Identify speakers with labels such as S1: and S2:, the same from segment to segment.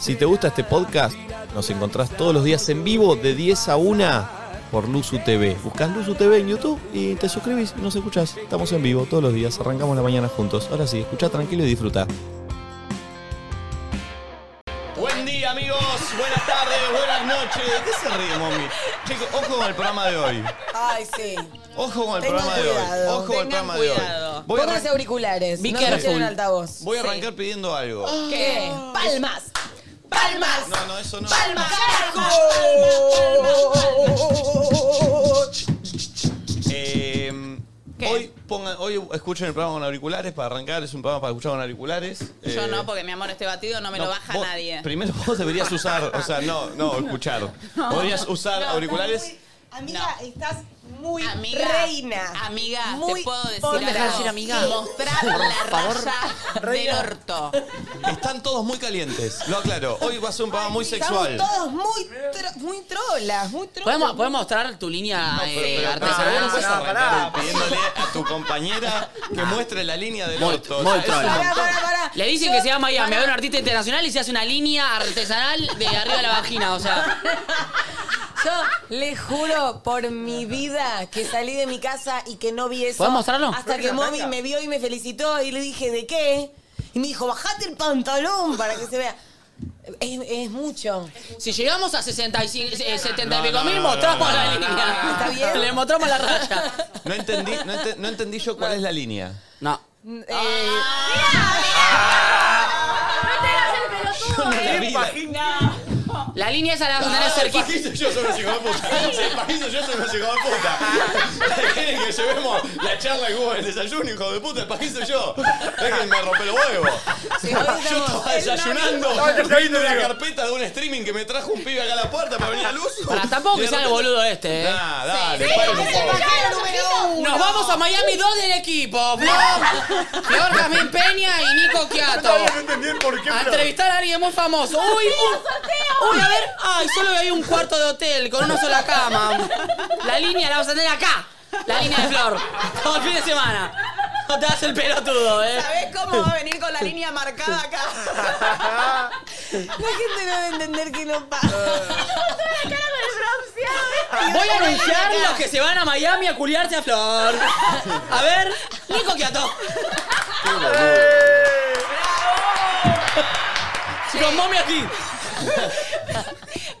S1: Si te gusta este podcast, nos encontrás todos los días en vivo de 10 a 1 por Luzu TV. Buscás Luzu TV en YouTube y te suscribís y nos escuchás. Estamos en vivo todos los días, arrancamos la mañana juntos. Ahora sí, escucha tranquilo y disfruta. Buen día, amigos. Buenas tardes, buenas noches. ¿De qué se ríe, mami? Chicos, ojo con el programa de hoy.
S2: Ay, sí.
S1: Ojo con el
S2: Tengan
S1: programa de hoy.
S2: cuidado,
S1: Ojo con el
S2: tengan
S1: programa de
S2: cuidado.
S1: hoy. Voy a,
S2: Pónganse
S1: arran-
S2: auriculares.
S1: Be
S2: no
S1: careful.
S2: escuchen en altavoz.
S1: voy a arrancar pidiendo algo.
S3: Ah.
S2: ¿Qué? ¡Palmas! ¡Palmas!
S1: No, no, eso no.
S2: ¡Palmas!
S1: Eh, hoy, pongan, hoy escuchen el programa con auriculares para arrancar. Es un programa para escuchar con auriculares.
S3: Yo
S1: Eh,
S3: no, porque mi amor, este batido no me lo
S1: no,
S3: baja
S1: vos-
S3: nadie.
S1: Primero vos deberías usar, o sea, no, no, escuchar. Podrías usar auriculares.
S2: Amiga, estás muy
S3: Amiga,
S2: reina.
S3: Amiga,
S2: Muy
S3: te puedo decir
S2: pobre.
S3: algo.
S2: ¿Me dejas decir amiga?
S3: Mostrar la raya del
S2: Reina.
S3: orto.
S1: Están todos muy calientes, lo aclaro. Hoy va a ser un programa muy sexual.
S2: Estamos todos muy, tro- muy trolas, muy trolas.
S4: ¿Podemos, podemos mostrar tu línea
S1: Pero,
S4: eh,
S1: pero,
S4: artesanal?
S1: pará, vos no puedes
S4: No,
S1: arrancar pidiéndole a tu compañera que muestre la línea del
S4: Muy-
S1: orto. O
S4: muy
S1: sea, eso-
S4: troll.
S2: Pará, pará, pará.
S4: Le dicen
S2: Yo-
S4: que se llama Miami, a
S2: pará.
S4: un artista internacional y se hace una línea artesanal de arriba de la vagina, o sea.
S2: Yo le juro por mi vida que salí de mi casa y que no vi eso.
S4: ¿Podés mostrarlo?
S2: Hasta que Mommy me vio y me felicitó y le dije, ¿de qué? Y me dijo, bajate el pantalón para que se vea. Es, es mucho.
S4: Si llegamos a 65, eh, 70 y
S1: No,
S4: pico
S1: no,
S4: mil,
S1: no,
S4: mostramos
S1: no,
S4: la
S1: no,
S4: línea.
S2: no. Ah, ¿Está bien? Eh,
S4: Le mostramos la raya.
S1: No entendí, no, ente- no entendí yo cuál es la línea.
S4: No.
S2: Eh, Ah.
S1: Yo no la vi.
S4: La línea esa la vamos a
S1: Ah,
S4: tener
S1: el
S4: cerquita.
S1: pajizo yo soy un hijo de puta. El pajizo yo soy un hijo de puta. Quieren que llevemos la charla que hubo en el desayuno, hijo de puta. El pajizo yo. Déjenme romper el huevo.
S2: sí,
S1: Yo
S2: hoy estamos-
S1: estaba desayunando, viendo una carpeta de un streaming que me trajo un pibe acá a la puerta para venir al uso.
S4: Para tampoco que sea el boludo este, eh.
S1: Nah, Ah, dale, paren un poco.
S4: Nos vamos a Miami 2 del equipo. Flor, Flor Jamín Peña y Nico Quiato. A entrevistar a alguien muy famoso. Uy, uy, uy, a ver. Ay, solo hay un cuarto de hotel con una sola cama. La línea la vas a tener acá. La línea de Flor. Todo el fin de semana. No te das el pelotudo, eh.
S3: ¿Sabés cómo va a venir con la línea marcada acá?
S2: La gente no va a entender que no pasa.
S4: Voy a anunciar los que se van a Miami a culiarse a Flor. A ver, Nico Quiato. Con mommy aquí.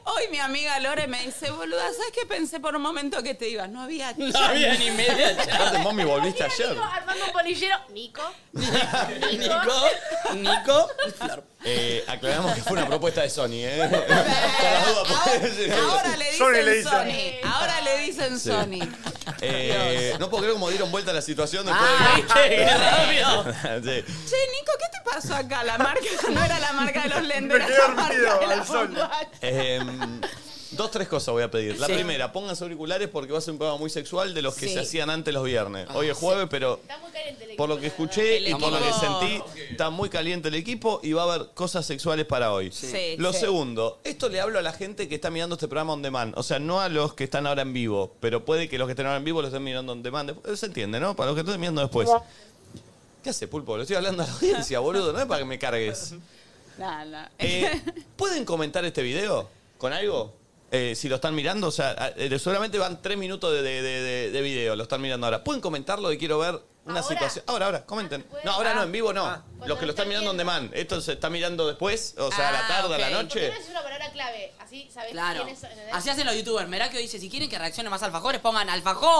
S3: Hoy mi amiga Lore me dice, boluda, ¿sabes qué pensé por un momento que te ibas? No había
S4: No había ni media
S1: Aparte, mami, volviste ayer.
S5: Nico, armando un bolillero. Nico.
S4: Nico, Nico, Flor.
S1: Eh, aclaramos que fue una propuesta de Sony, ¿eh? Por las dudas, porque- sí.
S3: Ahora le dicen
S6: Sony
S3: Sony.
S6: le dicen.
S3: Ahora le dicen
S1: Sí.
S3: Sony.
S1: Eh, no puedo creer cómo dieron vuelta la situación después
S4: Ah, viste, qué rápido.
S1: de... Sí.
S3: Che, Nico, ¿qué te pasó acá? La marca no era la marca de los lentes.
S6: Me
S3: era
S6: quedé
S3: la marca
S6: dormido
S3: de la
S6: al sol.
S3: bombacha.
S1: Em, dos, tres cosas voy a pedir. La
S4: Sí.
S1: primera, pónganse auriculares porque va a ser un programa muy sexual de los que
S2: Sí.
S1: se hacían antes los viernes. Hoy es jueves, pero
S5: Está muy caliente el equipo,
S1: por lo que
S5: la
S1: escuché
S3: El
S1: y por lo que
S3: equipo-
S1: sentí, está muy caliente el equipo y va a haber cosas sexuales para hoy.
S3: Sí,
S1: lo
S3: sí.
S1: segundo, esto le hablo a la gente que está mirando este programa on demand. O sea, no a los que están ahora en vivo, pero puede que los que estén ahora en vivo lo estén mirando on demand. Después- Se entiende, ¿no? Para los que estén mirando después. ¿Qué hace, Pulpo? Lo estoy hablando a la audiencia, boludo. No es para que me cargues.
S3: No, no.
S1: Eh, ¿Pueden comentar este video con algo? Eh, si lo están mirando, o sea, a- eh, seguramente van tres minutos de, de- de- de- de video, lo están mirando ahora. ¿Pueden comentarlo de quiero ver una
S5: ¿Ahora?
S1: situación? Ahora, ahora, comenten.
S5: ¿Pueden?
S1: No, ahora no, en vivo no. Los
S5: Cuando
S1: que lo
S5: lo
S1: están
S5: están
S1: mirando on
S5: viendo.
S1: demand. Esto se está mirando después, o sea, a la
S3: Ah,
S1: tarde, a la
S3: ok.
S5: ¿Por qué
S1: noche.
S5: no es una palabra clave? Así sabes
S4: Claro.
S5: quién es. ¿entendés?
S4: Así hacen los youtubers. Merakio dice, si quieren que reaccione más alfajores, pongan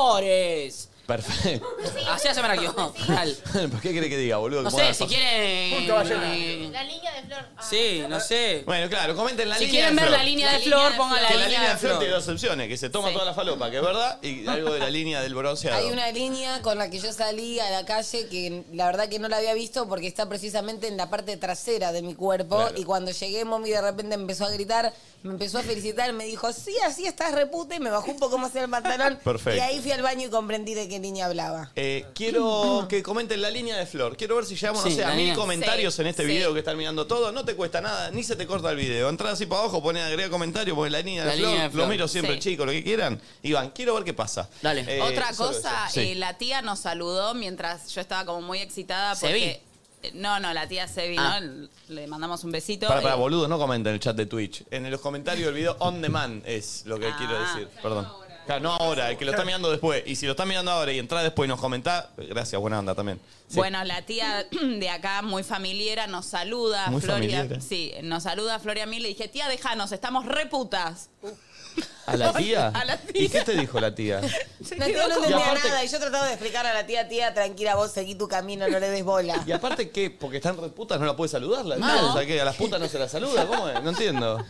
S4: alfajores.
S1: Perfecto.
S4: Así hace Merakio. Tal.
S1: ¿Por qué cree que diga, boludo?
S4: No
S1: Como
S4: sé,
S1: una
S4: si
S1: cosa.
S4: quieren... eh,
S5: La línea de flor. Ah.
S4: Sí, no sé.
S1: Bueno, claro, comenten la
S4: Si
S1: línea.
S4: quieren
S1: de
S4: ver
S1: Flor.
S4: la línea
S3: La
S4: de
S3: línea de
S4: Flor, pongan la
S1: Que la línea de Flor tiene
S4: Flor.
S1: dos opciones, que se toma
S3: Sí.
S1: toda la falopa, que es verdad, y algo de la línea del bronceado.
S2: Hay una línea con la que yo salí a la calle que la verdad que no la había visto porque está precisamente en la parte trasera de mi cuerpo.
S1: Claro.
S2: Y cuando llegué, mommy de repente empezó a gritar, me empezó a felicitar, me dijo, sí, así estás repute, y me bajó un poco más el pantalón.
S1: Perfecto.
S2: Y ahí fui al baño y comprendí de qué línea hablaba.
S1: Eh, quiero que comenten la línea de Flor. Quiero ver si llegamos, no
S4: Sí,
S1: sé, a
S4: la
S1: mil
S4: línea.
S1: comentarios
S3: Sí,
S1: en este
S3: sí.
S1: video que están mirando todo. No te cuesta nada, ni se te corta el video. Entrás así para abajo, pones agregar comentario, pones la línea de,
S4: La
S1: Flor,
S4: línea de Flor.
S1: Lo miro siempre,
S3: Sí.
S1: chicos, lo que quieran. Iván, quiero ver qué pasa.
S4: Dale.
S1: Eh,
S3: Otra
S1: solo
S3: cosa,
S1: eso. Sí.
S3: eh, la tía nos saludó mientras yo estaba como muy excitada
S4: Se
S3: porque No, no, la tía se vino.
S1: Ah.
S3: Le mandamos un besito.
S1: Para, para,
S3: Eh,
S1: boludos, no comenten en el chat de Twitch. En los comentarios del video on demand es lo que quiero decir. Perdón. Claro, no ahora, el que lo está mirando después. Y si lo está mirando ahora y entra después y nos comentá, gracias, buena onda también. Sí.
S3: Bueno, la tía de acá, muy familiera, nos saluda.
S1: Muy
S3: Floria.
S1: familiera.
S3: Sí, nos saluda Floria Mil. Le dije, tía, déjanos, estamos reputas.
S1: ¿A la tía?
S3: A la tía.
S1: ¿Y qué te dijo la tía?
S2: La tía no entendía nada y yo trataba de explicar a la tía, tía, tranquila, vos seguí tu camino, no le des bola.
S1: Y aparte, ¿qué? Porque están re putas, no la puedes saludar la tía.
S2: No.
S1: O sea, que a las putas no se las saluda. ¿Cómo es? No entiendo.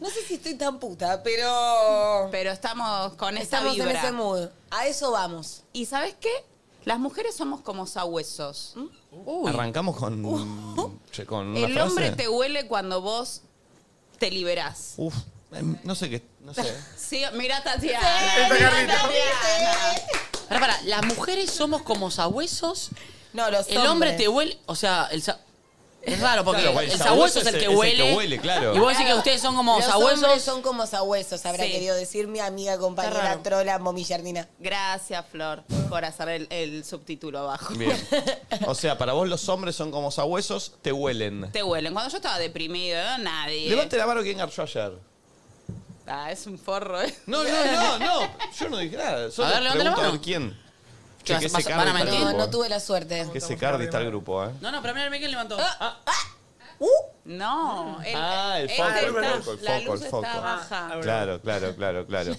S2: No sé si estoy tan puta, pero...
S3: Pero estamos con esa
S2: Estamos en
S3: vibra.
S2: ese mood. A eso vamos.
S3: ¿Y sabes qué? Las mujeres somos como sabuesos.
S2: ¿Mm?
S1: Arrancamos con. che, con una
S3: El hombre
S1: frase.
S3: te huele cuando vos te liberás.
S1: Uf, em, no sé qué. No sé.
S3: Sí, mira Tatiana.
S2: Sí,
S3: mirá,
S2: mirá,
S3: Tatiana.
S4: Pará, pará, las mujeres somos como sabuesos.
S2: No, los
S4: El hombre te huele. O sea, el sa- es raro porque
S1: Claro,
S4: el,
S1: el
S4: sabueso es el que huele.
S1: huele, claro.
S4: Y vos
S3: Eh,
S4: decís que ustedes son como
S2: Los hombres
S4: sabuesos.
S2: son como sabuesos, habrá
S3: Sí.
S2: querido decir mi amiga,
S4: Está
S2: compañera,
S4: raro.
S2: trola, momilardina.
S3: Gracias, Flor, por hacer el, el subtítulo abajo.
S1: Bien. O sea, para vos los hombres son como sabuesos, te huelen.
S3: Te huelen. Cuando yo estaba deprimido, ¿no? nadie.
S1: Levante la mano quien garchó ayer.
S3: Ah, es un forro, ¿eh?
S1: No, no, no, no. Yo no dije nada. Solo
S4: A ver, levante la
S1: pregunto a
S4: mano.
S1: ver quién.
S4: ¿Qué
S1: Che, que
S4: vas-
S1: ese
S4: vas- van a
S1: Cardi está el
S4: mentir?
S2: No,
S1: grupo. eh.
S2: no tuve la suerte.
S1: Que ese Cardi está el grupo, ¿eh?
S4: No, no, pero mira, Miguel levantó. Ah,
S2: Uh.
S3: No. el-
S1: Ah, el
S3: este
S1: foco, el
S3: está-
S1: foco, el
S3: la
S1: foco,
S3: luz
S1: el foco. Ah,
S3: está baja.
S1: Claro, claro, claro, claro.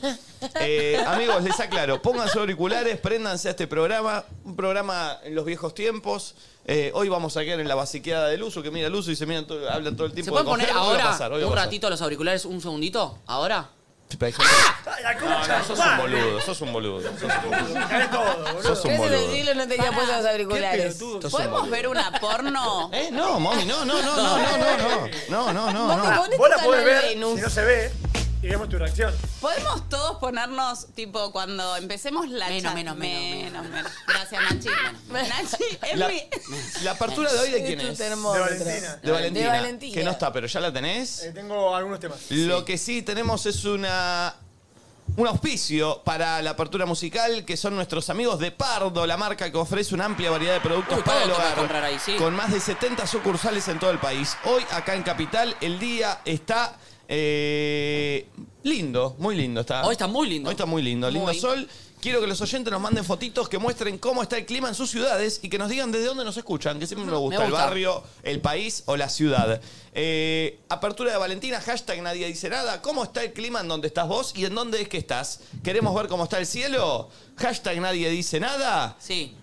S1: Eh, amigos, les aclaro, pónganse auriculares, préndanse a este programa, un programa en los viejos tiempos. Eh, hoy vamos a quedar en la basiqueada de Luzu, que mira Luzu y se miran todo- hablan todo el tiempo.
S4: ¿Se pueden
S1: de
S4: poner
S1: coger. Hoy va a
S4: ahora
S1: pasar, hoy va a
S4: un
S1: pasar.
S4: ratito los auriculares, un segundito? ¿Ahora?
S1: Sí, pero hay gente- No, no, sos un boludo, sos un boludo. Sos un boludo. Sos un
S2: Gracias al
S1: boludo.
S2: siglo no tenía puestos los auriculares.
S1: Sos un
S3: ¿Podemos
S1: boludo.
S3: ver una porno?
S1: Eh, no, mami, no, no, no, no, no, no, no, no, no,
S2: Vos te
S1: no.
S2: pones
S6: Vos la
S2: tu
S6: podés
S2: canal
S6: ver,
S2: Venus.
S6: si no se ve, y vemos tu reacción.
S3: ¿Podemos todos ponernos, tipo, cuando empecemos la
S4: Menos,
S3: chat-
S4: menos, menos,
S3: menos, menos. Gracias, Nachi. Nachi, es
S1: La,
S3: mi-
S1: la apertura de hoy de quién
S2: Tu
S1: es?
S6: De
S2: termómetro.
S6: Valentina.
S1: De Valentina.
S2: De Valentina.
S1: Que no está, pero ya la tenés.
S6: Eh, tengo algunos temas.
S1: Lo que sí tenemos es una. Un auspicio para la apertura musical que son nuestros amigos de Pardo, la marca que ofrece una amplia variedad de productos
S4: Uy, todo
S1: para el
S4: lo que
S1: hogar,
S4: puedes comprar ahí, sí.
S1: con más de 70 sucursales en todo el país. Hoy acá en Capital el día está eh, lindo, muy lindo está.
S4: Hoy está muy lindo.
S1: Hoy está muy lindo, lindo
S4: Muy.
S1: sol. Quiero que los oyentes nos manden fotitos que muestren cómo está el clima en sus ciudades y que nos digan desde dónde nos escuchan, que siempre me gusta,
S4: Me
S1: el
S4: gusta.
S1: barrio, el país o la ciudad. Eh, apertura de Valentina, hashtag nadie dice nada. ¿Cómo está el clima en donde estás vos y en dónde es que estás? ¿Queremos ver cómo está el cielo? Hashtag nadie dice nada.
S4: Sí.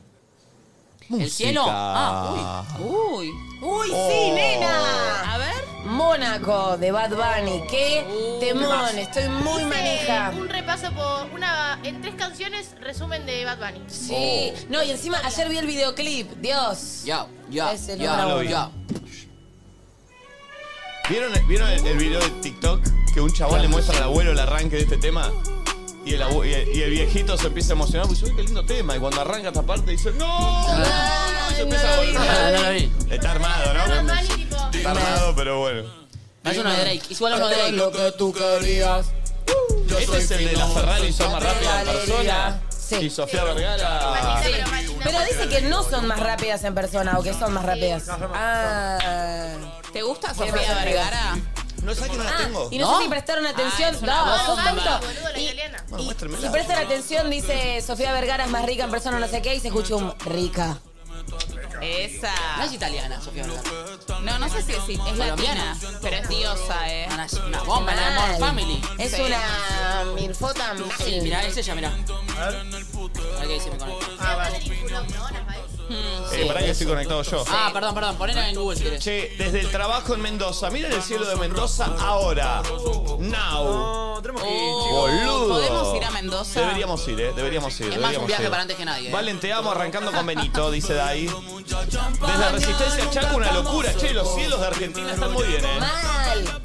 S1: Música.
S4: ¿El cielo? Ah, uy.
S3: Uy.
S2: ¡Uy, sí,
S1: Oh.
S2: nena!
S3: A ver.
S2: Mónaco de Bad Bunny. ¡Qué temón! Estoy muy manija.
S5: Un repaso por una. En tres canciones, resumen de Bad Bunny.
S2: Sí. Oh. No, y encima ayer vi el videoclip. Dios.
S4: Ya, ya,
S2: Es el
S4: ya,
S2: número
S1: uno.
S4: ya.
S1: ¿Vieron, vieron el, el video de TikTok que un chabón le muestra al abuelo el arranque de este tema? Y el, abue- y el- y el viejito se empieza a emocionar, pues uy, qué lindo tema. Y cuando arranca esta parte dice, ¡No! no, no", y se
S2: Ay,
S1: empieza
S2: no
S1: a
S2: lo
S1: volver.
S4: Ah, no lo vi.
S1: Está armado,
S5: Bad
S1: ¿no?
S5: Bunny, tipo.
S1: Está armado, pero bueno.
S4: Es uno de Drake. Es igual a uno de Drake.
S7: que tú querías.
S1: Este es el de la Ferrari, son más rápidas en persona.
S2: Sí.
S1: Y Sofía Vergara.
S5: Maldita, pero maldita,
S2: Pero
S5: maldita.
S2: dice que no son más rápidas en persona o que son más rápidas. Ah.
S3: ¿Te gusta Sofía Vergara?
S1: ¿No sabes que no la tengo?
S2: Y no,
S4: ¿No?
S2: sé si prestaron atención.
S3: Ah, es una
S2: no,
S3: voz,
S2: sos
S5: Bad
S2: tonto.
S5: Bunny, boludo, la italiana.
S1: Bueno, muéstremela.
S2: Si prestan atención, dice Sofía Vergara es más rica en persona, no sé qué, y se escucha un rica.
S4: No es
S3: Esa.
S4: italiana, Sofía Vergara.
S3: No, no sé si es, es latina, pero es diosa, ¿eh?
S4: Una, una bomba, la de
S2: Mal.
S4: Modern Family.
S2: Es
S3: Sí.
S2: una milfota
S4: Sí, mirá, es ella, mirá.
S6: A ver.
S4: A ver qué dice mi conector.
S5: Ah, vale. No, no, vale.
S1: Eh, pará que estoy conectado yo.
S4: Ah, perdón, perdón, ponela en Google si querés.
S1: Che, desde el trabajo en Mendoza. Miren el cielo de Mendoza ahora. Now.
S6: No, tenemos
S4: Oh.
S6: que ir, chicos.
S1: Boludo.
S3: ¿Podemos ir a Mendoza?
S1: Deberíamos ir, eh. Deberíamos ir.
S4: Es más
S1: deberíamos
S4: un viaje
S1: ir.
S4: para antes que nadie. ¿eh?
S1: Valen, te amo arrancando con Benito, dice Dai. Desde Resistencia Chaco, una locura. Che, los cielos de Argentina están muy bien, eh.
S2: Mal.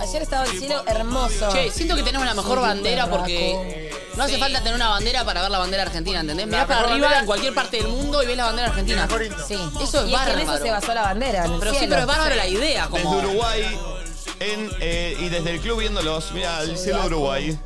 S2: Ayer estaba el cielo hermoso.
S4: Che, siento que tenemos la mejor
S2: Soy un
S4: bandera porque no hace falta tener una bandera para ver la bandera argentina, ¿entendés? Mirá para
S6: mejor
S4: arriba
S6: bandera-
S4: en cualquier parte del mundo y ves la bandera argentina.
S6: Mejor himno.
S2: Sí.
S4: Eso es
S2: y que en
S4: bárbaro.
S2: eso se basó la bandera, en el
S4: Pero sí,
S2: cielo.
S4: pero es bárbaro la idea,
S1: Desde
S4: como.
S1: Uruguay en, eh, y desde el club viéndolos. Mira, el cielo de Uruguay.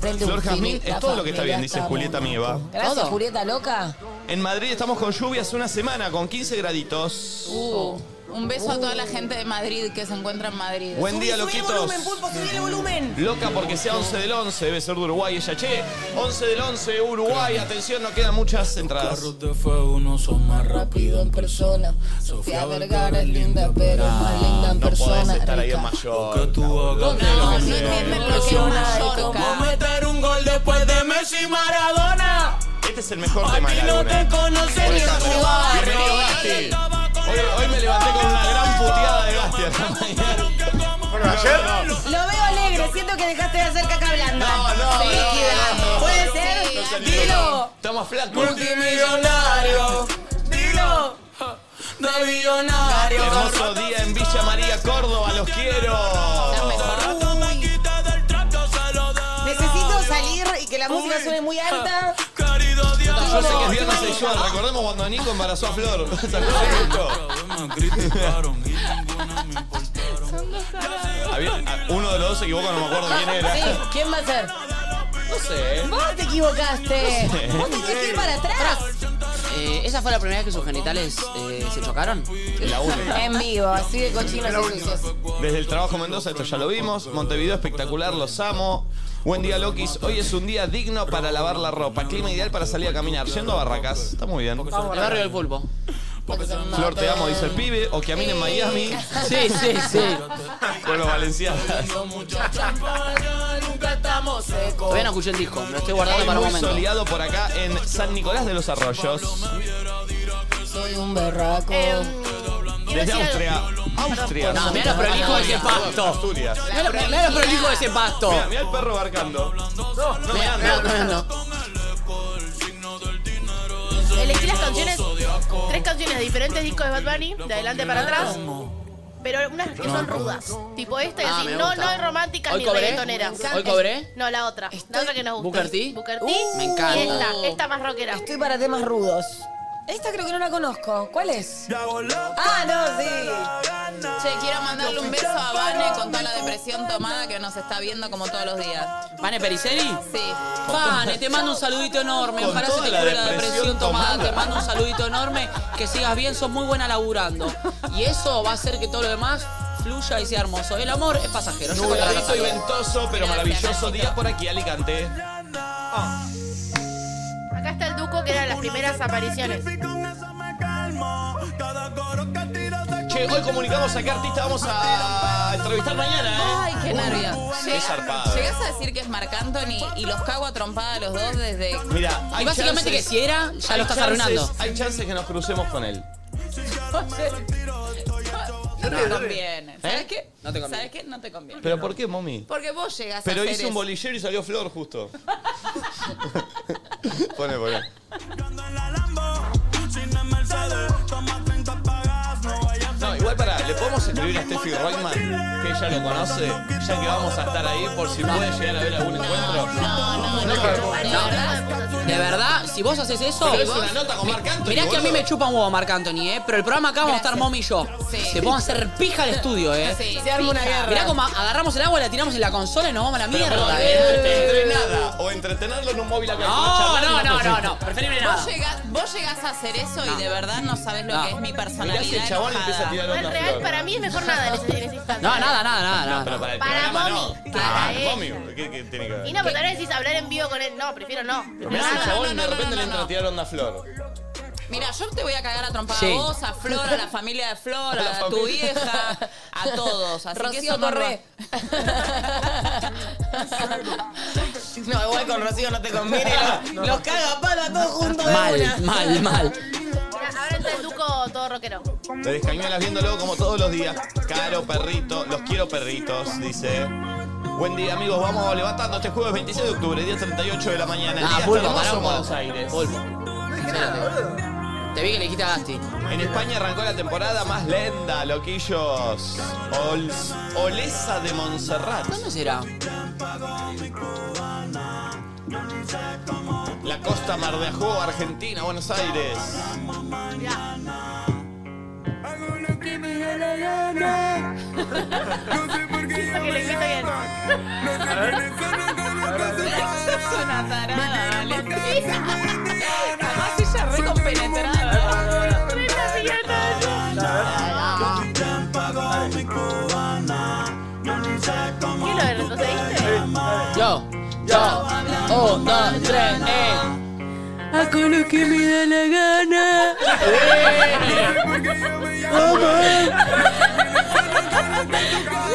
S2: prende
S1: Flor
S2: un
S1: Jazmín
S2: fili-
S1: es
S2: la
S1: todo lo que está
S2: familia
S1: bien, dice
S2: está
S1: Julieta
S2: muy-
S1: Mieva.
S2: Gracias,
S4: Todo.
S2: Julieta loca.
S1: En Madrid estamos con lluvias una semana, con 15 graditos.
S3: Uh, un beso a toda la gente de Madrid que se encuentra en Madrid.
S1: Buen día,
S2: Subí el
S1: loquitos.
S2: volumen, pulpo, subí el volumen.
S1: Loca porque sea 11 del 11, debe ser de Uruguay ella, che. 11 del 11, Uruguay, atención, no quedan muchas entradas.
S7: Carros de fuego no son más rápido en persona. Sofía Vergara es linda, pero es más linda en
S1: No podés
S7: persona.
S1: estar ahí en
S7: rica.
S1: Mallorca.
S7: hagas.
S3: No, no entienden lo que es Mallorca.
S7: meter un gol después de Messi y Maradona.
S1: Este es el mejor tema de la luna.
S7: conoce
S1: Hoy está con- Bienvenido, Gasti. Hoy, hoy me levanté con una gran puteada de Gasti esta mañana.
S6: Bueno, ayer.
S1: No, no.
S2: Lo veo alegre, siento que dejaste de hacer caca blanda.
S1: No, no, no,
S2: Líquida.
S1: no, no.
S2: ¿Puede
S1: No
S2: ser?
S1: No se entiende.
S2: Dilo.
S1: Está más flaco.
S7: Multimillonario,
S2: Dilo.
S7: de billonario.
S1: Hermoso día en Villa María, Córdoba, los quiero.
S2: Necesito salir y que la música suene muy alta.
S1: Yo sé que es viernes sexual. Recordemos cuando Nico embarazó a Flor. ¿Se acuerdan de esto? Había- a- uno de los dos se equivoca, no me acuerdo quién era.
S2: Sí, ¿quién va a ser?
S1: No sé. ¿eh?
S2: Vos te equivocaste. Vos tenías que ir para atrás.
S4: Eh, ¿Esa fue la primera vez que sus genitales eh, se chocaron?
S1: La única.
S2: En vivo, así de cochinos y sucios.
S1: Desde el trabajo Mendoza, esto ya lo vimos. Montevideo espectacular, los amo. Buen día, Lokis. Hoy es un día digno para lavar la ropa. Clima ideal para salir a caminar. Yendo a Barracas. Está muy bien.
S4: El barrio del pulpo.
S1: Flor, te amo, dice el pibe. O que a mí en Miami.
S4: Sí, sí, sí.
S1: Con los valencianos.
S4: Todavía no escuché el disco, me lo estoy guardando
S1: Hoy
S4: para un
S1: muy
S4: momento.
S1: soleado por acá en San Nicolás de los Arroyos.
S7: Soy un berraco.
S5: Em, quiero
S1: Desde
S5: decir algo.
S1: Austria. Austria.
S4: No, mirá lo prolijo de ese pasto.
S1: Asturias.
S4: Mirá lo- Mirá lo prolijo de ese pasto.
S1: Mira, el perro barcando. No, no me
S4: Mirá,
S1: anda.
S4: mirá, mirá, no.
S5: Oh. Elegí las canciones, tres canciones de diferentes discos de Bad Bunny, de adelante para atrás. Pero unas que son rudas. Tipo esta y
S4: Ah,
S5: así.
S4: me
S5: No,
S4: gusta.
S5: no hay románticas
S4: ¿Hoy
S5: ni
S4: cobré?
S5: reggaetoneras.
S4: ¿Hoy cobré?
S5: No, la otra. La otra que nos gusta.
S4: ¿Booker T?
S5: Booker T.
S2: Uh,
S4: me encanta. Oh.
S5: Y esta, esta más rockera.
S2: Estoy para temas rudos. Esta creo que no la conozco. ¿Cuál es? Ah, no, sí.
S3: Che, quiero mandarle un beso a Vane con toda la depresión tomada que nos está viendo como todos los días.
S4: ¿Vane Periceli?
S3: Sí.
S4: Vane, te mando un saludito enorme.
S1: Con
S4: Ojalá se
S1: toda
S4: te
S1: la
S4: cure la
S1: depresión
S4: depresión tomada.
S1: tomada.
S4: Te mando un saludito enorme. Que sigas bien, sos muy buena laburando. Y eso va a hacer que todo lo demás fluya y sea hermoso. El amor es pasajero. Yo con la
S1: Nubladito y
S4: razón.
S1: ventoso, pero maravilloso día por aquí, Alicante.
S5: Acá está el Duco, que eran las primeras apariciones.
S1: Che, hoy comunicamos a qué artista vamos a entrevistar mañana, ¿eh?
S3: Ay, qué nervios.
S1: Qué zarpado.
S3: Llegás a decir que es Marc Anthony y los cago a trompada a los dos desde.
S1: Mira, hay
S4: Y básicamente que
S1: chances-
S4: si era, ya
S1: hay
S4: lo estás
S1: chances-
S4: arruinando.
S1: Hay chances que nos crucemos con él.
S3: No te conviene. ¿Sabes
S1: ¿Eh?
S3: qué?
S4: No te conviene.
S3: ¿Sabes qué? No te conviene.
S1: ¿Pero por qué, mommy?
S3: Porque vos llegas a
S1: Pero
S3: hacer
S1: hice un
S3: eso.
S1: bolillero y salió flor justo. Pone, pone. No, igual para, le podemos escribir a Steffi Reutemann, que ella lo conoce, ya que vamos a estar ahí por si puede llegar a ver algún encuentro.
S3: No, no, no.
S5: La verdad, pues,
S4: De verdad, si vos haces eso.
S1: Pero es una nota con Marc Anthony,
S4: Mirá que a mí
S1: boludo.
S4: me chupa un huevo Marc Anthony, ¿eh? Pero el programa acá vamos a estar Mommy y yo.
S3: Sí.
S4: Te vamos a hacer pija al estudio, ¿eh?
S3: Sí,
S2: Se arma una
S3: fija.
S2: guerra.
S4: Mirá cómo agarramos el agua, la tiramos en la consola y nos vamos a la
S1: Pero, perdón, este-
S4: mierda, ¿eh?
S1: entre, entre nada o entretenerlo en un móvil acá.
S4: No,
S1: charlar y
S4: no, no,
S1: cosa.
S4: no, no. Preferible
S3: Vos
S4: nada.
S3: llegás, vos llegás a hacer eso y de verdad no sabes lo
S4: No.
S3: que es mi
S1: Mirá
S3: personalidad.
S1: si el chabón
S3: enojada.
S1: empieza a tirar
S5: no
S1: onda
S5: es
S1: a
S5: real,
S1: flor.
S5: para mí es mejor nada en ese, en ese instante.
S4: No, nada, nada, nada.
S1: Pero para el
S5: Para
S1: programa
S5: mommy,
S1: no.
S5: para
S1: Claro,
S5: él.
S1: mommy, ¿qué, qué tiene que ver?
S5: Y no, pero ahora decís hablar en vivo con él. No, prefiero no.
S1: Pero
S5: Prefiero
S1: mirá si el
S5: nada.
S1: chabón de
S3: no, no, no,
S1: repente le
S3: no, no.
S1: entra a tirar onda a flor.
S3: Mira, yo te voy a cagar a trompada
S4: Sí.
S3: a vos, a Flor, a la familia de Flor,
S1: A la
S3: a, tu
S1: familia.
S3: vieja, a todos. Así que
S2: Rocío
S3: eso no
S2: Torré. No, igual con Rocío no te conviene. Los, los caga a palo a todos juntos de una.
S4: Mal, mal, mal.
S5: Mira, Ahora está el Duco todo rockero.
S1: Te descañuelas viéndolo como todos los días. Caro, perrito, los quiero perritos, dice. Buen día, amigos, vamos levantando este jueves 26 de octubre, día 38 de la mañana. El
S4: Ah,
S1: día
S4: pulpo,
S1: hermoso
S4: pará
S1: en
S4: un poco.
S1: Buenos Aires.
S4: Pulpo. Te vi que le dijiste a Gasti.
S1: En España arrancó la temporada más lenta, loquillos. Ol- Olesa de Montserrat.
S4: ¿Dónde será?
S1: La costa Mar de Ajó, Argentina, Buenos Aires.
S5: Mirá. Siento que le grito bien.
S6: A ver. A ver, a ver.
S3: una tarada, Valentina.
S5: ah,
S3: Además, ella re compenetrada.
S5: ¿Quién lo ver? ¿Lo seguiste?
S4: Yo, yo, oh, un, dos, tres, eh.
S2: Hago lo que me da la gana.
S4: Eh,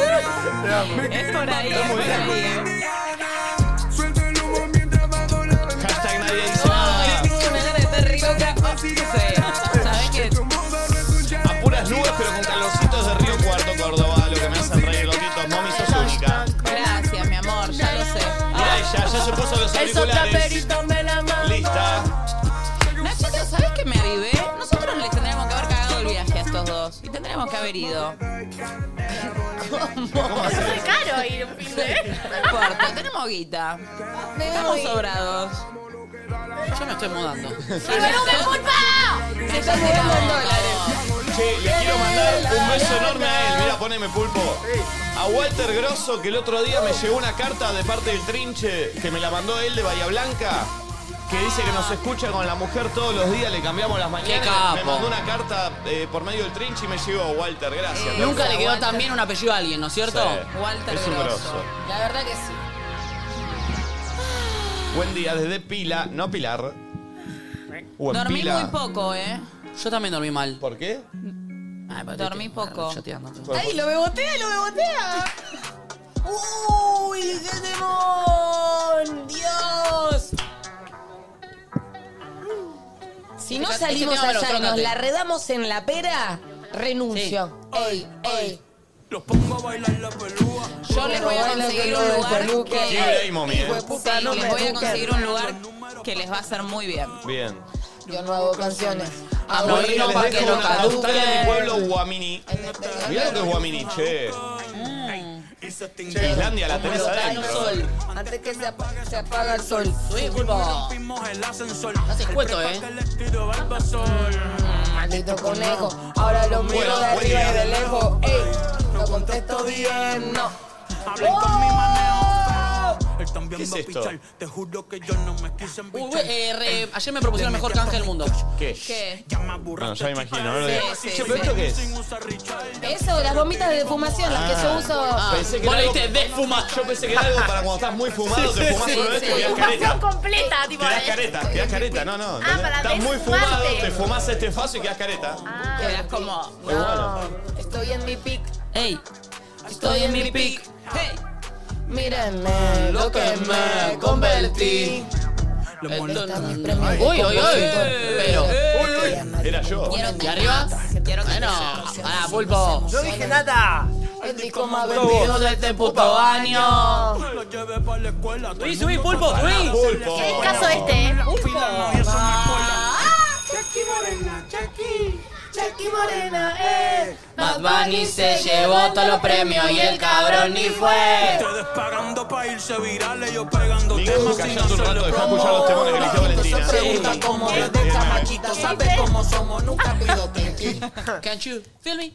S3: Es por ahí, es por ahí.
S1: Hashtag nadie dice
S3: Ay,
S1: nada.
S3: tengo una gana de estar re loca. Oh, sí. ¿Sabés qué?
S1: A puras nubes, pero con calorcitos de Río Cuarto, Córdoba. Lo que me hacen reír, loquitos. Mami, sos única.
S3: Gracias, mi amor, ya lo sé. Ah.
S1: Mira ella, ya se puso los
S5: Esos
S1: auriculares.
S5: traperitos me la mando.
S1: Lista.
S3: No, chicos, ¿sabés que me avivé? Nosotros les tendríamos que haber cagado el viaje a estos dos. Y tendríamos que haber ido. No
S1: ¿Cómo haces?
S5: Es caro ir un fin de...
S3: importa, tenemos guita. Estamos sobrados.
S4: Yo me estoy mudando.
S3: Se están tirando en dólares.
S1: Che, le quiero mandar un beso enorme a él. Mira, poneme pulpo. A Walter Grosso, que el otro día me llegó una carta de parte del Trinche, que me la mandó él de Bahía Blanca, que dice que nos escucha con la mujer todos los días, le cambiamos las mañanas.
S4: Qué capo.
S1: Me mandó una carta eh, por medio del Trinche y me llegó, Walter, gracias.
S4: Nunca le quedó tan bien un apellido a alguien, ¿no es cierto?
S1: Sí.
S3: Walter
S1: Es un grosso.
S3: Grosso. La verdad que sí.
S1: Buen día desde Pila, no Pilar. O en
S3: Dormí
S1: Pila.
S3: muy poco, ¿eh?
S4: Yo también dormí mal.
S1: ¿Por qué?
S3: Dormí poco.
S4: Chateando.
S2: ¡Ay, lo bebotea, lo bebotea! ¡Uy, qué temón! ¡Dios! Si no
S4: Fíjate,
S2: salimos
S4: fíjate,
S2: allá y nos
S4: fíjate.
S2: la redamos en la pera, renuncio. Ey, ey.
S3: Yo les voy a conseguir un lugar
S1: Jim
S3: que...
S1: Damon, bien.
S3: Sí, les voy a conseguir un lugar que les va a hacer muy bien. Ah,
S1: Bien.
S2: Yo no hago canciones.
S4: A
S1: Buen día,
S4: morirnos
S1: les
S4: para
S1: dejo
S4: que no
S1: una postal de mi
S4: caduque.
S1: pueblo, Guamini. Mirá lo que es Guamini, che.
S3: Mm.
S1: Islandia la tenés adentro.
S2: Antes que se apague, se apaga el sol.
S4: Haces cueto, ¿eh?
S2: Mm, Maldito conejo, ahora lo miro
S1: Bueno,
S2: de
S1: buen
S2: arriba
S1: día.
S2: y de lejos. Ey, no contesto bien, no. ¡Oh!
S1: ¿Qué es esto?
S4: Uy, güey, eh, re- ayer me propusieron mejor canje del mundo.
S1: ¿Qué?
S3: ¿Qué?
S1: No, ya me imagino, no lo digo.
S3: Sí, sí,
S1: Che, pero
S3: sí.
S1: esto qué es?
S2: Eso, las bombitas de defumación, las
S1: Ah.
S2: que yo uso.
S1: Pensé que
S4: Vos
S1: era
S4: le
S1: algo,
S4: diste desfumar.
S1: yo pensé que era algo para cuando estás muy fumado, te fumás una vez
S3: sí,
S1: y quedás
S5: Pasión
S1: careta.
S5: completa, tipo...
S1: Quedás
S3: este
S1: careta, quedás careta, no,
S3: Ah,
S1: no. ¿entendés?
S5: para
S1: Estás muy
S5: desfumarte.
S1: fumado, te fumás este faso y quedás careta.
S3: Quedás como...
S1: Muy bueno.
S2: Estoy en mi pic,
S4: Ey,
S2: estoy en mi pic.
S4: pic.
S3: Hey.
S2: Mírenme lo que me convertí. Están mis premios.
S4: Uy, uy, uy. Pero.
S1: Era yo.
S3: Quiero
S4: ¿Y arriba?
S3: Quiero
S4: Bueno, ah, pulpo.
S6: No dije nada.
S2: El disco más vendido.
S4: Vendido de este puto año. Subí, subí, pulpo, subí.
S1: Pulpo.
S5: El caso este, ¿eh?
S4: Bad Bunny se llevó todos los premios y el cabrón ni fue.
S1: Miguel, callate un rato, dejá escuchar los temones que eligió Valentina.
S7: Pregunta cómo
S1: Sí.
S7: desde chamaquito, sabes cómo somos, nunca pido pinky.
S4: Can't you feel me?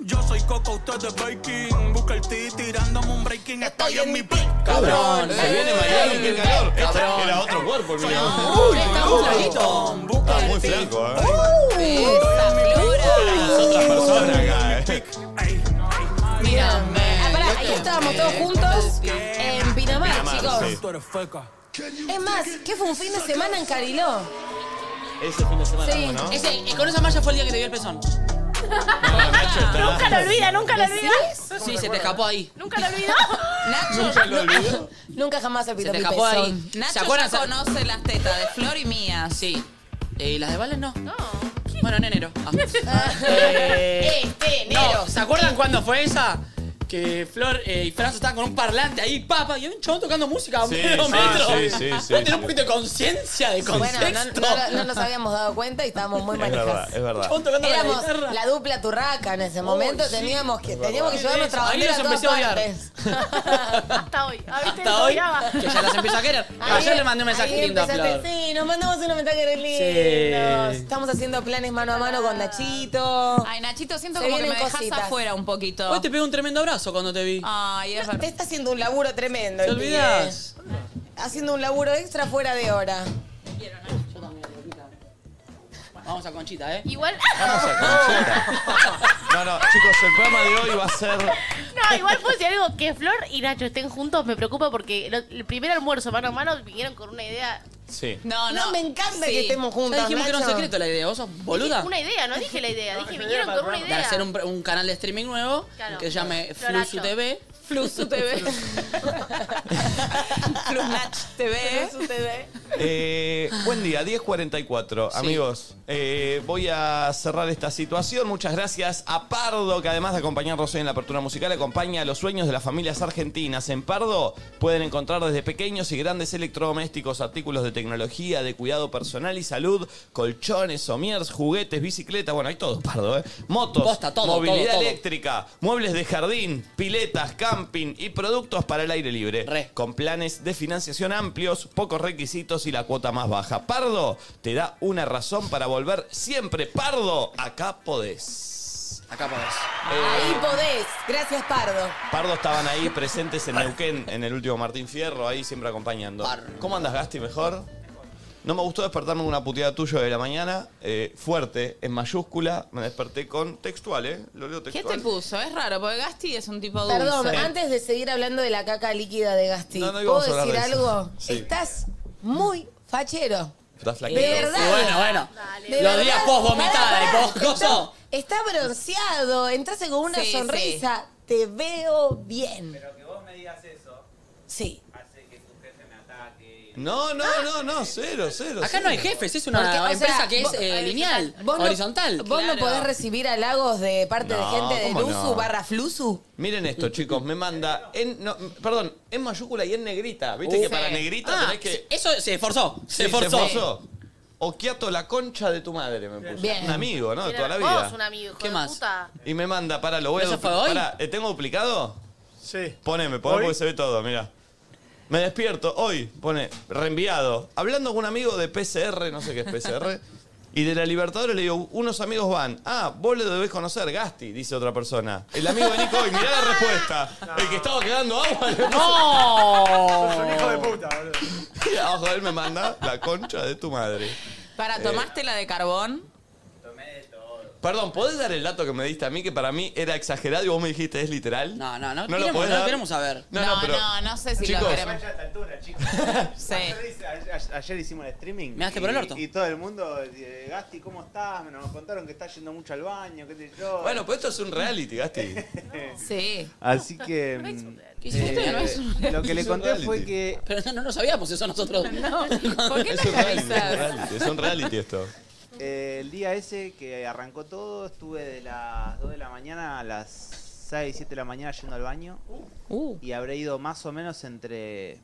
S8: Yo soy Coco, usted de Baking. Busca el ti tirándome un breaking. Estoy en mi pick.
S4: Cabrón.
S1: Se viene Miami, qué calor. Este era otro cuerpo, el mío. Está muy flaco, ¿eh?
S3: esa flora.
S1: Es otra persona acá, ¿eh?
S2: Ah, pará, ahí estábamos todos juntos en Pinamar,
S1: Pinamar,
S2: chicos.
S1: sí.
S8: Tú eres feca.
S2: Es más, ¿qué fue un fin de semana en Cariló?
S1: Ese fin de semana,
S2: Sí.
S1: ¿no?
S4: Ese, eh, con esa malla fue el día que te dio el pezón.
S1: No, Nacho está-
S5: Nunca lo olvida, nunca lo olvida.
S4: Sí, se te escapó ahí.
S5: Nunca lo olvida.
S1: Nunca lo olvidó.
S2: Nunca jamás se
S4: Se
S2: pitó
S4: te
S2: mi
S4: escapó
S2: pezón.
S4: ahí. ¿Se
S3: Nacho
S4: acuerdan?
S3: ya conoce las tetas de Flor y mías.
S4: Sí. Eh, ¿Y las de Valen no?
S5: No.
S4: Bueno, en enero. Ah. Eh,
S5: Este,
S4: no, ¿se acuerdan cuándo fue esa? Que Flor eh, y Franzo estaban con un parlante ahí, papa, y había un chabón tocando música a
S1: Sí,
S4: medio
S1: sí,
S4: metro.
S1: sí, sí, sí,
S4: ¿No tenés
S1: sí.
S4: un poquito de conciencia, de
S2: Bueno, no,
S4: contexto?
S2: no- no nos habíamos dado cuenta y estábamos muy
S1: Es
S2: manejadas.
S1: verdad, es verdad.
S4: Chabón tocando la
S2: Éramos
S4: guitarra.
S2: la dupla turraca en ese momento. teníamos que, teníamos que llevar nuestra
S4: Ahí
S2: bandera
S4: los
S2: a todas
S4: empecé a odiar.
S2: partes.
S5: Hasta hoy. A veces
S4: Hasta
S5: lo
S4: hoy,
S5: odiaba.
S4: que ya las empiezo a querer.
S2: Ahí-
S4: Ayer le mandé un mensaje
S2: ahí
S4: lindo a
S2: empezaste,
S4: Flor.
S2: Sí, nos mandamos unos mensajes lindos.
S4: Sí.
S2: Estamos haciendo planes mano a mano con Nachito.
S3: Ay, Nachito, siento
S2: Se
S3: como que me
S2: vienen
S3: dejas
S2: cositas.
S3: afuera un poquito.
S4: Hoy te pego un tremendo abrazo. paso cuando te vi.
S3: Ay, es
S2: Te está haciendo un laburo tremendo.
S4: ¿Te
S2: el pibe.
S4: olvidás?
S2: Haciendo un laburo extra fuera de hora.
S4: Vamos a Conchita, ¿eh?
S5: Igual.
S1: Vamos a Conchita. No, no, chicos, el programa de hoy va a ser.
S5: No, igual puedo decir algo. Que Flor y Nacho estén juntos me preocupa porque lo- el primer almuerzo mano a mano vinieron con una idea.
S1: Sí.
S3: No,
S2: No,
S3: no.
S2: me encanta
S3: Sí.
S2: que estemos juntos.
S4: Ya dijimos que era un
S2: Nacho.
S4: secreto la idea. ¿Vos sos boluda?
S5: Una idea, no dije la idea. Dije,
S6: idea
S5: vinieron
S6: para
S5: con una
S6: el
S4: De
S5: idea.
S4: hacer un, un canal de streaming nuevo
S5: Claro.
S4: que se llame
S5: Floracho.
S4: Flusu TV.
S3: Flusu TV. Flusnach TV.
S1: Eh, buen día, 10.44, amigos. Eh, voy a cerrar esta situación. Muchas gracias a Pardo, que además de acompañarnos hoy en la apertura musical, acompaña a los sueños de las familias argentinas. En Pardo pueden encontrar desde pequeños y grandes electrodomésticos, artículos de tecnología, de cuidado personal y salud, colchones, somiers, juguetes, bicicletas, bueno, hay todo, Pardo, ¿eh? Motos,
S4: Posta, todo,
S1: movilidad
S4: todo, todo.
S1: eléctrica, muebles de jardín, piletas, camping y productos para el aire libre
S4: Re.
S1: con planes de financiación amplios, pocos requisitos y la cuota más baja. Pardo te da una razón para volver siempre. Pardo, acá podés. Eh,
S4: Acá podés.
S2: Ahí podés. Gracias, Pardo.
S1: Pardo estaban ahí presentes en Neuquén, en el último Martín Fierro, ahí siempre acompañando.
S4: Pardo.
S1: ¿Cómo andas, Gasti? ¿Mejor? No me gustó despertarme con una puteada tuya de la mañana, eh, fuerte, en mayúscula. Me desperté con textual, ¿eh? Lo leo
S3: ¿Qué
S1: textual.
S3: te puso? Es raro, porque Gasti es un tipo dulce.
S2: Perdón, antes de seguir hablando de la caca líquida de Gasti,
S1: No, no
S2: ¿puedo
S1: íbamos a hablar
S2: decir
S1: de eso.
S2: algo?
S1: Sí.
S2: Estás muy fachero.
S1: ¿Estás
S2: De
S1: flaquito?
S3: Eh,
S2: verdad.
S4: Y bueno, bueno.
S2: De
S4: Los
S2: verdad.
S4: días post vomitada
S2: Pará,
S4: y
S1: Oh,
S2: pará.
S4: post coso.
S2: Está bronceado, entraste con una
S3: Sí,
S2: sonrisa. Te veo bien. Pero que vos me digas eso. Sí.
S1: No, no, no, no, cero, cero.
S4: Acá
S1: cero.
S4: no hay jefes, es una
S2: Ah. Porque, o
S4: empresa
S2: sea,
S4: que es
S2: vos-
S4: eh, lineal,
S2: Vos no-
S4: horizontal.
S2: vos
S3: claro.
S2: no podés recibir halagos de parte de
S1: No,
S2: gente de
S1: ¿cómo
S2: Luzu
S1: no?
S2: barra Fluzu.
S1: Miren esto, chicos, me manda en. no, perdón, en mayúscula y en negrita. ¿Viste
S4: Uh.
S1: que para negrita
S4: Ah,
S1: tenés que.
S4: Eso se esforzó, se
S1: Sí,
S4: esforzó.
S1: Oquiato la concha de tu madre, me puso.
S2: Bien.
S1: Un amigo, ¿no? De toda la
S5: Vos, un
S1: vida.
S5: amigo, hijo
S4: ¿Qué
S5: de
S4: más?
S5: puta.
S1: Y me manda, para, lo voy a.
S4: ¿Eso
S1: dupli-
S4: fue hoy?
S1: Pará, ¿eh, ¿tengo duplicado?
S6: Sí.
S1: Poneme, poneme
S6: Hoy.
S1: porque se ve todo, mira. Me despierto hoy, pone, reenviado. Hablando con un amigo de PCR, no sé qué es PCR, y de la Libertadores le digo, unos amigos van. Ah, vos lo debés conocer, Gasti, dice otra persona. El amigo de Nico, y mirá la respuesta. El que estaba quedando agua le
S6: Sos un hijo de puta, boludo.
S1: Y abajo de él me manda la concha de tu madre. Eh.
S3: Para, ¿tomaste la de carbón?
S1: Perdón, ¿podés dar el dato que me diste a mí que para mí era exagerado y vos me dijiste es literal?
S4: No, no, no
S1: lo
S4: queremos-
S1: podés
S4: no
S1: dar?
S4: queremos saber.
S1: No, no, pero.
S3: no, no sé si lo
S1: Chicos.
S3: queremos.
S9: Ya a esta altura, chicos.
S3: Sí.
S9: Ayer, hice- ayer- ayer hicimos el streaming.
S4: Me daste
S9: y-
S4: por el orto.
S9: Y todo el mundo, eh, Gasti, ¿cómo estás? Nos contaron que estás yendo mucho al baño, qué sé yo.
S1: Bueno, pues esto es un reality, Gasti.
S3: Sí.
S9: Así que. mm,
S3: ¿Qué hiciste? No es un-
S9: lo que le
S1: Es un
S9: conté fue
S1: reality.
S9: que.
S4: Pero no, no lo sabíamos eso nosotros.
S3: ¿Por qué
S1: Es
S3: no
S1: un reality, es un
S3: avisas?
S1: reality, es un reality esto.
S9: eh, el día ese que arrancó todo, estuve de las 2 de la mañana a las 6, 7 de la mañana yendo al baño.
S3: Uh.
S9: Y habré ido más o menos entre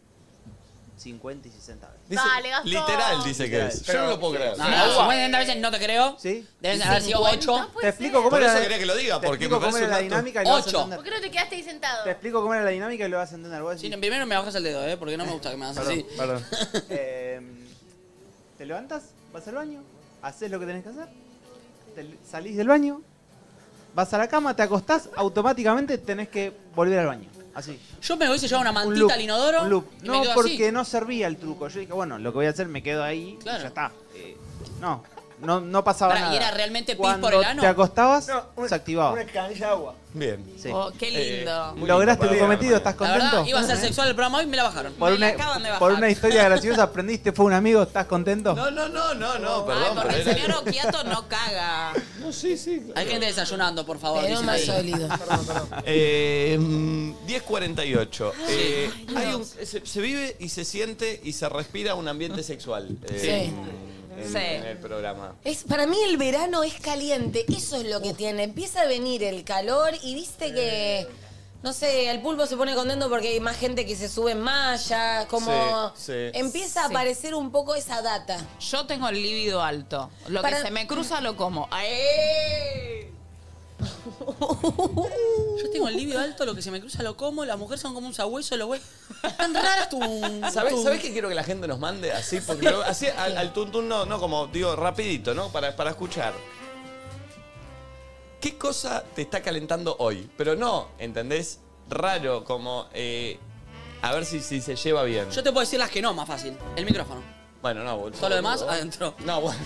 S9: 50 y 60 veces.
S5: Dale, Gastón.
S1: Literal dice que es. Yo no lo puedo creer.
S4: No, no, 50 veces no te creo.
S9: ¿Sí?
S4: Deben haber sido 8.
S9: Te explico cómo
S1: Por
S9: era
S1: eso
S9: la-
S1: quería que lo diga,
S9: te
S1: porque
S9: explico
S1: me
S9: cómo
S1: parece
S9: era
S1: un
S9: la
S1: dato.
S9: dinámica y lo vas a
S4: Ocho.
S9: entender.
S5: ¿Por qué no te quedaste ahí sentado?
S9: Te explico cómo era la dinámica y lo vas a entender. Vos
S4: Sí,
S9: decís,
S4: no, primero me bajas el dedo, ¿eh? Porque no me gusta que me hagas así.
S9: Perdón. Em, te levantas, vas al baño, haces lo que tenés que hacer, te- salís del baño, vas a la cama, te acostás, automáticamente tenés que volver al baño. Así.
S4: Yo me hubiese llevado una
S9: Un
S4: mantita
S9: loop,
S4: al inodoro.
S9: un loop.
S4: y me
S9: No,
S4: quedo
S9: porque
S4: así.
S9: no servía el truco. Yo dije, bueno, lo que voy a hacer, me quedo ahí y
S4: Claro.
S9: ya está. Eh, no, no, no pasaba
S4: Pará,
S9: nada.
S4: ¿y era realmente pis
S9: Cuando
S4: por el ano?
S9: te acostabas,
S6: No, una-
S9: se activaba.
S6: Una canilla de agua.
S1: Bien.
S9: Sí.
S3: Oh, qué lindo.
S1: Muy
S9: Lograste
S1: lindo,
S9: tu
S1: para
S9: cometido,
S1: para
S9: ¿estás
S4: La
S9: contento? ¿Eh?
S4: verdad, iba a ser sexual el programa hoy y me la bajaron.
S9: por
S3: Me la
S9: una,
S3: acaban de bajar.
S9: por una historia graciosa aprendiste, fue un amigo, ¿estás contento?
S1: No, no, no, no, no,
S3: Ay,
S1: perdón.
S3: porque el
S1: pero
S3: señor
S1: era-
S3: Okiato no caga.
S1: No, sí, sí.
S4: Hay gente desayunando, por favor.
S2: Pero
S4: dicen
S2: más
S4: ahí.
S2: sólido.
S1: Eh, mm, 10.48. Eh, hay un- se, se vive y se siente y se respira un ambiente sexual eh,
S2: Sí.
S1: en- en,
S3: Sí.
S1: en el programa.
S2: Es, para mí el verano es caliente, eso es lo que tiene. Empieza a venir el calor y viste que, no sé, el pulpo se pone contento porque hay más gente que se sube en malla, como
S1: Sí, sí.
S2: empieza a
S3: Sí.
S2: aparecer un poco esa data.
S3: Yo tengo el líbido alto. Lo
S2: Para-
S3: que se me cruza lo como. ¡Ay!
S4: Yo tengo el libido alto, lo que se me cruza lo como, las mujeres son como un sabueso, los güeyes. Tan raras tu.
S1: ¿Sabés,
S4: tu-
S1: ¿Sabés qué quiero que la gente nos mande? Así, porque lo- así al, al tuntún, no, no, como digo, rapidito, ¿no? Para, para escuchar. ¿Qué cosa te está calentando hoy? Pero no, ¿entendés? raro, como eh, a ver si, si se lleva bien.
S4: Yo te puedo decir las que no, más fácil. El micrófono.
S1: Bueno, no, boludo.
S4: Todo lo demás, adentro.
S1: No, bueno.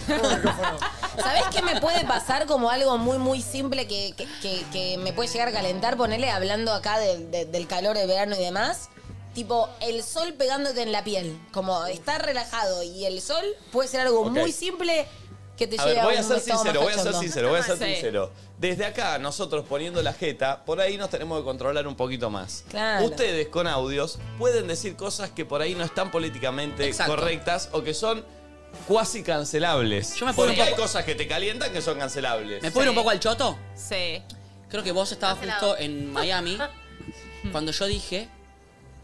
S2: ¿Sabés qué me puede pasar como algo muy, muy simple que, que- que- que me puede llegar a calentar? Ponele hablando acá del- de- del calor del verano y demás. Tipo, el sol pegándote en la piel. Como estar relajado y el sol puede ser algo
S1: Ok.
S2: muy simple que te
S1: A
S2: lleve
S1: ver, voy a
S2: un
S1: ser
S2: estado más
S1: sincero, voy a ser
S2: cachondo.
S1: sincero, voy a ser
S3: Sí.
S1: sincero. Desde acá, nosotros poniendo la jeta, por ahí nos tenemos que controlar un poquito más.
S2: Claro.
S1: Ustedes con audios pueden decir cosas que por ahí no están políticamente
S4: Exacto.
S1: correctas o que son cuasi cancelables.
S4: Yo me pongo
S1: Porque
S4: un
S1: hay
S4: poco-
S1: cosas que te calientan que son cancelables.
S4: ¿Me puedo ir un poco al choto?
S3: Sí.
S4: Creo que vos estabas justo en Miami cuando yo dije,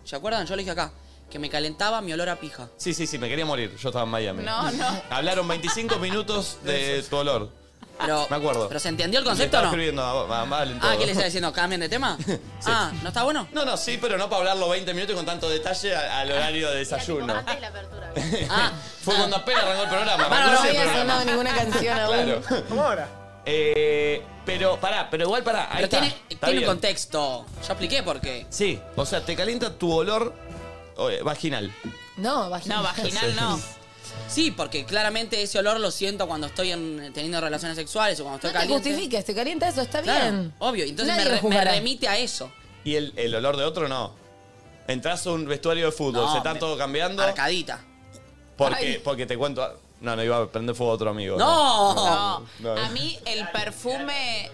S4: ¿se acuerdan? Yo lo dije acá, que me calentaba mi olor a pija.
S1: Sí, sí, sí, me quería morir. Yo estaba en Miami.
S3: No, no.
S1: Hablaron 25 minutos de tu olor.
S4: Pero,
S1: Me acuerdo.
S4: ¿Pero se entendió el
S1: Le
S4: concepto o
S1: estaba
S4: no?
S1: escribiendo a, a Valen
S4: Ah,
S1: todo.
S4: ¿qué le está diciendo? ¿Cambien de tema? Ah, ¿no está bueno?
S1: No, no, sí, pero no para hablarlo 20 minutos y con tanto detalle a- al horario de desayuno.
S5: Antes de la apertura.
S4: Ah,
S1: Fue cuando apenas arrancó el programa.
S4: Bárbaro,
S1: arrancó
S2: No
S1: recién el
S2: había
S1: programa.
S2: sonado ninguna canción aún.
S1: Claro.
S6: ¿Cómo ahora?
S1: Eh, pero pará, pero igual pará. Ahí
S4: pero
S1: está.
S4: tiene,
S1: Está
S4: tiene un
S1: bien.
S4: contexto. Yo expliqué por qué.
S1: Sí, o sea, te calienta tu olor eh, vaginal.
S2: No, vagina.
S3: No, vaginal no.
S4: Sí, porque claramente ese olor lo siento cuando estoy en- teniendo relaciones sexuales o cuando estoy
S2: No te
S4: caliente.
S2: justifiques, te calienta eso, está
S4: Claro,
S2: bien.
S4: obvio. Entonces me,
S2: Nadie
S4: re-
S2: lo
S4: me
S2: juzgará.
S4: remite a eso.
S1: Y el, el olor de otro no. Entras a un vestuario de fútbol,
S4: No,
S1: se está
S4: me-
S1: todo cambiando.
S4: Arcadita.
S1: Porque, porque te cuento. ah, No, no iba a prender fuego a otro amigo.
S4: No.
S3: No.
S1: No.
S3: A mí el perfume.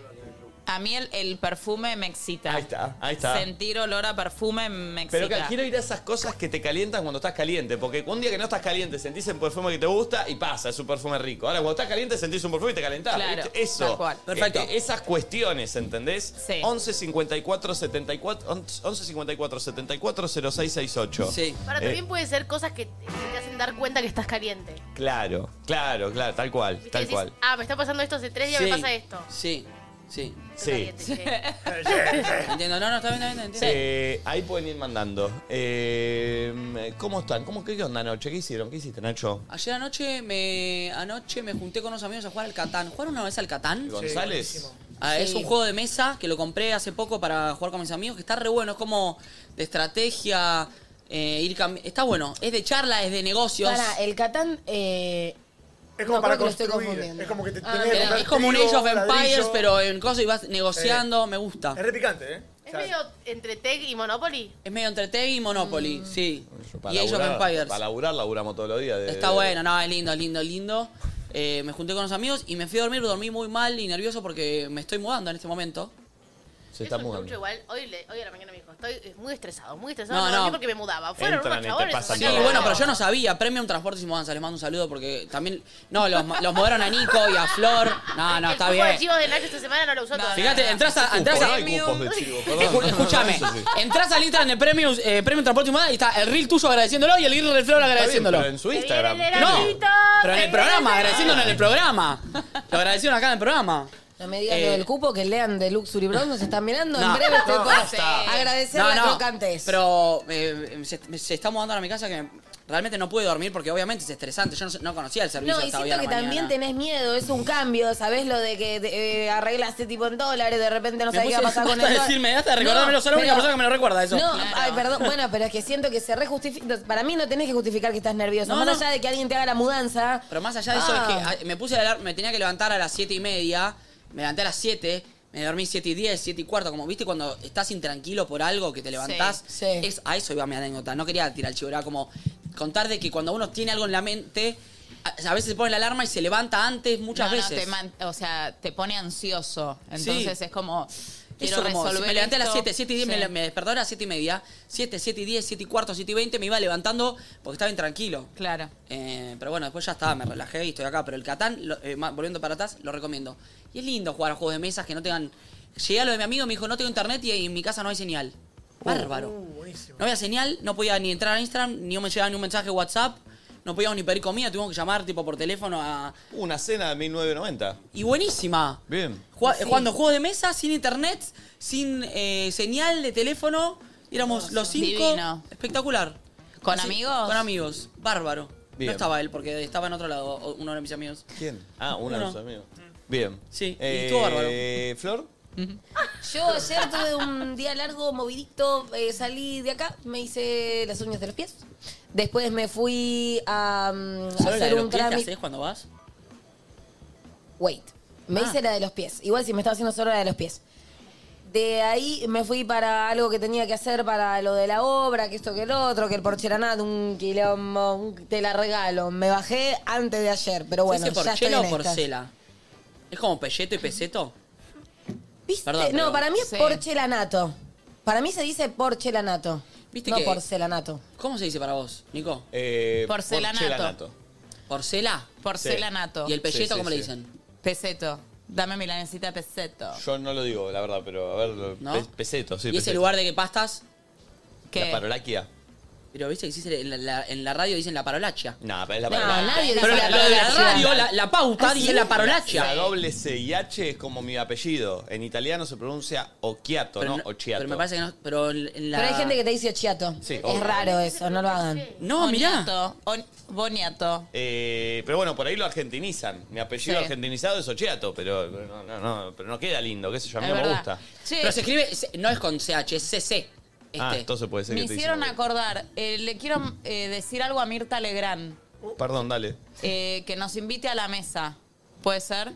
S3: A mí el, el perfume me excita.
S1: Ahí está, ahí está.
S3: Sentir olor a perfume me
S1: Pero
S3: excita.
S1: que quiero ir a esas cosas que te calientan cuando estás caliente. Porque un día que no estás caliente sentís un perfume que te gusta y pasa, es un perfume rico. Ahora, cuando estás caliente sentís un perfume y te calentás.
S3: Claro,
S1: ¿viste? Eso.
S3: tal cual.
S4: Perfecto.
S1: Eh, eh, esas cuestiones, ¿entendés?
S3: Sí.
S1: 11 54 74 11 54 74 0668.
S4: Sí.
S5: Ahora
S1: Eh,
S5: también puede ser cosas que te que te hacen dar cuenta que estás caliente.
S1: Claro, claro, claro, tal cual,
S5: ¿Viste?
S1: tal
S5: Decís,
S1: cual.
S5: Ah, me está pasando esto hace tres días,
S4: Sí,
S5: me pasa esto.
S4: Sí, sí.
S1: Sí.
S5: Estoy caliente, che.
S4: Entiendo, no, no, está bien, está bien, entiendo.
S1: Eh, ahí pueden ir mandando. Eh, ¿Cómo están? ¿Cómo, qué, ¿Qué onda, Nacho? ¿Qué hicieron? ¿Qué hiciste, Nacho?
S4: Ayer anoche me, anoche me junté con unos amigos a jugar al Catán. ¿Jugaron una vez al Catán?
S1: ¿González?
S4: Ah, Es
S2: Sí.
S4: un juego de mesa que lo compré hace poco para jugar con mis amigos, que está re bueno, es como de estrategia, eh, ir cam- está bueno, es de charla, es de negocios.
S2: Para, el Catán. eh,
S6: Es como
S2: No,
S6: para
S2: creo que lo estoy
S6: construir.
S2: confundiendo.
S6: Es como que te
S2: Ah,
S6: tenés que
S2: mirá,
S6: comprar
S4: es como un
S6: trigo,
S4: Age of Empires,
S6: ladrillo. Eh,
S4: pero en cosas y vas negociando, me gusta.
S6: Es re picante, ¿eh?
S5: Es medio entre Tech y Monopoly.
S4: Es medio entre Tech y
S6: Mm.
S4: Monopoly, sí.
S1: Yo
S4: Y Age of Empires.
S1: Para laburar, laburamos todos los días. de-
S4: Está bueno, no, es lindo, es lindo, es lindo. Eh, me junté con los amigos y me fui a dormir, dormí muy mal y nervioso porque me estoy mudando en este momento.
S1: Se está
S5: es un trucho
S1: mudando.
S5: igual. Hoy, le- hoy a la mañana me dijo, estoy eh, muy estresado, muy estresado.
S4: No,
S5: No,
S4: no.
S5: no, porque me mudaba. Fueron
S1: Entran este y
S5: unos
S1: te
S5: chabones.
S1: pasan
S5: se
S4: Sí,
S1: No.
S5: sacaron
S4: bueno,
S5: la
S4: pero yo
S5: ropa.
S4: no sabía. Premium Transportes y Mudanza. Les mando un saludo porque también. No, los, los mudaron a Nico y a Flor. No, no,
S5: El
S4: está
S5: cupo de
S4: bien.
S5: chivos de Nacho esta semana no lo usó
S3: No,
S5: todavía.
S4: Fíjate, entras a. Entras
S1: Cupo,
S4: a-
S1: no hay cupos de chivo,
S4: Escu-
S1: perdón.
S4: Escúchame,
S1: Eso sí.
S4: entras al Instagram de Premium, eh, Premium Transportes y Mudanza y está el reel tuyo agradeciéndolo y el reel de Flor
S1: Está bien,
S4: agradeciéndolo.
S1: Pero en su
S5: Que
S1: Instagram.
S5: viene el
S4: No,
S5: heladito,
S4: pero en
S5: que
S4: el programa,
S5: viene el
S4: agradeciéndolo en el programa. Lo agradecieron acá en el programa.
S2: No me digan
S4: Eh,
S2: lo del cupo que lean de Luxury Brown, nos están mirando.
S4: No.
S2: en breve estoy
S4: No,
S2: por
S3: basta.
S2: agradecer
S4: No,
S2: a
S4: no,
S2: Crocantes.
S4: Pero eh, se, me- se está mudando a mi casa que me- realmente no pude dormir porque obviamente es estresante. Yo no, no conocía el servicio
S2: no, y
S4: hasta hoy a la
S2: siento que también
S4: mañana.
S2: tenés miedo, es un cambio, ¿sabés lo de que te- eh, arreglaste tipo en dólares, de repente no
S4: Me
S2: sabés qué va a
S4: puse-
S2: pasar con
S4: basta
S2: el dólar?
S4: decirme, basta de recordármelo, soy la única
S2: pero-
S4: persona que me lo recuerda eso.
S2: No,
S3: Claro.
S2: ay, perdón, bueno, pero es que siento que se rejustifica, para mí no tenés que justificar que estás nervioso,
S4: No,
S2: más
S4: no.
S2: allá de que alguien te haga la mudanza.
S4: Pero más allá de eso,
S2: Ah.
S4: es que ah, me puse a alar- me tenía que levantar a las 7 y media, me levanté a las 7, me dormí 7 y 10, 7 y cuarto, como viste cuando estás intranquilo por algo que te levantás.
S2: Sí.
S4: Es, a eso iba mi anécdota, no quería tirar el chivo, era como contar de que cuando uno tiene algo en la mente, a, a veces se pone la alarma y se levanta antes muchas
S3: No, no,
S4: veces.
S3: te man- o sea, te pone ansioso. Entonces
S4: Sí.
S3: es como. Quiero
S4: Eso como,
S3: resolver.
S4: si me levanté a las
S3: esto.
S4: 7, 7 y 10,
S3: Sí.
S4: me, me despertaba a las 7 y media, 7, 7 y 10, 7 y cuarto, 7 y 20, me iba levantando porque estaba intranquilo.
S3: Claro.
S4: Eh, pero bueno, después ya estaba, me relajé y estoy acá. Pero el Catán, lo- eh, ma- volviendo para atrás, lo recomiendo. Y es lindo jugar a juegos de mesas que no tengan. Llegué a lo de mi amigo, me dijo, no tengo internet y en mi casa no hay señal.
S3: Uh.
S4: Bárbaro.
S6: Uh,
S4: no había señal, no podía ni entrar a Instagram, ni me llegaba ni un mensaje de WhatsApp, no podíamos ni pedir comida, tuvimos que llamar tipo por teléfono a.
S1: Una cena de 1990.
S4: Y buenísima.
S1: Bien.
S4: Ju- Jugando juegos de mesa, sin internet, sin eh, señal de teléfono. Éramos los cinco.
S3: Divino.
S4: Espectacular.
S3: ¿Con amigos?
S4: Con amigos. Bárbaro.
S1: Bien.
S4: No estaba él porque estaba en otro lado, o- uno de mis amigos.
S1: ¿Quién? Ah, uno de
S4: Uno.
S1: los amigos. Bien. Eh,
S4: Sí, y estuvo bárbaro.
S1: ¿Flor?
S2: Yo ayer tuve un día largo, movidito, eh, salí de acá, me hice las uñas de los pies. Después me fui a, mm, a
S4: ¿Solo la de
S2: hacer
S4: los pies
S2: un
S4: que
S2: trámite.
S4: haces cuando vas?
S2: Wait.
S4: Ah.
S2: Me hice la de los pies. Igual si me estaba haciendo solo la de los pies. De ahí me fui para algo que tenía que hacer para lo de la obra, que esto, que el otro, que el porcheranat, un quilombo, un- te la regalo. Me bajé antes de ayer, pero bueno,
S4: ¿Se dice
S2: ya estoy
S4: porchela
S2: en
S4: o
S2: estas.
S4: porcela? ¿Es como pelleto y peseto?
S2: ¿Viste?
S4: Perdón,
S2: no,
S4: pero-
S2: para mí es
S3: Sí.
S2: porchelanato. Para mí se dice porchelanato.
S4: ¿Viste
S2: no
S4: que-
S2: porcelanato.
S4: ¿Cómo se dice para vos, Nico?
S1: Eh,
S3: Porcelanato.
S4: ¿Porcela?
S3: Porcelanato.
S4: ¿Y el pelleto
S1: Sí, sí,
S4: cómo le
S1: sí.
S4: dicen?
S3: Peseto. Dame milanesita peseto.
S1: Yo no lo digo, la verdad, pero a ver, lo-
S4: ¿No?
S1: pe- peseto, sí.
S4: ¿Y ese
S1: peseto.
S4: lugar de que pastas?
S1: La
S3: ¿Qué?
S1: parolaquia.
S4: Pero viste que hiciste en la, la- en la radio dicen la parolacha.
S1: No, pero es la
S2: No,
S1: parolaquia.
S2: nadie dice
S4: Pero la, lo de la
S2: parolacha.
S4: radio, la, la pauta, dice la parolacha.
S1: La doble C y H es como mi apellido. En italiano se pronuncia occhiato,
S4: pero,
S1: ¿no?
S4: no-
S1: Occhiato.
S4: pero me parece que no. Pero en la.
S2: Pero hay gente que te dice ochiato.
S1: Sí,
S2: es
S1: obvio.
S2: raro eso, no lo hagan.
S4: No, mirá.
S3: Boniato. On- Boniato.
S1: Eh, pero bueno, por ahí lo argentinizan. Mi apellido
S3: Sí.
S1: argentinizado es Ochiato, pero pero no, no, no, pero no queda lindo, qué sé yo, a mí
S3: Es
S1: no me
S3: verdad.
S1: gusta.
S3: Che,
S4: Pero se escribe. No es con CH, es CC. Este.
S1: Ah, entonces puede ser
S3: me
S1: que te
S3: hicieron
S1: dicen-
S3: acordar. Eh, le quiero eh, decir algo a Mirta Legrand.
S1: Perdón, dale.
S3: eh, que nos invite a la mesa. ¿Puede ser?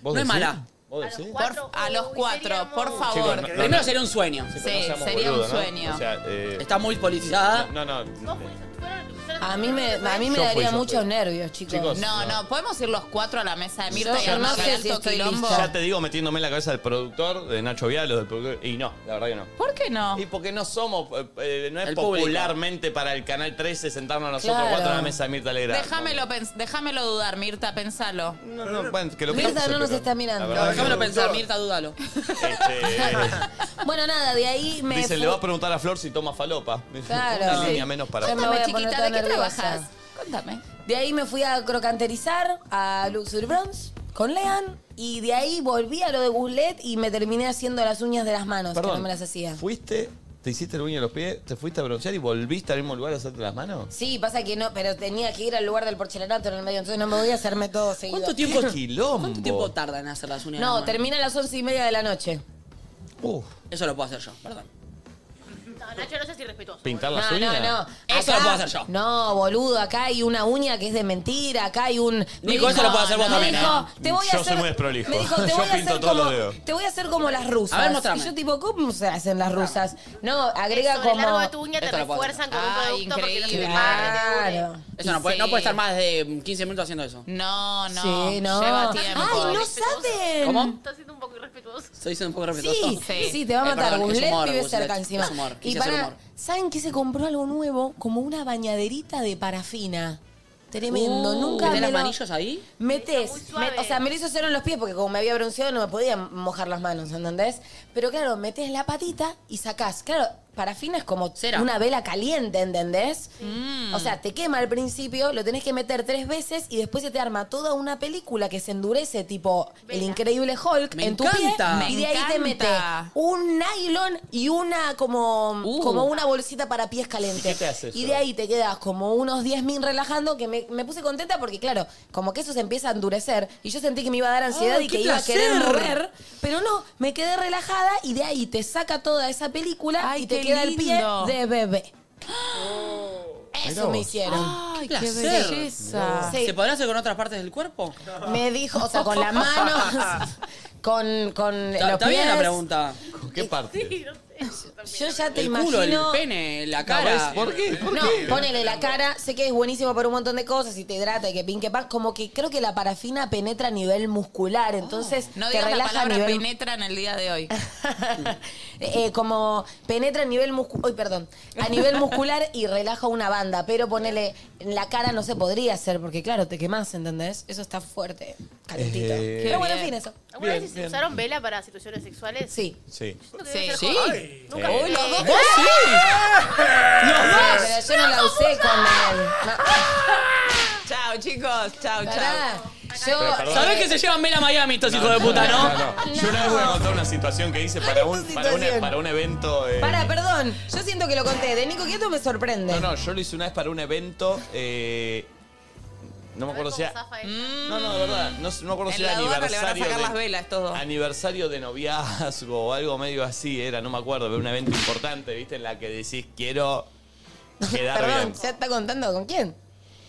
S1: ¿Vos
S4: No es
S1: decís?
S4: mala.
S1: ¿Vos
S5: A los
S1: decís?
S5: cuatro.
S3: a los
S5: uy,
S3: cuatro,
S5: seríamos-
S3: por favor.
S1: Chicos, no- no,
S4: Primero
S1: no.
S4: sería un sueño.
S1: Chicos, no
S3: Sí,
S1: seamos
S3: sería un
S1: boludos, ¿no?
S3: sueño.
S1: O sea, eh,
S4: Está muy politizada.
S1: No, no.
S5: Vos fuiste- fueron- fueron-
S2: A mí me, a mí me
S1: Yo fui,
S2: daría
S1: yo
S2: muchos
S1: fui.
S2: nervios, chicos.
S1: Chicos,
S3: No, no, podemos ir los cuatro a la mesa de Mirta
S2: Yo
S3: y armar
S2: no sé
S3: el
S2: si
S3: alto
S2: estoy
S3: quilombo.
S2: lista.
S1: Ya te digo, metiéndome en la cabeza del productor, de Nacho Vialo, del productor. Y no, la verdad que no.
S3: ¿Por qué no?
S1: Y porque no somos, eh, eh, no es
S4: El público.
S1: popularmente para el Canal 13 sentarnos nosotros
S2: Claro.
S1: cuatro en la mesa de Mirta Legrand.
S3: Déjamelo, pens- déjamelo dudar, Mirta, pensalo.
S1: No, no, bueno, pues, que lo
S2: Mirta
S1: piense,
S2: no nos
S1: pero
S2: está mirando.
S1: la
S4: No,
S1: verdad que
S4: Déjamelo
S1: no.
S4: pensar, Mirta, dúdalo.
S1: Este,
S2: Bueno, nada, de ahí me.
S1: Dicen,
S2: fu-
S1: le va a preguntar a Flor si toma falopa.
S2: Claro.
S1: Una
S2: Sí.
S1: línea menos para...
S2: Ya me voy
S3: Contame,
S2: a poner
S3: chiquita,
S2: toda
S3: ¿de qué
S2: nerviosa.
S3: trabajas? Contame.
S2: De ahí me fui a crocanterizar a Luxury Bronze con Lean. Y de ahí volví a lo de Guslet y me terminé haciendo las uñas de las manos, que no me las hacía.
S1: fuiste, te hiciste el uño de los pies, te fuiste a broncear y volviste al mismo lugar a hacerte las manos.
S2: Sí, pasa que no, pero tenía que ir al lugar del porcelanato en el medio, entonces no me voy a hacerme todo seguido.
S4: ¿Cuánto tiempo,
S1: Qué quilombo.
S4: ¿Cuánto tiempo tarda en hacer las uñas? de
S2: No,
S4: la mano?
S2: termina a las once y media de la noche.
S4: Uh.
S1: Uf,
S4: Eso lo puedo hacer yo, perdón.
S5: No, Nacho, no seas irrespetuoso.
S1: pintar las
S2: No, no,
S1: uñas.
S2: no.
S4: Eso
S2: Acá-
S4: lo puedo hacer yo.
S2: No, boludo, acá hay una uña que es de mentira, acá hay un. me
S4: Nico, eso lo puedo hacer vos
S2: Ah, me
S4: también,
S2: dijo,
S4: ¿eh?
S2: te voy a
S1: Yo
S2: hacer,
S1: soy muy desprolijo.
S2: Me dijo, te
S1: Yo
S2: voy a
S1: pinto
S2: hacer
S1: todos
S2: como,
S1: los dedos.
S2: Te voy a hacer como las rusas.
S4: A ver, mostrame.
S2: Y yo, tipo, ¿cómo se hacen las rusas? No, agrega
S5: Sobre el
S2: como.
S5: largo de tu uña te
S4: Esto lo puedo
S5: refuerzan con un
S3: hacer.
S5: producto
S3: Ah,
S5: porque no se te
S3: increíble.
S5: pare, te
S2: Claro.
S5: dure.
S4: Eso no puede,
S3: Sí.
S4: no puede estar más de mm, 15 minutos haciendo eso.
S3: No, no.
S2: sí, no.
S3: Lleva tiempo. Este
S2: Ay, no
S5: Respetuoso.
S2: saben.
S4: ¿Cómo?
S5: Estás siendo un poco irrespetuoso.
S4: Soy un poco respetuoso.
S2: Sí, sí,
S3: Sí.
S2: te va a
S4: Eh,
S2: matar.
S4: perdón, es
S2: Guslet
S4: humor,
S2: vive
S4: Guslet,
S2: cerca encima.
S4: es humor,
S2: Y
S4: quise hacer
S2: para,
S4: humor.
S2: ¿saben qué se compró algo nuevo? Como una bañaderita de parafina. Tremendo,
S4: Uh,
S2: nunca
S4: ¿Tenés
S2: me
S4: los
S2: lo-
S4: manillos ahí?
S2: Metes,
S5: muy suave.
S2: me- o sea, me lo hizo hacer en los pies porque como me había bronceado no me podía mojar las manos, ¿entendés? Pero claro, metes la patita y sacás. Claro, parafina es como
S4: Cera.
S2: una vela caliente, ¿entendés? O sea, te quema al principio, lo tenés que meter tres veces y después se te arma toda una película que se endurece, tipo el increíble Hulk
S4: Me
S2: en tu
S4: encanta.
S2: pie.
S3: Me
S2: y de ahí te mete
S3: encanta.
S2: un nylon y una como,
S4: Uh.
S2: como una bolsita para pies calientes.
S1: ¿Y qué te hace eso?
S2: Y de ahí te quedas como unos 10 min relajando, que me, me puse contenta porque, claro, como que eso se empieza a endurecer y yo sentí que me iba a dar ansiedad
S4: ¡Ay,
S2: y
S4: qué
S2: que iba a querer
S4: placer!
S2: mover, pero no, me quedé relajada y de ahí te saca toda esa película
S3: Ay,
S2: y te
S3: qué
S2: queda
S3: lindo.
S2: el pie de bebé.
S1: Mirá
S2: Eso
S1: vos.
S2: me hicieron.
S3: Ay,
S4: Qué
S3: qué
S4: placer.
S3: belleza.
S2: Sí.
S4: ¿Se podrá hacer con otras partes del cuerpo?
S2: Me dijo, o sea, con las manos, con, con
S4: Está
S2: los
S4: está bien
S2: pies.
S4: la pregunta.
S1: ¿Qué parte?
S5: Sí, no sé, yo también.
S2: Yo ya te
S4: El
S2: imagino.
S4: culo, el pene, la cara.
S1: ¿Por qué? ¿Por
S2: No,
S1: qué?
S2: ponele la cara. Sé que es buenísimo para un montón de cosas y te hidrata y que pin que pan. Como que creo que la parafina penetra a nivel muscular,
S4: Ah,
S2: entonces
S3: No
S2: te
S3: digas la
S2: relaja a
S3: palabra
S2: nivel.
S3: penetra en el día de hoy.
S2: Eh, como penetra a nivel muscular. perdón. A nivel muscular y relaja una banda. Pero ponele en la cara no se podría hacer porque, claro, te quemás, ¿entendés? Eso está fuerte, calentito.
S1: Eh,
S2: pero bueno, en
S3: Qué
S2: fin, eso.
S5: ¿Alguna
S1: Bien,
S5: vez se
S1: bien.
S5: usaron vela para situaciones sexuales?
S2: Sí.
S1: Sí.
S5: Siento que
S3: Sí.
S5: debe ser
S4: Sí.
S5: joven. Nunca
S1: Hoy
S5: me-
S4: ¿Vos sí?
S1: eh.
S2: pero yo no la usé con él. No,
S3: Chao, chicos. Chao,
S2: pará.
S3: chao.
S2: Yo.
S1: Pero perdón.
S4: ¿Sabés que se llevan Mel a Miami estos hijos de puta, no?
S1: Yo una vez voy a contar una situación que hice para un,
S2: tu
S1: para un,
S2: situación.
S1: para un evento. eh,
S2: Para, perdón. Yo siento que lo conté. De Nico Quieto me sorprende.
S1: No, no, yo lo hice una vez para un evento. eh, No me acuerdo si era. No, no, de verdad. No, sé- no me acuerdo
S3: En
S1: si era
S3: la aduana le van a
S1: aniversario.
S3: sacar
S1: de,
S3: las velas estos dos.
S1: Aniversario de noviazgo o algo medio así era, no me acuerdo, pero un evento importante, ¿viste? En la que decís quiero quedar
S2: Perdón,
S1: bien.
S2: ¿ya está contando con quién?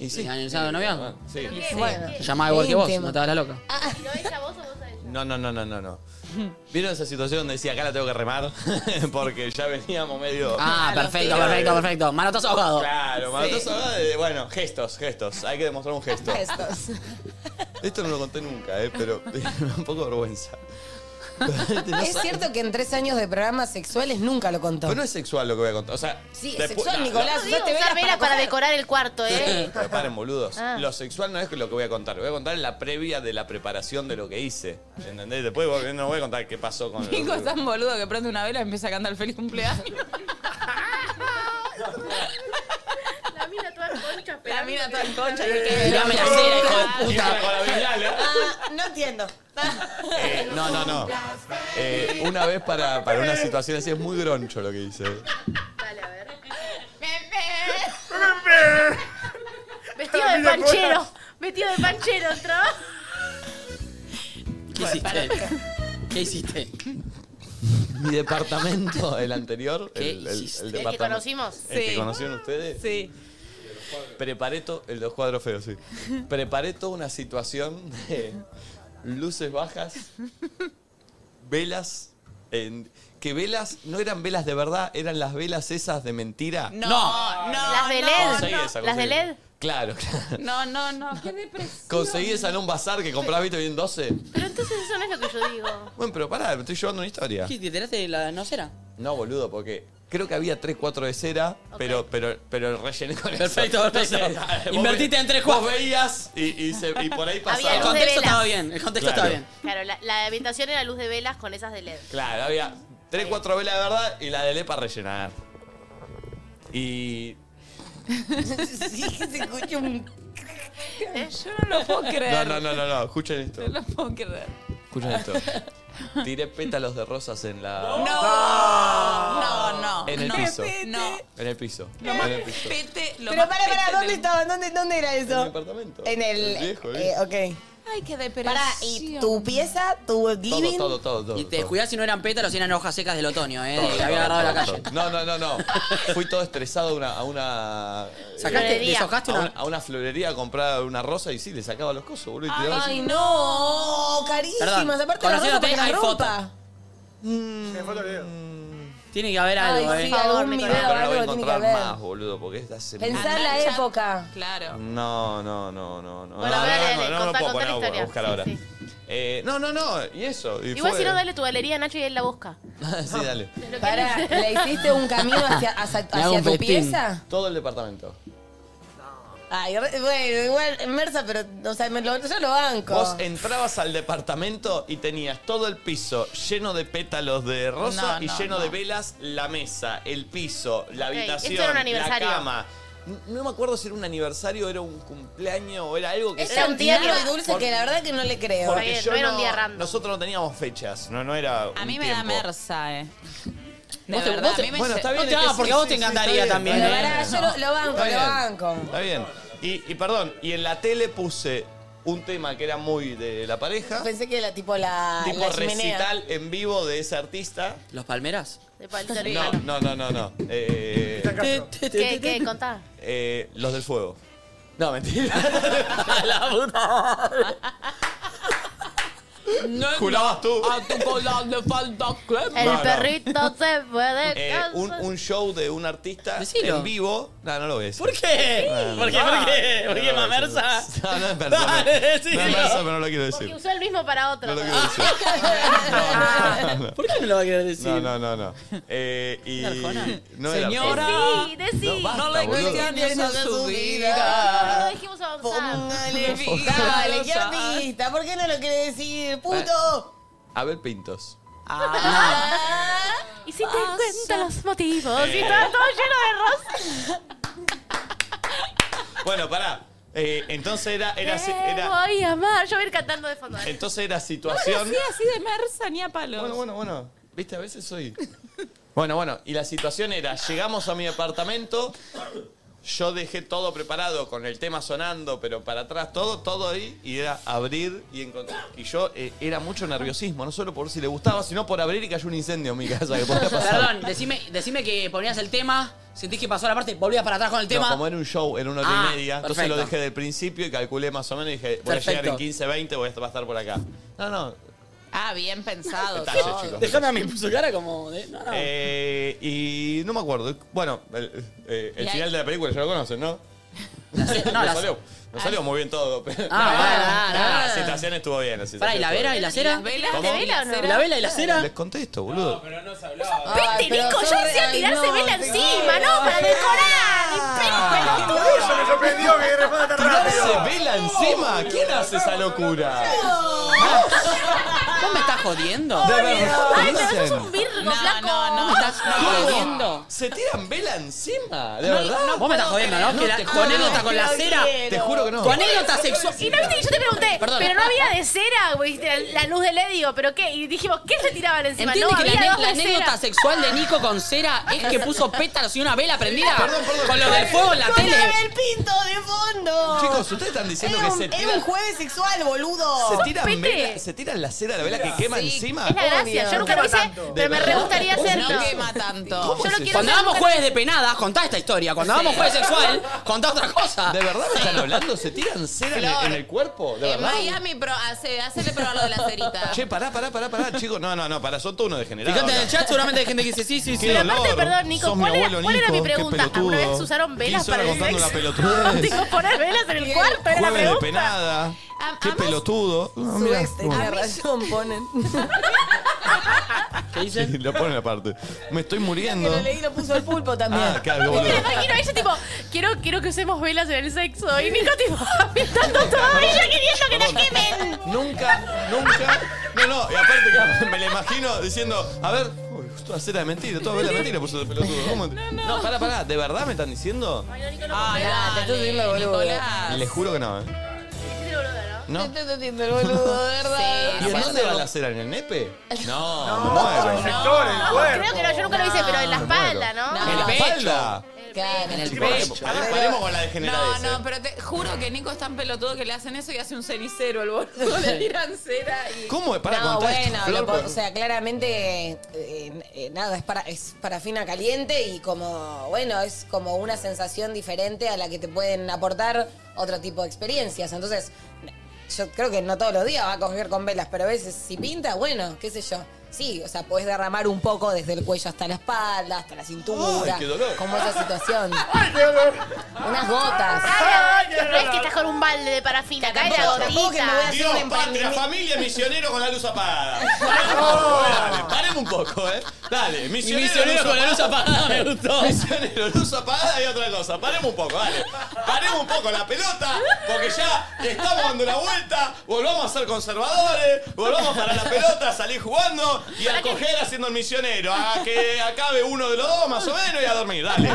S1: Y sí.
S4: ¿Aniversario de noviazgo?
S1: Sí.
S2: Bueno.
S4: Se llamaba igual que vos,
S2: Íntimo.
S4: no estabas la loca.
S5: ¿No es a vos o vos a ella?
S1: No, no, no, no, no, no. ¿Vieron esa situación donde decía acá la tengo que remar? Porque ya veníamos medio.
S4: Ah, perfecto,
S1: los-
S4: perfecto, perfecto. Manotazo ahogado.
S1: Claro, manotazo ahogado de- bueno, gestos, gestos. Hay que demostrar un gesto.
S2: Estos.
S1: Esto no lo conté nunca, eh, pero me da un poco de vergüenza.
S2: Es cierto que en tres años de programas sexuales nunca lo contó.
S1: Pero no es sexual lo que voy a contar. O sea,
S2: Sí, es
S1: después-
S2: sexual,
S1: no,
S2: Nicolás.
S5: Digo,
S2: usaste velas
S5: usar vela para,
S2: coger.
S5: decorar el cuarto, ¿eh?
S1: Pero paren, boludos.
S5: Ah.
S1: Lo sexual no es lo que voy a contar. Lo voy a contar en la previa de la preparación de lo que hice. ¿Entendés? Después vos- no voy a contar qué pasó con.
S3: Nico es tan boludo que prende una vela y empieza a cantar feliz cumpleaños.
S5: La mina toda concha,
S3: La mina toda en
S5: concha.
S3: concha. así que-
S4: Tirame la cera, hijo de
S1: Y
S4: puta.
S1: ahora con la bienal, ¿eh?
S2: Ah, no entiendo. Ah,
S1: Eh, no, no, no. Eh, una vez para, para una situación así es muy groncho lo que hice.
S5: Dale, a ver.
S3: Pepe.
S5: Vestido de panchero. Vestido de panchero, entró.
S4: ¿Qué hiciste? ¿Qué hiciste?
S1: Mi departamento, el anterior,
S4: ¿Qué
S1: el, el- el
S4: hiciste?
S5: El que
S1: departamento-
S5: conocimos.
S1: El que
S3: Sí.
S1: conocieron ustedes.
S3: Sí.
S1: Preparé todo. El de los cuadros feos, sí. Preparé toda una situación de luces bajas, velas. en- que velas no eran velas de verdad, eran las velas esas de mentira.
S3: No,
S4: No.
S3: no.
S5: Las de
S3: no,
S5: LED.
S1: Conseguí
S5: no.
S1: esa,
S5: ¿Las de
S1: conseguí.
S5: LED?
S1: Claro, claro.
S3: No, no, no. Qué depresión.
S1: Conseguí esa en un bazar que compraba, viste, bien 12.
S5: Pero entonces eso no es lo que yo digo.
S1: Bueno, pero pará, me estoy llevando una historia.
S4: ¿Qué, ¿Te tiraste de la no cera?
S1: No, boludo, porque creo que había 3, 4 de cera, pero, pero, pero rellené con eso.
S4: Perfecto, perfecto.
S1: Entonces, vos
S4: Invertiste
S1: ve-
S4: en tres,
S1: vos
S4: cuatro.
S1: veías y, y se- y por ahí pasaba.
S4: El
S5: luz de
S4: contexto
S5: velas.
S4: estaba bien, el contexto
S1: Claro.
S4: estaba bien.
S5: Claro, la, la habitación era luz de velas con esas de LED.
S1: Claro, había 3, 4 velas de verdad y la de para rellenar. Y.
S2: sí, que se escucha un...
S3: Eh, Yo no lo puedo
S1: No,
S3: creer.
S1: no, no, no, no, escuchen esto.
S3: No lo puedo creer.
S1: Escuchen esto. Tiré pétalos de rosas en la.
S3: No. No, no.
S1: En el
S3: no.
S1: piso.
S3: No.
S1: En el piso.
S3: Lo
S1: en
S3: más
S1: el piso.
S3: pete, lo más
S2: Pero para, para,
S3: pete
S2: ¿dónde
S3: del-
S2: estaba? ¿Dónde, dónde era
S1: En mi
S2: eso?
S1: apartamento.
S2: En el...
S1: viejo,
S2: eh,
S1: ¿eh?
S2: ok.
S3: Ay, qué depresión.
S2: Para, ¿y tu pieza? ¿Tu
S1: Todo,
S2: living?
S1: todo, todo, todo.
S4: Y te
S1: todo.
S4: cuidás si no eran pétalos, si eran hojas secas del otoño, ¿eh?
S1: Todo,
S4: Que
S1: todo,
S4: había agarrado
S1: todo,
S4: la calle.
S1: todo. No, no, no, no. Fui todo estresado a una. A una eh,
S4: ¿Sacaste,
S5: Florería.
S4: deshojaste
S1: a una,
S4: una...?
S1: a una florería a comprar una rosa y sí, le sacaba los cosos, boludo. Y tiraba
S2: Ay,
S1: así.
S2: no, Oh, carísimas.
S4: Perdón,
S2: Aparte la ropa
S4: conociéndote,
S2: para que la
S4: hay foto.
S2: rompa.
S6: Me falta el video.
S4: Tiene que haber algo,
S2: Ay,
S4: ¿eh?
S2: sí,
S5: Por favor,
S2: algún
S5: me
S2: video,
S1: Pero no lo voy a
S2: algo tiene que
S1: encontrar
S2: haber.
S1: más, boludo, porque esta semana.
S2: Pensá en la
S3: Andan ya-
S2: época.
S3: Claro.
S1: No, no, no, no, no.
S5: eh. Bueno,
S1: no,
S5: dale,
S1: no,
S5: dale,
S1: no, no,
S5: contá,
S1: puedo
S5: contá la
S1: poner a
S5: historia.
S1: buscar
S5: Sí,
S1: ahora.
S5: sí.
S1: Eh, no, no, no, y eso. y
S5: Igual
S1: fue-
S5: si no, dale tu galería, Nacho, y él la busca.
S1: sí, dale.
S2: Para, ¿le hiciste un camino hacia, hacia,
S4: Me hago
S2: hacia
S4: un
S2: tu
S4: festín.
S2: pieza?
S1: Todo el departamento.
S2: Ay, re- bueno, igual, Mersa, pero, o sea, me lo- yo lo banco.
S1: Vos eh, entrabas al departamento y tenías todo el piso lleno de pétalos de rosa
S3: No,
S1: y
S3: no,
S1: lleno
S3: no.
S1: de velas, la mesa, el piso, la
S5: Ok,
S1: habitación,
S5: esto era un
S1: la
S5: aniversario.
S1: cama. N- No me acuerdo si era un aniversario, era un cumpleaños o era algo que
S2: es
S5: Era
S2: un
S5: un día
S2: tierno
S5: que-
S2: y dulce
S1: por-
S2: que la verdad que no le creo.
S5: Está
S1: Porque
S5: bien,
S1: yo
S5: no era un
S1: no-
S5: día random.
S1: Nosotros no teníamos fechas, no, no era.
S3: A
S1: un
S3: mí me da
S1: tiempo.
S3: merza, eh. De
S4: Vos te-
S3: verdad,
S4: vos te-
S3: a mí me
S1: Bueno,
S3: lle-
S1: está
S4: No
S1: bien.
S4: te
S1: es que
S4: hagas
S1: sí,
S4: porque a
S1: sí,
S4: vos te
S1: sí,
S4: encantaría
S1: está bien.
S4: también,
S2: Bueno,
S4: ¿eh?
S2: pará, yo lo, lo banco, lo
S1: Está
S2: banco.
S1: bien. Está bien. Y, y perdón, y en la tele puse un tema que era muy de la pareja,
S2: Pensé que era tipo Ah, la,
S1: tipo
S2: la chimenea.
S1: recital en vivo de ese artista.
S4: ¿Los palmeras?
S5: De palito de
S1: No,
S5: mano.
S1: no, no, no, no. Eh,
S5: ¿Qué, qué? Contá.
S1: eh, los del fuego. No, mentira.
S4: la
S1: Jurabas tú.
S4: tu cola le falta crema.
S5: El
S1: No, no.
S5: perrito se fue de
S1: Eh,
S5: casa.
S1: un, un show de un artista
S4: Decilo.
S1: en vivo. No, no lo ves.
S4: ¿Por qué? ¿Por qué? ¿Por qué? ¿Por qué, mamersa?
S1: No, no es persona. No
S4: Dale,
S1: es
S4: decilo.
S1: persona, pero no lo quiero
S5: Porque
S1: decir.
S5: usó el mismo para otro.
S1: No lo quiero decir.
S4: ¿Por qué no lo va a querer decir?
S1: No, no, no, no. Eh, y
S4: Arjona?
S1: no era
S4: Señora.
S1: Arjona.
S5: Sí, decí.
S1: No, basta,
S3: No le
S1: boludo.
S3: cuestiones a su
S5: No lo
S3: vida.
S5: dijimos avanzar.
S2: Póngale,
S3: Fíjate.
S2: fíjale, qué artista, ¿por qué no lo quiere decir, puto?
S1: Abel Pintos.
S4: Ah.
S5: Y si te cuenta los motivos.
S1: Eh.
S5: Y estaba todo lleno de rosas.
S1: Bueno, pará. Eh, entonces era, era,
S5: Te
S1: era,
S5: eh, voy a amar. Yo voy a ir cantando de fondo. dale.
S1: entonces era situación.
S3: Sí, así de merza ni a palos.
S1: Bueno, bueno, bueno. Viste, a veces soy. Bueno, bueno. Y la situación era, llegamos a mi apartamento, Yo dejé todo preparado con el tema sonando, pero para atrás, todo, todo ahí, y era abrir y encontrar. Y yo eh, era mucho nerviosismo, no solo por si le gustaba, sino por abrir y cayó un incendio en mi casa que podía pasar.
S4: Perdón, decime, decime que ponías el tema, sentís que pasó la parte, volvías para atrás con el
S1: No,
S4: tema.
S1: como era un show, era una hora
S4: Ah,
S1: y media, entonces
S4: perfecto.
S1: lo dejé del principio y calculé más o menos y dije, voy
S4: Perfecto.
S1: a llegar en 15, 20, voy a estar por acá. No, no.
S3: Ah, bien pensado.
S1: Detalle,
S3: todo.
S1: chicos.
S4: Déjame a mí, su cara como. de- no, no.
S1: Eh, y no me acuerdo. Bueno, el, eh, el
S3: Y ahí-
S1: final de la película ya lo conocen, ¿no?
S4: no,
S1: me,
S4: la-
S1: salió, me salió muy bien todo. pero-
S4: Ah, ah, ah,
S1: la situación estuvo bien. La
S4: Pará,
S1: situación
S4: ¿y la
S1: estuvo
S4: vera y la cera?
S3: ¿Las velas?
S1: ¿Cómo?
S5: ¿Te vela o no?
S4: ¿La vela y la cera?
S1: bien. Les contesto, boludo.
S5: Viste, Nico, yo decía tirarse vela encima, ¿no? Para decorar. Pero, pero
S6: Eso me sorprendió que responda tan rápido.
S1: ¿Tirarse vela encima? ¿Quién hace esa locura?
S4: ¿Vos me estás jodiendo?
S1: De verdad,
S5: Ay, pero sos
S1: dicen.
S5: un virgo,
S3: No,
S5: flaco.
S3: no, no.
S4: ¿Me estás jodiendo?
S1: ¿Se tiran vela encima? Ah, ¿De
S4: No,
S1: verdad?
S4: no, vos me estás
S3: puedo
S4: jodiendo,
S3: creer.
S4: ¿no? Que la,
S1: No te
S4: tu
S1: juro.
S4: anécdota con la
S5: Lo
S4: cera.
S5: quiero.
S1: Te juro que no.
S4: Tu anécdota sexual.
S5: Y no viste, yo te pregunté,
S4: Perdón.
S5: pero no había de cera, güey, viste, la luz de LED, digo, pero qué, y dijimos, ¿qué se tiraban encima?
S4: ¿Entiendes
S5: no,
S4: que la,
S5: había
S4: ane-
S5: dos
S4: la
S5: de
S4: anécdota
S5: cera.
S4: sexual de Nico con cera es que puso pétalos y una vela prendida? Con lo del fuego en la
S2: Con
S4: tele.
S2: la del pinto de fondo.
S1: Chicos, ustedes están diciendo
S2: era
S1: que
S2: un,
S1: se
S2: era
S1: tiran...
S2: un jueves sexual, boludo.
S1: ¿Se tiran,
S5: Pete.
S1: vela, ¿Se tiran la cera de la vela que quema encima?
S5: Es la gracia, yo nunca lo hice, pero me re gustaría hacerlo.
S3: No quema tanto.
S1: ¿Cómo es
S5: Yo lo
S1: eso?
S5: quiero
S4: Cuando
S5: hacer,
S4: hagamos
S5: nunca-
S4: jueves de penadas, contá esta historia. Cuando hagamos jueves sexual, contá otra cosa.
S1: ¿De verdad me están hablando? ¿Se tiran cera en el, en el cuerpo? ¿De
S3: En
S1: verdad?
S3: Miami, pero hace, hacele probar lo de la cerita.
S1: Che, pará, pará, pará, pará, chicos. No, no, no, pará, son todos unos degenerados.
S4: Fíjate en el
S1: acá.
S4: chat, seguramente hay gente que dice sí, sí, sí.
S1: Qué
S4: Pero
S1: dolor.
S5: Aparte, perdón, Nico,
S1: Sos mi
S5: ¿cuál era-
S1: abuelo,
S5: cuál era mi
S1: Nico, qué
S5: pregunta?
S1: pelotudo.
S5: ¿Alguna vez usaron velas
S1: 15
S5: para
S1: horas
S5: el
S1: contando
S5: sexo?
S1: la pelotudez.
S5: Digo, poner velas en el cuarto, era la
S1: Jueves de
S5: pregunta.
S1: penada.
S3: Am-
S1: Qué
S3: amas-
S1: pelotudo. No,
S2: Su este,
S1: mirá.
S2: ex tenía razón, ponen.
S4: ¿Qué
S1: Sí,
S4: dicen?
S1: lo ponen aparte. Me estoy muriendo.
S2: Que lo leí lo puso el pulpo también.
S1: Ah, claro,
S5: Y me
S1: boludo.
S5: imagino a ella tipo, quiero, quiero que usemos velas en el sexo. Y Nico tipo, apretando todo y yo queriendo que la quemen.
S1: Nunca, nunca. No, no, y aparte que me la imagino diciendo, a ver, uy, toda cera de mentira, toda vela de mentira puso el pelotudo. ¿Cómo? No, pará, pará, ¿de verdad me están diciendo?
S3: Ah, dale,
S2: te estoy diciendo, boludo.
S3: Nicolás.
S1: Les juro que no, ¿eh? No.
S2: Te estoy entiendo el boludo, de verdad.
S1: ¿Y en dónde va la cera? ¿En el nepe? No, no, me muero.
S6: Sector, el cuerpo.
S5: Creo que no, yo nunca lo hice, pero en la
S1: Ah, Me
S5: espalda,
S1: muero.
S5: ¿no?
S3: No.
S1: ¿En la
S4: pecho.
S1: espalda?
S2: Claro.
S4: En el
S1: Tipo,
S4: pecho.
S1: pare- Paremos con la
S3: No,
S1: degenerada
S3: no, pero te juro que Nico es tan pelotudo que le hacen eso y hace un cenicero al boludo. Le tiran cera y.
S1: ¿Cómo es? Para
S2: no,
S1: contar esto,
S2: bueno,
S1: Flor,
S2: lo po-
S1: por-
S2: o sea, claramente, eh, eh, nada, es para es parafina caliente y como, bueno, es como una sensación diferente a la que te pueden aportar otro tipo de experiencias. Entonces, yo creo que no todos los días va a coger con velas, pero a veces si pinta, bueno, qué sé yo. Sí, o sea, podés derramar un poco desde el cuello hasta la espalda, hasta la cintura.
S1: Ay, qué dolor.
S2: Como esa situación. Unas gotas.
S5: Ay, no, no es que estás con un balde de parafina, cae la
S2: Tampoco- tampoco que me voy a
S5: gotita.
S2: hacer un emprendimiento. Oh.
S1: familia, misionero con la luz apagada. Dale, paremos un poco, ¿eh? Dale,
S4: Y misionero con la luz apagada me gustó.
S1: Misionero, luz apagada y otra cosa. Paremos un poco, dale. Paremos un poco la pelota, porque ya le estamos dando una vuelta. Volvamos a ser conservadores, volvamos para la pelota, a salir jugando y a coger haciendo el misionero. A que acabe uno de los dos más o menos y a dormir, dale.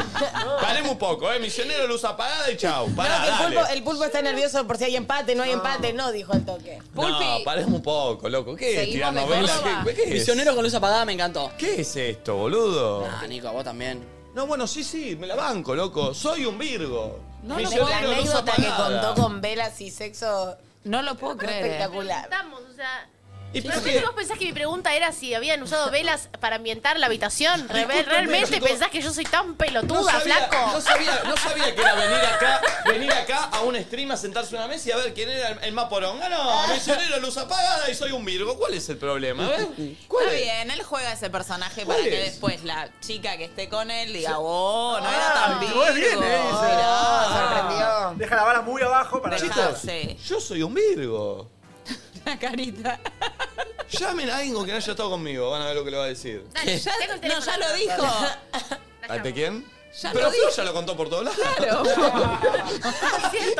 S1: Paremos un poco, ¿eh? Misionero, luz apagada y chau. Pará,
S2: No, que el
S1: dale.
S2: pulpo, el pulpo está nervioso por si hay empate, no hay empate, no, dijo el toque.
S1: No,
S3: Pulpi.
S1: paremos un poco, loco. ¿Qué es
S3: Seguimos
S1: tirar
S3: de
S1: novelas?
S3: Córdoba.
S1: ¿Qué, qué es?
S4: Misionero con luz apagada me encantó.
S1: ¿Qué es esto, boludo?
S4: Ah, Nico, a vos también.
S1: No, bueno, sí, sí, me la banco, loco. Soy un Virgo.
S3: No lo
S2: La
S1: Misionero, luz
S2: anécdota que
S1: apagada.
S2: contó con velas y sexo
S3: No lo puedo
S2: fue
S3: creer. eh.
S2: espectacular.
S5: Estamos, o sea...
S1: ¿Y
S5: ¿Pero
S1: por
S5: qué
S1: qué?
S5: vos pensás que mi pregunta era si habían usado velas para ambientar la habitación? Re-
S1: Discúlpeme,
S5: ¿Realmente
S1: chicos.
S5: pensás que yo soy tan
S1: No
S5: pelotuda,
S1: sabía,
S5: flaco?
S1: no, sabía, no sabía que era venir acá, venir acá a un stream a sentarse a una mesa y a ver quién era el, el más poronga.
S3: Ah.
S1: No, misionero, luz apagada y soy un Virgo. ¿Cuál es el problema? A ver, ¿cuál
S3: Está
S1: es?
S3: bien, él juega a ese personaje
S1: ¿Cuál
S3: para que
S1: es?
S3: después la chica que esté con él diga, oh, no era
S6: Ah,
S3: tan
S6: te
S3: virgo.
S6: fue bien, eh, dice.
S1: Ah.
S2: Sorprendió.
S6: Ah, Deja la vara muy abajo para
S3: Deja.
S1: Chicos,
S3: sí.
S1: yo soy un Virgo.
S3: La carita.
S1: Llamen a alguien que no haya estado conmigo, van a ver lo que le va a decir.
S5: Dale,
S3: Ya-
S5: tengo el
S3: no,
S5: teléfono.
S3: ya lo dijo.
S1: ¿Ante este quién?
S3: Ya
S1: Pero
S3: lo
S1: Flor
S3: dije.
S1: ya lo contó por todos lados.
S5: Siento.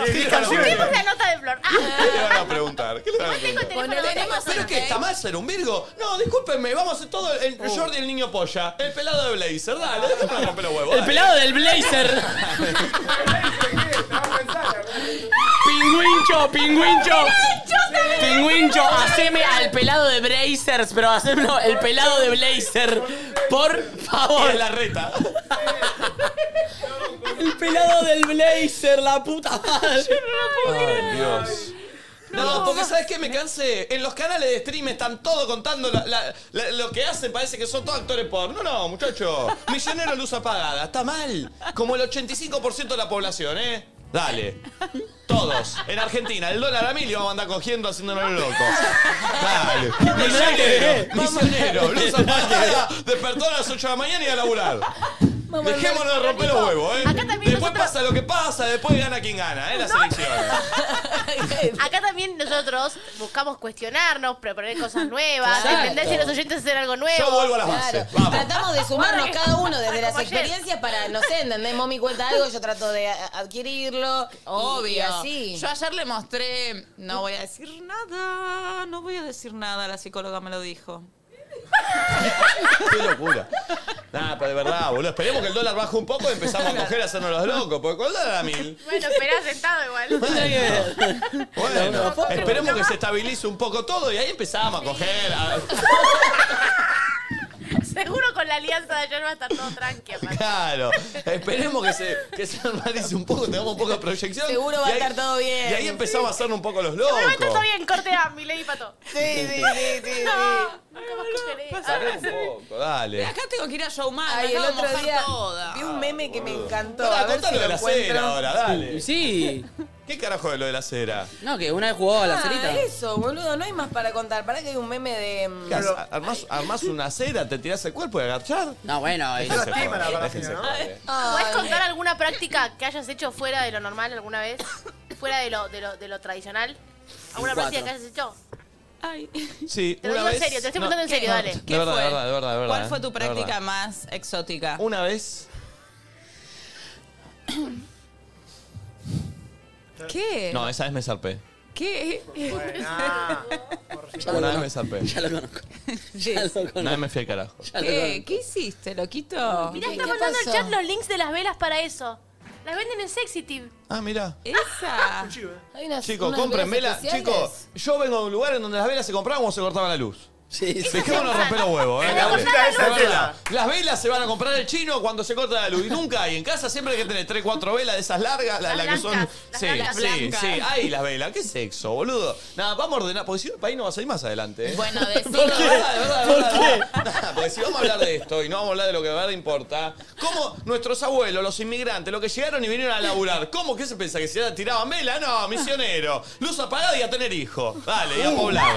S1: Y dijo,
S5: Busquemos la nota de Flor. Ah,
S1: ¿Qué le van a preguntar? ¿Qué le van a
S5: tengo el
S1: preguntar?
S5: teléfono. no tengo
S3: Bueno,
S5: ¿eh?
S3: tenemos-
S1: ¿Pero
S5: nota.
S1: qué? ¿Está mal ser un Virgo? No, discúlpenme, vamos a hacer todo el
S4: Uh.
S1: el Jordi el niño polla, el pelado de Blazer, dale, déjame romper los
S4: El
S1: huevos. dale.
S4: pelado del blazer. Pingüincho, pingüincho. Pingüincho, haceme al pelado de Blazers, pero hacémelo el pelado de Blazer. Por
S1: Y
S4: favor.
S1: es la reta.
S4: El pelado del blazer, la puta madre.
S1: Ay, Dios. No, porque ¿sabes qué? Me cansé. En los canales de stream están todos contando la- la- la- lo que hacen. Parece que son todos actores porno. No, no, muchacho. Millonero luz apagada. Está mal. Como el 85% de la población, ¿eh? Dale. Todos. En Argentina, el dólar a mil y vamos a andar cogiendo haciéndonos los locos. Dale. Misionero, misionero, luz apagada. Despertó a las 8 de la mañana y a laburar. Dejémonos de romper los huevos, ¿eh?
S5: Acá también
S1: Después pasa lo que pasa, después gana quien gana, ¿eh? La selección.
S5: Acá también nosotros buscamos cuestionarnos, proponer cosas nuevas,
S2: Claro.
S5: entender si los oyentes hacen algo nuevo.
S1: Yo vuelvo a las
S2: Claro,
S1: bases. Vamos.
S2: tratamos de sumarnos cada uno desde las
S5: Como ayer.
S2: experiencias para, no sé, ¿entendés? Mami cuenta algo, yo trato de a- adquirirlo. y- Y,
S3: Obvio.
S2: así.
S3: Yo ayer le mostré. No voy a decir nada. No voy a decir nada. La psicóloga me lo dijo.
S1: Qué locura. Nada, pero de verdad, boludo. Esperemos que el dólar baje un poco y empezamos a coger a hacernos los locos. Porque con el dólar a mil.
S5: Bueno, esperá sentado igual.
S1: Bueno, esperemos que se estabilice un poco todo y ahí empezamos a coger. a-
S5: Seguro con la alianza de ayer va a estar todo tranqui. aparte.
S1: Claro. Esperemos que se, que se normalice un poco, tengamos un poco de proyección.
S2: Seguro va
S1: Y
S2: a estar todo bien.
S1: Y ahí empezamos a hacernos un poco los
S5: Pero va a estar todo
S1: locos.
S5: bien, corte a mi lady pato.
S2: Sí, sí, sí, sí.
S5: Nunca más cogeré.
S1: Saquemos un poco, dale.
S3: Ah, Acá tengo que ir a Showman.
S2: Ay,
S3: me
S2: el
S3: acabo de
S2: otro
S3: mojar
S2: día
S3: toda.
S2: vi un meme que me encantó.
S1: Pará,
S2: a ver
S1: contá
S2: si
S1: lo
S2: lo
S1: Ah, de la cera
S2: encuentro.
S1: ahora, dale.
S4: Sí.
S1: ¿Qué carajo de lo de la cera?
S4: No, que una vez jugó a la
S2: Ah,
S4: cerita.
S2: eso, boludo, no hay más para contar. Pará que hay un meme de... mm,
S1: ¿Qué haces? ¿Armás, armás una cera, te tirás el cuerpo y agachar?
S4: No, bueno, es-
S1: Déjense
S6: lastima la
S1: joder,
S6: verdad,
S1: déjense
S6: ¿no?
S1: joder.
S5: ¿Puedes
S2: ay,
S5: contar alguna práctica que hayas hecho fuera de lo normal alguna vez? Fuera de lo, de lo, de lo tradicional. ¿Alguna
S4: Cuatro.
S5: práctica que hayas hecho?
S3: Ay.
S1: Sí,
S5: Te lo
S1: una
S5: digo en
S1: vez.
S5: serio, te lo estoy
S1: no,
S5: preguntando en serio, dale.
S1: De verdad, de verdad, de verdad, de verdad,
S3: ¿Cuál
S1: eh,
S3: fue tu
S1: de
S3: práctica
S1: verdad.
S3: más exótica?
S1: Una vez.
S3: ¿Qué?
S1: No, esa vez me zarpé.
S3: ¿Qué?
S6: Buena.
S1: Una vez me zarpé.
S4: ya lo conozco. Ya lo conozco.
S1: Una vez me fui al carajo.
S4: Ya lo
S3: ¿Qué?
S4: conozco.
S3: ¿Qué hiciste, loquito?
S5: Mirá,
S2: ¿Qué-
S5: está
S2: qué
S5: mandando
S2: pasó?
S5: el chat los links de las velas para eso. Las venden en Sexy
S1: Ah, mira.
S3: Esa.
S2: hay unas-
S1: Chicos,
S2: unas
S1: compren
S2: velas
S1: velas. Chicos,
S2: especiales.
S1: yo vengo de un lugar en donde las velas se compraban o se cortaba la luz.
S4: Sí, sí.
S1: Dejémonos romper los huevos, eh.
S5: Se cortaba
S1: Dale.
S5: la
S1: De
S6: luz.
S1: verdad. Las velas se van a comprar el chino cuando se corta la luz. Y nunca hay. En casa siempre hay que tener 3, 4 velas de esas largas, las
S5: Las
S1: que son.
S5: blancas, las
S1: Sí,
S5: blancas.
S1: sí,
S3: Blancas.
S1: sí. Hay las velas. ¿Qué sexo, boludo? Nada, vamos a ordenar. Porque si no, el país no va a salir más adelante. eh.
S3: Bueno, decimos.
S1: ¿Por qué? ¿Por qué? porque si vamos a hablar de esto y no vamos a hablar de lo que de verdad importa, ¿cómo nuestros abuelos, los inmigrantes, los que llegaron y vinieron a laburar, ¿cómo que se piensa que se tiraban vela? No, misionero. Luz apagada y a tener hijo. Dale, y a poblar.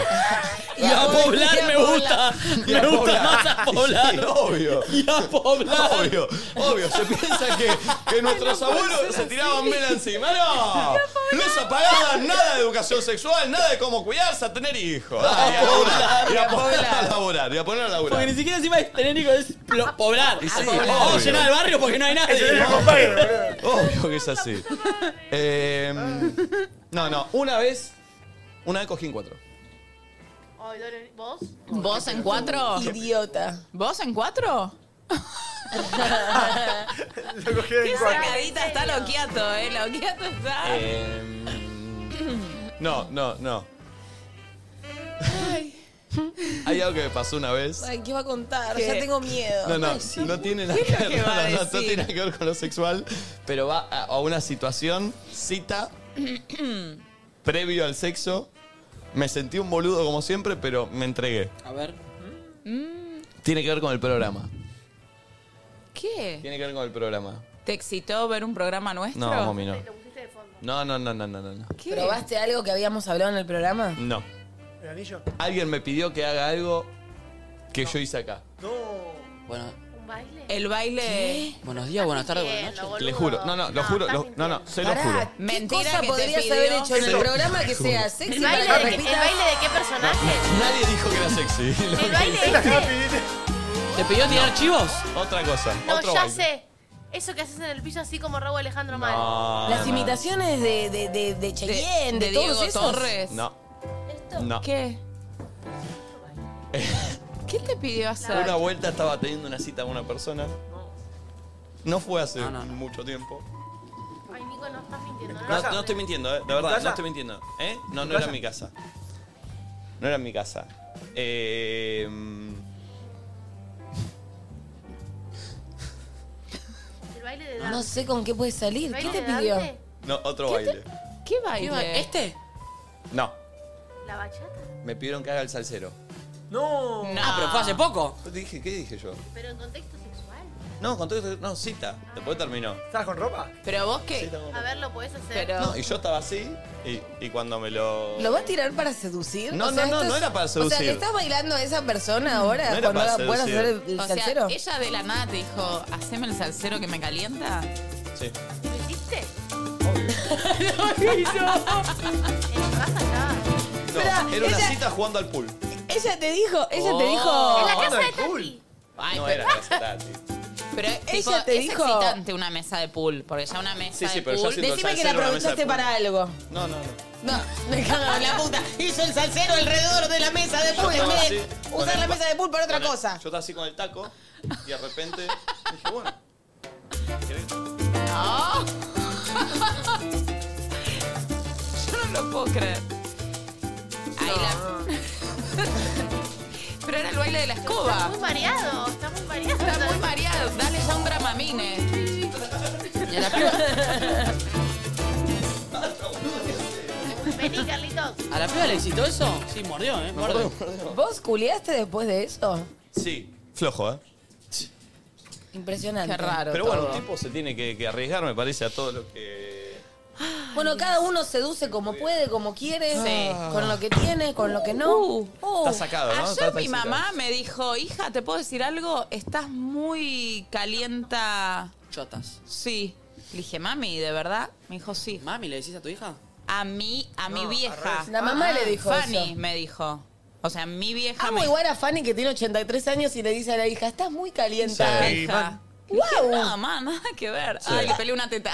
S4: Uh. Y a poblar me gusta.
S1: Y
S4: Me
S1: a
S4: gusta
S1: poblar.
S4: más a poblar.
S1: Sí, obvio.
S4: Y a poblar.
S1: Obvio, obvio, se piensa que, que nuestros abuelos se tiraban vela encima. No, luz apagada, nada de educación sexual, nada de cómo cuidarse a tener hijos. Ah, y a laburar, y a poner a laburar, y a poner a
S4: Porque ni
S1: laburar.
S4: siquiera encima es tener hijos, es plo- poblar.
S1: Y sí,
S4: Vamos a
S1: obvio.
S4: llenar el barrio porque no hay nadie.
S1: Obvio que es así. Em, no, no, una vez, una vez cogí en cuatro.
S5: TV. ¿Vos?
S3: ¿Vos en cuatro?
S2: Idiota.
S3: ¿Vos en cuatro?
S6: Lo cogí en
S3: Esa
S6: cuatro.
S3: carita está loquiato, eh. Loquiato está.
S1: Em, no, no, no. Hay algo que me pasó una vez.
S2: Ay, ¿qué va a contar?
S3: ¿Qué?
S2: Ya tengo miedo.
S1: No, no, no tiene nada que
S3: lo que
S1: ver,
S3: va a
S1: no, no, no
S3: decir?
S1: tiene nada que ver con lo sexual, pero va a, a una situación, cita, previo al sexo. Me sentí un boludo como siempre, pero me entregué.
S4: A ver.
S1: Tiene que ver con el programa.
S3: ¿Qué?
S1: Tiene que ver con el programa.
S3: ¿Te excitó ver un programa nuestro?
S1: No, mami, no. No, no, no, no, no, no. no.
S3: ¿Qué?
S2: ¿Probaste algo que habíamos hablado en el programa?
S1: No.
S6: ¿El anillo?
S1: Alguien me pidió que haga algo que yo hice acá.
S6: No.
S4: Bueno,
S5: ¿Un baile?
S3: El baile.
S4: buenos días, buenas tardes, buenas
S5: Bien,
S4: noches.
S5: boludo.
S1: Le juro. No, no, lo juro.
S5: estás
S1: lo- no, no,
S5: mintiendo.
S1: se lo juro.
S2: ¿qué
S3: Mentira
S2: cosa
S3: que te
S2: podrías
S3: pidió?
S2: haber hecho en
S1: Sí.
S2: el programa que sea sexy
S5: ¿El
S2: para
S5: baile,
S2: que
S5: de, qué-
S2: repitas?
S5: ¿El baile de qué personaje?
S1: Nadie dijo que era sexy.
S5: ¿El baile
S6: Esta
S5: este?
S6: happy.
S4: ¿Te pidió tirar chivos?
S1: Otra cosa.
S5: No,
S1: otro
S5: ya
S1: baile.
S5: sé. Eso que haces en el piso así como Raúl Alejandro Mal.
S1: No,
S2: Las
S1: Ah, no.
S2: imitaciones de, de, de, de Cheyenne, de,
S3: de
S2: todos
S3: Diego
S2: esos.
S3: Torres.
S1: No. No.
S3: ¿Qué? ¿Qué te pidió hacer?
S1: Una vuelta estaba teniendo una cita con una persona. No fue hace
S4: Ah, No, no, no.
S1: mucho tiempo.
S5: Ay, Nico, no estás mintiendo.
S1: No,
S6: casa?
S1: no estoy mintiendo, eh, de verdad, no estoy mintiendo. ¿Eh? No, no era en mi casa. No era en mi casa. Eh, mm,
S5: El baile
S2: No sé con qué puede salir. ¿Qué te
S5: ¿Baile
S2: pidió?
S5: Dante?
S1: No, otro baile.
S3: ¿Qué baile?
S4: ¿Este?
S1: No,
S5: ¿La bachata?
S1: me pidieron que haga el salsero.
S6: No.
S4: No. Ah, pero fue hace poco.
S1: Yo te dije, ¿qué dije yo?
S5: Pero en contexto sexual.
S1: No, con todo esto- no, cita. Después terminó.
S6: ¿Estás con ropa?
S3: Pero vos qué.
S1: Cita con-
S5: A ver, lo podés hacer.
S3: Pero.
S1: No, y yo estaba así y, y cuando me lo...
S2: ¿Lo va a tirar para seducir?
S1: No, no, no,
S2: esto
S1: no
S2: es-
S1: era para
S2: O sea,
S1: seducir.
S2: ¿le estás bailando a esa persona ahora
S1: No era
S2: cuando
S1: para
S2: haga- puedas hacer el, el
S3: o sea,
S2: salsero?
S3: ella de la nada te dijo, haceme el salsero que me calienta.
S1: Sí.
S5: ¿Lo hiciste?
S1: No, era una cita jugando al pool.
S2: Ella te dijo, ella
S3: Oh,
S2: te
S5: En
S4: Oh.
S2: dijo.
S5: la casa
S6: banda
S5: de
S6: de pool.
S5: Tati.
S3: Ay,
S1: No
S3: pero,
S1: era la cita, sí.
S3: pero, tipo,
S2: Ella te
S3: es
S2: dijo-
S3: excitante una mesa de pool, porque ya una mesa
S1: Sí, sí,
S3: de
S1: pero yo
S3: pool.
S1: siento-
S2: Decime que
S1: salsero
S2: la
S1: en la mesa
S2: aprovechaste
S1: de
S2: para algo.
S1: No, no, no.
S2: No, me cago en la puta. Hizo el salsero alrededor de la mesa de pool en
S1: estaba
S2: vez
S1: así,
S2: de
S1: con
S2: usar
S1: el
S2: la
S1: pa-
S2: mesa de pool para otra
S1: con el-
S2: cosa.
S1: Yo estaba así con el taco y de repente dije, bueno. ¿querés?
S3: Yo no lo puedo creer. Ay, la... pero era el baile de la
S5: Está
S3: escoba.
S5: muy mareado, está muy mareado.
S3: Está muy mareado. Dale ya un dramamine. Y era-
S5: Vení, Carlitos.
S4: ¿A la piba le excitó eso? Sí, mordió, ¿eh? Mordió.
S2: ¿Vos culiaste después de eso?
S1: Sí, flojo, ¿eh?
S2: Impresionante.
S3: Qué raro.
S1: Pero bueno,
S3: todo.
S1: un tipo se tiene que, que arriesgar, me parece, a todo lo que...
S2: Bueno, cada uno seduce como puede, como quiere,
S3: Sí. Uh.
S2: con lo que tiene, con lo que no. Oh.
S1: Está sacado, ¿no? Está-
S3: Ayer
S1: está
S3: mi
S1: excitado.
S3: mamá me dijo, hija, ¿te puedo decir algo? Estás muy calienta.
S4: Chotas.
S3: Sí. Le dije, mami, ¿de verdad? Me dijo, sí.
S4: Mami, ¿le decís a tu hija?
S3: A mí, a mi vieja.
S2: La mamá le dijo
S3: Fanny
S2: eso.
S3: me dijo. O sea, mi vieja
S2: Amo
S3: me
S2: igual a Fanny que tiene 83 años y le dice a la hija, estás muy calienta.
S1: Sí.
S3: hija.
S2: ¡Guau!
S3: No, mamá, nada que ver.
S1: Sí.
S3: Ay, le peleé una teta.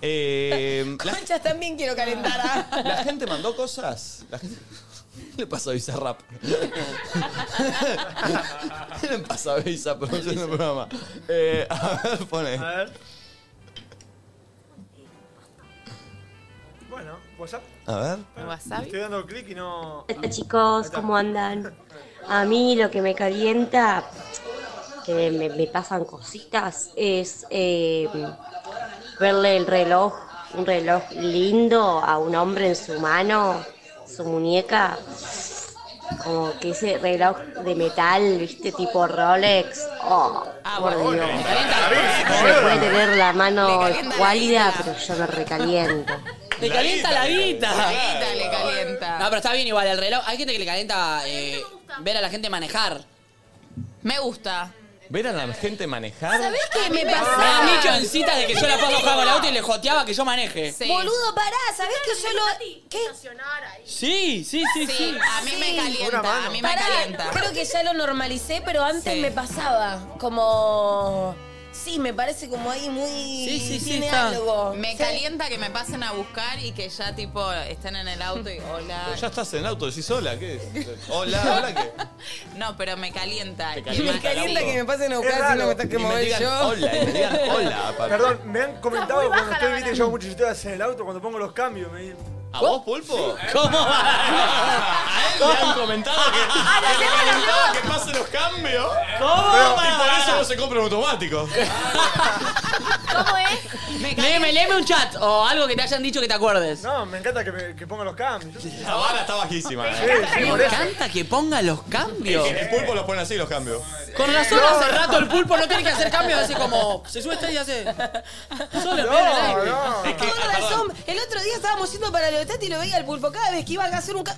S1: Eh, la,
S2: Conchas también quiero calentar. ah.
S1: la gente mandó cosas. La gente... ¿Qué le pasó a Bizarrap? ¿Qué le pasó a Visa produciendo el programa? Eh, a ver, pone.
S6: A ver. Bueno, WhatsApp.
S1: A ver.
S3: ¿Wasabi?
S6: Estoy dando clic y no.
S10: Hola chicos, ¿cómo andan? A mí lo que me calienta, que me, me pasan cositas, es eh, verle el reloj, un reloj lindo a un hombre en su mano, su muñeca, como que ese reloj de metal, viste, tipo Rolex. Oh,
S3: Ah,
S10: por
S3: bueno,
S10: Dios.
S3: le calienta la
S10: Se le puede tener la mano
S3: Le calienta la
S10: cuálida,
S3: vida.
S10: pero yo me recaliento.
S4: ¡Le calienta la guita!
S3: guita, le
S4: No,
S3: calienta.
S4: pero está bien igual el reloj. Hay gente que le calienta eh, ver a la gente manejar.
S3: Me gusta.
S1: ¿Ver a la gente manejar?
S2: ¿Sabés qué me
S4: Me han dicho
S2: pasaba?
S4: en citas de que yo la paso acá con el auto y le joteaba que yo maneje.
S3: Sí.
S2: Boludo, pará, ¿sabés que yo
S5: Tati,
S2: lo... ¿Qué?
S5: estacionar ahí.
S4: Sí, sí, sí,
S3: Sí, a mí me
S2: Sí.
S6: Una
S3: calienta,
S6: mano.
S3: a mí me
S2: Pará,
S3: calienta.
S2: creo que ya lo normalicé, pero antes
S3: Sí.
S2: me pasaba. Como... Sí, me parece como ahí muy...
S4: Sí, sí, sí,
S2: tiene
S4: está.
S2: algo.
S3: Me
S2: Sí.
S3: calienta que me pasen a buscar y que ya tipo estén en el auto y hola.
S1: Ya estás en auto, decís hola, ¿qué es? Hola, hola, ¿qué?
S3: No, pero me calienta.
S1: Te
S3: Y
S2: Me
S1: calienta.
S2: calienta que me pasen a buscar
S6: Es
S2: si no
S6: raro.
S2: me tengo que
S1: Y me
S2: mover
S1: digan
S2: yo.
S1: hola, y me digan hola. aparte.
S6: Perdón, me han comentado
S5: muy baja
S6: cuando
S5: la
S6: estoy, viste,
S5: vara.
S6: yo hago muchas historias en el auto cuando pongo los cambios. Me dicen,
S1: ¿A vos, Pulpo?
S4: ¿Cómo va?
S1: A él le han comentado que, que, le comentaba que pase los cambios.
S4: ¿Cómo
S1: Y por eso
S4: va?
S1: no se compra un automático.
S5: ¿Cómo es?
S3: me
S4: Léeme, léeme un chat o algo que te hayan dicho que te acuerdes.
S6: No, me encanta que, me- que pongan los cambios. Yo- Sí,
S1: La vara está bajísima. eh.
S6: sí, por
S4: Me
S6: eso.
S4: encanta que ponga los cambios.
S1: En el Pulpo los pone así los cambios.
S4: Con razón hace rato el pulpo no tiene que hacer cambios, hace como. Se sube esta y hace. Solo, mira el
S6: No,
S4: aire.
S6: no.
S2: Con razón, el otro día estábamos yendo para lo de Tati y lo veía el pulpo cada vez que iba a hacer un... ca-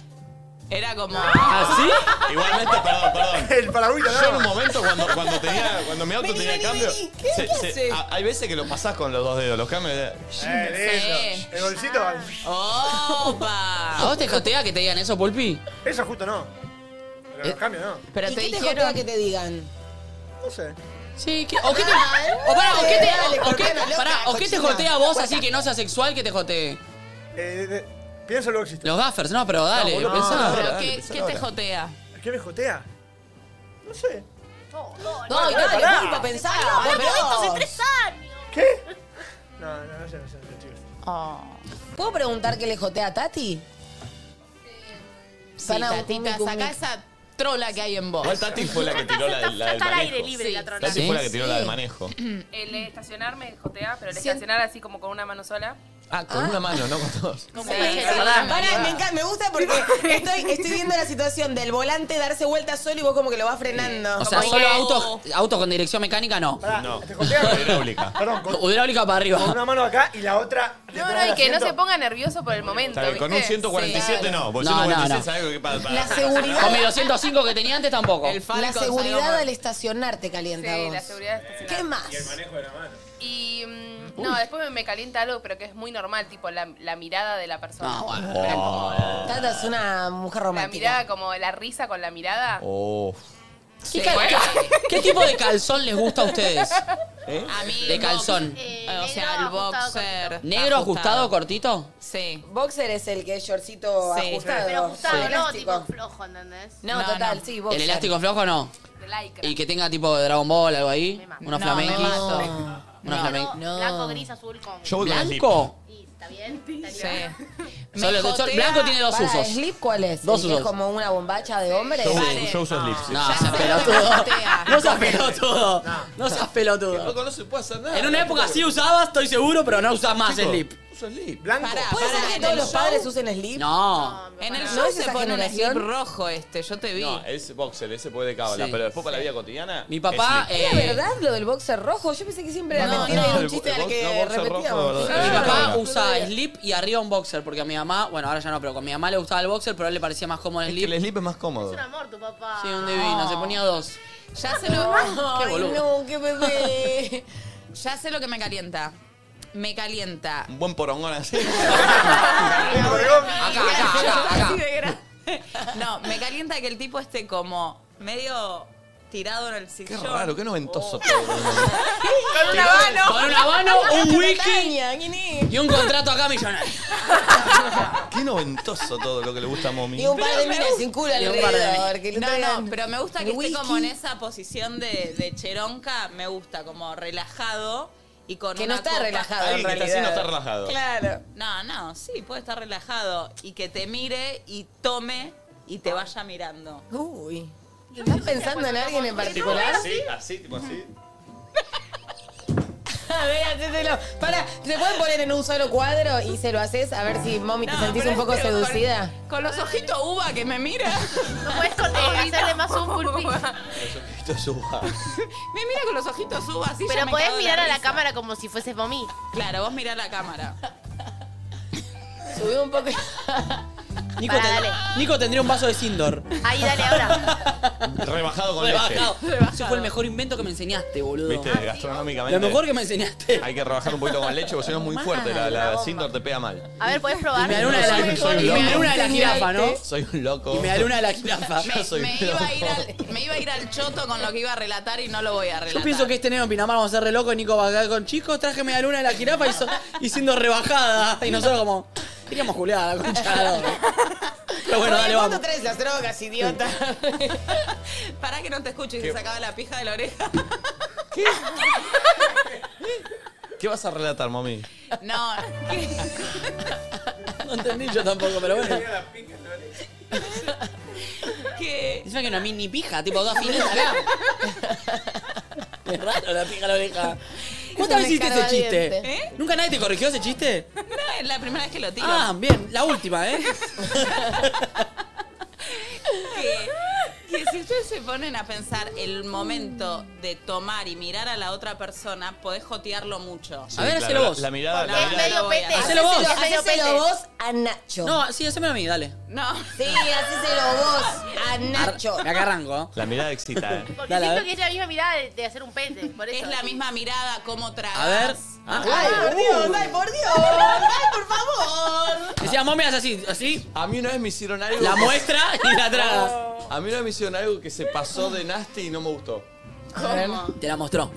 S3: Era como.
S1: Ah,
S4: ¿Así?
S1: Igualmente, perdón, perdón.
S6: El paragüita,
S1: Yo en un
S6: no.
S1: momento cuando, cuando tenía cuando mi auto
S2: Vení,
S1: tenía
S2: vení,
S1: cambio,
S2: vení. ¿Qué- qué haces?
S1: a- hay veces que lo pasás con los dos dedos, los cambios. de-
S6: Eh,
S3: Sí.
S6: lindo. El golcito,
S4: ¿A
S3: ¡Opa!
S4: vos te jotea que te digan eso, Pulpi?
S6: eso justo no. Pero los cambios no.
S3: Eh, Pero
S2: ¿Y
S3: te
S2: qué te
S3: dijeron.
S2: jotea que te digan? Ah,
S6: No sé.
S4: Sí, que- o qué te. O pará, o qué
S2: Dale,
S4: te. O qué,
S2: cortala, loca,
S4: pará, o qué te
S2: cochina.
S4: jotea vos así que no sea sexual que te jotee.
S6: Eh, de- pienso en lo éxito.
S4: Los gaffers, no, pero dale,
S6: No, boludo,
S4: pensá.
S6: no,
S3: ¿Pero
S1: Dale,
S3: qué,
S1: empezá
S3: qué
S1: la
S3: te
S1: hora.
S3: jotea?
S6: ¿Qué me jotea? No sé.
S2: No, y dale,
S6: pará.
S2: pulpo, pensá. boludo.
S5: Tres años.
S6: ¿Qué? No, no, no sé, no sé, no sé, chicos.
S2: Oh. ¿Puedo preguntar qué le jotea a Tati?
S3: Sí,
S2: Sana,
S3: tatita,
S2: un mic, un
S3: saca
S2: mic.
S3: esa trola que hay en vos.
S1: Igual Tati fue la que tiró la, del- la del
S11: Está al
S1: manejo.
S11: aire libre la trona.
S1: Tati fue la que tiró la del manejo.
S11: El estacionar me jotea, pero el
S2: Sí.
S11: estacionar así como con una mano sola.
S1: Ah, con una mano, no con dos.
S11: Sí, es
S2: Pará,
S11: verdad.
S2: me, encanta, me gusta porque estoy, estoy viendo la situación del volante darse vuelta solo y vos como que lo vas frenando.
S4: O sea,
S2: Como
S4: solo
S2: que-
S4: autos autos con dirección mecánica no.
S1: No.
S4: Hidráulica. Hidráulica para arriba.
S6: Con una mano acá y la otra.
S11: No, no, y que no se ponga nervioso por el momento.
S1: Está bien, con un
S11: ¿viste?
S1: 147 no, vos
S4: No, no,
S1: 146
S4: no.
S1: ¿sabes qué pasa?
S2: La seguridad-
S4: Con mi 205 que tenía antes tampoco.
S2: La seguridad al estacionar te calienta
S11: Sí,
S2: a
S11: la
S2: vos.
S11: seguridad de estacionar.
S2: ¿Qué más? Y el
S11: manejo de la mano. Y mm,
S2: Uy.
S11: no, después me, me calienta algo, pero que es muy normal, tipo la, la mirada de la persona.
S2: No, bueno.
S11: Pero
S2: Tata es una mujer
S11: La
S2: romántica.
S11: mirada, como la risa con la mirada.
S1: Oh.
S4: ¿Qué, ca- qué- qué tipo de calzón les gusta a ustedes?
S1: ¿Eh?
S3: A mí,
S4: De
S3: box-
S4: calzón.
S3: eh, o sea, el
S4: Ah,
S3: boxer.
S4: ¿Negro ajustado, cortito?
S3: Sí.
S2: Boxer es el que es shortcito
S4: Sí.
S2: ajustado.
S4: Pero ajustado,
S2: Sí.
S4: no
S2: Elástico.
S5: flojo, ¿entendés?
S2: No, total, sí, boxer.
S4: ¿El elástico flojo no? Y que tenga tipo de Dragon Ball, algo ahí. Una
S3: No,
S4: flamenquis.
S3: me mato.
S4: Una flamenquis.
S5: Blanco, gris, azul, con.
S4: Yo voy con ¿Blanco?
S5: Sí, ¿Está bien? ¿Está bien?
S3: Sí.
S4: Solo-
S2: Me
S4: solo-
S2: jotea-
S4: blanco tiene dos
S2: Pará,
S4: usos.
S2: ¿Slip cuál es?
S4: Dos
S2: ¿El que
S4: usos.
S2: es como una bombacha de hombre?
S1: Yo, yo uso slips. sí.
S4: No, seas pelotudo. No seas pelotudo. No seas pelotudo.
S1: Loco, no se puede hacer nada.
S4: En una época sí usabas, estoy seguro, pero no usas más
S1: Chico,
S4: slip.
S1: Uso slip.
S6: Blanco.
S2: ¿Puede
S4: pará,
S2: ser que
S4: en
S2: todos
S4: el
S2: los
S4: show-
S2: padres usen slip?
S4: No.
S3: En el
S2: ¿No
S3: show
S2: es
S3: se
S2: esa
S3: pone un slip
S2: generación?
S3: rojo este, yo te vi.
S1: No, es boxer, ese puede de cábala,
S4: Sí,
S1: pero después para la vida cotidiana.
S4: Mi papá,
S1: es slip.
S4: eh,
S2: ¿Era verdad lo del boxer rojo? Yo pensé que siempre era
S4: No, no.
S2: mentira y era
S1: El
S2: un
S1: bo-
S2: chiste
S1: el
S2: al
S1: box-
S2: que Ah,
S1: no, boxer rojo,
S2: repetíamos.
S1: de
S4: Mi
S1: verdad.
S4: papá usa slip y arriba un boxer, porque a mi mamá, bueno, ahora ya no, pero con mi mamá le gustaba el boxer, pero a él le parecía más cómodo el
S1: Es que
S4: slip.
S1: el slip es más cómodo.
S5: Es un amor tu papá.
S4: Sí, un divino, se ponía dos.
S3: Ya sé lo
S4: Qué boludo.
S2: no, qué bebé.
S3: Ya sé lo que me calienta. Me calienta.
S1: Un buen porongón así.
S3: Acá, acá, acá, acá. No, me calienta que el tipo esté como medio tirado en el
S1: Qué
S3: sillón.
S1: raro, qué noventoso todo.
S3: Con un habano.
S4: Con un habano, un wiki
S2: Caña, ¿quién es?
S4: y un contrato acá millonario.
S1: Qué noventoso todo lo que le gusta a Momi.
S2: Y un par de minas sin culo
S4: Y un par de
S2: alrededor. que le
S3: No,
S2: traigan
S3: no, pero me gusta que
S2: el
S3: esté como en
S2: whisky.
S3: esa posición de, de cheronca, me gusta, como relajado y con
S2: Que
S3: una
S2: no está
S3: copa-
S2: relajado en
S1: Alguien que está así no
S2: realidad.
S1: está relajado.
S2: Claro.
S3: No, no, sí, puede estar relajado y que te mire y tome y te vaya mirando.
S2: Uy. ¿Estás pensando en alguien en
S1: Tipo
S2: particular?
S1: así, así, tipo así.
S2: A ver, hacéselo. Para, ¿se pueden poner en un solo cuadro y se lo haces? A ver si mommy te
S3: No,
S2: sentís
S3: pero
S2: un poco
S3: este con-
S2: seducida.
S3: Con, los ojitos uva que me mira.
S5: No puedes con- eh, hacerle más un full pic.
S1: Esto es uva.
S3: Me mira con los ojitos uva, así ya
S5: Pero
S3: me
S5: podés
S3: cago en
S5: mirar a la
S3: risa.
S5: cámara como si fuese mommy.
S3: Claro, vos mirá la cámara.
S2: Subí un poco.
S4: Nico,
S5: Pará,
S4: ten-
S5: dale.
S4: Nico tendría un vaso de Sindor.
S5: Ahí, dale, ahora.
S1: Rebajado con leche.
S4: Rebajado. Ese fue el mejor invento que me enseñaste, boludo.
S1: Viste, gastronómicamente.
S4: Lo mejor que me enseñaste.
S1: Hay que rebajar un poquito con leche porque si no es muy fuerte. La, la Sindor te pega mal.
S5: A ver, podés probar.
S4: Me da una de la,
S1: Soy- soy
S4: y me da
S1: loco.
S4: una de la jirafa, ¿no?
S1: Soy un loco.
S4: Y me da una de la jirafa.
S1: Yo soy
S3: Me
S1: un
S3: iba,
S1: loco.
S3: a ir al, me iba a ir al choto con lo que iba a relatar y no lo voy a relatar.
S4: Yo pienso que este negro en Pinamar vamos a ser re loco, Nico va a caer con chicos, traje media luna de la jirafa y, so- y siendo rebajada. Y nosotros como, queríamos julear la concha. de la lora. Pero bueno, dale, vamos.
S2: tres las drogas, idiota?
S3: Pará que no te escucho y se sacaba la pija de la oreja.
S1: ¿Qué vas a relatar, mami?
S3: No,
S4: No entendí yo tampoco, pero bueno.
S3: que,
S4: Encima que una mini pija, tipo dos finitas acá. Es raro la pija a la oreja. ¿Cuántas
S2: un
S4: veces hiciste ese chiste?
S2: escarbadiente.
S3: ¿Eh?
S4: ¿Nunca nadie te corrigió ese chiste?
S3: que no es la primera vez que lo tiro.
S4: Ah, bien, la última, ¿eh?
S3: Que, que si ustedes se ponen a pensar el momento de tomar y mirar a la otra persona, podés jotearlo mucho.
S4: A ver, hacelo
S1: la-
S4: vos.
S1: La, mirada.
S3: No,
S1: la
S5: Es
S3: no,
S1: mirada-
S5: medio
S3: no voy a-
S5: pete.
S4: Hacelo vos.
S5: Es medio
S2: Hacéselo
S5: pete.
S2: vos a Nacho.
S4: No, sí, hacémelo a mí, dale.
S3: No, Ah,
S2: Sí, hacéselo vos a Nacho.
S4: Me acá arranco.
S1: la mirada excita, ¿eh?
S5: Porque
S4: Dale, a
S5: siento
S4: ver.
S5: que es la misma mirada de, de hacer un pete. Por eso.
S3: es la misma mirada, cómo tragas.
S4: A ver. Ah,
S2: Ay, por Dios, ay, por Dios, ay, por favor.
S4: Decía, mami, haz así, así.
S1: A mí una vez me hicieron algo.
S4: La muestra y la tragas.
S1: A mí una vez me hicieron algo que se pasó de nasty y no me gustó.
S5: ¿Cómo?
S4: Te la mostró.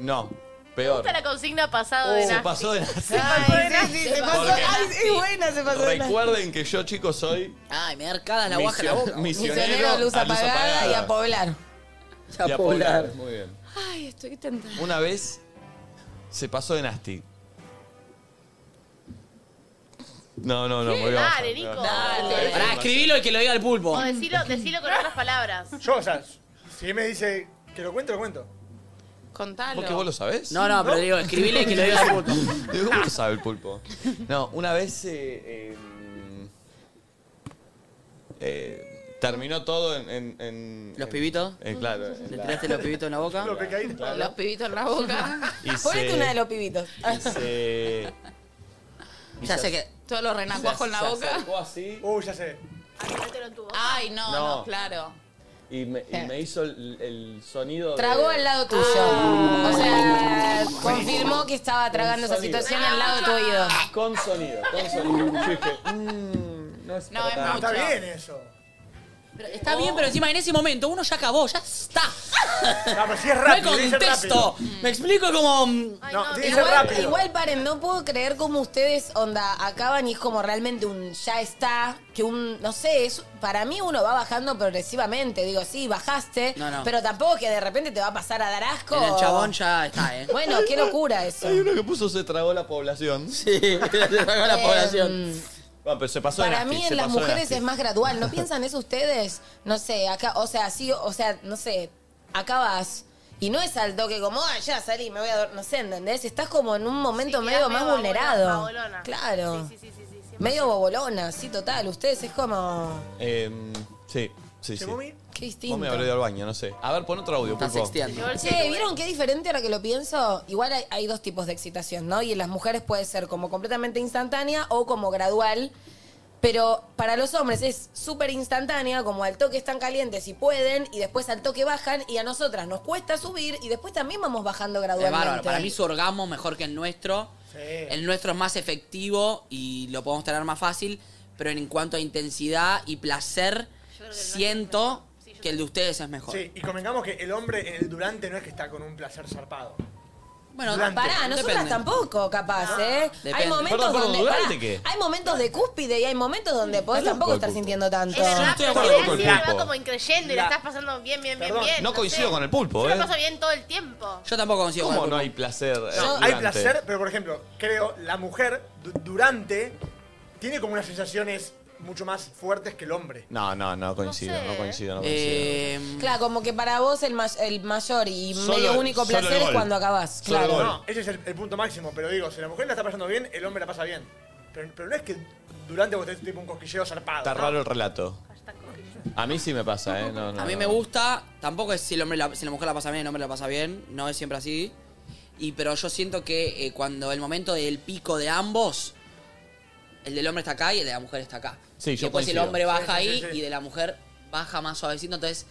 S1: No,
S5: Me
S1: peor.
S5: gusta la consigna pasado de
S1: Oh, Se
S5: Nati.
S1: pasó de nasty.
S2: Ay, sí, sí, se pasó.
S1: Porque-
S2: Ay, es buena, se pasó.
S1: Recuerden que yo, chicos, soy
S4: Ay, me arcadas la guaja en la
S1: misio-
S4: boca.
S1: misionero,
S2: Misionero, luz
S1: a luz
S2: apagada y a poblar.
S1: Y a poblar. Muy bien.
S3: Ay, estoy tentada.
S1: Una vez se pasó de nasty. No, no, no,
S5: ¿Qué?
S1: me voy a bajar.
S5: Dale, Nico.
S1: No, no,
S5: Dale.
S1: no, no,
S4: Pará,
S1: no,
S4: escribilo y que lo diga el pulpo.
S5: O decilo, decilo con otras palabras.
S6: Yo, o sea, si me dice que lo cuento, lo cuento.
S3: Contalo.
S1: ¿Porque vos lo sabés?
S4: No, no, pero digo, escribile y que lo diga el pulpo.
S1: Digo, ¿Cómo lo sabe el pulpo? No, una vez eh, eh, eh, terminó todo en... ¿Los
S4: pibitos?
S1: claro.
S4: ¿Le tiraste los pibitos en la boca? Los
S6: pecaditos.
S3: Los pibitos en la boca.
S1: Y
S2: Ponete
S1: se-
S2: una de los pibitos.
S1: y se- y se-
S3: Todos los renacuajos en la
S1: Se
S3: boca.
S1: acercó así.
S6: Uh, ya sé.
S3: Ay, no, no,
S1: No.
S3: claro.
S1: Y me, y me hizo el, el sonido de-
S2: Tragó al lado tuyo. O sea, confirmó que estaba tragando esa situación al lado de tu oído.
S1: Con sonido, con sonido. Yo dije, mm, no es
S6: No,
S1: para tanto.
S6: está bien eso.
S4: Está bien, pero encima en ese momento uno ya acabó, ya está.
S6: No, pero si es
S4: No hay
S6: rápido, tiene que ser
S4: contexto. Me explico como. mm,
S6: No, tiene que ser
S2: Igual,
S6: rápido.
S2: igual, paren, no puedo creer cómo ustedes, onda, acaban y es como realmente un ya está, que un, no sé, es, para mí uno va bajando progresivamente. Digo, sí, bajaste,
S4: No, no.
S2: pero tampoco que de repente te va a pasar a dar asco.
S4: En el chabón ya está, ¿eh?
S2: Bueno, qué locura eso.
S1: Hay uno que puso se tragó la población.
S4: Sí, se tragó la población.
S1: Bueno, pero se pasó de
S2: Para
S1: nasty,
S2: mí
S1: se
S2: en las
S1: pasó de
S2: mujeres
S1: nasty.
S2: es más gradual, ¿no piensan eso ustedes? No sé, acá, o sea, sí, o sea, no sé, acabas y no es al toque como, ah, ya salí, me voy a dormir, no sé, ¿entendés? Estás como en un momento
S5: Sí,
S2: medio
S5: quedás
S2: más
S5: medio
S2: vulnerado.
S5: babolona, babolona.
S2: Claro.
S5: Sí, sí, sí, sí, sí,
S2: Medio bobolona, sí, total. Ustedes es como.
S1: Eh, sí, sí, sí.
S2: Qué distinto.
S1: Vos me hablé al baño, no sé. A ver, pon otro audio,
S4: Está
S1: pulpo.
S4: sexteando.
S2: Che, ¿vieron qué diferente ahora que lo pienso? Igual hay, hay dos tipos de excitación, ¿no? Y en las mujeres puede ser como completamente instantánea o como gradual. Pero para los hombres es súper instantánea, como al toque están calientes y pueden, y después al toque bajan, y a nosotras nos cuesta subir, y después también vamos bajando
S4: Es
S2: gradualmente.
S4: bárbaro. Para mí su orgasmo es mejor que el nuestro. El nuestro es más efectivo y lo podemos tener más fácil. Pero en cuanto a intensidad y placer, siento que el de ustedes es mejor.
S6: Sí, y convengamos que el hombre en el durante no es que está con un placer zarpado.
S4: Bueno,
S6: Durante.
S2: Pará, nosotras
S6: Depende.
S2: tampoco, capaz, ¿eh?
S6: Depende.
S2: Hay momentos
S6: Perdón, perdón,
S2: donde.
S6: ¿durante
S2: pará,
S6: qué?
S2: hay momentos de cúspide y hay momentos
S1: Mm,
S2: donde podés tampoco estar sintiendo tanto.
S5: Es
S1: estoy de
S5: rápido,
S1: acuerdo con
S5: porque
S1: el
S5: encima va
S1: pulpo.
S5: como increyendo y la estás pasando bien, bien, bien,
S1: Perdón,
S5: bien.
S1: no coincido
S5: sé.
S1: con el pulpo,
S5: Yo
S1: ¿eh?
S5: la paso bien todo el tiempo.
S4: Yo tampoco consigo.
S1: ¿Cómo
S4: con
S1: no
S4: el
S1: hay placer? eh,
S6: No, hay
S1: durante?
S6: placer, pero por ejemplo, creo la mujer du- durante tiene como unas sensaciones mucho más fuertes que el hombre.
S1: No, no, no coincido, no, coincido, no coincido.
S4: Em,
S2: Claro, como que para vos el, may- el mayor y
S1: Solo-
S2: medio único
S1: solo el
S2: placer es
S1: gol.
S2: cuando acabás.
S1: Solo el
S2: Claro.
S1: gol.
S6: No, ese es el, el punto máximo, pero digo, si la mujer la está pasando bien, el hombre la pasa bien. Pero, pero no es que durante vos tenés tipo un cosquilleo zarpado.
S1: Está
S6: ¿no?
S1: raro el relato. A mí sí me pasa, ¿eh? No, no,
S4: A mí
S1: no.
S4: me gusta, tampoco es si, el hombre la, si la mujer la pasa bien, el hombre la pasa bien, no es siempre así. Y pero yo siento que eh, cuando el momento del pico de ambos, el del hombre está acá y el de la mujer está acá.
S1: Sí,
S4: y
S1: yo
S4: después
S1: coincido.
S4: el hombre
S1: Sí,
S4: baja
S1: sí, sí,
S4: ahí
S1: sí.
S4: y de la mujer baja más suavecito, entonces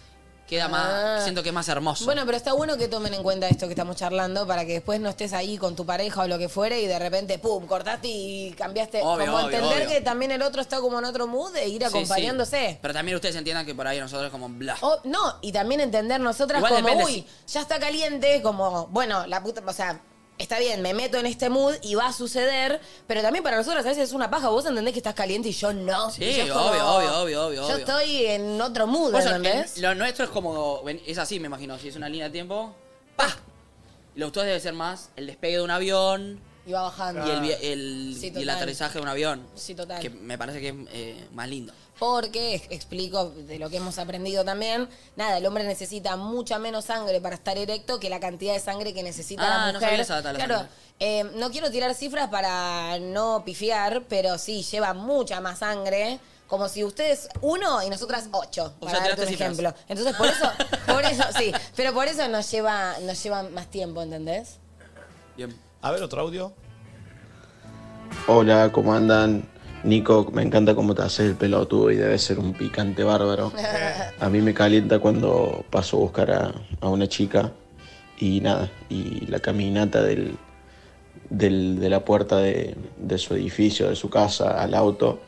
S4: queda
S2: Ah.
S4: más, siento que es más hermoso.
S2: Bueno, pero está bueno que tomen en cuenta esto que estamos charlando para que después no estés ahí con tu pareja o lo que fuere y de repente, pum, cortaste y cambiaste.
S4: Obvio,
S2: como
S4: obvio,
S2: entender
S4: obvio.
S2: que también el otro está como en otro mood e ir
S4: Sí, sí.
S2: acompañándose.
S4: Pero también ustedes entiendan que por ahí nosotros como bla.
S2: O- no, y también entender nosotras
S4: Igual
S2: como,
S4: depende
S2: uy, ya está caliente, como, bueno, la puta, o sea, está bien, me meto en este mood y va a suceder, pero también para nosotras a veces es una paja, vos entendés que estás caliente y yo no.
S4: Sí,
S2: Y yo es
S4: obvio,
S2: como,
S4: obvio, obvio, obvio,
S2: Yo
S4: obvio.
S2: estoy en otro mood,
S4: Por eso,
S2: ¿entendés?
S4: en- lo nuestro es como. ven, Es así, me imagino. Si es una línea de tiempo. ¡Pah! Lo de ustedes debe ser más el despegue de un avión
S2: Y va bajando.
S4: y, el, vi- el-
S2: Ah, Sí,
S4: y el
S2: total.
S4: aterrizaje de un avión.
S2: Sí, total.
S4: Que me parece que es eh, más lindo.
S2: Porque, ex- explico de lo que hemos aprendido también, nada, el hombre necesita mucha menos sangre para estar erecto que la cantidad de sangre que necesita
S4: Ah,
S2: la
S4: no
S2: mujer.
S4: sabía esa data, la
S2: claro,
S4: sangre.
S2: eh, no quiero tirar cifras para no pifiar, pero sí, lleva mucha más sangre. Como si ustedes uno y nosotras ocho,
S4: O
S2: para
S4: sea,
S2: darte
S4: tiraste
S2: un
S4: cifras.
S2: ejemplo. Entonces, por eso, por eso, sí, pero por eso nos lleva, nos lleva más tiempo, ¿entendés?
S1: A ver, otro audio.
S12: Hola, ¿cómo andan? Nico, me encanta cómo te haces el pelotudo y debe ser un picante bárbaro. A mí me calienta cuando paso a buscar a, a una chica y nada, y la caminata del, del- de la puerta de, de su edificio, de su casa, al auto,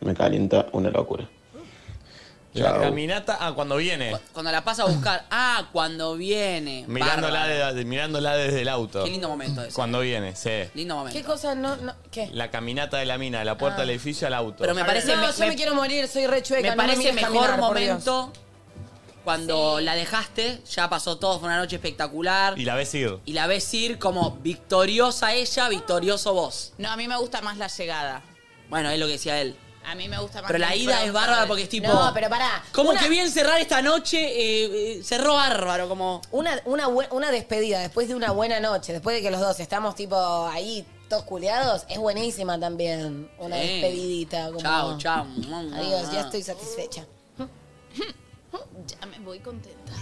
S12: me calienta una locura.
S1: La
S12: Chao.
S1: caminata, ah, cuando viene.
S4: Cuando la pasa a buscar. ¡Ah! Cuando viene.
S1: Mirándola,
S4: Bárbaro.
S1: de- de- mirándola desde el auto.
S4: Qué lindo momento ese.
S1: Cuando viene, sí.
S4: Lindo momento.
S2: ¿Qué cosa no, no qué?
S1: La caminata de la mina, de la puerta
S2: Ah.
S1: del edificio al auto.
S4: Pero me parece.
S2: no,
S4: me-
S2: yo me,
S4: me-
S2: quiero morir, soy re chueca.
S4: me
S2: no
S4: parece
S2: mires
S4: mejor
S2: caminar, por Dios.
S4: momento cuando la dejaste, ya pasó todo, fue una noche espectacular.
S1: Y la ves ir.
S4: Y la ves ir como victoriosa ella, victorioso vos.
S3: No, a mí me gusta más la llegada.
S4: Bueno, es lo que decía él.
S3: A mí me gusta más.
S4: Pero la
S3: James
S4: ida
S3: Brown,
S4: es bárbara
S3: ¿sabes?
S4: porque es tipo.
S2: No, pero pará.
S4: Como
S2: Una-
S4: que bien cerrar esta noche, eh, eh, cerró bárbaro, como.
S2: Una, una, bu- una despedida después de una buena noche, después de que los dos estamos tipo ahí todos culiados, es buenísima también. Una
S4: Sí. mm,
S2: despedidita. Como,
S4: Chao, chao.
S2: Adiós, ya estoy satisfecha.
S3: Ya me voy contenta.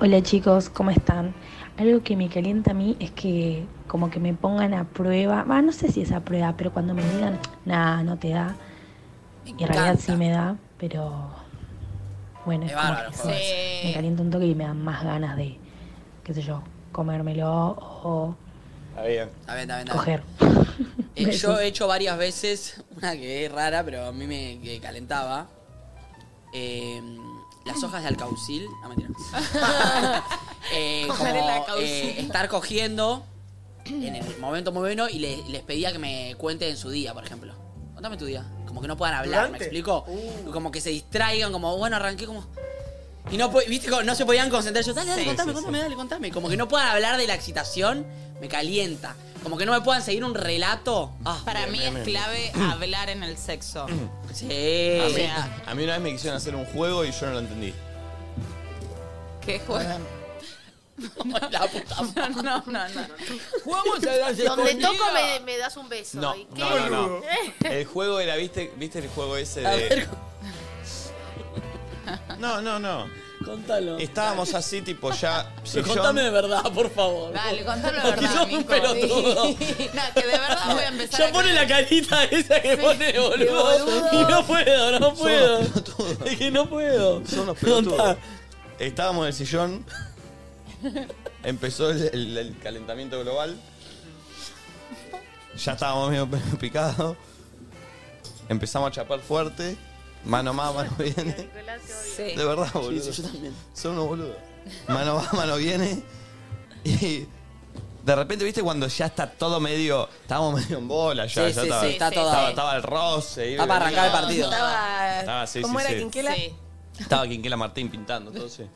S13: Hola chicos, ¿cómo están? Algo que me calienta a mí es que como que me pongan a prueba, va, no sé si es a prueba, pero cuando me digan, nada, no te da, y en realidad sí me da, pero bueno, es
S4: Es
S13: como
S4: bárbaro,
S13: que
S4: joder.
S13: eso me calienta un toque y me dan más ganas de, qué sé yo, comérmelo o
S1: Está bien.
S4: Está bien, está bien. está bien.
S13: coger.
S4: Eh, yo
S13: Besos.
S4: he hecho varias veces, una que es rara, pero a mí me que calentaba. eh,
S3: Mm.
S4: las hojas de alcaucil. No, mentira. Eh, como,
S3: Coger el alcaucil.
S4: eh, estar cogiendo en el momento muy bueno y le- les pedía que me cuenten su día, por ejemplo. Contame tu día. Como que no puedan hablar, ¿me
S6: ¿Durante? Uh.
S4: explico? Como que se distraigan, como, bueno, arranqué como... Y no, po- viste, como no se podían concentrar. Yo, dale, dale,
S6: Sí,
S4: contame,
S6: sí, sí.
S4: contame, dale, contame. Como que no puedan hablar de la excitación, me calienta. Como que no me puedan seguir un relato. Ah,
S3: Para mí es clave hablar en el sexo.
S4: Sí.
S1: A mí,
S3: sea-
S1: a mí una vez me quisieron hacer un juego y yo no lo entendí.
S3: ¿Qué juego?
S4: La puta
S3: No, no, no, no.
S4: Jugamos
S5: Donde toco me, me das un beso.
S1: No,
S5: ¿Y qué?
S1: no, no, no. El juego era, ¿viste, ¿viste el juego ese
S5: A
S1: de...? No, no, no.
S4: Contalo.
S1: Estábamos así, tipo, ya...
S4: Pero contame de verdad, por favor.
S3: Dale, contalo la
S4: Porque
S3: verdad,
S4: sos un
S3: Nico.
S4: pelotudo.
S3: No, que de verdad voy a empezar
S4: Yo
S3: a-
S4: pone la carita esa que pone, boludo.
S3: boludo.
S4: Y no puedo, no
S1: Somos
S4: puedo. Es que no puedo.
S1: Son los pelotudos. Estábamos en el sillón, empezó el, el- el calentamiento global. Ya estábamos medio picados. Empezamos a chapar fuerte. Mano más, mano viene.
S3: Sí.
S1: De verdad, boludo.
S4: yo también.
S1: Son unos boludos. Mano va, mano viene. Y de repente, ¿viste? Cuando ya está todo medio. Estábamos medio en bola ya.
S4: Sí, sí,
S1: ya estaba,
S4: sí, está todo-
S1: Estaba, estaba el roce.
S4: Está para arrancar el partido.
S2: Estaba.
S1: Estaba, sí,
S2: ¿Cómo
S1: sí,
S2: era
S1: sí.
S2: Quinquela?
S3: Sí.
S1: Estaba Quinquela Martín pintando, entonces.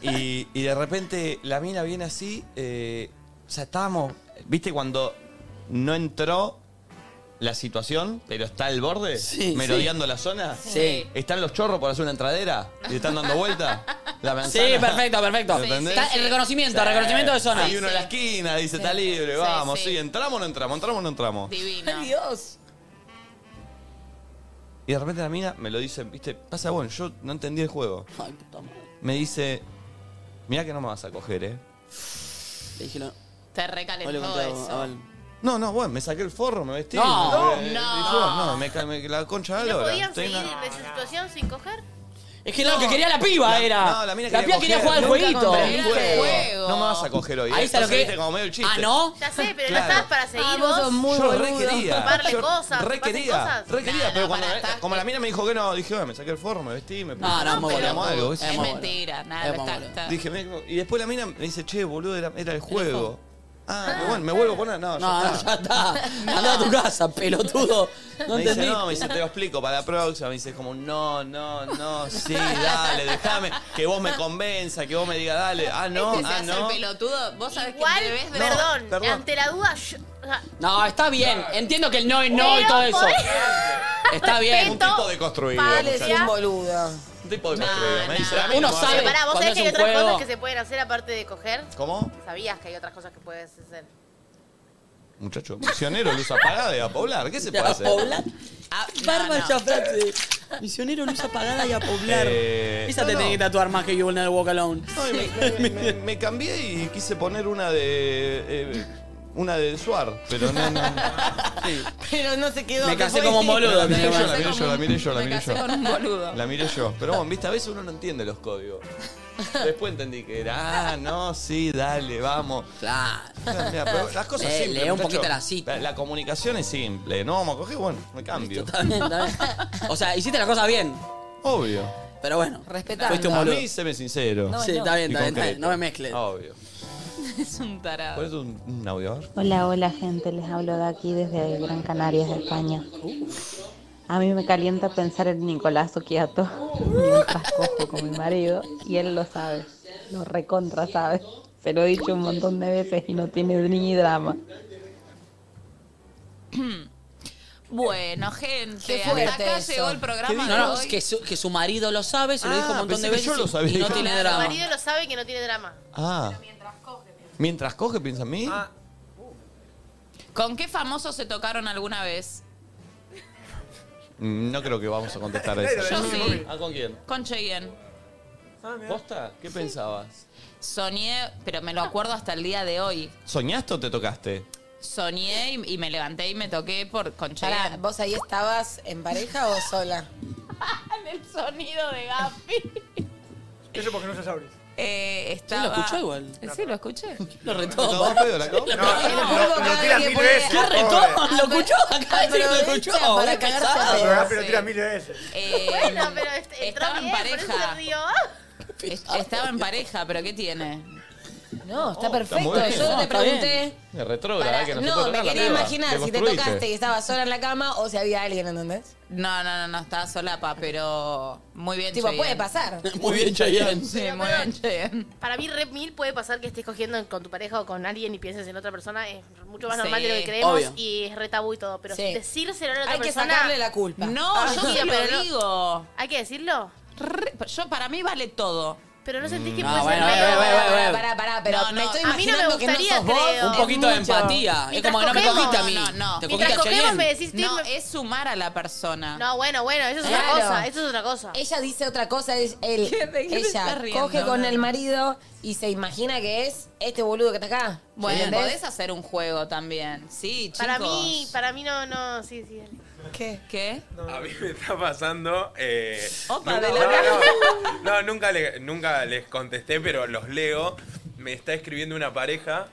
S1: Y, y de repente la mina viene así. eh, o sea, estábamos. ¿Viste cuando no entró la situación, pero está al borde?
S4: Sí,
S1: merodeando la zona.
S4: Sí.
S1: ¿Están los chorros por hacer una entradera? ¿Y están dando vuelta? La
S4: Sí,
S1: manzana.
S4: perfecto, perfecto.
S1: ¿Me entendés?
S4: Está el reconocimiento, el
S1: Sí.
S4: reconocimiento de zona.
S1: Hay uno en la esquina, dice, está libre,
S4: Sí,
S1: vamos,
S4: sí.
S1: sí. entramos o no entramos, entramos o no
S2: Oh.
S1: entramos.
S3: Divino.
S4: Dios.
S1: Y de repente la mina me lo dice, viste, pasa bueno, yo no entendí el juego.
S4: Ay, puta madre.
S1: Me dice, mirá que no me vas a coger, eh.
S4: Le dije, no.
S3: Te recalentó
S1: ah,
S3: eso.
S1: No, no, bueno, me saqué el forro, me vestí.
S4: No.
S1: me-
S4: No.
S1: y fue, no, me, ca- me- la concha de la
S5: ¿No
S1: lora.
S5: podían
S1: Tengo-
S5: seguir en
S4: Ah.
S5: esa situación sin coger?
S4: Es que no, que quería la piba
S1: La-
S4: era.
S1: no, la mina quería
S4: piba quería
S1: coger.
S4: jugar al
S1: Nunca
S4: jueguito.
S1: comprendí el juego. No me vas a coger hoy.
S4: Ahí está lo
S1: Entonces,
S4: que-
S1: viste, como medio el chiste.
S4: Ah, ¿no?
S5: Ya sé, pero
S1: Claro.
S5: no estabas para seguir
S2: vos
S5: vos.
S2: sos muy
S1: yo
S2: boludo.
S1: requería.
S5: Chuparle cosas, chuparse
S1: Requería,
S5: cosas.
S1: requería,
S5: Nah,
S1: pero
S5: no,
S1: cuando,
S5: pará,
S1: la-
S5: estás-
S1: como la mina me dijo que no, dije, bueno, me saqué el forro, me vestí, me puse.
S4: No, no, muy
S1: hagamos
S4: boludo.
S1: algo,
S4: Es
S1: ¿viste?
S4: muy boludo.
S3: Mentira, nada,
S4: Es muy
S3: está-
S4: boludo.
S3: está-
S1: Dije, me- y después la mina me dice, che, boludo, era, era el juego. Ah, pero bueno, me vuelvo a poner. No,
S4: No,
S1: ya
S4: no,
S1: está.
S4: ya está. Andá a tu casa, pelotudo. No
S1: me dice,
S4: entendí.
S1: no, me dice, te lo explico para la próxima. Me dice, como, no, no, no, sí, dale, déjame. Que vos me convenza, que vos me digas, dale. Ah, no,
S3: Este se
S1: ah,
S3: hace
S1: no.
S3: el pelotudo. Vos sabés
S5: Igual,
S3: que debes de...
S5: perdón,
S1: perdón.
S5: ante la duda, yo, o sea,
S4: No, está bien. Entiendo que el no es no y
S5: Pero
S4: todo eso.
S5: podés-
S4: Está bien.
S1: Un tipo de construido.
S5: Vale,
S2: Eres un boludo.
S1: Un tipo de construido. Me dice, a mí
S4: Uno
S1: no me va a
S4: sabe.
S1: hacer-
S5: pará, vos
S4: Eh, cuando
S5: sabés
S4: es
S5: que hay
S4: un
S5: otras
S4: juego.
S5: cosas que se pueden hacer aparte de coger.
S1: ¿Cómo?
S5: Sabías que hay otras cosas que puedes hacer.
S1: Muchacho, misionero, luz apagada de apoblar. ¿Qué se
S4: De
S1: puede hacer?
S4: apoblar.
S3: Ah,
S4: Barba
S3: no,
S4: esa frase. Misionero, luz apagada y a poblar.
S1: Eh,
S4: Esa
S1: no,
S4: te
S1: no.
S4: tenés que tatuar más que yo en el Walk Alone.
S1: No, y me, me- me cambié y quise poner una de. eh, una de Suar, pero no. no.
S2: Pero no se quedó.
S4: Me
S2: ¿qué
S4: casé
S2: fue?
S4: como un boludo.
S1: La miré
S4: tenés
S1: yo,
S4: que
S1: la miré yo, la miré yo, la
S3: Me
S1: miré
S3: casé con
S1: yo.
S3: un boludo.
S1: La miré yo. Pero bueno, viste, a veces uno no entiende los códigos. Después entendí que era, ah, no, sí, dale, vamos.
S4: Claro.
S1: Mirá, mirá, pero las cosas
S4: Le-
S1: simples.
S4: lee un
S1: muchacho.
S4: poquito la cita.
S1: La, la comunicación es simple. No vamos a coger, bueno, me cambio.
S4: Está bien, está bien. O sea, hiciste las cosas bien.
S1: Obvio.
S4: Pero bueno.
S2: Respetando.
S4: Fuiste un
S1: A
S4: boludo.
S1: mí, séme sincero.
S2: No,
S4: Sí, está bien,
S1: Y
S4: está bien, está bien.
S1: concreto.
S4: No me mezcles.
S1: Obvio.
S3: Es un tarado.
S1: ¿Puedes un, un audio? A ver.
S13: Hola, hola gente, les hablo de aquí desde Gran Canarias, España. A mí me calienta pensar en Nicolás Oquiato mientras cojo con mi marido y él lo sabe, lo recontra sabe. Se lo he dicho un montón de veces y no tiene ni drama.
S3: Bueno, gente,
S2: Qué
S3: hasta
S2: fuerte
S3: acá
S2: eso.
S3: llegó el programa
S4: No,
S3: de
S4: no,
S3: hoy.
S4: que su, que su marido lo sabe, se lo
S1: Ah,
S4: dijo un montón
S1: pensé
S4: de
S1: que
S4: veces.
S1: yo lo
S4: Y
S1: sabía.
S4: no tiene
S5: Claro,
S4: drama.
S5: Mi marido lo sabe que no tiene drama.
S1: Ah. Mientras coge, piensa en mí.
S2: Ah,
S3: ¿Con qué famosos se tocaron alguna vez?
S1: Mm, No creo que vamos a contestar eso.
S3: Yo sí.
S1: ¿Ah, con quién?
S3: Con Cheyenne.
S6: Ah,
S1: ¿Posta? ¿Qué pensabas?
S3: Soñé, pero me lo acuerdo hasta el día de hoy.
S1: ¿Soñaste o te tocaste?
S3: Soñé y, y me levanté y me toqué por, con
S2: Pará,
S3: Cheyenne.
S2: ¿vos ahí estabas en pareja o sola?
S3: En el sonido de Gafi.
S6: Eso porque no se sabe.
S3: Eh, estaba...
S6: lo escuchó igual.
S3: Sí, lo escuché.
S4: Lo
S6: ¿Lo
S4: retoma.
S6: cagó pedo, la cagó? No, lo- lo
S4: cada
S6: tira
S4: vez que
S6: mil
S4: pone-
S6: veces,
S4: ¿Qué
S6: pobre.
S4: retoma? Lo escuchó acá, sí, lo
S6: Aprovecha
S4: escuchó.
S6: para
S4: ahora
S6: cagarse a
S4: casado.
S6: pedo. Ah, pero tira mil veces.
S3: Eh,
S5: Bueno, pero est- entró
S3: estaba en
S5: bien, por eso
S3: pareja.
S5: se rió.
S3: Est- Estaba en pareja, pero ¿qué tiene?
S2: No, está
S1: está muy
S2: perfecto.
S1: bien.
S2: Yo
S1: No,
S2: te
S1: está
S2: pregunté.
S1: Es retrógrada, eh, que no, se puede
S2: No,
S1: tocar
S2: me
S1: la
S2: quería
S1: piba.
S2: imaginar si te
S1: construiste.
S2: tocaste y estabas sola en la cama o si había alguien, ¿entendés?
S3: No, no, no, no, estaba solapa, pero Oh, muy bien.
S2: Tipo,
S3: Cheyenne.
S2: puede pasar.
S4: Muy bien, Chayanne.
S3: Sí, muy bien, Cheyenne.
S5: Para mí, re mil puede pasar que estés cogiendo con tu pareja o con alguien y pienses en otra persona. Es mucho más
S3: Sí,
S5: normal de lo que creemos
S3: obvio.
S5: y es re tabú y todo. Pero
S2: Sí.
S5: decírselo a la otra
S2: Hay que
S5: persona.
S2: sacarle la culpa.
S3: No,
S5: Ah,
S3: yo
S5: sí,
S3: se
S5: pero
S3: lo
S5: no-
S3: digo.
S5: ¿Hay que decirlo?
S3: Re- yo, para mí vale todo.
S5: Pero no
S3: Mm,
S5: sentís que
S4: No,
S5: puede
S4: bueno,
S5: ser
S4: bueno,
S5: medio-
S4: bueno, bueno, bueno.
S2: Pará, pará, pero
S3: No, no,
S2: me estoy
S5: a mí no me
S2: imaginando que no
S5: gustaría,
S2: sos vos.
S5: creo.
S4: Un poquito de
S3: mucho.
S4: empatía. Es
S5: Mientras
S4: como que no me
S5: cogemos.
S4: cogiste a mí.
S3: No, no.
S4: Te
S5: Mientras
S4: cogiste a
S5: cogemos
S4: Chayanne.
S5: me decís,
S3: No,
S5: "Tim,
S3: es sumar a la persona.
S5: No, bueno, bueno, eso es
S2: Claro.
S5: otra cosa, eso es otra cosa.
S2: Ella dice otra cosa, es él.
S3: ¿Qué- de qué te
S2: ella
S3: estás riendo?
S2: coge con
S3: No,
S2: el
S3: no.
S2: marido y se imagina que es este boludo que está acá.
S3: Bueno,
S2: ¿entendés?
S3: podés hacer un juego también. Sí, chicos.
S5: Para mí, para mí no, no, sí, sí. dale.
S2: ¿Qué?
S3: ¿Qué?
S14: A mí me está pasando. eh,
S3: Opa,
S14: nunca-
S3: de la
S14: no, no, no, nunca, le- nunca les contesté, pero los leo. Me está escribiendo una pareja.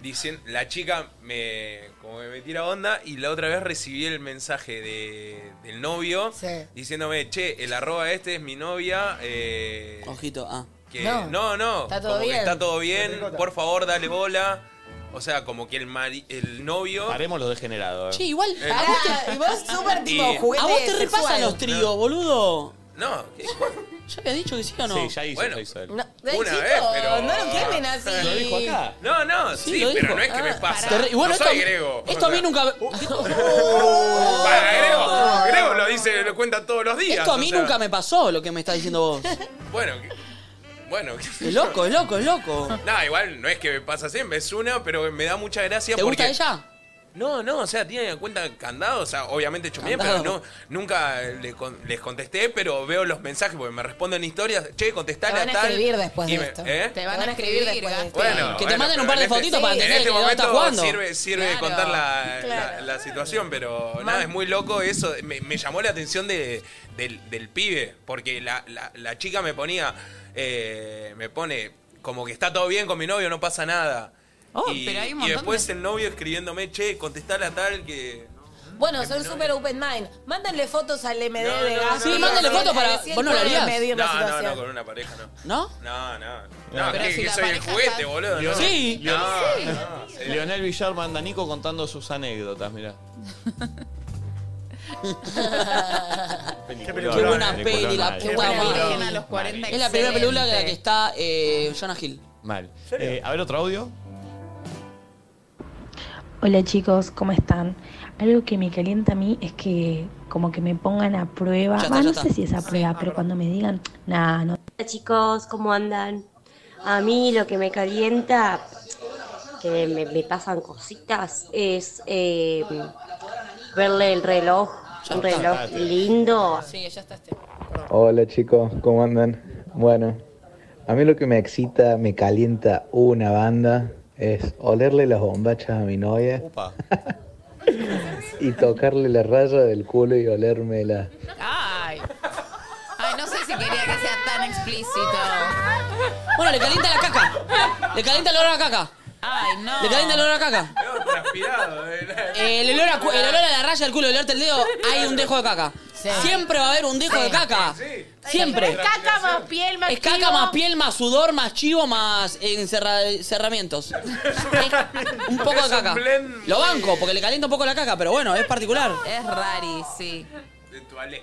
S14: Dicen, la chica me como que me tira onda y la otra vez recibí el mensaje de- del novio
S2: Sí.
S14: diciéndome, che, el arroba este es mi novia. eh,
S4: Ojito, ah.
S14: que
S4: No.
S14: no, no,
S4: Está todo
S14: como que
S4: bien.
S14: está todo bien, por favor, dale bola. O sea, como que el, mari- el novio...
S1: Haremos los degenerados.
S4: Che, igual.
S14: Eh,
S4: a
S14: Pará,
S4: vos te-
S2: Ah, y vos súper tipo
S14: Y-
S2: juguete
S4: A vos te
S2: sexual.
S4: repasan los tríos, boludo.
S14: No,
S4: ¿Ya habías dicho que sí o no?
S1: Sí, ya hizo, ya hizo él.
S2: No, ay,
S14: Una
S2: chicos,
S14: vez, pero-
S2: no lo quemen así.
S1: Lo dijo acá.
S14: No, no, sí,
S4: Sí, lo
S14: pero
S4: dijo. Ah,
S14: no es que me pasa.
S4: Te re- y bueno,
S14: no
S4: esto
S14: soy
S4: a mí-
S14: Grego.
S4: Esto a mí nunca.
S14: Para Grego, Grego lo dice, lo cuenta todos los días.
S4: Esto a mí
S14: o sea,
S4: nunca me pasó, lo que me estás diciendo vos.
S14: Bueno, que- bueno. qué sé
S4: Es
S14: yo.
S4: loco, eh. es loco, es loco.
S14: No, igual no es que me pasa siempre, es una, pero me da mucha gracia
S4: ¿Te
S14: porque...
S4: gusta ella?
S14: No, no, o sea, tiene en cuenta candado, o sea, obviamente chumé,
S4: Candado.
S14: pero no, nunca le con- les contesté, pero veo los mensajes porque me responden historias, che, contestale
S2: Te van
S14: a
S2: a
S14: tal.
S2: escribir después
S14: y
S2: de
S14: me-
S2: esto.
S14: ¿eh?
S3: Te van a escribir después de esto.
S14: Bueno,
S4: Que te
S14: bueno,
S4: manden un
S14: pero
S4: par de
S14: en este-
S4: fotitos para
S14: En
S4: entender
S14: este
S4: que no está
S14: momento
S4: jugando.
S14: sirve, sirve
S3: Claro.
S14: contar la, la- la situación, pero nada, es muy loco eso. Me, me llamó la atención de- del, del pibe, porque la, la- la chica me ponía, eh, me pone como que está todo bien con mi novio, no pasa nada.
S3: Oh,
S14: y,
S3: pero hay
S14: y
S3: un montón
S14: después el novio escribiéndome, che, contestale a tal que...
S2: Bueno, son súper open mind. Mándenle fotos al MD
S14: No,
S2: de
S14: no,
S2: gas.
S14: no, Sí, no, mándenle
S4: fotos para- ¿vos no lo harías?
S2: medir la
S14: No, no,
S2: situación.
S14: no, con una pareja no.
S4: ¿No?
S14: No, no.
S1: No,
S14: No,
S1: pero
S14: que,
S1: si
S14: que
S1: la
S14: soy el
S1: pareja
S14: juguete,
S1: está-
S14: boludo.
S1: Yo-
S14: no.
S1: Sí.
S14: No,
S1: Sí.
S14: no, sí.
S1: Leonel Villar manda a Nico contando sus anécdotas, mirá.
S4: Qué buena peli, la
S1: Qué
S4: puta
S1: buena
S4: madre.
S1: peli.
S3: a los 40
S4: Es la primera
S3: excelente.
S4: película en la que está eh, Jonah Hill.
S1: Mal. Eh, a ver, otro audio.
S13: Hola chicos, ¿cómo están? Algo que me calienta a mí es que como que me pongan a prueba,
S10: Ya está,
S13: Va,
S10: ya
S13: no
S10: está.
S13: sé si es a prueba, pero cuando me digan, nada, no
S10: Hola chicos, ¿cómo andan? A mí lo que me calienta, que me, me pasan cositas, es eh, verle el reloj, un reloj lindo.
S2: Sí, ya está.
S15: Hola chicos, ¿cómo andan? Bueno, a mí lo que me excita, me calienta una banda es olerle las bombachas a mi novia y tocarle la raya del culo y olérmela.
S3: Ay. Ay, no sé si quería que sea tan explícito.
S4: Bueno, le calienta la caca. Le calienta el olor a caca.
S3: Ay, no.
S4: Le calienta el olor a caca.
S14: Transpirado,
S4: Eh, El olor a, cu- el olor a la raya del culo, el olor del dedo, hay un dejo de caca. Siempre va a haber un dejo
S5: Sí.
S4: de caca. Siempre.
S5: Es caca más piel, más
S4: Es caca
S5: chivo.
S4: más piel, más sudor, más chivo, más encerra- encerramientos. Es un poco de caca. Lo banco, porque le calienta un poco la caca, pero bueno, es particular.
S3: Es rari, sí.
S14: De tu ale.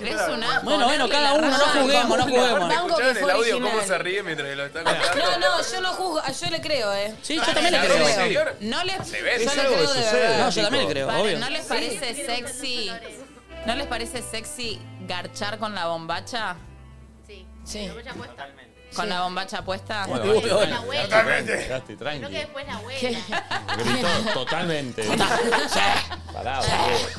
S3: Eres un asco.
S4: Bueno, bueno,
S3: Darle
S4: cada
S3: la
S4: uno, no
S3: razón.
S4: juguemos, no juguemos.
S2: Banco que
S14: ¿Escucharon el
S2: fue
S14: audio cómo
S2: original.
S14: se ríe mientras lo está
S2: No,
S14: contando?
S2: no, yo no juzgo, ah, yo le creo, ¿eh?
S4: Sí,
S14: yo también le creo. Señor,
S3: No les,
S14: se ve,
S3: yo
S14: es
S3: le
S14: algo
S3: creo
S14: que
S3: de
S14: sucede,
S3: verdad.
S4: No, yo también le creo,
S3: Paren,
S4: obvio.
S3: ¿No les parece sexy? ¿No les parece sexy garchar con la bombacha?
S5: Sí.
S2: Sí.
S3: ¿Con la bombacha puesta?
S1: Bueno,
S3: Sí.
S1: bueno,
S5: la abuela.
S1: Totalmente. Gasti,
S5: Creo que
S1: tranqui.
S5: después Pues la abuela.
S1: Gritó totalmente. Pará, boludo,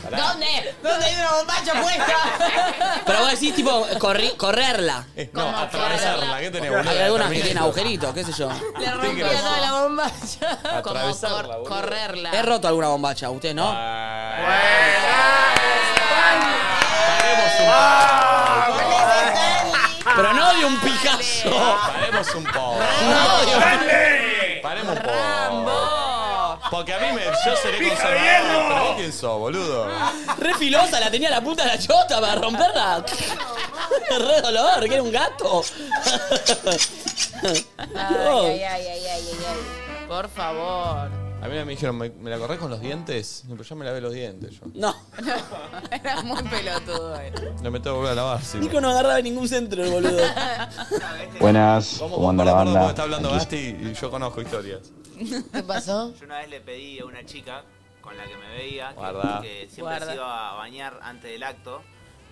S1: pará.
S2: ¿Dónde? ¿Dónde hay una bombacha
S4: puesta? Pero vos decís, tipo, corri- correrla.
S1: No, atravesarla. ¿Qué tenés, boludo?
S4: Hay algunas que
S1: También.
S4: tienen agujeritos, qué sé yo.
S2: Le rompía toda la bombacha.
S4: Atravesarla,
S2: Como cor- correrla.
S4: He roto alguna bombacha, usted no. Pero no de un Picasso.
S1: Paremos un poco. Paremos un poco. Porque a mí me, yo seré
S4: Pija de
S1: conservador.
S4: hierro.
S1: Pero vos quién sos, boludo.
S4: Re filosa, la tenía la puta de la chota para romperla. Re dolor, que era un gato. Oh.
S1: Dios.
S2: Ay, ay, ay, ay, ay, ay, ay.
S3: Por favor.
S1: A mí me dijeron, ¿me, me la corrés con los dientes? Pero yo me lavé los dientes. Yo.
S4: No.
S3: Era muy pelotudo. eh.
S1: No me tengo que volver a lavar, sí.
S4: Nico no agarraba en ningún centro, el boludo.
S12: Buenas,
S1: ¿Cómo,
S12: ¿cómo anda la
S1: Perdón, porque
S12: banda?
S1: está hablando
S12: Aquí
S1: Gasti y yo conozco historias.
S2: ¿Qué pasó?
S16: Yo una vez le pedí a una chica con la que me veía,
S1: Guarda.
S16: que, que siempre
S1: Guarda.
S16: se iba a bañar antes del acto,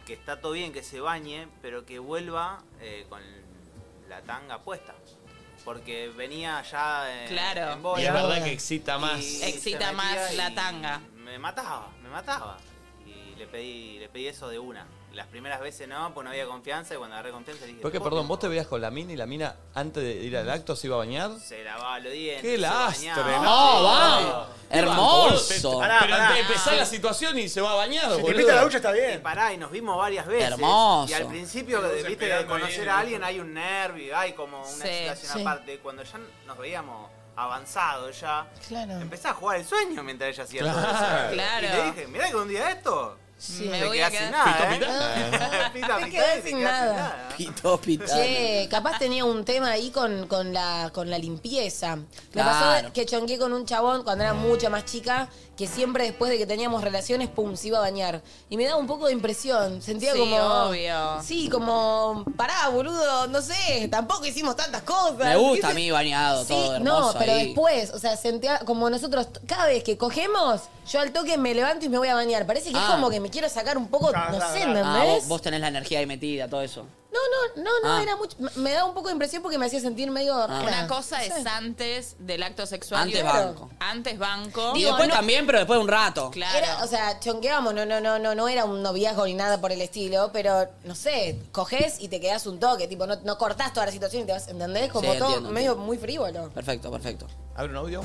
S16: que está todo bien que se bañe, pero que vuelva eh, con la tanga puesta. Porque venía ya en,
S3: Claro.
S16: en bola
S1: Y es verdad que
S16: y
S1: excita más.
S16: se
S3: Excita
S16: metía
S3: más
S16: y
S3: la tanga.
S16: Me mataba, me mataba. Y le pedí, le pedí eso de una. Las primeras veces no, pues no había confianza y cuando agarré confianza dije...
S1: Porque, perdón, vos te veías con la mina y la mina antes de ir al acto se iba a bañar.
S16: Se lavaba los dientes.
S1: ¡Qué
S16: se
S1: lastre!
S16: bañaba. Ah,
S1: No,
S4: va.
S1: Qué
S4: Hermoso.
S1: banco, boludo. Te- Pero te empezás la situación y se va bañado,
S16: Si te
S1: boludo.
S16: pinta la ducha está bien. Y pará, y nos vimos varias veces.
S1: Hermoso.
S16: Y al principio, de, viste, de conocer a alguien hay un nervio, hay como una
S3: Sí,
S16: excitación
S3: sí.
S16: aparte. Cuando ya nos veíamos avanzados ya,
S2: Claro.
S16: empezás a jugar el sueño mientras ella hacía
S1: Claro.
S16: todo eso.
S3: Claro.
S16: Y le dije, mirá que un día de esto...
S2: Sí.
S16: te
S2: Me voy a
S16: quedás sin
S2: quedar-
S16: nada,
S2: Pito
S16: ¿eh? Pito
S2: Me
S16: pitá y te
S2: quedé
S16: quedás
S2: sin nada.
S4: Pito, pito.
S2: Che, capaz tenía un tema ahí con, con la, con la limpieza. Me
S4: Claro.
S2: pasó que chonqué con un chabón cuando era mucho más chica, que siempre después de que teníamos relaciones, pum, se iba a bañar. Y me daba un poco de impresión. Sentía
S3: Sí,
S2: como.
S3: obvio.
S2: Sí, como. Pará, boludo, no sé, tampoco hicimos tantas cosas.
S4: Me gusta a
S2: ¿Qué
S4: mí
S2: sé?
S4: bañado,
S2: Sí,
S4: todo hermoso
S2: no, pero
S4: ahí.
S2: después, o sea, sentía como nosotros, t- cada vez que cogemos, yo al toque me levanto y me voy a bañar. Parece que es
S4: Ah.
S2: como que me quiero sacar un poco, no sé, ¿entendés?
S4: Ah, vos, vos tenés la energía ahí metida, todo eso.
S2: No, no, no, no,
S4: Ah.
S2: era mucho. me- Me daba un poco de impresión porque me hacía sentir medio. rara.
S3: Una cosa
S2: No sé.
S3: es antes del acto sexual. y
S4: Antes
S3: otra-
S4: banco.
S3: Antes banco.
S4: y después también, pero después de un rato.
S2: Era, o sea, chonqueábamos, no, no, no, no, no era un noviazgo ni nada por el estilo, pero no sé, coges y te quedás un toque, tipo, no, no cortás toda la situación y te vas, ¿entendés? Como
S4: Sí,
S2: todo
S4: entiendo,
S2: medio muy frívolo.
S4: Perfecto, perfecto.
S1: ¿Abre un audio?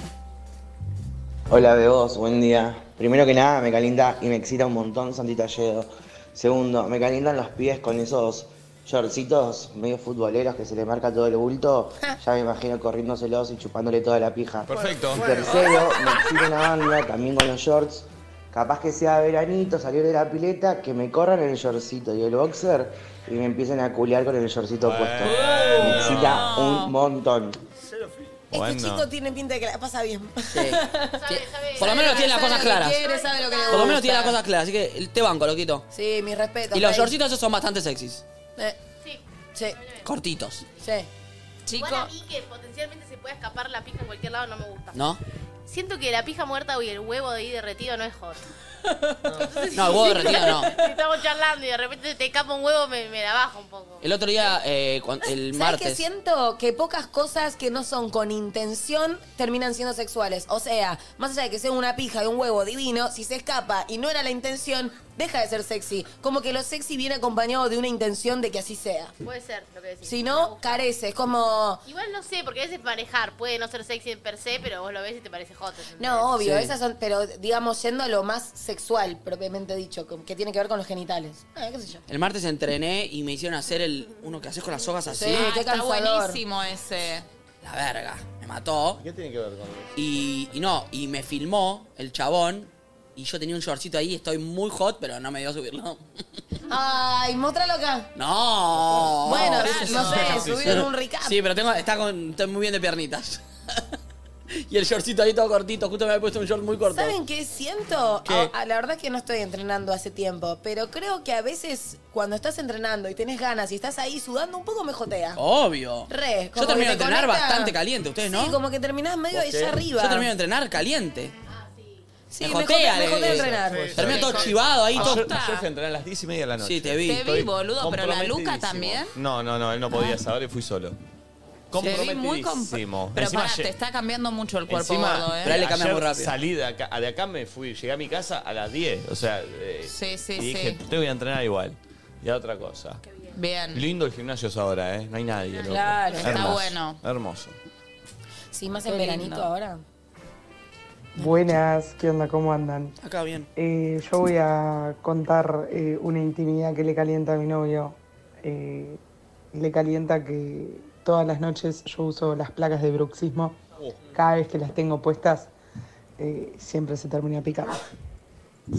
S17: Hola Bebos, buen día. Primero que nada, me calienta y me excita un montón Santi Talledo. Segundo, me calientan los pies con esos shortcitos medio futboleros que se le marca todo el bulto. Ya me imagino corriéndoselos y chupándole toda la pija.
S1: Perfecto.
S17: Y tercero, me excita una banda también con los shorts. Capaz que sea veranito, salir de la pileta, que me corran el shortcito y el boxer y me empiecen a culear con el shortcito puesto. Me excita un montón.
S2: Este chico tiene pinta de que la pasa bien.
S4: Por lo menos tiene las
S2: Sabe
S4: cosas
S2: lo que
S4: claras.
S2: quiere, sabe lo que le
S4: Por lo menos
S2: gusta.
S4: tiene las cosas claras, así que te banco, loquito.
S2: Sí, mi respeto.
S4: Y los
S2: Rey.
S4: shortcitos esos son bastante sexys.
S2: Eh, Sí.
S4: Cortitos.
S2: Sí.
S5: Igual a mí que potencialmente se puede escapar la pija en cualquier lado no me gusta.
S4: ¿No?
S5: Siento que la pija muerta y el huevo de ahí derretido no es hot.
S4: No, el huevo derretido no.
S5: Si estamos charlando y de repente te escapa un huevo, me, me la baja un poco.
S4: El otro día, eh, cuan- el
S2: ¿Sabes que
S4: martes.
S2: siento que pocas cosas que no son con intención terminan siendo sexuales? O sea, más allá de que sea una pija de un huevo divino, si se escapa y no era la intención, deja de ser sexy. Como que lo sexy viene acompañado de una intención de que así sea.
S5: Puede ser lo que decís.
S2: Si no, carece. Es como.
S5: Igual no sé, porque a veces manejar puede no ser sexy en per se, pero vos lo ves y te parece hot. ¿entendés?
S2: No, obvio,
S5: Sí.
S2: esas son, pero digamos, yendo a lo más sexual, propiamente dicho, que que tiene que ver con los genitales. Ah, qué sé yo.
S4: El martes entrené y me hicieron hacer el uno que haces con las sogas así.
S3: Ah, está
S2: cansador.
S3: buenísimo ese.
S4: La verga. Me mató.
S1: ¿Qué tiene que ver con eso?
S4: Y, y no, y me filmó el chabón. Y yo tenía un shortcito ahí, estoy muy hot, pero no me dio subirlo.
S2: Ay, mostralo acá.
S4: No.
S2: Bueno, no sé, subieron un recap.
S4: Sí, pero tengo, está, con, estoy muy bien de piernitas. Y el shortcito ahí todo cortito. Justo me había puesto un short muy corto.
S2: ¿Saben qué siento?
S4: ¿Qué?
S2: A- a- la verdad es que no estoy entrenando hace tiempo, pero creo que a veces cuando estás entrenando y tenés ganas y estás ahí sudando, un poco me jotea.
S4: Obvio.
S2: Re, como
S4: Yo termino de
S2: que te
S4: entrenar
S2: conecta-
S4: bastante caliente. Ustedes no.
S2: Sí, como que terminás medio
S4: ¿Vos qué?
S2: allá arriba. Ah,
S4: Yo termino de entrenar caliente.
S2: Sí,
S4: me
S2: me
S4: jotea,
S2: jotea, me
S4: eh,
S2: jotea
S4: eso.
S2: entrenar.
S4: Sí, Termina todo chivado ahí, todo-
S1: Ayer, ayer fui a entrenar a las 10 y media de la noche.
S4: Sí, te vi.
S3: Te vi,
S1: Estoy
S3: boludo, pero la Luca
S1: comprometidísimo.
S3: también.
S1: No, no, no, él no podía saber y fui solo.
S3: Te vi muy comp-
S1: Comprometidísimo.
S3: Pero
S1: Encima
S3: pará,
S1: ye-
S3: te está cambiando mucho el cuerpo
S1: encima,
S3: gordo, ¿eh?
S1: ayer salí de acá, de acá me fui, llegué a mi casa a las 10. O sea, eh,
S3: Sí, sí,
S1: y dije,
S3: sí.
S1: te voy a entrenar igual. Y a otra cosa.
S3: Bien.
S1: Lindo el gimnasio es ahora, ¿eh? No hay nadie. loco.
S2: Claro, está
S1: Hermoso,
S2: bueno.
S1: Hermoso.
S2: Sí, más en
S4: Qué
S2: veranito
S4: lindo.
S2: ahora.
S18: Buenas, ¿qué onda? ¿Cómo andan?
S4: Acá bien.
S18: Eh, yo voy a contar eh, una intimidad que le calienta a mi novio. Eh, le calienta que todas las noches yo uso las placas de bruxismo. Cada vez que las tengo puestas, eh, siempre se termina picando.
S1: Y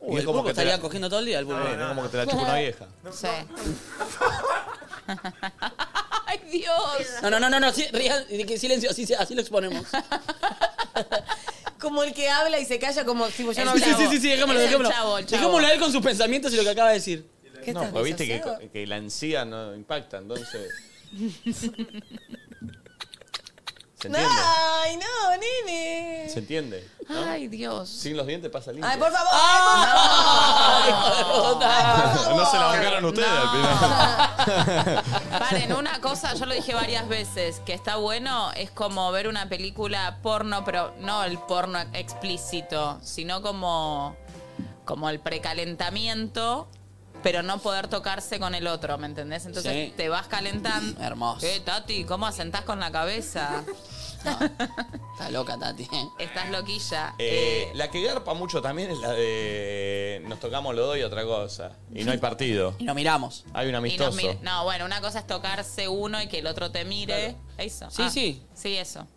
S4: Uy, el pulpo estaría cogiendo todo el día el pulpo.
S1: Eh, no, como que te la chupa una vieja.
S3: Sí. ¡Ay, Dios!
S4: No, no, no, no, no. sí, rían, y que silencio, así, se- así lo exponemos.
S2: Como el que habla y se calla como tipo yo no
S4: sí,
S2: hablaba.
S4: sí, sí, sí, sí, dejémoslo,
S2: Es el
S4: dejémoslo.
S2: chavo, el chavo.
S4: Dejémoslo a él con sus pensamientos y lo que acaba de decir.
S2: ¿Qué
S1: No,
S2: estás,
S1: pues viste que,
S2: desasado?
S1: que la encía no impacta, entonces. ¿Se entiende?
S2: Ay, no, nene.
S1: ¿Se entiende? ¿No?
S3: Ay, Dios.
S1: Sin los dientes pasa limpio.
S2: Ay, por favor. ay, por favor.
S1: no se la bancaron ustedes al final.
S3: Paren, una cosa, yo lo dije varias veces, que está bueno es como ver una película porno, pero no el porno explícito, sino como, como el precalentamiento, pero no poder tocarse con el otro, ¿me entendés? Entonces
S4: Sí.
S3: te vas calentando.
S4: Hermoso.
S3: Eh, Tati, ¿cómo asentás con la cabeza?
S4: Está loca, Tati.
S3: Estás loquilla.
S1: Eh, la que garpa mucho también es la de nos tocamos los dos y otra cosa. Y no hay partido.
S4: Y nos miramos.
S1: Hay un
S3: Y nos
S1: amistoso.
S3: mir- no, bueno, una cosa es tocarse uno y que el otro te mire. Eso. Ah.
S1: Sí, sí.
S3: Sí, eso.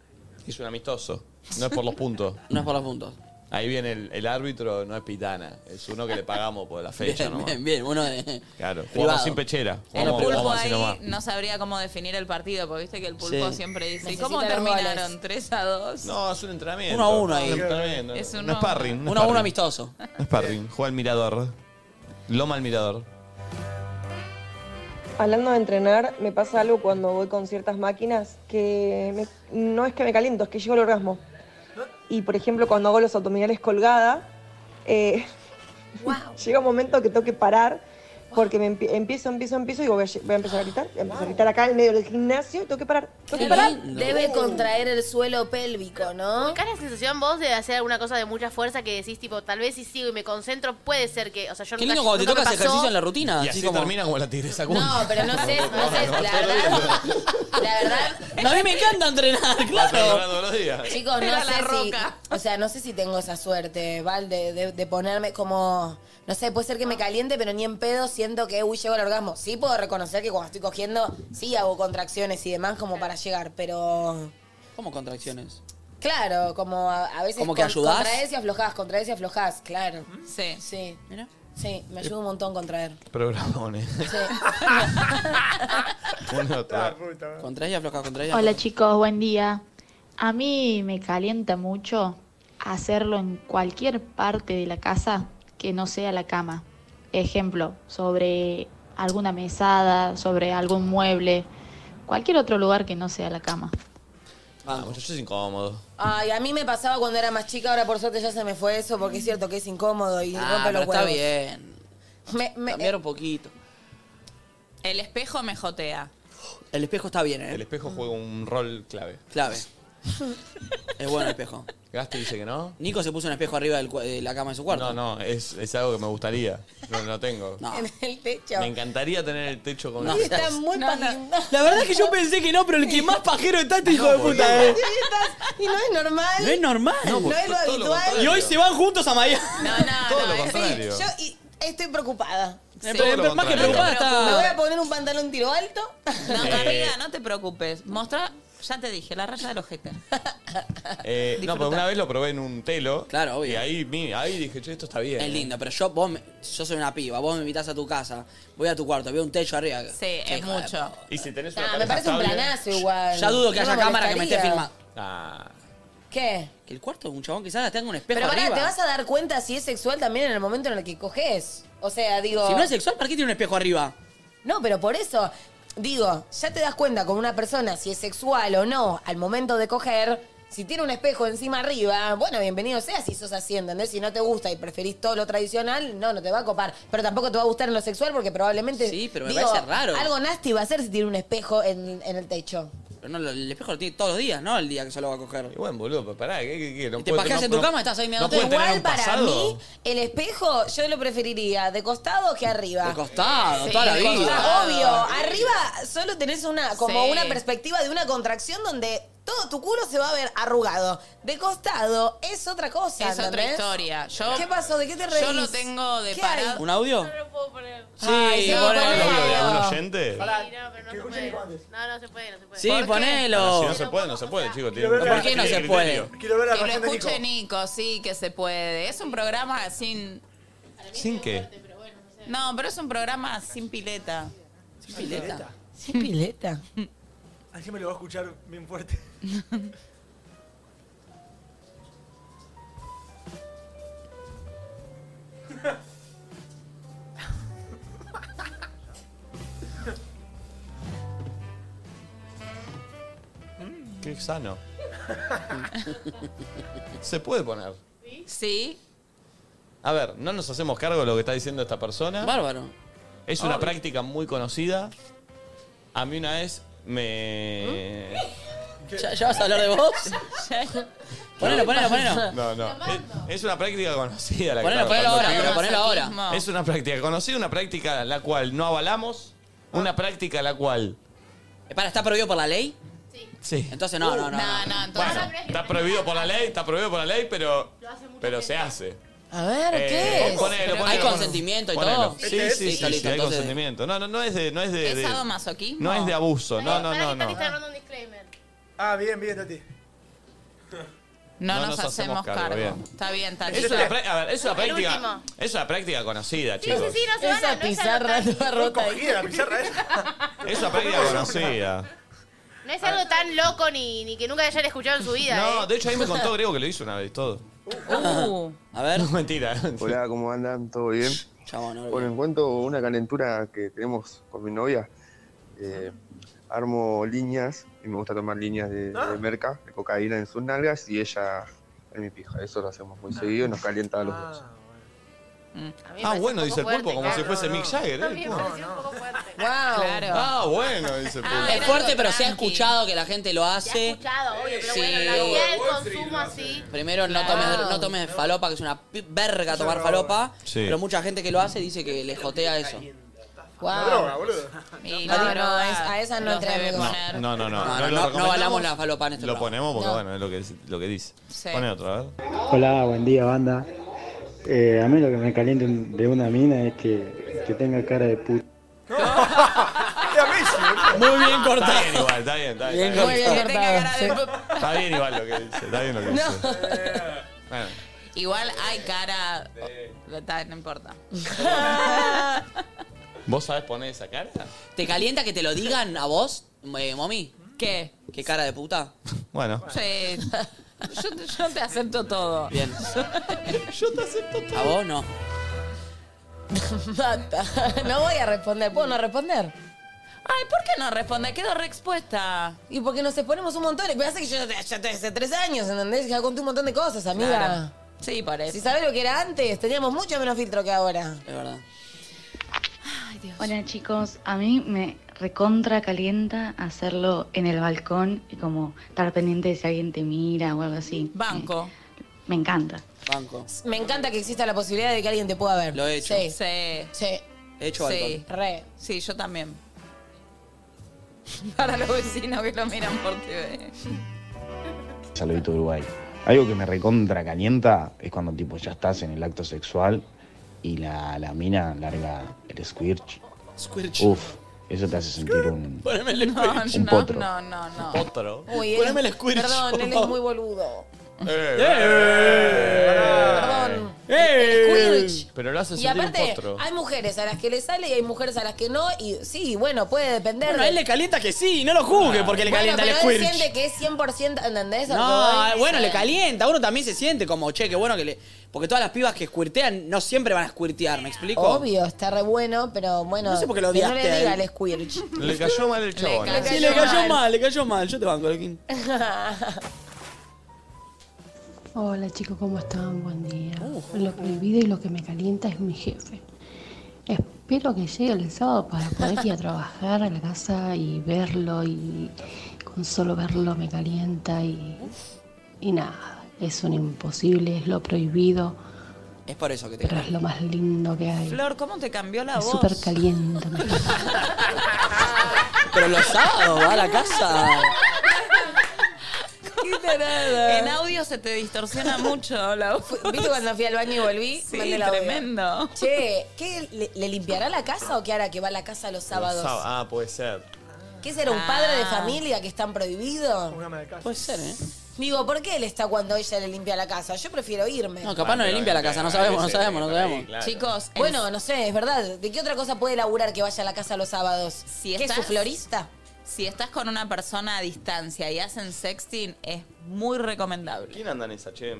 S1: Es un amistoso. No es por los puntos.
S4: No es por los puntos.
S1: Ahí viene el, el árbitro, no es pitana. Es uno que le pagamos por la fecha
S4: Bien,
S1: nomás.
S4: bien, bien, uno de.
S1: Claro,
S4: Privado.
S1: jugamos sin pechera.
S4: El
S1: Jugamos,
S4: pulpo
S1: jugamos así
S3: Ahí
S1: nomás.
S3: no sabría cómo definir el partido, porque viste que el pulpo
S1: Sí.
S3: siempre dice, ¿y
S2: Necesita
S3: cómo
S2: los
S3: terminaron? ¿3 a 2?
S1: No, es un entrenamiento.
S4: Uno a uno ahí.
S1: Es un entrenamiento.
S3: Es
S1: no
S3: uno-
S1: es parring. No
S4: Uno a uno
S1: es parring.
S4: amistoso.
S1: No es parring. Juega al mirador. Loma al mirador.
S19: Hablando de entrenar, me pasa algo cuando voy con ciertas máquinas que me- no es que me caliento, es que llego al orgasmo. Y por ejemplo, cuando hago los abdominales colgada, eh, llega un momento que tengo que parar porque me empie- empiezo, empiezo, empiezo y digo, voy a, lle- voy a empezar a gritar, voy a empezar a gritar acá en medio del gimnasio y tengo que parar. Tengo que parar.
S4: Uh.
S2: Debe contraer el suelo pélvico, ¿no?
S5: ¿Buscás la sensación vos de hacer alguna cosa de mucha fuerza que decís, tipo, tal vez si sigo y me concentro, puede ser que. O sea, yo
S4: Qué
S5: nunca,
S4: lindo cuando te
S5: nunca me
S4: tocas
S5: pasó.
S4: ejercicio en la rutina.
S1: Y así
S4: como-
S1: termina como la tigresa Kun.
S2: No, pero no sé, no sé, la verdad,
S4: No, a mí me encanta entrenar, claro.
S1: todos los días.
S2: chicos,
S4: Era
S2: no
S4: la
S2: sé si, o sea, no sé si tengo esa suerte, Val, de, de- de ponerme como, no sé, puede ser que me caliente, pero ni en pedo siento que, uy, llego al orgasmo. Sí puedo reconocer que cuando estoy cogiendo, sí hago contracciones y demás como para llegar, pero...
S4: ¿Cómo contracciones?
S2: Claro, como a, a veces
S4: ¿Como que ayudás?
S2: contraes y aflojás, contraes y aflojás, claro.
S3: Sí.
S2: Sí. Sí,
S4: Eh.
S2: me ayuda un montón contraer.
S1: Programones. Uno atrás.
S4: Contra ella afloja, contra ella.
S13: Hola
S4: afloja.
S13: chicos, buen día. A mí me calienta mucho hacerlo en cualquier parte de la casa que no sea la cama. Ejemplo, sobre alguna mesada, sobre algún mueble, cualquier otro lugar que no sea la cama.
S1: Ah, muchachos, es incómodo.
S2: Ay, a mí me pasaba cuando era más chica, ahora por suerte ya se me fue eso, porque es cierto que es incómodo y
S4: Ah,
S2: rompe
S4: pero
S2: los
S4: está
S2: huevos.
S4: bien.
S2: Me, me-
S4: Cambiar un poquito.
S3: El espejo me jotea.
S5: Eh,
S4: El espejo está bien, ¿eh?
S1: El espejo juega un rol clave.
S4: Clave. Es bueno el espejo.
S1: Gasti dice que no.
S4: Nico se puso un espejo arriba del cua- de la cama de su cuarto.
S1: No, no, es, es algo que me gustaría. No lo tengo.
S2: en el techo.
S1: Me encantaría tener el techo con
S4: No.
S2: Sí, está muy
S4: No,
S2: pajero.
S4: La verdad es que yo pensé que no, pero el que más pajero está este hijo de puta, ¿eh?
S2: Y no es normal.
S4: No es normal.
S2: No, No es lo todo lo habitual. contrario.
S4: y hoy se van juntos a Miami.
S1: Todo lo
S2: Sí,
S1: contrario.
S2: yo y- estoy preocupada.
S4: Sí. Todo lo Más que contrario. preocupada está-
S2: Me voy a poner un pantalón tiro alto.
S3: No,
S1: Eh.
S3: Garriga, no te preocupes. Mostrá, ya te dije, la raya del ojete.
S1: Eh, no,
S3: Disfruta.
S1: pero una vez lo probé en un telo. Claro, obvio. Y ahí, mi- ahí dije, che, esto está bien. eh".
S4: Es lindo, pero yo, vos, me- yo soy una piba, vos me invitás a tu casa, voy a tu cuarto, veo un techo arriba.
S3: Sí, es
S4: hijo de
S3: mucho.
S1: Y si tenés
S2: Ah, me parece un planazo igual.
S4: Ya dudo que
S2: No me
S4: haya cámara que me esté
S2: molestaría.
S4: filmando.
S1: Ah.
S2: ¿Qué?
S4: Que el cuarto de un chabón quizás tenga un espejo
S2: Pero pará,
S4: arriba.
S2: te vas a dar cuenta si es sexual también en el momento en el que coges. O sea, digo.
S4: Si no es sexual, ¿para qué tiene un espejo arriba?
S2: No, pero por eso, digo, ya te das cuenta con una persona si es sexual o no al momento de coger. Si tiene un espejo encima arriba, bueno, bienvenido sea si sos así, ¿entendés? Si no te gusta y preferís todo lo tradicional, no, no te va a copar. Pero tampoco te va a gustar en lo sexual porque probablemente.
S4: Sí, pero me parece raro.
S2: Algo nasty va a ser si tiene un espejo en, en el techo.
S4: Pero no, lo- el espejo lo tiene todos los días, ¿no? El día que se lo va a coger.
S1: Y bueno, boludo, pero pará, ¿qué, qué, qué? No
S4: Y te
S1: puede-
S4: pajeas
S1: no-
S4: en tu
S1: no-
S4: cama, estás ahí
S1: no
S4: mirándote.
S1: puede tener
S2: Igual
S1: un
S2: para
S1: pasado.
S2: mí, el espejo yo lo preferiría de costado que arriba.
S4: De costado,
S2: Sí,
S4: toda la
S2: de
S4: vida.
S2: costado. Obvio, arriba solo tenés una como
S3: Sí.
S2: una perspectiva de una contracción donde todo tu culo se va a ver arrugado. De costado es otra cosa,
S3: Es otra
S2: ¿entendés?
S3: historia. Yo-
S2: ¿Qué pasó? ¿De qué te
S3: yo
S2: reís?
S3: lo tengo de
S2: ¿Qué hay?
S3: parado.
S4: ¿Un audio? No
S5: lo puedo poner.
S4: Sí, ponelo.
S5: Pará. Sí, no, pero no se puede. No, no se puede, no se puede.
S4: Sí,
S3: ¿Por qué?
S4: ponelo.
S1: Ah, si no se puede, no se puede, chicos. tiene-
S4: ver la- ¿Por qué
S1: tiene
S4: no se
S1: criterio.
S6: Quiero ver la
S3: Que lo
S6: reacción de Nico.
S3: escuche Nico, sí, que se puede. Es un programa sin.
S1: ¿Sin qué?
S3: No, pero es un programa sin pileta. ¿Sin
S6: pileta?
S2: Sin pileta.
S6: Así me Ah, lo va a escuchar bien fuerte.
S1: Qué sano. se puede poner.
S3: Sí.
S1: A ver, no nos hacemos cargo de lo que está diciendo esta persona.
S4: Bárbaro.
S1: Es una
S4: Obvio.
S1: práctica muy conocida. A mí una vez me...
S4: ¿Mm? ¿Ya, ya vas a hablar de vos? Ponelo, ponelo, ponelo.
S1: No, no. Es, es una práctica conocida la que
S4: Ponelo,
S1: estaba
S4: ponelo
S1: contando,
S4: ahora,
S1: chicos.
S4: ponelo ahora.
S1: Es una práctica conocida, una práctica la cual no avalamos, una práctica la cual...
S4: Eh, Para, ¿está prohibido por la ley?
S1: Sí.
S4: Entonces no, no, no.
S3: No, no, entonces.
S1: Bueno, está prohibido por la ley, está prohibido por la ley, pero, pero se hace.
S2: A ver,
S1: Eh,
S2: ¿qué
S1: ponelo,
S2: es?
S1: ponelo,
S4: ¿Hay
S1: ponelo.
S4: consentimiento y
S1: Ponelo.
S4: todo?
S1: Sí,
S4: Este
S1: sí,
S4: es.
S1: sí,
S4: Listo,
S1: sí,
S4: listo,
S1: hay
S4: entonces-
S1: consentimiento. No, no, no es de... No es de, de-
S3: ¿Pesado masoquismo?
S1: no es de abuso, no, no, no. no.
S5: Está dando un disclaimer.
S6: Ah, bien, bien, Tati.
S3: No, nos, hacemos cargo. Está bien, está
S1: Es una, prá- a ver, es una
S5: El
S1: práctica,
S5: último.
S1: es una práctica conocida,
S5: Sí, sí,
S1: chicos.
S5: sí, no se van a... No es algo tan,
S6: la pizarra esa.
S1: Es una práctica conocida.
S5: no es algo tan loco ni, ni que nunca hayan escuchado en su vida,
S1: No,
S5: ¿eh?
S1: de hecho ahí me contó Grego que lo hizo una vez todo.
S3: Uh.
S4: A ver.
S1: mentira.
S20: Hola, ¿cómo andan? ¿Todo bien? bueno, en cuanto a una calentura que tenemos con mi novia, eh, armo líneas y me gusta tomar líneas de, de merca, de cocaína en sus nalgas y ella en mi pija. Eso lo hacemos muy seguido y nos calienta a los dos.
S1: Ah, bueno, dice el pulpo, como si fuese Mick Jagger. ¿eh?
S2: Claro.
S1: Ah, bueno, dice el pulpo.
S4: Es fuerte, pero se ha escuchado que la gente lo hace.
S5: Escuchado, obvio, pero
S4: Sí.
S5: bueno, la idea del consumo así...
S4: Primero, no
S5: Claro.
S4: tomes, no tomes falopa, que es una pi- verga tomar falopa. Pero mucha gente que lo hace dice que le jotea eso.
S2: Guau.
S3: Y
S2: No,
S3: no,
S2: no,
S3: droga.
S2: es- a esa no
S3: No
S2: entra
S3: se debe
S2: amigos.
S3: poner.
S1: No, no, no.
S4: No, no,
S1: lo
S4: no
S1: recomendamos.
S4: avalamos la falopa en este
S1: Lo
S4: programa.
S1: ponemos porque,
S4: No.
S1: bueno, es lo que, lo que dice.
S4: Sí.
S1: Pone otro, a ver.
S21: Hola, buen día, banda. Eh, a mí lo que me calienta un- de una mina es que, que tenga cara de puta.
S1: Muy bien cortado. Está bien igual, está bien, está bien.
S21: Bien
S1: está bien.
S21: cortado.
S1: Está bien igual lo que dice, está bien lo que dice. Bueno,
S3: Igual hay cara. Está, No importa.
S1: ¿Vos sabés poner esa cara?
S4: ¿Te calienta que te lo digan a vos, eh, mami?
S3: ¿Qué?
S4: ¿Qué cara de puta?
S1: Bueno.
S3: Sí. Yo, yo te acepto todo.
S4: Bien.
S1: Yo te acepto
S4: ¿A vos no?
S2: Basta. No voy a responder. ¿Puedo no responder?
S3: Ay, ¿por qué no responde? Quedo re expuesta.
S2: Y porque nos exponemos un montón. Y pensás que yo ya te- ya te hace tres años, ¿entendés? Ya conté un montón de cosas, amiga.
S3: Claro. Sí, parece.
S2: Si sabés lo que era antes, teníamos mucho menos filtro que ahora.
S4: Es verdad.
S13: Hola chicos, a mí me recontra calienta hacerlo en el balcón y como estar pendiente de si alguien te mira o algo así.
S3: Banco.
S13: Me encanta.
S4: Banco.
S2: Me encanta que exista la posibilidad de que alguien te pueda ver.
S4: Lo he hecho.
S2: Sí.
S3: Sí. He
S4: hecho
S3: sí.
S2: Re.
S3: Sí, yo también. Para los vecinos que lo miran por TV.
S22: Saludito Uruguay. Algo que me recontra calienta es cuando tipo ya estás en el acto sexual y la, la mina larga el squirt.
S4: Squirt.
S22: Uf, eso te hace sentir un,
S4: Poneme el
S22: un potro.
S3: No, no, no.
S1: Potro.
S2: Uy, él-
S4: Poneme el squirt.
S2: Perdón, él es muy boludo.
S1: Eh, Perdón.
S2: El Quidditch.
S1: eh, Pero lo hace
S2: Y
S1: sentir un
S2: aparte,
S1: potro.
S2: hay mujeres a las que le sale y hay mujeres a las que no. Y sí, bueno, puede depender.
S4: Bueno, a él le calienta que sí, no lo
S1: Ah.
S4: juzgue porque le
S2: Bueno,
S4: calienta el
S2: pero él
S4: squirt.
S2: siente que es 100%, ¿entendés? A lo que
S4: No, eh,
S2: voy.
S4: bueno, le calienta. Uno también se siente como, che, qué bueno que le. Porque todas las pibas que squirtean no siempre van a squirtear, ¿me explico?
S2: Obvio, está re bueno, pero bueno.
S4: No sé por qué lo
S2: que no
S4: odiaste
S2: le
S4: a
S2: diga
S4: él.
S2: el Squirch.
S1: Le cayó mal el chabón. ¿eh?
S2: cayó
S4: Sí, le cayó
S2: mal.
S4: mal. le cayó mal. Yo te banco, Alequín.
S5: Hola chicos, ¿cómo están? Buen día. Lo que olvido y lo que me calienta es mi jefe. Espero que llegue el sábado para poder ir a trabajar a la casa y verlo y con solo verlo me calienta y, y nada, es un imposible, es lo prohibido,
S4: Es por eso que te
S5: pero es lo más lindo que hay.
S3: Flor, ¿cómo te cambió la
S5: Es
S3: voz?
S5: súper caliente. me
S4: Pero los sábados va a la casa.
S3: En audio se te distorsiona mucho la voz.
S2: ¿Viste cuando fui al baño y volví?
S3: Sí,
S2: Mandé la obra.
S3: tremendo.
S2: Che, ¿qué, le, le limpiará la casa o qué hará que va a la casa los sábados?
S1: Ah, puede ser.
S2: ¿Qué será? ¿Un
S1: Ah.
S2: padre de familia que están prohibido?
S4: Puede ser, ¿eh?
S2: Digo, ¿por qué él está cuando ella le limpia la casa? Yo prefiero irme.
S4: No, capaz no le limpia la casa, no sabemos, no sabemos, no sabemos.
S2: Chicos, bueno, no sé, es verdad. ¿De qué otra cosa puede laburar que vaya a la casa los sábados? ¿Qué es su
S3: estás-
S2: florista?
S3: Si estás con una persona a distancia y hacen sexting, es muy recomendable.
S1: ¿Quién anda en esa, che?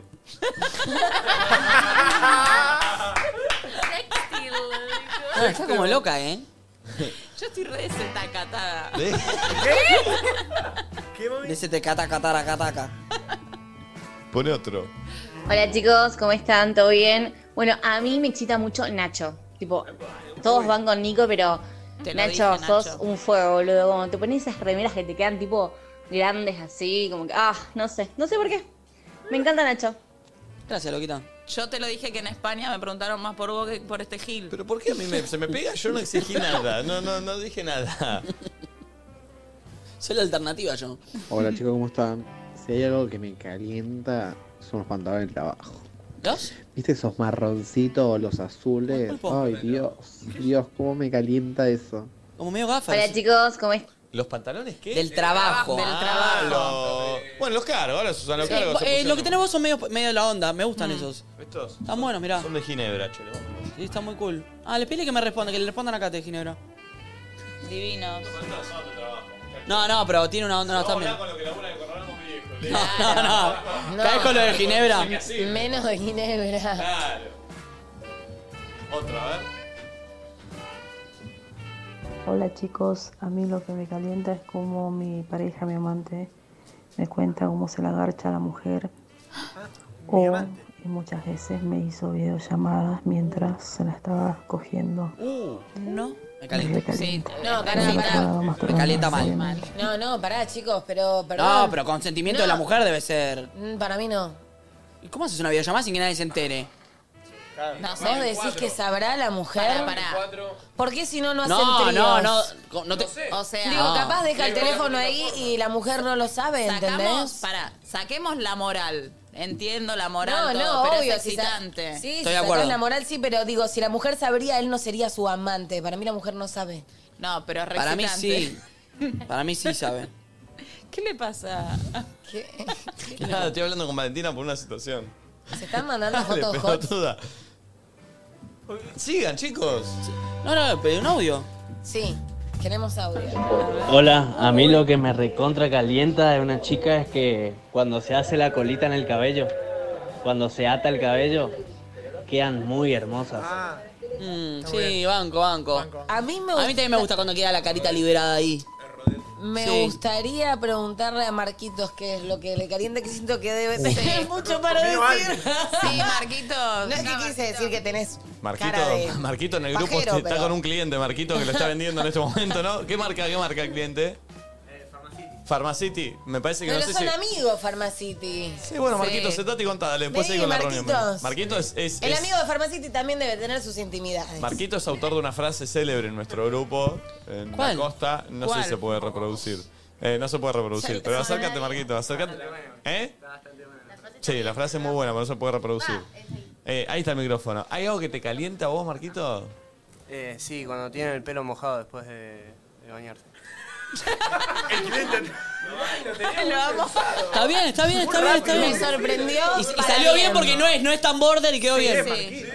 S4: Ah, está como loca, ¿eh?
S3: Yo estoy re desetacatada.
S4: ¿De?
S23: ¿Qué, mami?
S4: Dice te cata, catara, cataca.
S1: Pone otro.
S10: Hola chicos, ¿cómo están? ¿Todo bien? Bueno, a mí me excita mucho Nacho. Tipo, todos van con Nico, pero
S3: Te
S10: Nacho,
S3: lo dije, Nacho.
S10: sos un fuego, boludo. Como te pones esas remeras que te quedan tipo grandes así, como que, ah, no sé, no sé por qué. Me encanta Nacho.
S4: Gracias, loquita.
S3: Yo te lo dije que en España me preguntaron más por vos que por este Gil.
S1: ¿Pero por qué a mí me- se me pega? Yo no exigí nada. No, no, no dije nada.
S4: Soy la alternativa yo.
S8: Hola chicos, ¿cómo están? Si hay algo que me calienta, son los pantalones de trabajo.
S4: ¿Dos?
S8: ¿Viste esos marroncitos o los azules?
S9: ¿eh?
S8: Ay, Dios, Dios, cómo me calienta eso.
S4: Como medio gafas.
S10: Hola chicos, ¿cómo están?
S1: ¿Los pantalones qué?
S4: Del trabajo.
S1: Ah,
S4: Del trabajo.
S1: lo- Bueno, los cargos, ahora Susan, los cargos. se
S4: eh, lo que
S1: pusieron.
S4: tenés vos son medio, medio la onda, me
S1: Mm.
S4: gustan esos.
S1: Estos
S4: Están buenos, mirá.
S1: son de Ginebra, che.
S4: Sí, están muy cool. Ah, les pide que me respondan, que le respondan acá, te Ginebra.
S3: Divinos.
S4: No, no, pero tiene una onda, no, está bien. No, no, no. ¿Caes con lo de Ginebra?
S2: Menos de Ginebra.
S1: Otra, a ver.
S5: Hola chicos, a mí lo que me calienta es como mi pareja, mi amante, me cuenta cómo se la agarcha a la mujer. O y muchas veces me hizo videollamadas mientras se la estaba cogiendo.
S4: Uh, no. Me
S5: calienta.
S3: Sí,
S2: No, pará, pará.
S4: Me calienta mal.
S2: No, no, pará, chicos, pero perdón.
S4: No, pero consentimiento de la mujer debe ser.
S2: Mm, Para mí no.
S4: ¿Y cómo haces una videollamada sin que nadie se entere?
S2: No, ¿Vos decís que sabrá la mujer? Pará, ¿Por qué si no, no hacen
S4: No, no,
S2: tríos?
S4: no. co- no te...
S3: O sea,
S2: Digo,
S4: Ah.
S2: capaz deja el
S3: Digo,
S2: teléfono ahí y la mujer no lo sabe,
S3: sacamos,
S2: ¿entendés?
S3: para, saquemos la moral. Entiendo la moral,
S2: no,
S3: todo,
S2: no,
S3: pero
S2: obvio.
S3: es
S2: si sa-
S3: excitante.
S2: sí, si sacás la moral sí, pero digo, si la mujer sabría, él no sería su amante. Para mí la mujer no sabe.
S3: No, pero es re
S4: Para mí sí.
S3: excitante.
S4: Para mí sí, sabe.
S3: ¿Qué le pasa?
S1: Nada, estoy hablando con Valentina por una situación.
S2: Se están mandando
S1: Dale,
S2: fotos hot.
S1: pelotuda. Sigan, chicos.
S4: No,
S1: Ah,
S4: no, pedí un audio.
S2: Sí, queremos audio.
S9: Hola, a mí lo que me recontra calienta de una chica es que cuando se hace la colita en el cabello, cuando se ata el cabello, quedan muy hermosas.
S4: Mm, sí, banco, banco,
S2: A mí me
S4: A mí también me gusta cuando queda la carita liberada ahí.
S2: Me
S4: Sí.
S2: gustaría preguntarle a Marquitos qué es lo que le calienta, que siento que debe tener mucho para
S3: Conmigo hay.
S2: decir.
S3: Sí, Marquitos.
S2: No es que quise decir que tenés
S1: Marquito,
S2: cara de...
S1: Marquito en el grupo
S2: pajero,
S1: está
S2: pero-
S1: con un cliente, Marquito, que lo está vendiendo en este momento, ¿no? ¿Qué marca, qué marca el cliente? Pharmacity. Me parece que
S2: Pero
S1: no sé
S2: son
S1: si.
S2: amigos, Pharmacity.
S1: Sí, bueno, Marquito, sentate y contá, dale, después
S2: Vení,
S1: seguí con la
S2: Marquitos.
S1: reunión. Marquito es, es-
S2: El
S1: es-
S2: amigo de Pharmacity también debe tener sus intimidades.
S1: Marquito es autor de una frase célebre en nuestro grupo, en
S2: ¿Cuál?
S1: la costa. No
S2: ¿Cuál?
S1: sé si se puede reproducir. Eh, no se puede reproducir, pero acércate, Marquito, acércate. ¿Eh? Sí, la frase es muy buena, pero no se puede reproducir.
S2: Ah,
S1: Eh, ahí está el micrófono. ¿Hay algo que te calienta a vos, Marquito?
S6: Eh, sí, cuando tienen el pelo mojado después de, de bañarse.
S3: Lo amo.
S4: Está bien, está bien, está bien, está bien.
S2: Me sorprendió.
S4: Y, y
S2: para
S4: salió bien porque no es, no es tan border y quedó
S2: Sí,
S4: bien.
S2: sí.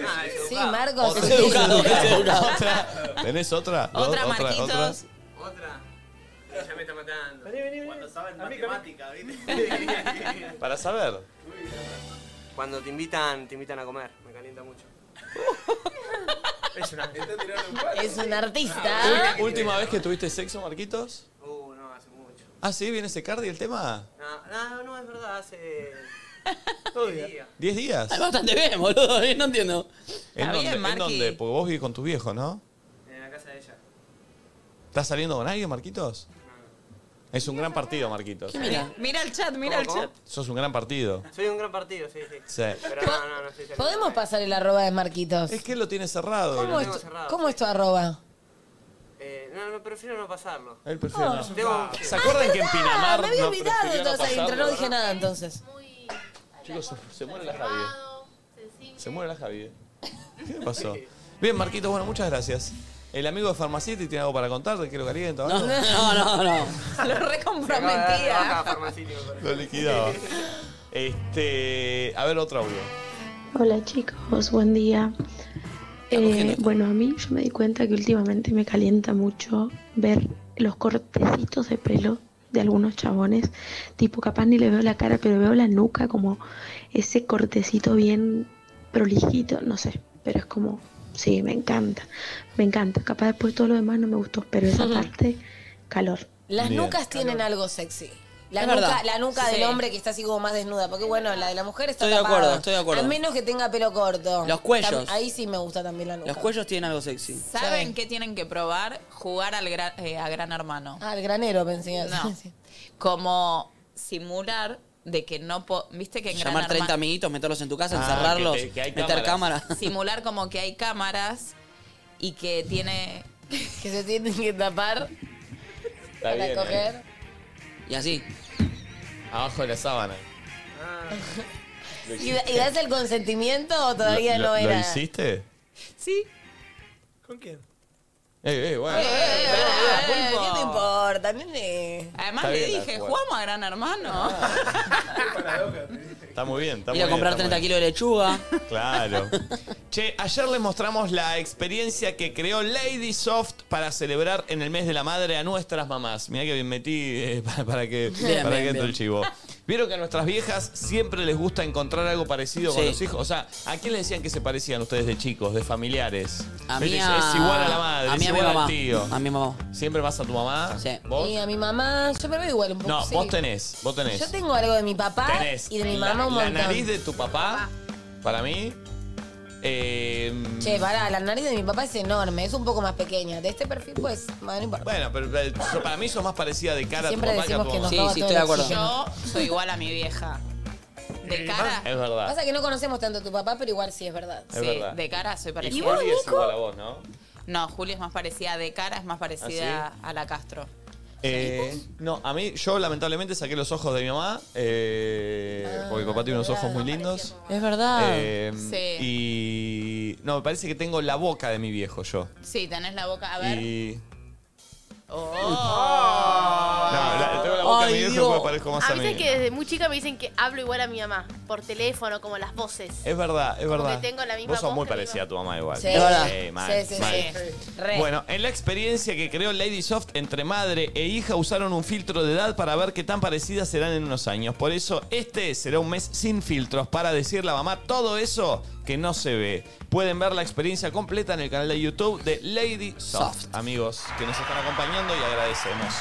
S2: Sí, Marcos.
S4: Otra.
S2: sí.
S4: Educado,
S1: educado. Otra. ¿Tenés otra?
S2: Otra,
S1: otra.
S2: Marquitos.
S16: Otra. Ya me está matando. Cuando saben matemática, ¿viste?
S1: Para saber.
S9: Cuando te invitan, te invitan a comer. Me calienta mucho.
S6: Es una...
S2: Es un artista.
S1: Ul- ¿Última vez que tuviste sexo, Marquitos?
S9: Uh, no, hace mucho.
S1: Ah, sí, viene ese cardi el tema.
S9: No, no, no, es verdad, hace... Todo día.
S1: ¿Diez días?
S4: Ay, bastante bien, boludo. No entiendo.
S1: ¿En dónde? ¿En dónde? Porque vos vivís con tu viejo, ¿no?
S9: En la casa de ella.
S1: ¿Estás saliendo con alguien, Marquitos? Es un gran partido, Marquitos.
S3: Mira el chat, mira el chat.
S1: Sos un gran partido.
S9: Soy un gran partido, sí, sí.
S1: Sí.
S9: Pero no, no, no estoy saliendo.
S2: ¿Podemos pasar el arroba de Marquitos?
S1: Es que él lo tiene cerrado.
S2: ¿Cómo es,
S1: boludo.
S2: tu, cómo es tu arroba?
S9: Eh, no, no, prefiero no pasarlo.
S1: Él
S2: Oh,
S1: prefiere no.
S9: Tengo-
S1: ¿Se acuerdan que en Pinamar
S2: Ah, me había
S1: no
S2: olvidado de
S1: prefirió
S2: toda
S1: no
S2: esa intro, no
S1: pasarlo?
S2: dije nada entonces.
S1: Chicos, se, se muere la Javi. Se muere la Javi. ¿Qué le pasó? Bien, Marquitos, bueno, muchas gracias. El amigo de Farmacity tiene algo para contarte, que lo caliente. o algo?
S4: No, no, no.
S3: Lo recomprometía.
S1: Lo liquidaba. Este. A ver, otro audio.
S7: Hola chicos, buen día. Eh, bueno, a mí yo me di cuenta que últimamente me calienta mucho ver los cortecitos de pelo de algunos chabones. Tipo, capaz ni le veo la cara, pero veo la nuca como ese cortecito bien prolijito, no sé. Pero es como, sí, me encanta, me encanta. Capaz después todo lo demás no me gustó, pero esa parte, calor.
S2: Las
S7: Bien.
S2: nucas tienen algo sexy. La
S7: Es
S2: nuca,
S7: verdad.
S2: la nuca
S4: Sí.
S2: del hombre que está así como más desnuda. Porque bueno, la de la mujer está
S4: Estoy de
S2: tapada.
S4: acuerdo, estoy de acuerdo.
S2: A menos que tenga pelo corto.
S4: Los cuellos.
S2: Tam- ahí sí me gusta también la nuca.
S4: Los cuellos tienen algo sexy.
S3: ¿Saben qué tienen que probar? Jugar al gra- eh, a Gran Hermano.
S2: Ah, el granero pensé.
S3: No. Como simular de que no... po- ¿Viste que en Gran
S4: Llamar 30
S3: Hermano...
S4: amiguitos, meterlos en tu casa,
S1: Ah,
S4: encerrarlos,
S1: que te- que hay
S4: meter cámaras.
S1: cámaras.
S3: Simular como que hay cámaras y que tiene...
S2: que se tienen que tapar
S1: Está
S2: para
S1: bien,
S2: coger.
S1: eh.
S4: Y así.
S1: Abajo de la sábana. Lo
S2: ¿Y,
S1: hiciste.
S2: y das el consentimiento o Ah. todavía
S1: ¿Lo-
S2: no
S1: lo-
S2: era?
S1: ¿Lo hiciste?
S3: Sí.
S6: ¿Con quién?
S1: Eh, eh, bueno.
S2: Eh, ¿Qué te importa, nene? Ah,
S3: Además
S1: Está
S3: le
S1: bien,
S3: dije,
S1: la jugada.
S3: jugamos a Gran Hermano.
S1: Está muy bien, está muy
S4: Ir a
S1: bien,
S4: comprar
S1: está muy
S4: 30 kilos de lechuga.
S1: Claro. Che, ayer les mostramos la experiencia que creó Lady Soft para celebrar en el mes de la madre a nuestras mamás. Mirá que bien metí eh, para, para que,
S4: Bien,
S1: para
S4: bien,
S1: que entre
S4: bien.
S1: el chivo. Vieron que a nuestras viejas siempre les gusta encontrar algo parecido con
S4: Sí.
S1: los hijos. O sea, ¿a quién le decían que se parecían ustedes de chicos, de familiares?
S4: A
S1: Me
S4: mí
S1: dicen,
S4: a-
S1: Es igual a la madre,
S4: a mí
S1: es
S4: a mi
S1: igual
S4: mamá.
S1: al tío.
S4: A mi mamá.
S1: ¿Siempre vas a tu mamá? Sí. ¿Vos?
S2: Y a mi mamá, yo me veo igual un poco.
S1: No,
S2: sí.
S1: vos tenés, vos tenés.
S2: Yo tengo algo de mi papá
S1: Tenés
S2: y de mi
S1: la-
S2: mamá un
S1: la,
S2: montón.
S1: nariz de tu papá, para mí. eh,
S2: Che, pará, la nariz de mi papá es enorme, es un poco más pequeña. De este perfil, pues, bueno, no importa.
S1: Bueno, pero eh, so- para mí sos más parecida de cara
S2: Siempre
S1: a tu papá que a tu
S2: decimos que
S1: mamá.
S2: nos roba todo el oxígeno.
S3: Yo soy igual a mi vieja. De cara.
S1: Es verdad.
S2: Pasa que no conocemos tanto a tu papá, pero igual sí es verdad.
S1: Es verdad.
S3: de cara soy parecida.
S1: Y Juli es igual a vos, ¿no?
S3: No, Juli es más parecida de cara, es más parecida
S1: ¿Ah,
S3: a la Castro.
S1: Eh, no, a mí, yo lamentablemente saqué los ojos de mi mamá, eh,
S2: Ah,
S1: porque mi papá tiene unos ojos muy lindos.
S4: Es verdad.
S1: Eh,
S3: Sí.
S1: Y no, me parece que tengo la boca de mi viejo yo.
S3: Sí, tenés la boca. A ver.
S1: Y.
S3: Oh.
S1: No, la- tengo la boca
S4: Ay,
S1: de mi viejo
S4: Dios.
S1: porque parezco más a,
S5: a mí
S1: mí.
S5: es Ah, que desde muy chica me dicen que hablo igual a mi mamá, por teléfono, como las voces.
S1: Es verdad, es
S5: Como
S1: verdad.
S5: que tengo la misma
S1: Vos sos
S5: voz
S1: muy
S5: que mi
S1: parecida a tu mamá igual.
S5: Sí. Es verdad.
S1: mal,
S5: Sí, sí,
S1: mal.
S5: sí.
S2: Re.
S1: Bueno, en la experiencia que creó Lady Soft entre madre e hija usaron un filtro de edad para ver qué tan parecidas serán en unos años. Por eso este será un mes sin filtros para decirle a mamá todo eso que no se ve. Pueden ver la experiencia completa en el canal de YouTube de Lady Soft, amigos que nos están acompañando y agradecemos.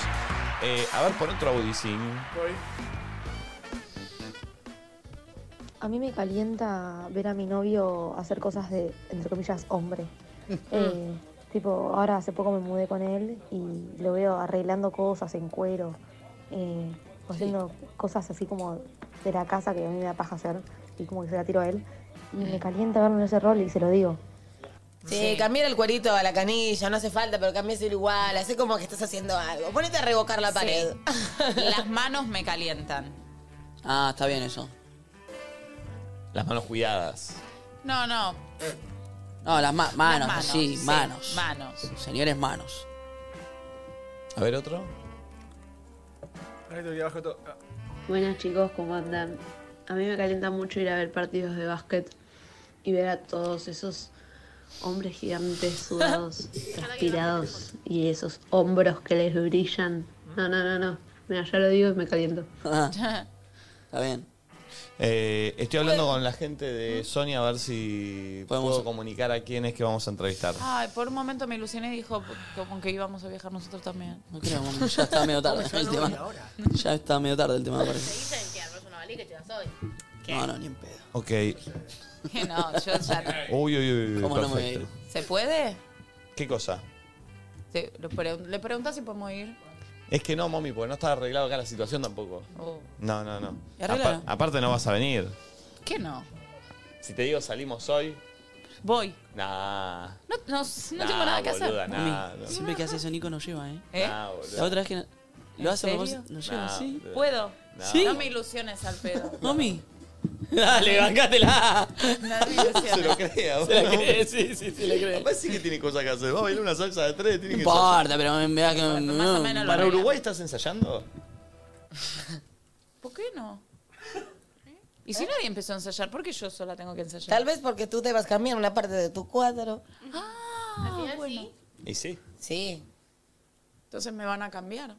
S1: Eh, a ver, pon otro audicín.
S10: A mí me calienta ver a mi novio hacer cosas de, entre comillas, hombre. Eh, tipo, ahora hace poco me mudé con él y lo veo arreglando cosas en cuero, eh, o haciendo cosas así como de la casa que a mí me da paja hacer y como que se la tiro a él. Y me calienta verlo en ese rol y se lo digo.
S2: Sí, cambiar el cuerito a la canilla, no hace falta, pero cambiáselo igual, hace como que estás haciendo algo. Ponete a revocar la
S3: Sí.
S2: pared.
S3: Las manos me calientan.
S4: Ah, está bien eso.
S1: Las manos cuidadas.
S3: No, no.
S4: No, las ma- manos,
S3: manos,
S4: sí,
S3: sí,
S4: manos.
S3: manos.
S4: Señores, manos.
S1: A ver, otro.
S6: Ahí estoy abajo todo. Ah.
S24: Buenas chicos, ¿cómo andan? A mí me calienta mucho ir a ver partidos de básquet y ver a todos esos hombres gigantes sudados, transpirados y esos hombros que les brillan. No, no, no, no. Mira, ya lo digo y me caliento.
S5: Ah.
S1: Está bien. Eh, estoy hablando con la gente de Sony a ver si puedo comunicar a quién es que vamos a entrevistar.
S4: Ah,
S3: Ay, por un momento me ilusioné y dijo como que íbamos a viajar nosotros también.
S4: No creo, bueno, ya está medio tarde el tema. Ya está medio tarde el tema, me parece.
S5: Dicen que armas una valija y te das hoy.
S4: No, no, ni en pedo.
S1: Ok.
S3: No, yo ya no.
S1: Uy, uy, uy. uy,
S4: ¿Cómo no me voy a
S1: perfecto.
S4: ir?
S3: ¿Se puede?
S1: ¿Qué cosa?
S3: Te- lo pregun- le preguntas si podemos ir.
S1: Es que no, mami, porque no está arreglado acá la situación tampoco.
S3: Oh.
S1: No, no, no.
S3: ¿Y arreglalo?
S1: Apar- aparte no vas a venir.
S3: ¿Qué no?
S1: Si te digo salimos hoy,
S3: Voy.
S1: nah.
S3: No, no, no
S1: Nah,
S3: tengo nada que
S1: boluda,
S3: hacer.
S1: nah,
S4: Mami,
S1: no.
S4: Siempre que hace eso Nico no lleva, ¿eh?
S3: ¿Eh?
S1: Nah, boluda.
S4: La otra vez que no- lo
S3: ¿En
S4: hace mejor
S3: serio?
S4: no lleva,
S1: Nah,
S4: ¿sí?
S1: boluda.
S3: ¿Puedo?
S1: Nah.
S4: ¿Sí?
S3: No me ilusiones al pedo.
S4: Mami. Dale, bancátela.
S1: Se lo crea,
S4: Se la cree, sí, sí, se la cree.
S1: Papá sí que tiene cosas que hacer. Va a bailar una salsa de tres,
S4: No
S1: tiene que
S4: importa, pero me vea que. no,
S1: ¿Para Uruguay estás ensayando?
S3: ¿Por qué no? ¿Y si nadie empezó a ensayar? ¿Por qué yo sola tengo que ensayar?
S2: Tal vez porque tú debas cambiar una parte de tu cuadro.
S3: Ah, bueno.
S1: Y sí.
S2: Sí.
S3: Entonces me van a cambiar.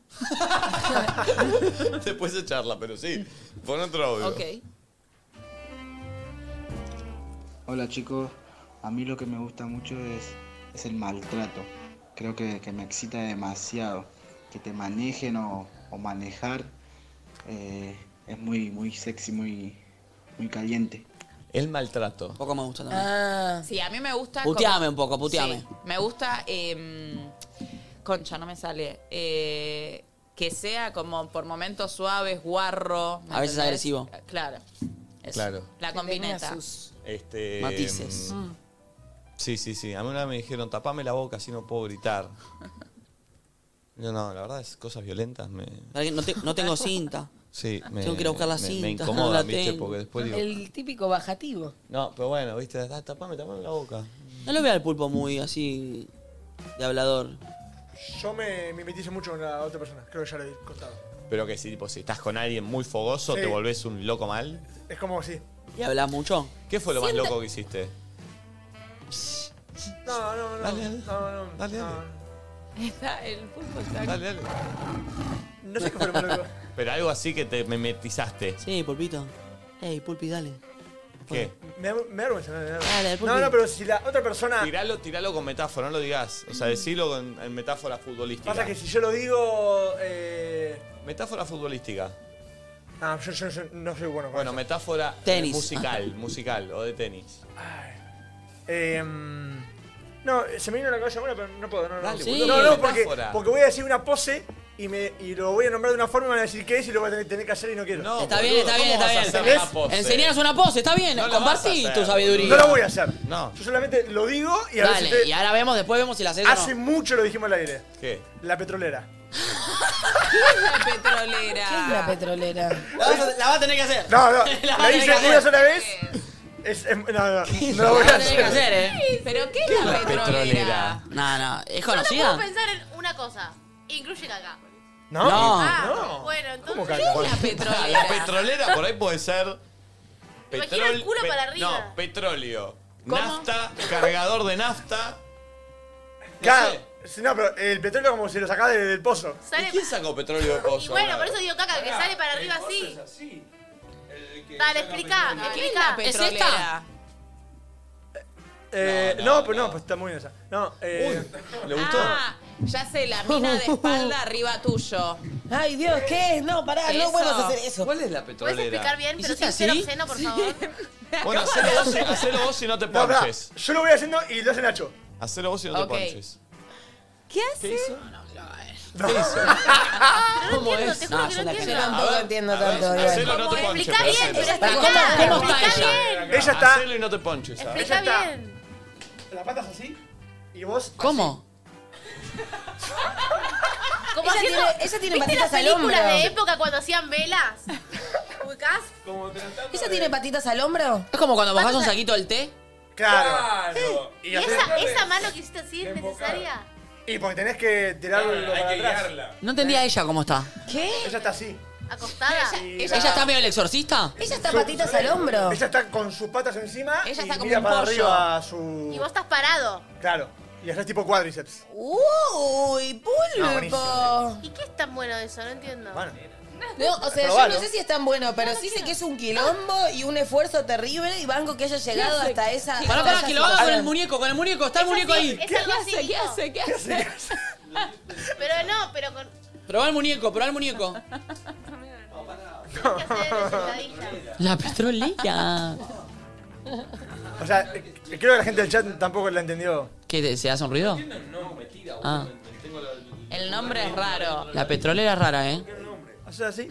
S1: Después se charla, pero sí. Pon otro audio.
S3: Ok.
S8: Hola chicos, a mí lo que me gusta mucho es, es el maltrato. Creo que, que me excita demasiado. Que te manejen o, o manejar eh, es muy, muy sexy, muy, muy caliente.
S1: El maltrato.
S4: Poco me gusta también.
S2: Ah.
S3: Sí, a mí me gusta.
S4: Puteame
S3: como-
S4: un poco, puteame.
S3: Sí, me gusta. eh, concha, no me sale. Eh, que sea como por momentos suaves, guarro. ¿me
S4: A veces
S3: entendés?
S4: agresivo.
S3: Claro. Eso.
S1: Claro.
S3: La combineta.
S1: Este,
S4: Matices.
S1: mm, Sí, sí, sí. A mí una vez me dijeron, tapame la boca si no puedo gritar. No, no, la verdad es cosas violentas me...
S4: Dale, No, te- no tengo cinta.
S1: Sí, me,
S4: Tengo que ir a buscar la
S1: me- me
S4: cinta, no
S1: incomodan,
S4: la
S1: ¿viste?
S4: tengo.
S1: Porque después digo,
S2: El típico bajativo.
S1: no, pero bueno, viste, ah, tapame, tapame la boca.
S4: No lo veo al pulpo muy así. de hablador.
S6: Yo me mimetizo mucho con la otra persona. Creo que ya lo he contado.
S1: Pero que si, tipo, si estás con alguien muy fogoso,
S6: Sí.
S1: te volvés un loco mal.
S6: Es como así.
S4: ¿Y hablas mucho?
S1: ¿Qué fue lo más
S6: Siento-
S1: loco que hiciste?
S6: No, no, no.
S1: Dale, dale.
S6: no, no, no,
S1: Dale, dale.
S3: Está, el fútbol está
S1: Dale, dale.
S6: No sé qué fue lo más loco.
S1: Pero algo así que te memetizaste.
S4: Sí, pulpito. Ey, pulpi, dale.
S1: ¿Qué?
S6: Me, da- me da vergüenza. no, no, no.
S4: Dale,
S1: después
S6: no,
S1: que-
S6: no, pero si la otra persona.
S1: Tiralo, tiralo con metáfora, no lo digas. O
S5: Mm.
S1: sea, decilo con, en metáfora futbolística.
S6: Pasa que si yo lo digo. Eh,
S1: Metáfora futbolística.
S6: no, yo, yo- yo no soy bueno con
S1: Bueno,
S6: eso.
S1: metáfora eh,
S6: Tenis.
S1: musical, musical o de tenis.
S6: Eh, no, se me vino a la cabeza una, pero no puedo. No, no,
S1: Dale,
S6: no,
S1: boludo,
S6: no, no, porque,
S1: metáfora.
S6: porque voy a decir una pose y, me, y lo voy a nombrar de una forma y me van a decir qué es y lo voy a tener, tener que hacer y no quiero.
S4: Está bien, está bien, está bien. Enseñanos una pose, está bien.
S6: No la
S4: Compartí
S6: vas a hacer,
S4: tu sabiduría.
S6: boludo. No lo voy a hacer.
S1: No.
S6: Yo solamente lo digo y a ver
S4: Dale,
S6: si te-
S4: y ahora vemos, después vemos si la haces o no.
S6: Hace mucho lo dijimos al aire.
S1: ¿Qué?
S6: La petrolera.
S3: ¿Qué es la petrolera?
S2: ¿Qué es la petrolera?
S4: La vas, a, la vas a tener que hacer.
S6: No, no.
S4: Ah. La vas
S6: la
S4: a tener que
S6: hice
S4: hacer.
S6: una sola vez. Es, es- no, no, no
S4: La
S6: lo voy
S4: vas
S6: a
S4: a tener que hacer,
S6: hacer.
S4: eh.
S3: ¿Pero qué es la petrolera?
S4: No, no. ¿Es
S5: Solo puedo
S4: conocida?
S5: pensar en una cosa. Incluye caca.
S4: No. No.
S5: Ah, bueno, entonces.
S1: la
S5: petrolera?
S1: la petrolera por ahí puede ser.
S5: Imagino el culo para arriba.
S1: No, petróleo. Nafta, cargador de nafta.
S6: Claro. Sí, No, pero el petróleo como si lo sacás de- del pozo.
S5: Sale-
S1: ¿Quién sacó petróleo de pozo?
S5: Y bueno, por eso digo caca, que
S14: Ah.
S6: Pará,
S5: sale para
S6: el
S5: arriba
S6: coso
S5: así.
S6: es
S5: Dale, explica,
S6: petrolera.
S3: ¿Qué es la
S5: explica.
S3: petrolera?
S6: Eh,
S1: No,
S6: no,
S1: no,
S6: pues no, pues está muy bien esa. No, eh.
S1: ¿Le
S3: Ah, ya sé, la mina de espalda arriba tuyo.
S2: Ay, Dios, ¿qué es? No, pará,
S3: Eso.
S2: no vuelvas a hacer eso.
S1: Ah, ¿Cuál es la petrolera?
S5: bien,
S2: pero
S5: sin ser obsceno, por favor?
S1: Bueno, hacelo vos, si- hacelo vos si no te
S6: No, pará,
S1: ponches.
S6: yo lo voy haciendo y lo hace Nacho.
S1: Hacelo vos si no
S6: Ok.
S1: te ponches.
S3: ¿Qué hace?
S1: ¿Qué hizo? Ah,
S2: ¿Cómo
S5: es? te juro que no entiendo.
S2: tampoco
S1: A ver,
S2: entiendo
S1: a ver,
S2: tanto.
S1: hacelo,
S2: Iván.
S1: no te
S5: ¿Cómo es?
S1: ponches.
S5: Explica
S1: pero
S5: bien,
S1: hacelo.
S5: pero explica Pará, ¿cómo- bien, cómo está explica ella? bien.
S1: Ella está.
S6: está-
S1: Hacelo y no te ponches. a ver.
S5: Explica
S6: Ella está-
S5: bien.
S6: La pata es así y vos.
S4: ¿Cómo?
S5: Como
S2: Ella
S5: haciendo,
S2: tiene- ella tiene
S5: ¿Viste
S2: patitas
S5: las
S2: al
S5: películas
S2: hombro?
S5: de época cuando hacían velas? ¿Ubicás?
S2: ¿Ella tiene patitas al hombro?
S4: Es como cuando mojás un saquito del té.
S6: Claro.
S5: ¿Y esa, esa mano que hiciste así es necesaria?
S6: Y porque tenés que tirarlo para atrás.
S4: No entendía ella cómo está.
S5: ¿Eh?
S2: ¿Qué?
S6: Ella está así.
S5: ¿Acostada?
S4: ¿Ella está medio el exorcista?
S2: Ella está patitas al hombro.
S6: Ella está con sus patas encima.
S5: Ella
S6: y
S5: está como
S6: mira
S5: un
S6: para
S5: pollo.
S6: arriba a
S5: Y
S6: su.
S5: vos estás parado.
S6: Claro. Y haces tipo cuádriceps.
S2: ¡Uy,
S6: No,
S2: pulpo!
S6: buenísimo.
S5: ¿Y qué es tan bueno de eso? No entiendo.
S2: No, o sea, yo
S6: Probalo.
S2: no sé si es tan bueno, pero sí sé que es un quilombo y un esfuerzo terrible y banco que haya llegado
S4: hace?
S2: hasta esa.
S4: Pará,
S2: hasta
S4: pará,
S2: esa
S4: que lo haga con el
S2: situación.
S4: muñeco, con el muñeco, está el muñeco ahí.
S5: Es algo así, ¿no?
S3: ¿Qué hace?
S5: Pero no, pero con.
S4: Probá el muñeco, probá el muñeco.
S6: La
S4: petrolera.
S6: O sea, eh, creo que la gente del chat tampoco la entendió.
S4: ¿Qué, se hace un ruido? Ah,
S3: El nombre es raro.
S4: la petrolera es rara, ¿eh?
S6: O sea, sí.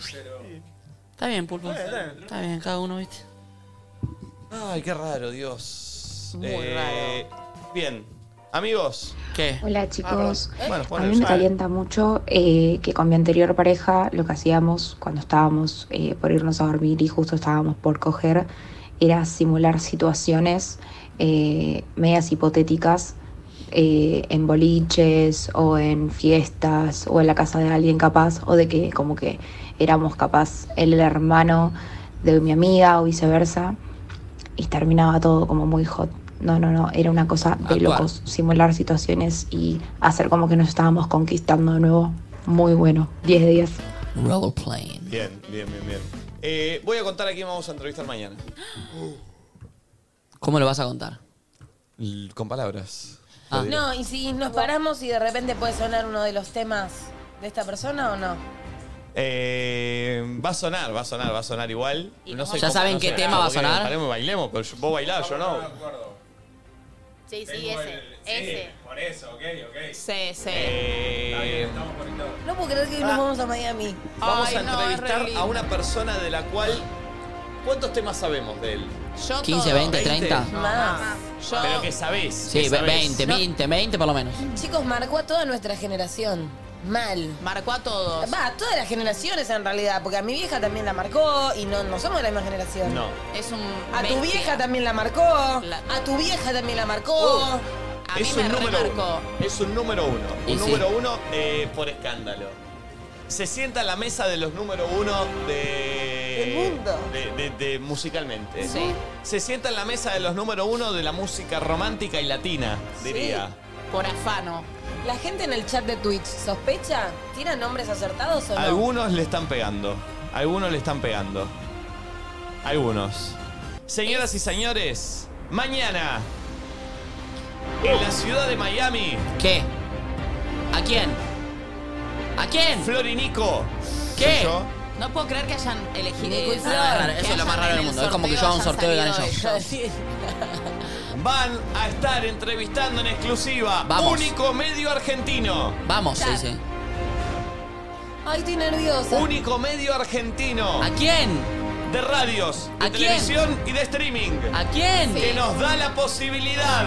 S4: Está bien, Pulpo.
S6: Está bien, está bien.
S4: Está bien, cada uno, ¿viste?
S1: Ay, qué raro, Dios.
S4: Muy
S1: raro. Bien. Amigos. Ah,
S4: ¿Qué?
S7: Hola chicos,
S1: Bueno,
S7: a
S1: ponelo.
S7: mí me calienta mucho eh, que con mi anterior pareja lo que hacíamos cuando estábamos eh, por irnos a dormir y justo estábamos por coger era simular situaciones eh, medias hipotéticas eh, en boliches o en fiestas o en la casa de alguien capaz o de que como que éramos capaz él el hermano de mi amiga o viceversa y terminaba todo como muy hot. No, no, no, era una cosa de
S4: Actuar.
S7: locos, simular situaciones y hacer como que nos estábamos conquistando de nuevo. Muy bueno, 10 de 10.
S4: Roleplaying.
S1: Bien, bien, bien, bien. Eh, voy a contar a quién vamos a entrevistar mañana.
S4: ¿Cómo lo vas a contar?
S1: L- Con palabras.
S4: Ah.
S1: Lo diré.
S2: No, y si nos paramos y de repente puede sonar uno de los temas de esta persona o no.
S1: Eh, va a sonar, va a sonar, va a sonar igual. No sé
S4: ¿Ya
S1: cómo-
S4: saben
S1: no
S4: qué
S1: sé
S4: tema
S1: cómo,
S4: va a
S1: porque
S4: sonar?
S1: Bailemos, bailemos, pero yo- vos bailás, yo no.
S5: Sí, sí, ese. Ese.
S16: Por eso, ok, ok.
S3: Sí, sí.
S1: Eh,
S2: No puedo creer que hoy nos vamos a Miami.
S1: Ah. vamos
S2: Ay,
S1: a
S2: no, es re
S1: entrevistar
S2: lindo.
S1: a una persona de la cual. ¿Cuántos temas sabemos de él?
S3: Yo
S4: 15,
S3: todo.
S4: 20, 30.
S2: Más.
S3: Yo-
S1: Pero que sabés.
S4: Sí,
S1: que sabés.
S4: 20, 20, 20 por lo menos.
S2: Chicos, marcó a toda nuestra generación. Mal.
S3: Marcó a todos.
S2: Va, a todas las generaciones en realidad, porque a mi vieja también la marcó y no, no somos de la misma generación.
S1: No.
S3: Es un.
S2: A tu
S3: bestia.
S2: vieja también la marcó. A tu vieja también la marcó.
S3: A mí
S1: es
S3: me
S1: un número
S3: remarcó.
S1: uno. Es un número uno.
S4: Y
S1: un
S4: sí.
S1: número uno eh, por escándalo. Se sienta a la mesa de los número uno de.
S2: Del mundo.
S1: De, de- de- musicalmente.
S3: Sí.
S1: Se sienta en la mesa de los número uno de la música romántica y latina, diría.
S3: Por afano.
S2: La gente en el chat de Twitch sospecha, ¿tienen nombres acertados o no?
S1: Algunos le están pegando. Algunos le están pegando. Algunos. Señoras y señores, mañana. En la ciudad de Miami,
S4: ¿Qué? ¿A quién? ¿A quién?
S1: Florinico.
S4: ¿Qué?
S1: Soy yo.
S3: No puedo creer que hayan elegido.
S4: Nico y
S3: eh,
S4: Flor.
S3: nada,
S4: Ah, Eso
S3: que
S4: es lo más
S3: hayan
S4: raro del
S3: en el
S4: mundo. Es como que yo hago un sorteo y
S3: hayan
S4: gané yo.
S3: salido ellos.
S1: van a estar entrevistando en exclusiva
S4: Vamos.
S1: único medio argentino.
S4: Vamos, sí, sí.
S2: Ay, estoy nerviosa.
S1: Único medio argentino
S4: ¿A quién?
S1: de radios, de
S4: ¿A quién?
S1: televisión y de streaming.
S4: ¿A quién?
S1: Que nos da la posibilidad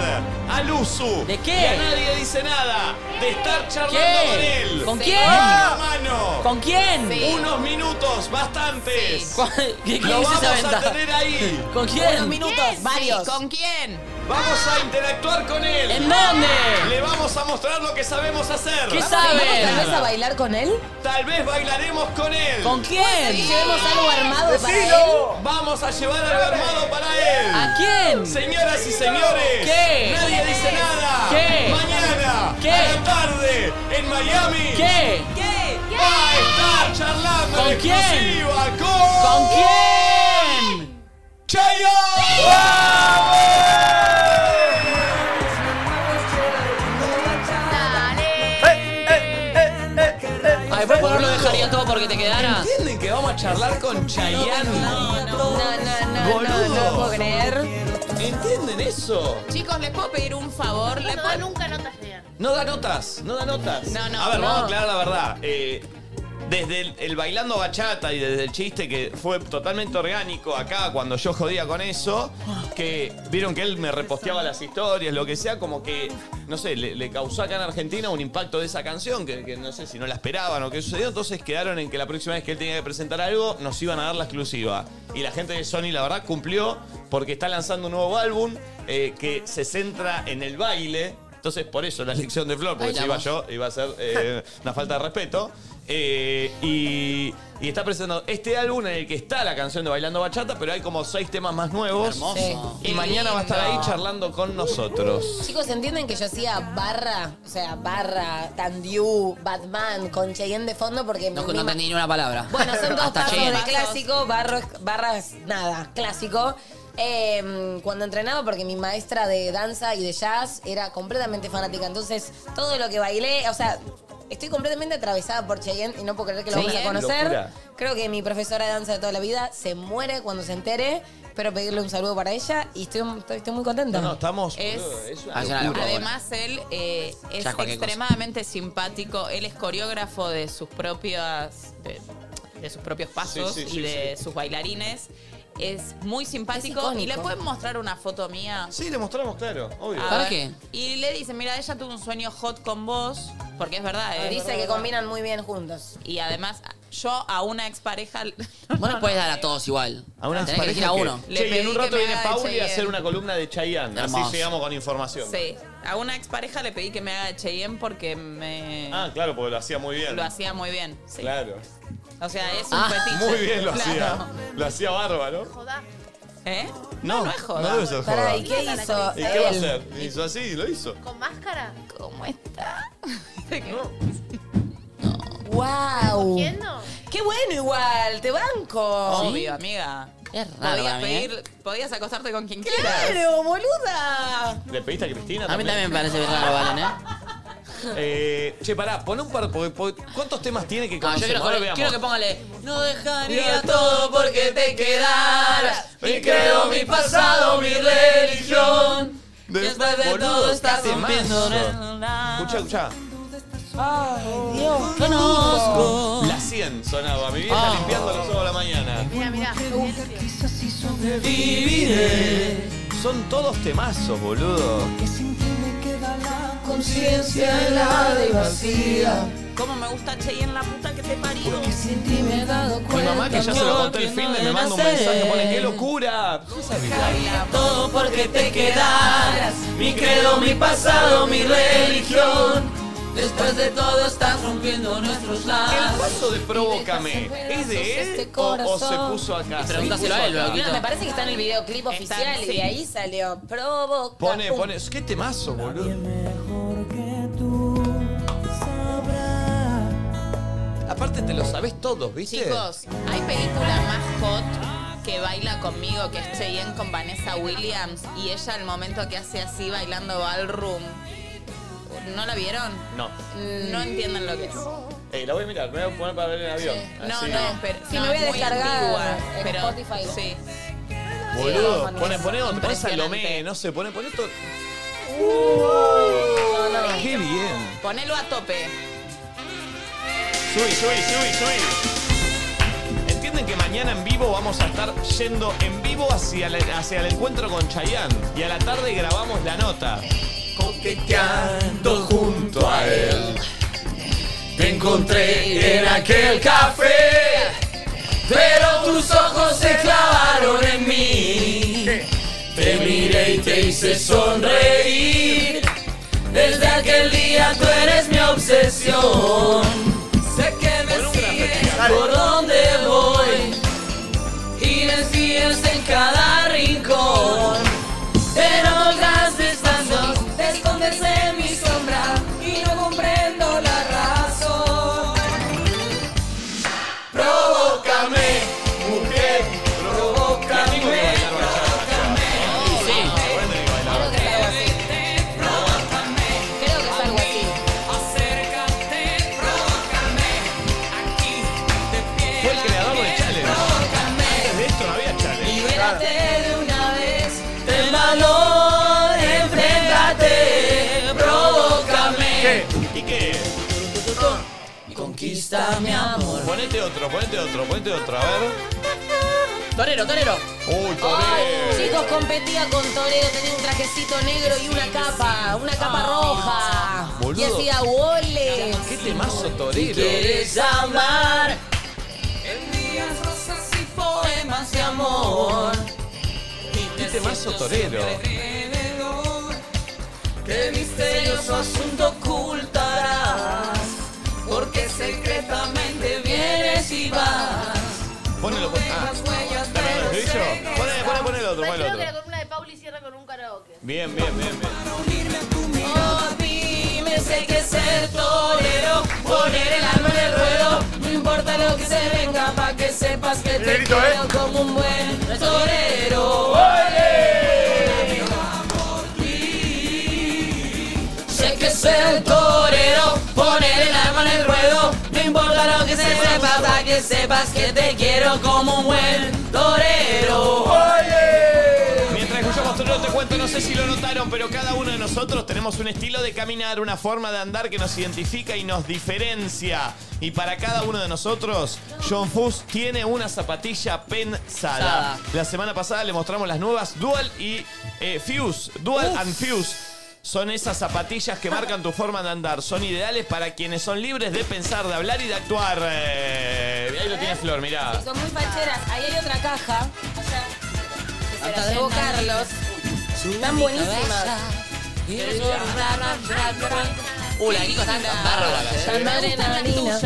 S1: al USU.
S4: ¿De qué?
S1: Y a nadie dice nada. De estar charlando
S4: ¿Qué?
S1: con él.
S4: ¿Con
S1: Sí.
S4: quién?
S1: Mano a mano.
S4: ¿Con quién?
S3: Sí.
S1: Unos minutos, bastantes.
S4: ¿Cuál- ¿Qué, qué
S1: Lo
S4: dice
S1: vamos
S4: esa
S1: a
S4: venta?
S1: tener ahí.
S4: ¿Con
S2: Unos
S4: quién?
S2: minutos,
S3: ¿Quién? Sí,
S2: varios.
S3: ¿Con quién?
S1: Vamos a interactuar con él.
S4: ¿En dónde?
S1: Le vamos a mostrar lo que sabemos hacer.
S4: ¿Qué
S2: ¿Vamos tal vez a
S4: saben?
S2: bailar con él?
S1: Tal vez bailaremos con él.
S4: ¿Con quién?
S2: ¿Llevemos algo armado para él?
S6: ¡Decilo!
S1: Vamos a llevar algo armado para él.
S4: ¿A quién?
S1: Señoras y señores,
S4: ¿Qué?
S1: nadie dice nada.
S4: ¿Qué?
S1: Mañana,
S4: ¿Qué?
S1: a la tarde, en Miami,
S4: ¿Qué?
S1: va a estar charlando
S4: ¿Con
S1: en
S4: quién?
S1: exclusiva con,
S4: ¿Con quién?
S1: Chayo.
S4: Ay, fue por no lo dejaría todo porque te quedara.
S1: ¿Entienden que vamos a charlar con Chayanne?
S2: No, no, no, no, no,
S1: Boludo.
S2: lo puedo creer.
S1: ¿Entienden eso?
S3: Chicos, ¿les puedo pedir un favor? ¿Le
S5: No,
S3: puedo-
S5: nunca notas llegan.
S1: No da notas, no da notas.
S3: No, no,
S1: A ver,
S3: no.
S1: vamos a aclarar la verdad. Eh, desde el, el bailando bachata y desde el chiste que fue totalmente orgánico acá cuando yo jodía con eso, que vieron que él me reposteaba las historias, lo que sea, como que, no sé, le, le causó acá en Argentina un impacto de esa canción, que, que no sé si no la esperaban o qué sucedió, entonces quedaron en que la próxima vez que él tenía que presentar algo, nos iban a dar la exclusiva. Y la gente de Sony, la verdad, cumplió porque está lanzando un nuevo álbum eh, que se centra en el baile. Entonces Entonces, por eso la elección de Flor, porque
S14: Ay, la
S1: si iba
S14: voz.
S1: yo, iba a ser eh, una falta de respeto. Eh, y, y está presentando este álbum en el que está la canción de Bailando Bachata, pero hay como seis temas más nuevos.
S2: Hermoso.
S1: Y mañana va a estar ahí
S2: Lindo.
S1: charlando con nosotros.
S2: Chicos, ¿entienden que yo hacía barra? O sea, barra, Tandiu, Batman, con Cheyenne de fondo porque...
S4: No,
S2: me-
S4: no entendí ni una palabra.
S2: Bueno, son dos
S3: Ah,
S4: Hasta
S2: pasos
S4: Cheyenne.
S2: de clásico, barro, barras, nada, clásico. Eh, cuando entrenaba, porque mi maestra de danza y de jazz era completamente fanática, entonces todo lo que bailé, o sea, estoy completamente atravesada por Cheyenne y no puedo creer que lo vamos a
S18: Cheyenne.
S2: conocer.
S18: Locura.
S2: Creo que mi profesora de danza de toda la vida se muere cuando se entere. Espero pedirle un saludo para ella y estoy, estoy, estoy muy contenta.
S1: No, no, estamos.
S3: Es-
S1: boludo, es una
S4: Ah, es una
S1: locura.
S3: Además, él eh, es
S4: Ya es cualquier cosa.
S3: extremadamente simpático. Él es coreógrafo de sus propias. de, de sus propios pasos
S4: Sí, sí, sí,
S3: y de sus bailarines. Es muy simpático.
S4: Es
S3: ¿Y le
S4: icónico.
S3: pueden mostrar una foto mía?
S1: Sí, le mostramos, claro, obvio.
S3: A
S4: ¿Para
S3: ver.
S4: qué?
S3: Ah, Y le dice, mira, ella tuvo un sueño hot con vos, porque es verdad. eh.
S2: Dice que combinan muy bien juntos.
S3: Y además, yo a una expareja...
S4: Vos no puedes dar a todos igual.
S1: A una
S4: Tenés que elegir a
S1: pareja
S4: uno.
S1: que- Che, y en un rato viene Pauli a hacer
S4: Cheyenne.
S1: una columna de Chayanne. Así
S4: Hermoso.
S1: llegamos con información.
S3: Sí, a una expareja le pedí que me haga de Cheyenne porque me...
S1: Ah, claro, porque lo hacía muy bien.
S3: Lo hacía muy bien, sí.
S1: Claro.
S3: O sea, es un
S1: Ah,
S3: fetiche.
S1: Muy bien lo
S3: Claro.
S1: hacía. Lo hacía bárbaro.
S5: Joda.
S3: ¿Eh?
S1: No,
S3: no es joda.
S1: No debe ser joda.
S2: Pará, ¿y qué hizo
S1: ¿Y qué va a
S4: Eh,
S2: él?
S1: hacer? Hizo así, lo hizo.
S5: ¿Con máscara?
S3: ¿Cómo está?
S2: ¡Wow!
S5: ¿Cogiendo?
S2: ¡Qué bueno igual! ¡Te banco!
S3: Obvio, amiga. Es
S4: raro
S3: Podías,
S4: para mí, ¿eh?
S3: pedir, podías acostarte con quien quieras.
S2: ¡Claro, boluda!
S1: ¿Le pediste a Cristina?
S4: A mí también me parece raro, Valen, ¿eh?
S1: Eh, che, pará, pon un par. porque- porque- ¿Cuántos temas tiene que
S4: No, yo
S1: conocer?
S4: quiero,
S1: Ahora
S4: que-
S1: veamos.
S4: quiero que póngale. No dejaría
S1: Mira
S4: todo porque te quedaras. Mi credo, mi pasado, mi religión. Después de
S1: Boludo,
S4: todo estás
S1: qué temazo.
S4: rompiendo.
S1: Escucha, escucha.
S2: ¡Ay, Dios!
S4: Conozco.
S1: La 100 sonaba. Mi vieja
S4: Ah.
S1: limpiando los ojos a la mañana.
S5: Mira, mira.
S1: Viviré. Son todos temazos, boludo.
S4: Conciencia helada y vacía.
S3: Cómo me gusta Cheyenne, la puta que te parió.
S1: Mi mamá que ya se lo contó el
S4: que
S1: fin de
S4: no
S1: me manda un
S4: naceré.
S1: mensaje, pone qué locura. No sabía.
S4: Todo porque te quedaras. Mi credo, mi pasado, mi religión. Después de todo estás rompiendo nuestros
S1: El
S4: lazos.
S1: paso de Provócame, ¿es de él o,
S2: Este
S1: o
S2: corazón.
S1: se puso acá? Se
S4: Preguntáselo
S1: puso
S4: a él,
S1: acá.
S4: Blanquito.
S2: No, me parece que está en el videoclip oficial y
S3: sí.
S2: de ahí salió Provoca.
S1: Pone,
S2: un-
S1: pone, qué temazo, boludo. Aparte te lo sabés todos, ¿viste?
S3: Chicos, hay película más hot que baila conmigo, que es Cheyenne con Vanessa Williams. Y ella, al momento que hace así, bailando ballroom. ¿No la vieron?
S1: No.
S3: No entienden lo que es.
S1: Eh, la voy a mirar, me voy a poner para ver en el avión.
S3: No,
S1: Así.
S3: no, pero.
S2: Sí,
S3: no,
S2: me voy a
S3: es muy
S2: descargar
S3: antigua,
S2: en
S3: pero-
S2: Spotify.
S3: Sí.
S1: Boludo,
S2: Sí,
S1: pone, pone otro, pone
S3: impresionante.
S1: Salomé, no sé, pone, pone todo.
S3: Uh,
S1: ¡Qué bien!
S3: Ponelo a tope.
S1: Subí, subí, subí, subí. ¿Entienden que mañana en vivo vamos a estar yendo en vivo hacia, la- hacia el encuentro con Chayanne? Y a la tarde grabamos la nota. Coqueteando junto a él.
S4: Te encontré
S1: en aquel café,
S4: pero tus ojos se clavaron en mí. Te miré y te hice sonreír. Desde aquel día tú eres mi obsesión. Sé que me sigues por donde voy y me sigues en cada rincón. Pero las distancias te escondes en mi sombra y no comprendo la razón. Provócame, mujer, provócame.
S2: Creo que es algo así.
S1: Fue el creador de Challenge. Antes de esto no había Challenge.
S4: Libérate de una vez, ten valor, enfréntate, provócame.
S1: ¿Y qué?
S4: Conquista mi amor.
S1: Ponete otro, ponete otro, ponete otro, a ver.
S4: Torero, torero.
S1: Uy,
S2: Ay,
S1: Torero.
S2: chicos, competía con Torero, tenía un trajecito negro y una capa, una capa
S4: Ah.
S2: roja.
S1: Boludo.
S2: Y hacía goles.
S1: Qué temazo
S4: Si
S1: Torero.
S4: quieres amar, envías rosas y poemas de amor.
S1: Qué temazo Torero.
S4: Qué misterioso asunto ocultarás, porque secretamente vienes y vas.
S1: Ponelo, pon- ah.
S4: Las huellas de
S1: ¿Lo
S4: los
S1: hizo? Poné, poné, poné el otro, poné el
S5: Prefiero que la
S1: otro.
S5: columna de Pauli cierre con un karaoke.
S1: Bien, bien, bien, bien.
S4: Oh, dime si hay que ser torero, poner el alma en el ruedo. No importa lo que se venga, pa' que sepas que te
S6: Negrito,
S4: quiero
S6: ¿eh?
S4: como un buen torero.
S1: ¡Ole!
S4: Sé que ser torero, poner el alma en el ruedo. No importa lo que se sepa, pa' que sepas que te quiero como un buen torero.
S1: Mientras escuchamos Torero te cuento, no sé si lo notaron, pero cada uno de nosotros tenemos un estilo de caminar, una forma de andar que nos identifica y nos diferencia. Y para cada uno de nosotros, John Fuss tiene una zapatilla pensada.
S4: Sada.
S1: La semana pasada le mostramos las nuevas Dual y eh, Fuse, Dual and Fuse. Son esas zapatillas que marcan tu forma de andar. Son ideales para quienes son libres de pensar, de hablar y de actuar. Eh, ahí lo tiene Flor, mirá.
S2: Son muy facheras. Ahí hay otra caja. Allá. Que se la llevó Carlos. Están buenísimas.
S4: Uh, la Kiko está bárbara.
S2: Tan madre nanina.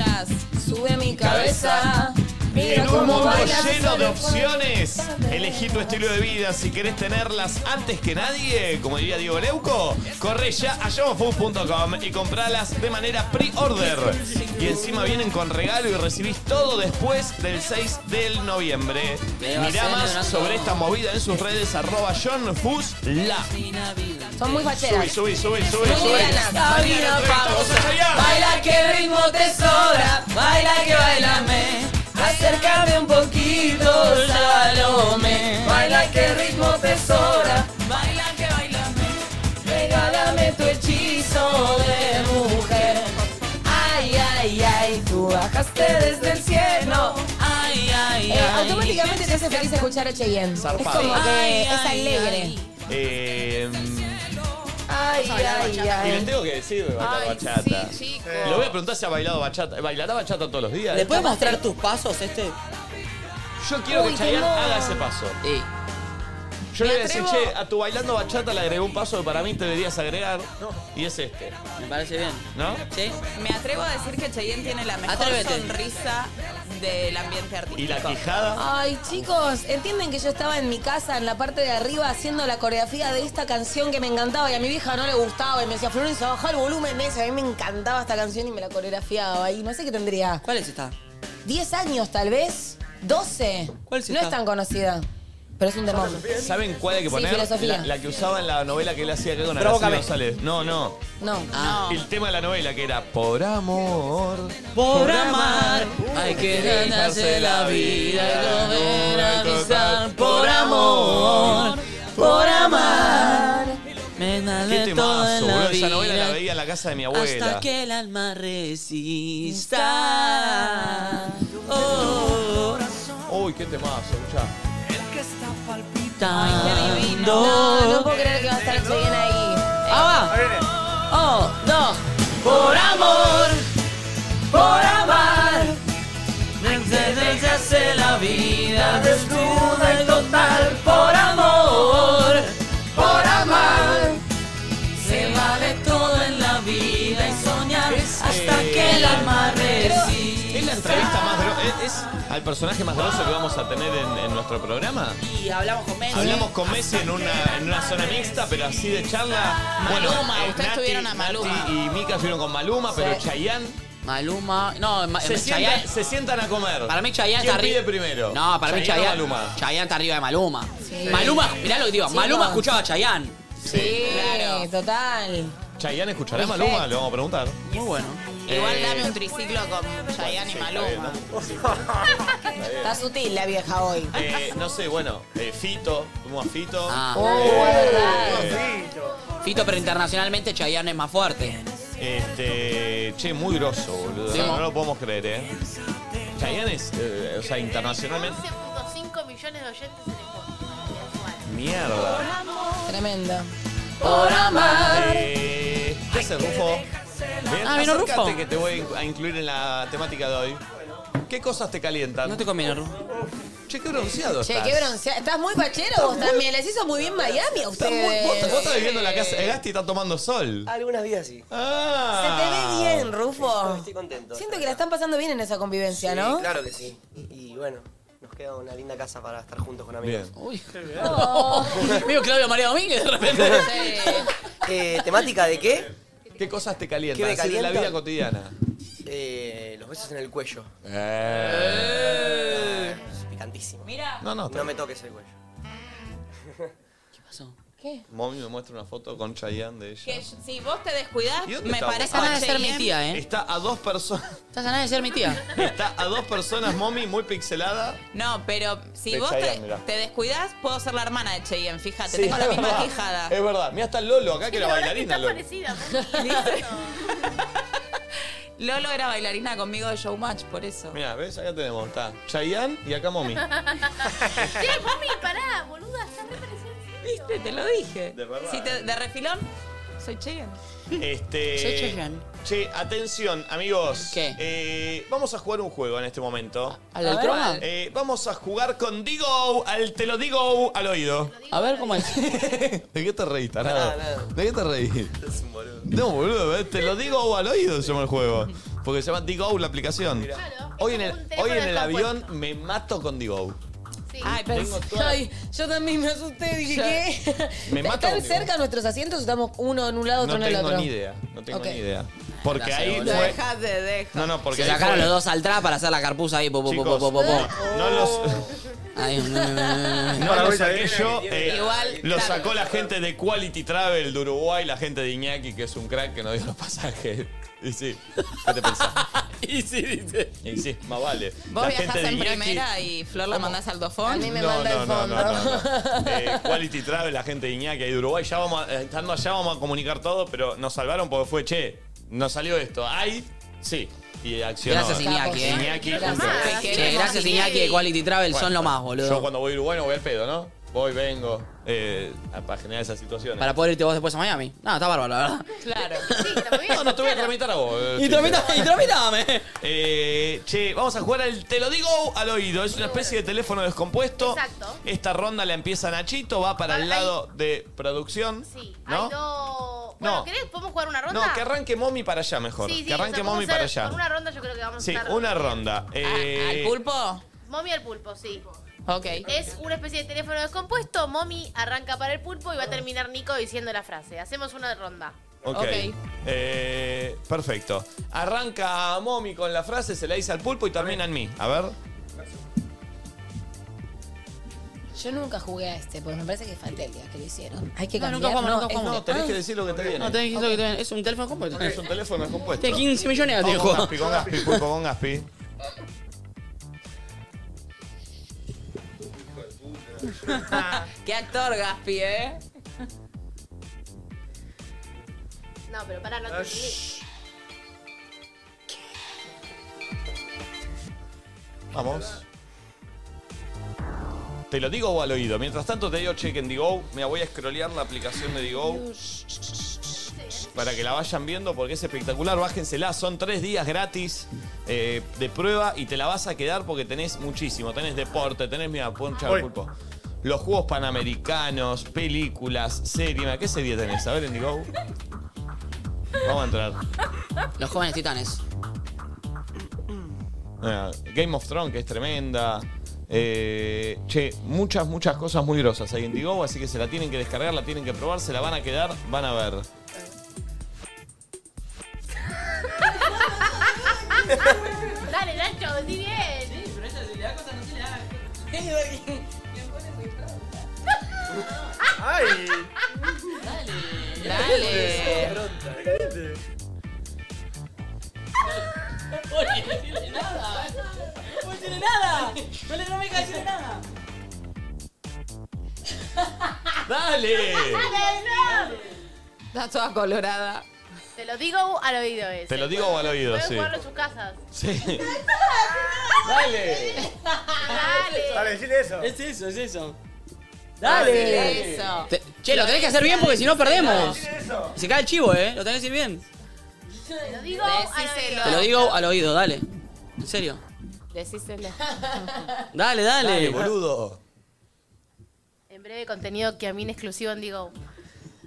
S2: Sube a mi cabeza.
S4: Cabeza.
S1: En un mundo lleno de opciones, elegí tu estilo de vida. Si querés tenerlas antes que nadie, como diría Diego Leuco, corre ya a johnfood.com y compralas de manera pre-order. Y encima vienen con regalo y recibís todo después del 6 del noviembre. Mirá más sobre esta movida en sus redes arroba johnfusla.
S2: Son
S1: Subí,
S2: muy facheras.
S1: subí, subí, subí, subí.
S4: Esta vida
S1: Vamos a
S4: pausa.
S1: ensayar.
S4: Baila que ritmo te sobra. Baila que bailame. Acércame un poquito, Salome. Baila que ritmo te sobra. Baila que bailame. Regálame tu hechizo de mujer. Ay, ay, ay. Tú bajaste desde el cielo. Ay, ay,
S2: Eh,
S4: ay.
S2: automáticamente te hace feliz escuchar a Cheyenne. Es como que
S4: Ay,
S2: es alegre.
S1: Eh,
S2: Ay, ay,
S1: y les tengo que decir de bailar bachata. Le voy a preguntar si ha bailado bachata. ¿Bailará bachata todos los días?
S8: ¿Le puedes mostrar tus pasos este?
S1: Yo quiero que Chayanne haga ese paso. Yo le voy a decir,
S8: atrevo-
S1: che, a tu bailando bachata le agregué un paso que para mí te deberías agregar. Y es este. Me parece bien. ¿No? Sí.
S3: Me atrevo a decir que Cheyenne tiene la mejor
S1: Atrévete.
S3: sonrisa del ambiente artístico.
S1: ¿Y la quijada?
S2: Ay, chicos, ¿entienden que yo estaba en mi casa, en la parte de arriba, haciendo la coreografía de esta canción que me encantaba y a mi vieja no le gustaba? Y me decía, Florencia, baja el volumen de ese. A mí me encantaba esta canción y me la coreografiaba. Y no sé qué tendría.
S8: ¿Cuál es esta?
S2: 10 años, tal vez. 12.
S8: ¿Cuál
S2: No es tan conocida, pero es un temor.
S1: ¿Saben cuál hay que
S2: Sí,
S1: poner?
S2: filosofía.
S1: La, la que usaba en la novela que él hacía acá con
S8: Provócame.
S1: Araceli González. No, no.
S2: No.
S1: El tema de la novela que era por amor.
S4: Por amar hay que ganarse la vida y volver a besar por amor, por amar. Me enamoré
S1: Qué
S4: toda
S1: temazo,
S4: la
S1: boludo. Esa
S4: vida
S1: novela la veía en la casa de mi abuela.
S4: hasta que el alma resista. Oh,
S1: Uy, qué temazo, escuchá.
S2: No, Ah, no
S4: palpitando.
S2: puedo creer que va a estar Cheyenne ahí.
S4: Ah, Oh, dos. Por amor, por amar. Se hace la vida desnuda y total. Por amor, por amar. Se vale todo en la vida y soñar hasta que el alma resista.
S1: Este. Es la entrevista más gro- es, es al personaje más grosso que vamos a tener en, en nuestro programa.
S8: Y hablamos con Messi.
S1: Hablamos con Messi en una, en una zona mixta, pero así de charla.
S8: Maluma,
S1: eh,
S8: ustedes tuvieron a Maluma.
S1: Nati y Mika estuvieron con Maluma, pero Chayanne.
S8: Maluma. No, Ma-
S1: Se, sienta-
S8: Chayanne-
S1: se sientan a comer.
S8: Para mí Chayanne
S1: ¿Quién
S8: está arriba.
S1: pide primero?
S8: No, para mí
S1: ¿Chayanne o
S8: Chayanne.
S1: Maluma.
S8: Chayanne está arriba de Maluma. Maluma, mirá lo que digo.
S2: Sí,
S8: Maluma
S2: no.
S8: escuchaba a Chayanne.
S2: Sí, total.
S1: ¿Chayanne escuchará a
S2: Perfecto.
S1: Maluma? Lo vamos a preguntar.
S8: Muy bueno.
S3: Igual
S1: Eh,
S3: dame un triciclo con Chayanne y Maluma.
S2: Está sutil la vieja hoy.
S1: Eh, no sé, bueno, eh, Fito, tuvimos a Fito.
S8: Ah.
S1: Eh,
S4: Oh.
S8: Fito, pero internacionalmente Chayanne es más fuerte.
S1: Este. Che, muy grosso, boludo.
S8: Sí,
S1: no,
S8: mo-
S1: lo podemos creer, ¿eh? Chayanne es. eh, o sea, internacionalmente.
S5: 11.5 millones de oyentes en Spotify.
S1: Mierda.
S2: Tremendo.
S4: Por amar.
S1: Eh, ¿Qué haces, Rufo? Bien,
S8: Ah, vino
S1: acércate
S8: Rufo.
S1: que te voy a incluir en la temática de hoy. ¿Qué cosas te calientan?
S8: No te conviene, Rufo.
S1: Che, qué bronceado
S2: Che,
S1: estás.
S2: qué bronceado. ¿Estás muy fachero vos también? Les hizo muy bien Miami a
S1: Estás muy-
S2: ustedes.
S1: vos, vos estás viviendo en la casa de Gasti y está tomando sol.
S9: Algunos días sí.
S1: Ah.
S2: Se te ve bien, Rufo.
S9: Estoy contento.
S2: Siento que la están pasando bien en esa convivencia,
S9: Sí,
S2: ¿no?
S9: Claro que sí. Y bueno, nos queda una linda casa para estar juntos con amigos.
S4: Uy,
S2: Oh.
S4: Mío Claudio María Domínguez de repente.
S9: Eh, ¿Temática de qué?
S1: ¿Qué cosas te calientan?
S9: ¿Qué me
S1: Así de la
S9: calienta?
S1: vida cotidiana.
S9: Eh, los besos en el cuello. Eh. Es picantísimo.
S3: Mira.
S1: No, no, está
S9: No me toques el cuello.
S2: ¿Qué?
S1: Mommy me muestra una foto con Chayanne de ella.
S3: Que si vos te descuidás,
S1: ¿Y dónde
S3: me
S1: está? Ah,
S3: parece
S1: Ganas
S4: de ser mi tía, ¿eh?
S1: Está a dos personas.
S4: Estás ganas de ser mi tía.
S1: Está a dos personas, mommy, muy pixelada.
S3: No, pero si
S1: De
S3: vos
S1: Chayanne,
S3: te,
S1: mirá.
S3: te descuidás, puedo ser la hermana de Cheyenne, fíjate,
S1: Sí.
S3: Ah, tengo la misma
S1: verdad.
S3: quijada.
S1: Es verdad. Mira, está Lolo acá que era
S3: la verdad
S1: bailarina.
S3: que está
S1: Lolo.
S3: Lolo era bailarina conmigo de Showmatch, por eso.
S1: Mira, ves, acá tenemos. Está Chayanne y acá mommy.
S5: Che, mami, pará, boluda, está re parecido en serio.
S3: Viste, te lo dije.
S1: De verdad, eh.
S3: Si te- de refilón, soy Cheyenne.
S1: Este.
S3: Soy Chayanne.
S1: Che, atención, amigos. ¿Qué? vamos a jugar un juego en este momento.
S4: ¿Al del A ver. croma?
S1: Eh, vamos a jugar con Digo, al te lo digo al oído.
S4: A ver cómo es.
S1: ¿De qué te reís, tarado?
S4: Nada, nada.
S1: ¿De qué te reís?
S9: Es un boludo.
S1: No, boludo, eh, te lo digo al oído se llama el juego. Porque se llama Digo la aplicación. Hoy en el, hoy en el avión me mato con Digo.
S2: Ay,
S1: pero- Tengo toda-
S2: Ay, yo también me asusté, dije,
S1: Ya.
S2: ¿qué?
S1: Me mata
S2: ¿Están
S1: un-
S2: cerca nuestros asientos? ¿Estamos uno en un lado, otro
S1: No
S2: en el
S1: tengo
S2: otro?
S1: ni idea, no tengo
S2: Ok.
S1: ni idea. Porque
S12: Gracias,
S1: ahí
S12: boludo.
S1: fue...
S3: Deja de deja.
S1: No, no, porque
S12: Se
S1: ahí
S12: sacaron
S1: fue-
S12: los dos al trap para hacer la carpuza ahí, po, po, po, po, po, po, po.
S1: No los...
S12: Ahí, mm, mm, mm.
S1: No lo saqué yo, eh,
S3: Igual,
S1: lo
S3: claro.
S1: sacó la gente de Quality Travel de Uruguay, la gente de Iñaki, que es un crack que no dio los pasajes. Y sí, ¿qué te pensás?
S4: y sí, dice.
S1: Y sí, más vale.
S3: Vos
S1: la
S3: viajás
S1: gente de
S3: en
S1: Iñaki-
S3: primera y Flor la mandás al dofón.
S2: A mí me
S1: No,
S2: manda
S1: no,
S2: el
S1: no,
S2: fondo.
S1: no, no, no. Eh, Quality Travel, la gente de Iñaki y de Uruguay, ya vamos a- eh, estando allá vamos a comunicar todo, pero nos salvaron porque fue, che, nos salió esto. Ay, sí. Y accionó.
S12: Gracias, Iñaki, eh.
S1: Iñaki,
S12: Gracias.
S1: un crack.
S12: Che, gracias, Iñaki de Quality Travel, son
S1: Bueno,
S12: lo más, boludo.
S1: Yo cuando voy a Uruguay no voy al pedo, ¿no? Voy, vengo, eh, para generar esas situaciones.
S12: Para poder irte vos después a Miami. No, está bárbaro, la verdad.
S3: Claro.
S1: No, no, te voy a tramitar a vos. eh,
S12: Y tramitame, y tramitame.
S1: Eh, che, vamos a jugar al Te lo digo al oído. Es una especie de teléfono descompuesto.
S5: Exacto.
S1: Esta ronda la empieza Nachito, va para el lado de producción.
S5: Sí,
S1: ¿No?
S5: hay dos. Bueno,
S1: No.
S5: ¿querés? ¿Podemos jugar una
S1: No,
S5: ronda?
S1: que arranque Mommy para allá mejor.
S5: Sí, sí,
S1: que arranque
S5: o sea, vamos
S1: Mommy
S5: a
S1: para
S5: hacer-
S1: allá.
S5: Con una ronda yo creo que vamos
S1: Sí,
S5: a estar.
S1: una ronda. Eh,
S3: Ah, ¿Al pulpo?
S5: Mommy al pulpo, sí.
S3: Ok.
S5: Es una especie de teléfono descompuesto. Mommy arranca para el pulpo y va a terminar Nico diciendo la frase. Hacemos una ronda.
S1: ok. Eh, perfecto. Arranca Mommy con la frase, se la dice al pulpo y termina en mí. A ver.
S2: Yo nunca jugué a este, porque me parece que falté el día que lo hicieron. Hay que
S4: No,
S2: cambiar.
S4: nunca jugamos, nunca
S2: es-
S4: jugamos.
S1: No, tenés que decir lo que te viene.
S4: No, tenés que decir lo que te viene. Es un teléfono compuesto.
S1: Es un teléfono descompuesto.
S4: Tiene 15 millones de
S1: Vamos,
S4: juego.
S1: Con Gaspi, con Gaspi, pulpo, con Gaspi.
S3: Qué actor, Gaspi, ¿eh?
S5: No, pero pará, no te entendí.
S1: Vamos. Te lo digo al oído. Mientras tanto te digo check en Digo. Mira, voy a scrollear la aplicación de Digo para que la vayan viendo porque es espectacular. Bájensela, son tres días gratis eh, de prueba y te la vas a quedar porque tenés muchísimo. Tenés deporte, tenés, mira, poncha
S6: Voy.
S1: el pulpo. Los juegos panamericanos, películas, series. Mirá, ¿Qué serie tenés? A ver en Digo. Vamos a entrar.
S12: Los jóvenes titanes.
S1: Mira, Ah, Game of Thrones, que es tremenda. Eh, che, muchas, muchas cosas muy grosas hay en Digo, así que se la tienen que descargar, la tienen que probar, se la van a quedar, van a ver.
S5: Ah, Dale, Nacho, decí bien. Sí, pero ella si le da cosas no se le da.
S6: ¡Ay!
S3: Dale.
S4: Oye, no tiene nada. No tiene nada. No le no me cae de nada.
S1: ¡Dale!
S3: Está toda colorada.
S5: Te lo digo al oído es.
S1: Te lo digo al oído,
S5: Pueden
S1: sí.
S5: jugarlo en sus casas.
S1: Sí. ¡Dale!
S5: Dale.
S6: Dale, decirle eso.
S4: Es eso, es eso.
S12: Dale.
S4: Eso.
S12: Te- che, lo tenés que hacer bien porque si no perdemos.
S6: Decile eso.
S12: Y se cae el chivo, eh. Lo tenés que decir bien.
S5: Te lo digo al oído.
S12: Te lo digo al oído, dale. En serio.
S3: Decíselo.
S12: Dale, dale.
S1: Dale, boludo.
S5: En breve contenido que a mí en exclusivo en Digo.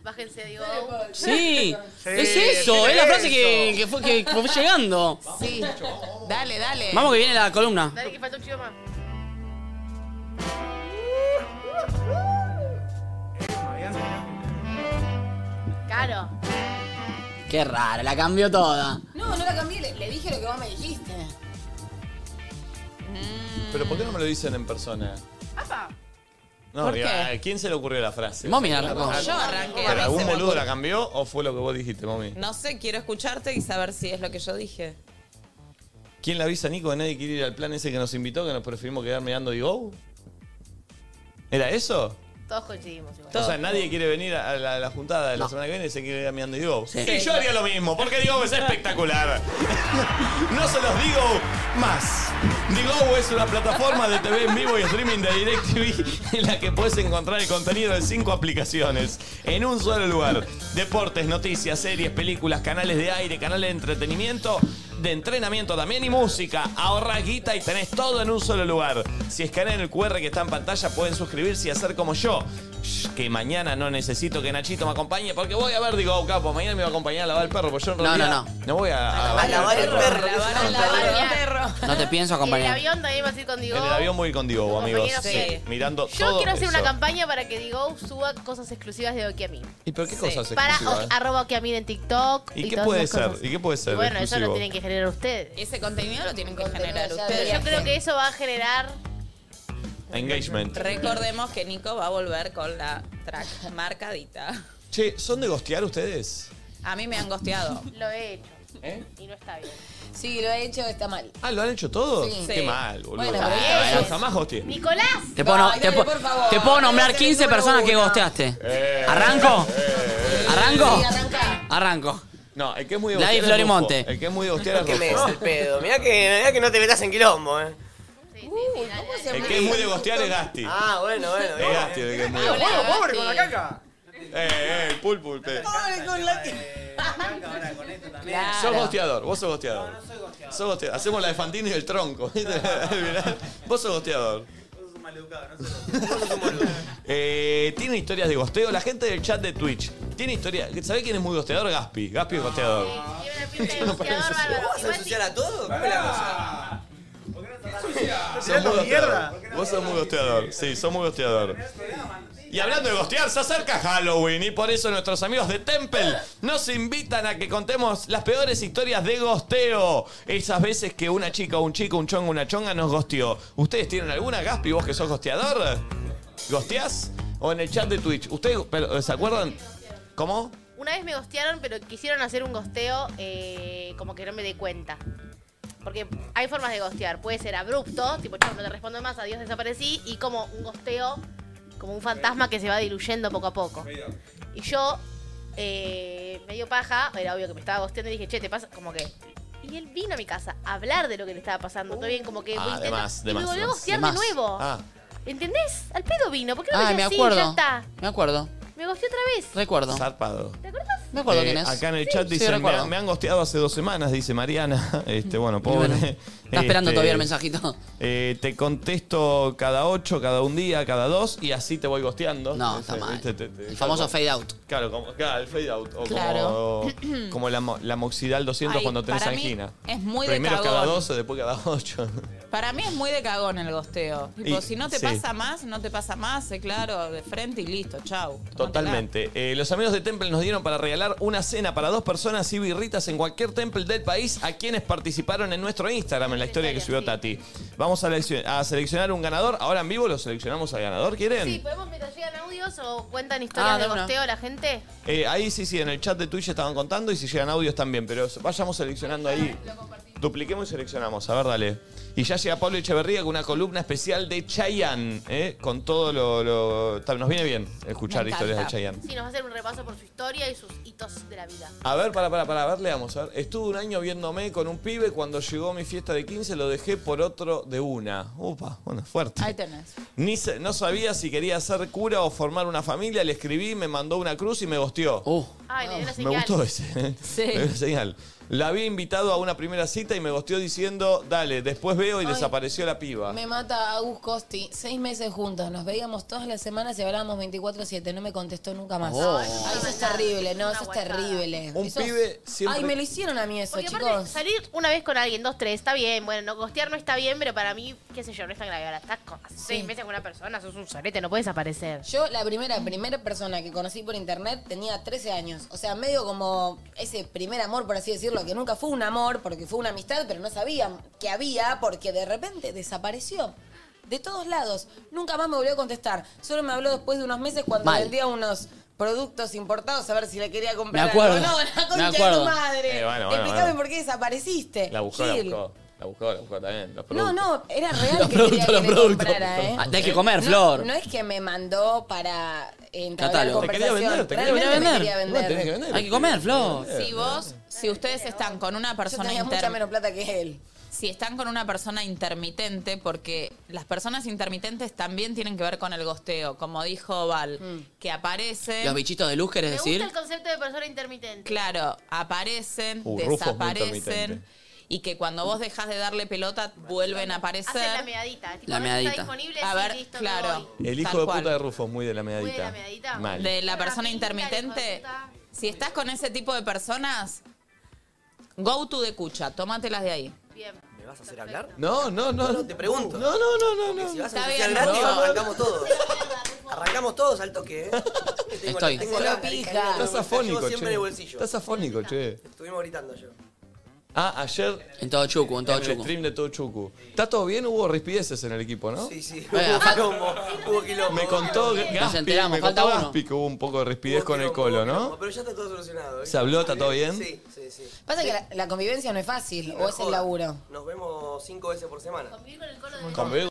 S5: Bájense, Digo.
S4: Sí, es eso, es la frase que, que fue, que fue llegando.
S3: Sí. Dale, dale.
S4: Vamos que viene la columna.
S5: Dale, que falta un chivo más. Caro.
S4: Qué rara, la cambió toda.
S2: No, no la cambié, le, le dije lo que vos me dijiste.
S1: Pero ¿por qué no me lo dicen en persona?
S5: ¡Apa!
S1: No,
S4: ¿Por
S1: digo,
S4: qué?
S1: ¿a quién se le ocurrió la frase?
S4: Mami la arrancó.
S1: Ah,
S3: Yo arranqué.
S1: ¿Pero
S3: A mí
S1: algún
S3: se me
S1: boludo
S3: ocurre.
S1: la cambió o fue lo que vos dijiste, mami?
S3: No sé, quiero escucharte y saber si es lo que yo dije.
S1: ¿Quién le avisa a Nico que nadie quiere ir al plan ese que nos invitó, que nos preferimos quedar mirando y go? ¿Era eso?
S5: Todos coincidimos igual.
S1: O sea, nadie quiere venir a la, a la juntada de la semana que viene y se quiere ir a mirando y go. Y yo haría lo mismo, porque Digo es espectacular. no se los digo más. Digo es una plataforma de TV en vivo y streaming de DirecTV en la que puedes encontrar el contenido de cinco aplicaciones en un solo lugar. Deportes, noticias, series, películas, canales de aire, canales de entretenimiento, de entrenamiento también y música. Ahorrás guita y tenés todo en un solo lugar. Si escanean el QR que está en pantalla pueden suscribirse y hacer como yo. Shh, Que mañana no necesito que Nachito me acompañe porque voy a ver, digo, oh, capo, mañana me va a acompañar a lavar el perro, porque yo en
S4: No,
S1: realidad
S4: no,
S1: no voy a, a-
S4: A lavar el perro.
S5: A lavar perro.
S4: No te pienso
S5: En el
S4: acompañar.
S5: avión también vas a ir con Digo.
S1: En el avión voy con Diego, amigos.
S5: compañero fiel.
S1: Mirando
S5: Yo
S1: todo
S5: quiero hacer una
S1: eso.
S5: campaña para que Digo suba cosas exclusivas de Okiamin.
S1: ¿Y pero qué cosas
S5: Para
S1: exclusivas? eh.
S5: o- arroba Okiamin en TikTok.
S1: ¿Y, qué
S5: todas
S1: puede
S5: esas
S1: ser?
S5: cosas.
S1: ¿Y qué puede ser?
S5: Y bueno, eso
S1: exclusivo?
S5: lo tienen que generar ustedes.
S3: Ese contenido lo tienen que generar
S5: Pero
S3: ustedes.
S5: yo creo que eso va a generar.
S1: Engagement.
S3: Recordemos que Nico va a volver con la track marcadita.
S1: Che, ¿son de gostear ustedes?
S3: A mí me han gosteado.
S5: Lo he hecho.
S1: ¿Eh?
S5: Y no está bien.
S2: Sí, lo he hecho, está mal.
S1: Ah, ¿lo han hecho todos?
S2: Sí.
S1: Qué
S2: Sí.
S1: mal, boludo.
S2: Bueno,
S1: Ah,
S2: pero
S1: no,
S2: ellos-
S1: jamás gosteé.
S5: ¡Nicolás!
S4: Te puedo, no-
S2: Ay,
S4: te
S2: dale,
S4: puedo-
S2: por favor.
S4: te puedo nombrar
S2: Dale,
S4: 15 personas que
S2: uno.
S4: gosteaste. ¿Arranco? ¿Arranco?
S2: Sí, arranca.
S4: Arranco.
S1: No, el que es muy de
S4: Gladys
S1: gostear es Rufo.
S4: Florimonte.
S1: El que es muy de gostear es
S9: Que me des
S1: Rufo.
S9: el pedo. Mirá que, mirá que no te metas en quilombo, eh.
S1: El que es muy de gostear es Gasti.
S9: Ah, bueno, bueno.
S1: Es Gasti el que es muy de
S6: ¡Pobre,
S1: gostear.
S6: pobre con la caca!
S1: Eh, eh, el pulpo usted.
S6: ¡Pobre con la caca!
S1: Sos gosteador, vos sos gosteador. No, no soy gosteador. Sos gosteador. Hacemos la de Fantino y el tronco. Mirá, vos sos gosteador. Eh, ¿Tiene historias de gosteo? La gente del chat de Twitch. ¿Tiene historias? ¿Sabés quién es muy gosteador? Gaspi. Gaspi es gosteador.
S9: ¿Vas a ensuciar a todo? ¿Cómo es la cosa?
S1: Sos muy
S6: mierda.
S1: gosteador. Vos sos muy gosteador. Sí, sos muy gosteador. Y hablando de gostear, se acerca Halloween y por eso nuestros amigos de Temple nos invitan a que contemos las peores historias de gosteo. Esas veces que una chica, un chico, un chongo, una chonga nos gosteó. ¿Ustedes tienen alguna, Gaspi, vos que sos gosteador? ¿Gosteás? O en el chat de Twitch. ¿Ustedes pero, eh, se acuerdan? ¿Cómo?
S5: Una vez me gostearon, pero quisieron hacer un gosteo eh, como que no me dé cuenta. Porque hay formas de gostear. Puede ser abrupto, tipo, chao, no te respondo más, adiós, desaparecí. Y como un gosteo, como un fantasma que se va diluyendo poco a poco. Y yo, eh, medio paja, era obvio que me estaba gosteando y dije, che, te pasa, como que... Y él vino a mi casa a hablar de lo que le estaba pasando. Todo bien, como que... muy
S1: Ah, de
S5: intenso.
S1: más, de
S5: y
S1: más.
S5: me volvió a
S1: más.
S5: gostear
S1: De
S5: de
S1: más.
S5: nuevo.
S1: Ah,
S5: ¿Entendés? Al pedo vino. ¿Por qué no
S4: Ah,
S5: decía
S4: me
S5: así?
S4: acuerdo.
S5: Ya está.
S4: Me acuerdo.
S5: Me gosteó otra vez.
S4: Recuerdo.
S1: zarpado.
S4: Me acuerdo
S1: Eh,
S4: quién es.
S1: Acá en el
S4: Sí,
S1: chat
S4: sí,
S1: dicen, me,
S4: recuerdo.
S1: han- me han gosteado hace dos semanas, dice Mariana. Este, bueno, pobre. Este,
S4: bueno,
S1: Está
S4: Está esperando todavía el mensajito.
S1: Eh, te contesto cada ocho, cada un día, cada dos, y así te voy gosteando.
S4: No, está mal. El famoso fade out.
S1: Claro, como, claro, el fade out. O
S4: Claro.
S1: como, como la, mo- la moxidal 200
S3: Ay,
S1: cuando tenés
S3: para mí
S1: angina.
S3: es muy de
S1: Primero
S3: cagón.
S1: cada 12, después cada 8.
S3: Para mí es muy de cagón el gosteo. Tipo,
S1: Y-
S3: si no te
S1: sí.
S3: pasa más, no te pasa más, eh, claro, de frente y listo, chau.
S1: Totalmente. Eh, los amigos de Temple nos dieron para regalar una cena para dos personas y birritas en cualquier Temple del país a quienes participaron en nuestro Instagram, en la historia que subió Tati. Vamos a, seleccion- a seleccionar un ganador. Ahora en vivo lo seleccionamos al ganador, ¿quieren?
S5: Sí, podemos mientras llegan audios o cuentan historias
S1: Ah, de
S5: de
S1: una.
S5: gosteo la gente.
S1: Eh, ahí sí, sí, en el chat de Twitch estaban contando y si llegan audios también, pero vayamos seleccionando ahí. Dupliquemos y seleccionamos, a ver, dale. Y ya llega Pablo Echeverría con una columna especial de Chayanne, ¿eh? con todo lo... lo- ta- Nos viene bien escuchar
S5: Me
S1: historias de
S5: encanta.
S1: Chayanne.
S5: Sí, nos va a hacer un repaso por su historia y sus hitos de la vida.
S1: A ver, para, para, para, a ver, leamos. A ver. Estuve un año viéndome con un pibe. Cuando llegó mi fiesta de 15, lo dejé por otro de una. Upa, bueno, fuerte.
S3: Ahí tenés.
S1: Ni se- no sabía si quería ser cura o formar una familia. Le escribí, me mandó una cruz y me gosteó.
S5: Ay, le dio una
S1: Me
S5: señal.
S1: gustó ese.
S5: Sí.
S1: Me dio una señal. La había invitado a una primera cita y me gosteó diciendo, dale, después veo y
S2: Ay.
S1: desapareció la piba.
S2: Me mata Agus Costi. Seis meses juntos. Nos veíamos todas las semanas y hablábamos 24-7. No me contestó nunca más.
S1: Oh.
S2: Ay, eso es terrible. No, eso es terrible.
S1: Un
S2: Eso es-
S1: pibe siempre-
S2: Ay, me lo hicieron a mí eso,
S5: Porque aparte,
S2: chicos.
S5: salir una vez con alguien, dos, tres, está bien. Bueno, no costear no está bien, pero para mí, qué sé yo, no es tan grave. Ahora Estás con hace seis meses con una persona, sos un solete, no puedes aparecer.
S2: Yo, la primera, primera persona que conocí por internet tenía 13 años. O sea, medio como ese primer amor, por así decirlo, que nunca fue un amor, porque fue una amistad, pero no sabía que había, porque de repente desapareció. De todos lados. Nunca más me volvió a contestar. Solo me habló después de unos meses cuando
S12: Mal.
S2: vendía unos productos importados a ver si le quería comprar
S12: Me acuerdo.
S2: algo. No, la
S12: Me
S2: concha de
S12: acuerdo.
S2: tu madre.
S1: Eh, bueno, bueno,
S2: Explícame
S1: bueno.
S2: por qué desapareciste.
S1: La buscó, la
S2: Gil.
S1: buscó. La buscó, la buscó también. Los
S2: No,
S1: productos.
S2: no, era real
S1: Los
S2: que
S1: productos,
S2: quería que
S1: los
S2: le
S1: productos.
S2: comprara, ¿eh?
S1: Ah, tenés que
S12: comer,
S2: No,
S12: Flor.
S2: No es que me mandó para entrar
S12: Catálogo.
S2: en
S12: Te quería vender,
S2: conversación.
S12: te quería vender.
S2: Realmente me quería vender.
S12: Igual tenés que vender. eh, Hay que comer, Flor.
S3: Si vos, si ustedes están con una
S2: Yo
S3: persona
S2: tenía mucha
S3: intermitente.
S2: menos plata que él.
S3: Si están con una persona intermitente, porque las personas intermitentes también tienen que ver con el gosteo, como dijo Val,
S2: Mm.
S3: que aparecen.
S12: Los bichitos de luz, ¿querés
S5: Me gusta
S12: decir?
S5: el concepto de persona intermitente.
S3: Claro, aparecen,
S12: Uh, Rufo es muy
S3: desaparecen.
S12: intermitente.
S3: Y que cuando vos dejás de darle pelota, vuelven a aparecer.
S5: Hacen la meadita. Tipo,
S3: La
S5: no está
S3: meadita.
S5: disponible,
S3: A
S5: sí,
S3: ver,
S5: listo, me
S3: claro.
S1: El hijo
S3: Tal
S1: de
S3: cual.
S1: puta de Rufo es muy de la medallita.
S5: Muy de la medallita.
S1: Mal.
S3: de la persona intermitente, si estás con ese tipo de personas, go to de cucha, tómatelas de ahí.
S9: ¿Me vas a hacer hablar?
S1: No, no, no. No,
S9: te pregunto.
S1: No, no, no, no.
S9: Si vas
S3: Está
S9: a iniciar
S3: bien,
S9: gratis,
S3: no.
S9: arrancamos todos. arrancamos todos al toque, ¿eh? Tengo la-
S1: Estoy.
S9: tengo la- la-
S1: Estás
S9: la-
S1: afónico,
S9: llevo
S1: che.
S9: siempre de bolsillo.
S1: Estás afónico, che.
S9: Estuvimos gritando yo.
S1: Ah, ayer.
S12: En todo Chucu, en todo
S1: el
S12: Chucu.
S1: stream de todo Chucu. ¿Está todo bien? Hubo rispideces en el equipo, ¿no?
S9: Sí, sí.
S12: Venga.
S9: Hubo quilombo, hubo quilombo.
S1: Me contó
S9: Nos
S1: Gaspi,
S12: enteramos,
S1: me contó
S12: falta uno.
S1: Gaspi que hubo un poco de rispidez con el colo, ¿no?
S9: Pero ya está todo solucionado. ¿eh?
S1: ¿Se habló? ¿Está todo bien?
S9: Sí, sí, sí.
S2: Pasa que la, la convivencia no es fácil, o es el laburo.
S9: Nos vemos cinco veces por semana.
S1: Convivir con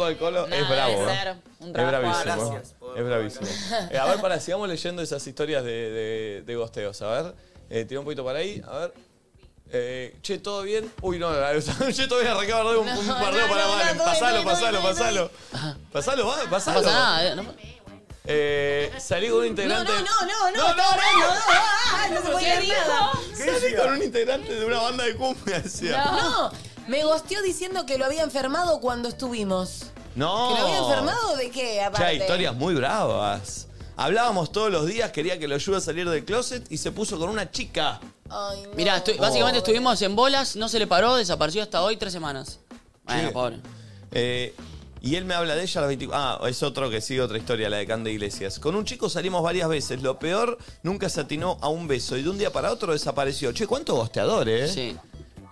S1: el colo
S9: Nada,
S1: es bravo.
S9: debe
S1: ¿eh?
S9: ser un
S1: Es
S9: trabajo.
S1: bravísimo.
S9: Gracias por-
S1: Es bravísimo. Eh, a ver, para, sigamos leyendo esas historias de, de, de gosteos. A ver, eh, tira un poquito para ahí. A ver. Eh, che, ¿todo bien? Uy, no, la- che, todo bien, arrancaba a dar un, un
S12: No,
S1: bardeo
S12: no,
S1: para
S12: no,
S1: Valen.
S12: no, todo bien,
S1: pasalo,
S12: todo bien, todo
S1: pasalo,
S12: bien, todo
S1: pasalo. Pasalo, va, pasalo.
S12: No pasa nada, eh, no
S1: Eh, salí con un integrante.
S2: no,
S15: no, está hablando, no, ah, no se puede
S2: ¿Qué
S15: creer nada.
S2: dijo?
S1: Salí con un integrante de una banda de cumbia, decía.
S2: No, me gosteó diciendo que lo había enfermado cuando estuvimos.
S1: No.
S2: ¿Que lo había enfermado de qué,
S1: Ya
S2: aparte?
S1: hay historias muy bravas. Hablábamos todos los días, quería que lo ayude a salir del closet y se puso con una chica.
S2: Ay, no.
S12: Mirá,
S1: Oh.
S12: estu- básicamente estuvimos en bolas, no se le paró, desapareció hasta hoy tres semanas. Bueno,
S1: Sí.
S12: pobre.
S1: Eh, y él me habla de ella a las 24. Ah, es otro que sigue otra historia, la de Cande Iglesias. Con un chico salimos varias veces. Lo peor, nunca se atinó a un beso. Y de un día para otro desapareció. Che, cuántos gosteadores, ¿eh?
S12: Sí.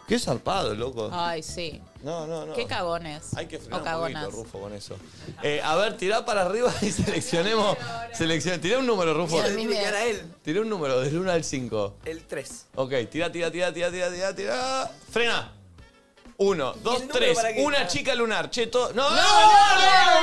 S1: Qué zarpado, loco.
S9: Ah,
S3: Ay, sí.
S1: No, no, no.
S3: Qué cagones.
S1: Hay que
S3: O
S1: frenar un
S3: cagonas.
S1: poquito, Rufo, con eso. Eh, a ver, tirá para arriba y seleccionemos. Selecciona. Tirá un número, Rufo.
S9: Mira, tiene que quedar a él.
S1: Tirá un número, del 1 al 5.
S9: El 3.
S1: Ok, tira, tira, tira, tira, tira, tira, tira. Frena. Uno, dos,
S9: número
S1: tres.
S9: para qué?
S1: Una chica lunar. Che, to- No, no, no, no,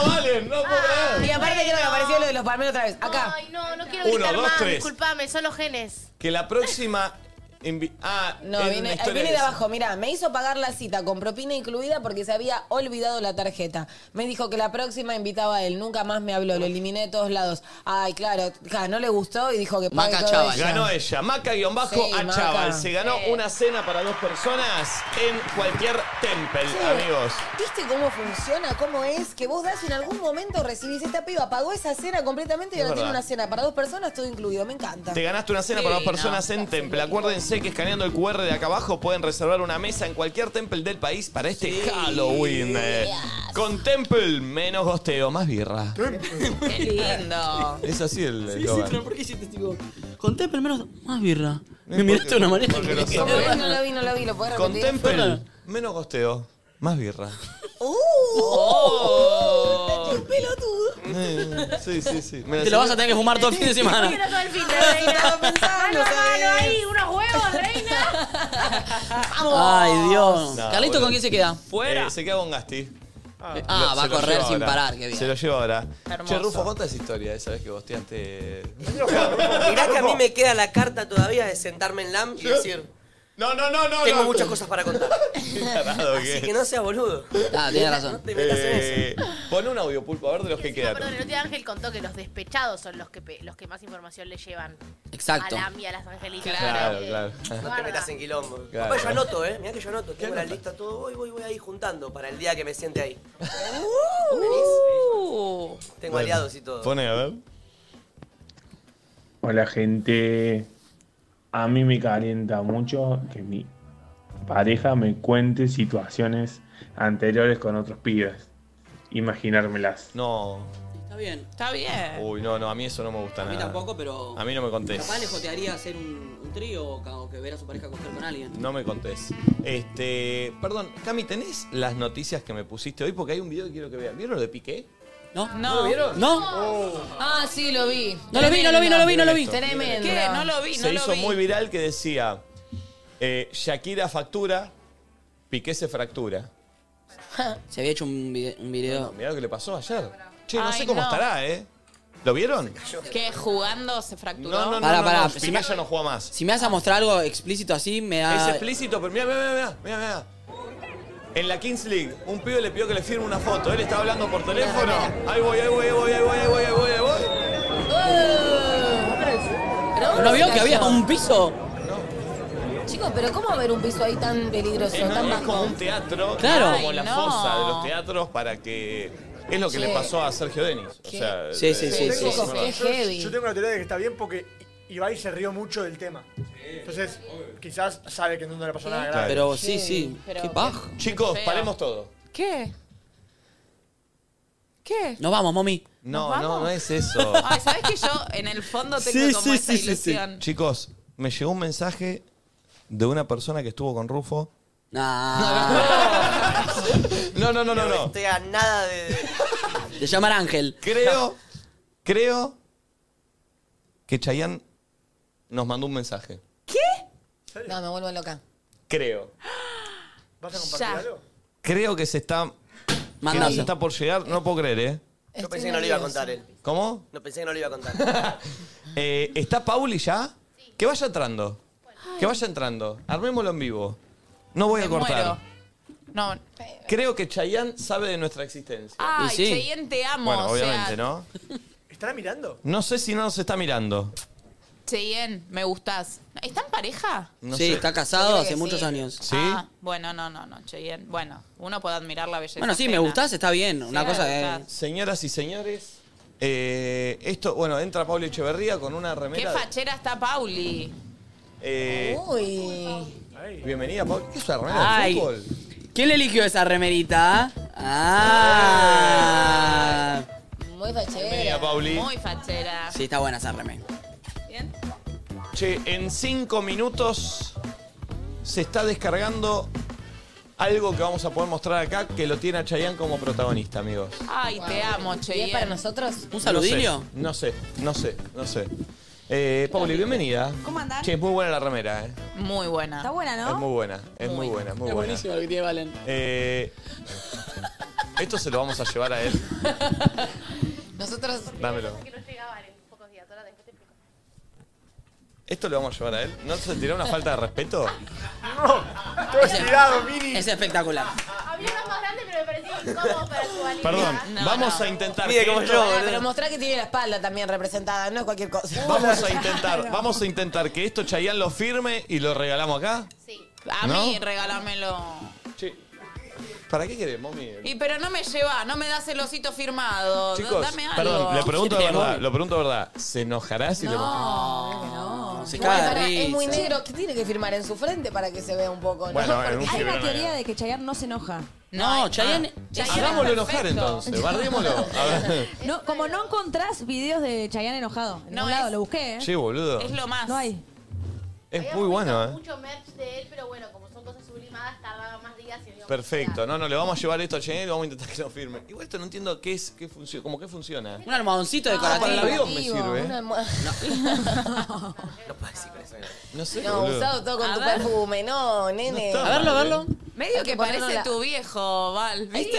S2: Y aparte creo que apareció lo de los palmeros otra vez. Acá.
S5: Ay, no, no quiero
S1: Uno,
S5: gritar
S1: dos,
S5: más.
S1: tres.
S5: Disculpame, son los genes.
S1: Que la próxima. invi- Ah,
S2: No,
S1: era una
S2: viene,
S1: historia
S2: viene
S1: de
S2: de
S1: esa.
S2: abajo. Mirá, me hizo pagar la cita con propina incluida porque se había olvidado la tarjeta. Me dijo que la próxima invitaba a él. Nunca más me habló. Lo eliminé de todos lados. Ay, claro. ja, no le gustó y dijo que pague
S1: Maca
S2: todo
S1: Chaval.
S2: ella.
S1: Ganó ella. Maca-Achaval.
S2: Sí, Maca.
S1: Se ganó una cena para dos personas en cualquier temple,
S2: Sí.
S1: amigos.
S2: ¿Viste cómo funciona? ¿Cómo es? Que vos das y en algún momento recibís esta piba. Pagó esa cena completamente y
S1: Es
S2: ahora tiene
S1: verdad.
S2: una cena para dos personas, todo incluido. Me encanta.
S1: Te ganaste una cena para dos personas en Temple. Acuérdense que escaneando el QR de acá abajo pueden reservar una mesa en cualquier Temple del país para este Halloween. eh. Con Temple, menos gosteo, más birra.
S3: Qué lindo.
S1: Es así el
S12: Sí, sí,
S1: eslogan.
S12: pero ¿por qué hiciste este tipo? Conté primero más birra. Me
S1: importa,
S12: miraste de una manera.
S1: porque
S12: que-
S1: lo
S2: No, no lo vi, no lo vi. ¿Lo podés
S1: Con
S2: repetir?
S1: Temple, menos gosteo, más birra.
S2: ¡Uh!
S1: Oh.
S3: ¡Oh!
S2: ¡Qué pelotudo!
S1: Eh, Sí, sí, sí. Me la
S12: Te lo vas
S1: saqué.
S12: a tener que fumar todo el fin de semana.
S5: Mira todo el fin de
S2: Ah, Estaba
S5: reina.
S2: pensando,
S5: Mano a mano
S2: ¿sabes?
S5: ahí, unos huevos, reina. ¡Vamos!
S12: Ay, Dios.
S1: No,
S12: Carlito,
S1: boludo.
S12: ¿con quién se queda?
S1: Eh, se queda con Gasti. Ah,
S12: Ah, va a correr sin parar, qué bien.
S1: Se lo lleva ahora.
S12: Hermoso.
S1: Che, Rufo, ¿cuántas historias esa vez que bosteaste?
S9: Mirá que a mí me queda la carta todavía de sentarme en LAM y decir,
S1: No, no, no, no.
S9: Tengo
S1: no.
S9: muchas cosas para contar.
S1: Tarado que
S9: Así
S1: es.
S9: que no seas boludo.
S12: Ah, tiene razón.
S9: te metas en
S1: Eh, pon un audio pulpo, a ver de los que quedan.
S5: Perdón, el otro día Ángel contó que los despechados son los que, pe- los que más información le llevan.
S9: Exacto.
S5: A Lami, a las angelitas.
S1: claro.
S9: No te metas en quilombo.
S1: Claro.
S9: Papá, yo anoto, eh. Mirá que yo anoto. Tengo la lista todo. Voy, voy, voy ahí juntando para el día que me siente ahí.
S4: Uh.
S9: ¿Venís? Tengo aliados y todo.
S1: Pone, a ver.
S17: Hola gente, a mí me calienta mucho que mi pareja me cuente situaciones anteriores con otros pibes, imaginármelas.
S1: No.
S4: Está bien.
S3: Está bien.
S1: Uy, no, no, a mí eso no me gusta
S4: Eh. A mí
S1: nada.
S4: tampoco, pero-
S1: A mí no me contés.
S4: Capaz le jotearía hacer un, un trío o ca- o que ver a su pareja coger con alguien.
S1: No me contés. Este. Perdón, Cami, ¿tenés las noticias que me pusiste hoy? Porque hay un video que quiero que vean. ¿Vieron lo de Piqué?
S4: No.
S1: ¿No lo vieron? Oh.
S4: No.
S2: Ah, sí, lo vi.
S4: No lo vi, no lo vi, no lo vi, no lo vi.
S2: Tremendo.
S3: ¿Qué? No lo vi, no
S1: se
S3: lo
S1: hizo
S3: vi.
S1: muy viral que decía eh, Shakira factura, Piqué se fractura.
S4: Se había hecho un, vide- un video.
S1: mirá lo que le pasó ayer. Che, no
S3: Ay,
S1: sé cómo
S3: no.
S1: estará, ¿eh? ¿Lo vieron?
S3: Que jugando se fracturó.
S1: No, no, no.
S4: Pará, pará,
S1: Piqué
S4: si me-
S1: ya no juega más.
S4: Si me vas a mostrar algo explícito así, me da.
S1: Es explícito, pero mira, mira, mira, mira. En la Kings League, un pibe le pidió que le firme una foto. Él estaba hablando por teléfono. Ahí voy, ahí voy, ahí voy, ahí voy, ahí voy, ahí voy, ahí voy.
S4: ¿No vio que había un piso?
S2: Chicos, pero ¿cómo va a haber un piso ahí tan peligroso,
S1: Es,
S2: tan
S1: Eh, es
S2: bajo?
S1: como un teatro,
S4: Claro.
S1: como
S4: Ay,
S1: la
S4: no.
S1: fosa de los teatros para que. Es lo que
S2: Che.
S1: le pasó a Sergio Denis. O sea,
S4: Sí, sí, sí,
S1: es
S4: sí,
S1: como-
S4: sí.
S2: Es
S6: Yo,
S2: heavy.
S6: yo tengo la teoría de que está bien porque Ibai se rió mucho del tema. Entonces, quizás sabe que no le pasó nada grave.
S4: Pero sí, sí. Qué paja.
S1: Chicos, paremos todo.
S3: ¿Qué? ¿Qué?
S4: Nos vamos, mami.
S1: No,
S3: ¿Nos
S1: no,
S3: vamos?
S1: no es eso.
S3: Ay, ¿sabes que yo en el fondo tengo como esa ilusión?
S1: Chicos, me llegó un mensaje de una persona que estuvo con Rufo. No, no, no, no, no.
S9: Estoy a nada de.
S4: Te llamar Ángel.
S1: Creo, creo que Chayanne nos mandó un mensaje.
S2: No, me vuelvo loca.
S1: Creo.
S6: ¿Vas a compartir
S2: Ya.
S6: algo?
S1: Creo que se está. Que
S9: Mandando.
S1: nos está por llegar, no puedo creer, ¿eh?
S9: Yo pensé que no le iba a contar él.
S1: ¿Cómo?
S9: No pensé que no le iba a contar.
S1: Eh, ¿Está Pauli ya? Que vaya entrando. Que vaya entrando. Armémoslo en vivo. No voy a cortar.
S3: Muero. No.
S1: Creo que Chayanne sabe de nuestra existencia.
S3: Ay, Cheyenne, te amo.
S1: Bueno,
S3: o sea,
S1: obviamente, ¿no?
S6: ¿Estará mirando?
S1: No sé si no nos está mirando.
S3: Cheyenne, me gustás. ¿Están pareja?
S1: No
S4: sí,
S1: sé.
S4: está
S3: Yo
S4: casado
S3: creo que
S4: hace
S3: sí.
S4: muchos años.
S1: ¿Sí?
S3: Ah, bueno, no, no, no, Cheyenne. Bueno, uno puede admirar la belleza.
S4: Bueno, sí, me
S3: ajena.
S4: gustás, está bien. Una
S3: Sí,
S4: cosa eh.
S3: me
S4: de.
S3: gustás.
S1: Señoras y señores, eh, esto, bueno, entra Pablo Echeverría con una
S3: Qué
S1: remera.
S3: fachera está Pauli.
S1: eh,
S2: Uy.
S1: bienvenida, Pablo. ¿Qué es una remera de
S4: Ay.
S1: fútbol?
S4: ¿Quién le eligió esa remerita? Ah.
S2: Muy fachera.
S1: Bienvenida, Pauli.
S3: Muy fachera.
S4: Sí, está buena esa remera.
S1: Che, en cinco minutos se está descargando algo que vamos a poder mostrar acá que lo tiene a Chayanne como protagonista, amigos.
S3: Ay, te amo,
S2: ¿Y
S3: Cheyenne.
S2: es para nosotros?
S4: ¿Un saludillo?
S1: No sé, no sé, no sé. Eh, Pauli, bienvenida.
S3: ¿Cómo andás?
S1: Che, es muy buena la remera, eh.
S3: Muy buena. Está buena,
S1: Es muy buena, es muy, buena, es muy buena.
S4: lo que tiene Valen.
S1: Eh, esto se lo vamos a llevar a él.
S2: Nosotros.
S1: Dámelo. ¿Esto lo vamos a llevar a él? ¿No se tiró una falta de respeto?
S4: Ese- Es espectacular.
S5: Había uno más grande, pero me pareció incómodo para su valía.
S1: Perdón,
S5: No,
S1: vamos
S5: no.
S1: a intentar.
S9: Mire
S1: que
S9: cómo
S1: esto-
S9: yo,
S2: Ah, pero mostrá que tiene la espalda también representada, no es cualquier cosa.
S1: Vamos a intentar, vamos a intentar que esto Chayanne lo firme y lo regalamos acá.
S3: A
S1: ¿No?
S3: mí, regálamelo.
S1: Che, ¿para qué querés, mami?
S3: Y pero no me lleva, no me das el osito firmado.
S1: Chicos,
S3: Dame algo.
S1: perdón, le pregunto de
S4: Queremos.
S1: verdad, lo pregunto de verdad. ¿Se enojará si le
S2: No, no.
S4: Se
S2: Igual,
S4: caga de
S2: pará, es
S4: risa.
S2: muy negro. ¿Qué tiene que firmar en su frente para que se vea un poco? no?
S1: Bueno, en un
S18: Hay una
S1: fibrón
S18: teoría
S1: acá.
S18: de que Chayanne no se enoja.
S4: No, Chayanne.
S18: Chayanne
S1: Hagámoslo
S18: es
S1: enojar
S18: perfecto.
S1: entonces, bardémoslo. A ver.
S18: No, como no encontrás videos de Chayanne enojado. En un lado, lo busqué, ¿eh?
S1: Che, boludo.
S18: Es
S3: lo más.
S18: No hay.
S1: Es muy bueno, ¿eh?
S5: Mucho merch de él, pero bueno, como son cosas sublimadas, tardaba más días y había-
S1: Perfecto, no, no, le vamos a llevar esto a Cheyenne y vamos a intentar que lo firme. Igual esto no entiendo qué es, qué funciona, como qué funciona.
S4: Un almohadoncito de
S1: Ah, para el
S4: decorativo.
S1: avión me sirve. No sé,
S2: No,
S1: boludo.
S2: usado todo con tu perfume, no, nene.
S1: está
S4: A verlo, a
S1: mal,
S4: verlo.
S1: ¿eh?
S3: Medio
S2: Hay que
S3: que parece
S2: ponernos la-
S3: tu viejo, Val. ¿Viste?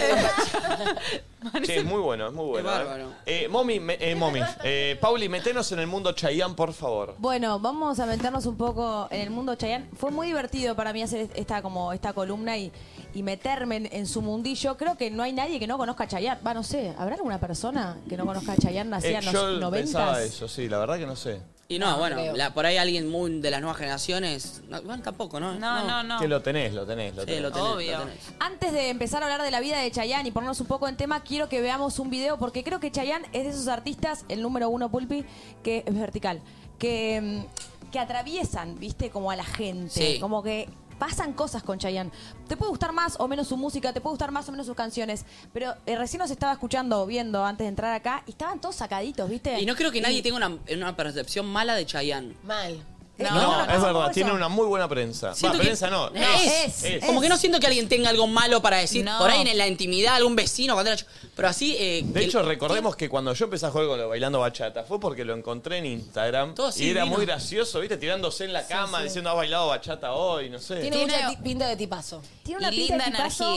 S1: Che, es muy bueno, es muy bueno.
S3: Qué bárbaro.
S1: ¿eh? Eh, Momi, me- eh, Momi, eh, Pauli, metenos en el mundo Chayanne, por favor.
S18: Bueno, vamos a meternos un poco en el mundo Chayanne. Fue muy divertido para mí hacer esta como esta columna y, y meterme en, en su mundillo. Creo que no hay nadie que no conozca a Chayanne. Va, no sé, ¿habrá alguna persona que no conozca a Chayanne nacida
S1: Eh,
S18: en
S1: yo
S18: los
S1: pensaba
S18: noventas?
S1: eso, sí, la verdad que no sé.
S4: Y no,
S18: No,
S4: bueno,
S18: creo.
S4: la- por ahí alguien muy de las nuevas generaciones. No, bueno, tampoco, ¿no?
S18: no, no.
S1: Que lo tenés, lo tenés, lo
S4: Sí,
S1: tenés.
S4: lo tenés, lo Obvio. tenés.
S18: Antes de empezar a hablar de la vida de Chayanne y ponernos un poco en tema, quiero que veamos un video porque creo que Chayanne es de esos artistas, el número uno Pulpi, que es vertical, que, mm, que atraviesan, viste, como a la gente,
S13: Sí.
S18: como que pasan cosas con Chayanne. Te puede gustar más o menos su música, te puede gustar más o menos sus canciones, pero eh, recién nos estaba escuchando, viendo antes de entrar acá y estaban todos sacaditos, viste.
S4: Y no creo que nadie
S18: Y-
S4: tenga una, una percepción mala de Chayanne.
S18: Mal.
S1: No,
S4: No,
S1: es
S4: no,
S1: verdad,
S4: eso.
S1: tiene una muy buena prensa. Va,
S4: Siento que-
S1: prensa no.
S4: Es, Como que no siento que alguien tenga algo malo para decir.
S1: No.
S4: Por ahí en la intimidad, algún vecino cuando era ch- Pero así. eh,
S1: De
S4: el-
S1: hecho, recordemos que cuando yo empecé a jugar con lo bailando bachata, fue porque lo encontré en Instagram
S4: Todo así
S1: y era
S4: vino.
S1: muy gracioso, ¿viste? Tirándose en la cama, diciendo, has bailado bachata hoy, no sé.
S2: Tiene, mucha ti- pinta de tipazo.
S18: Tiene una pinta de tipazo.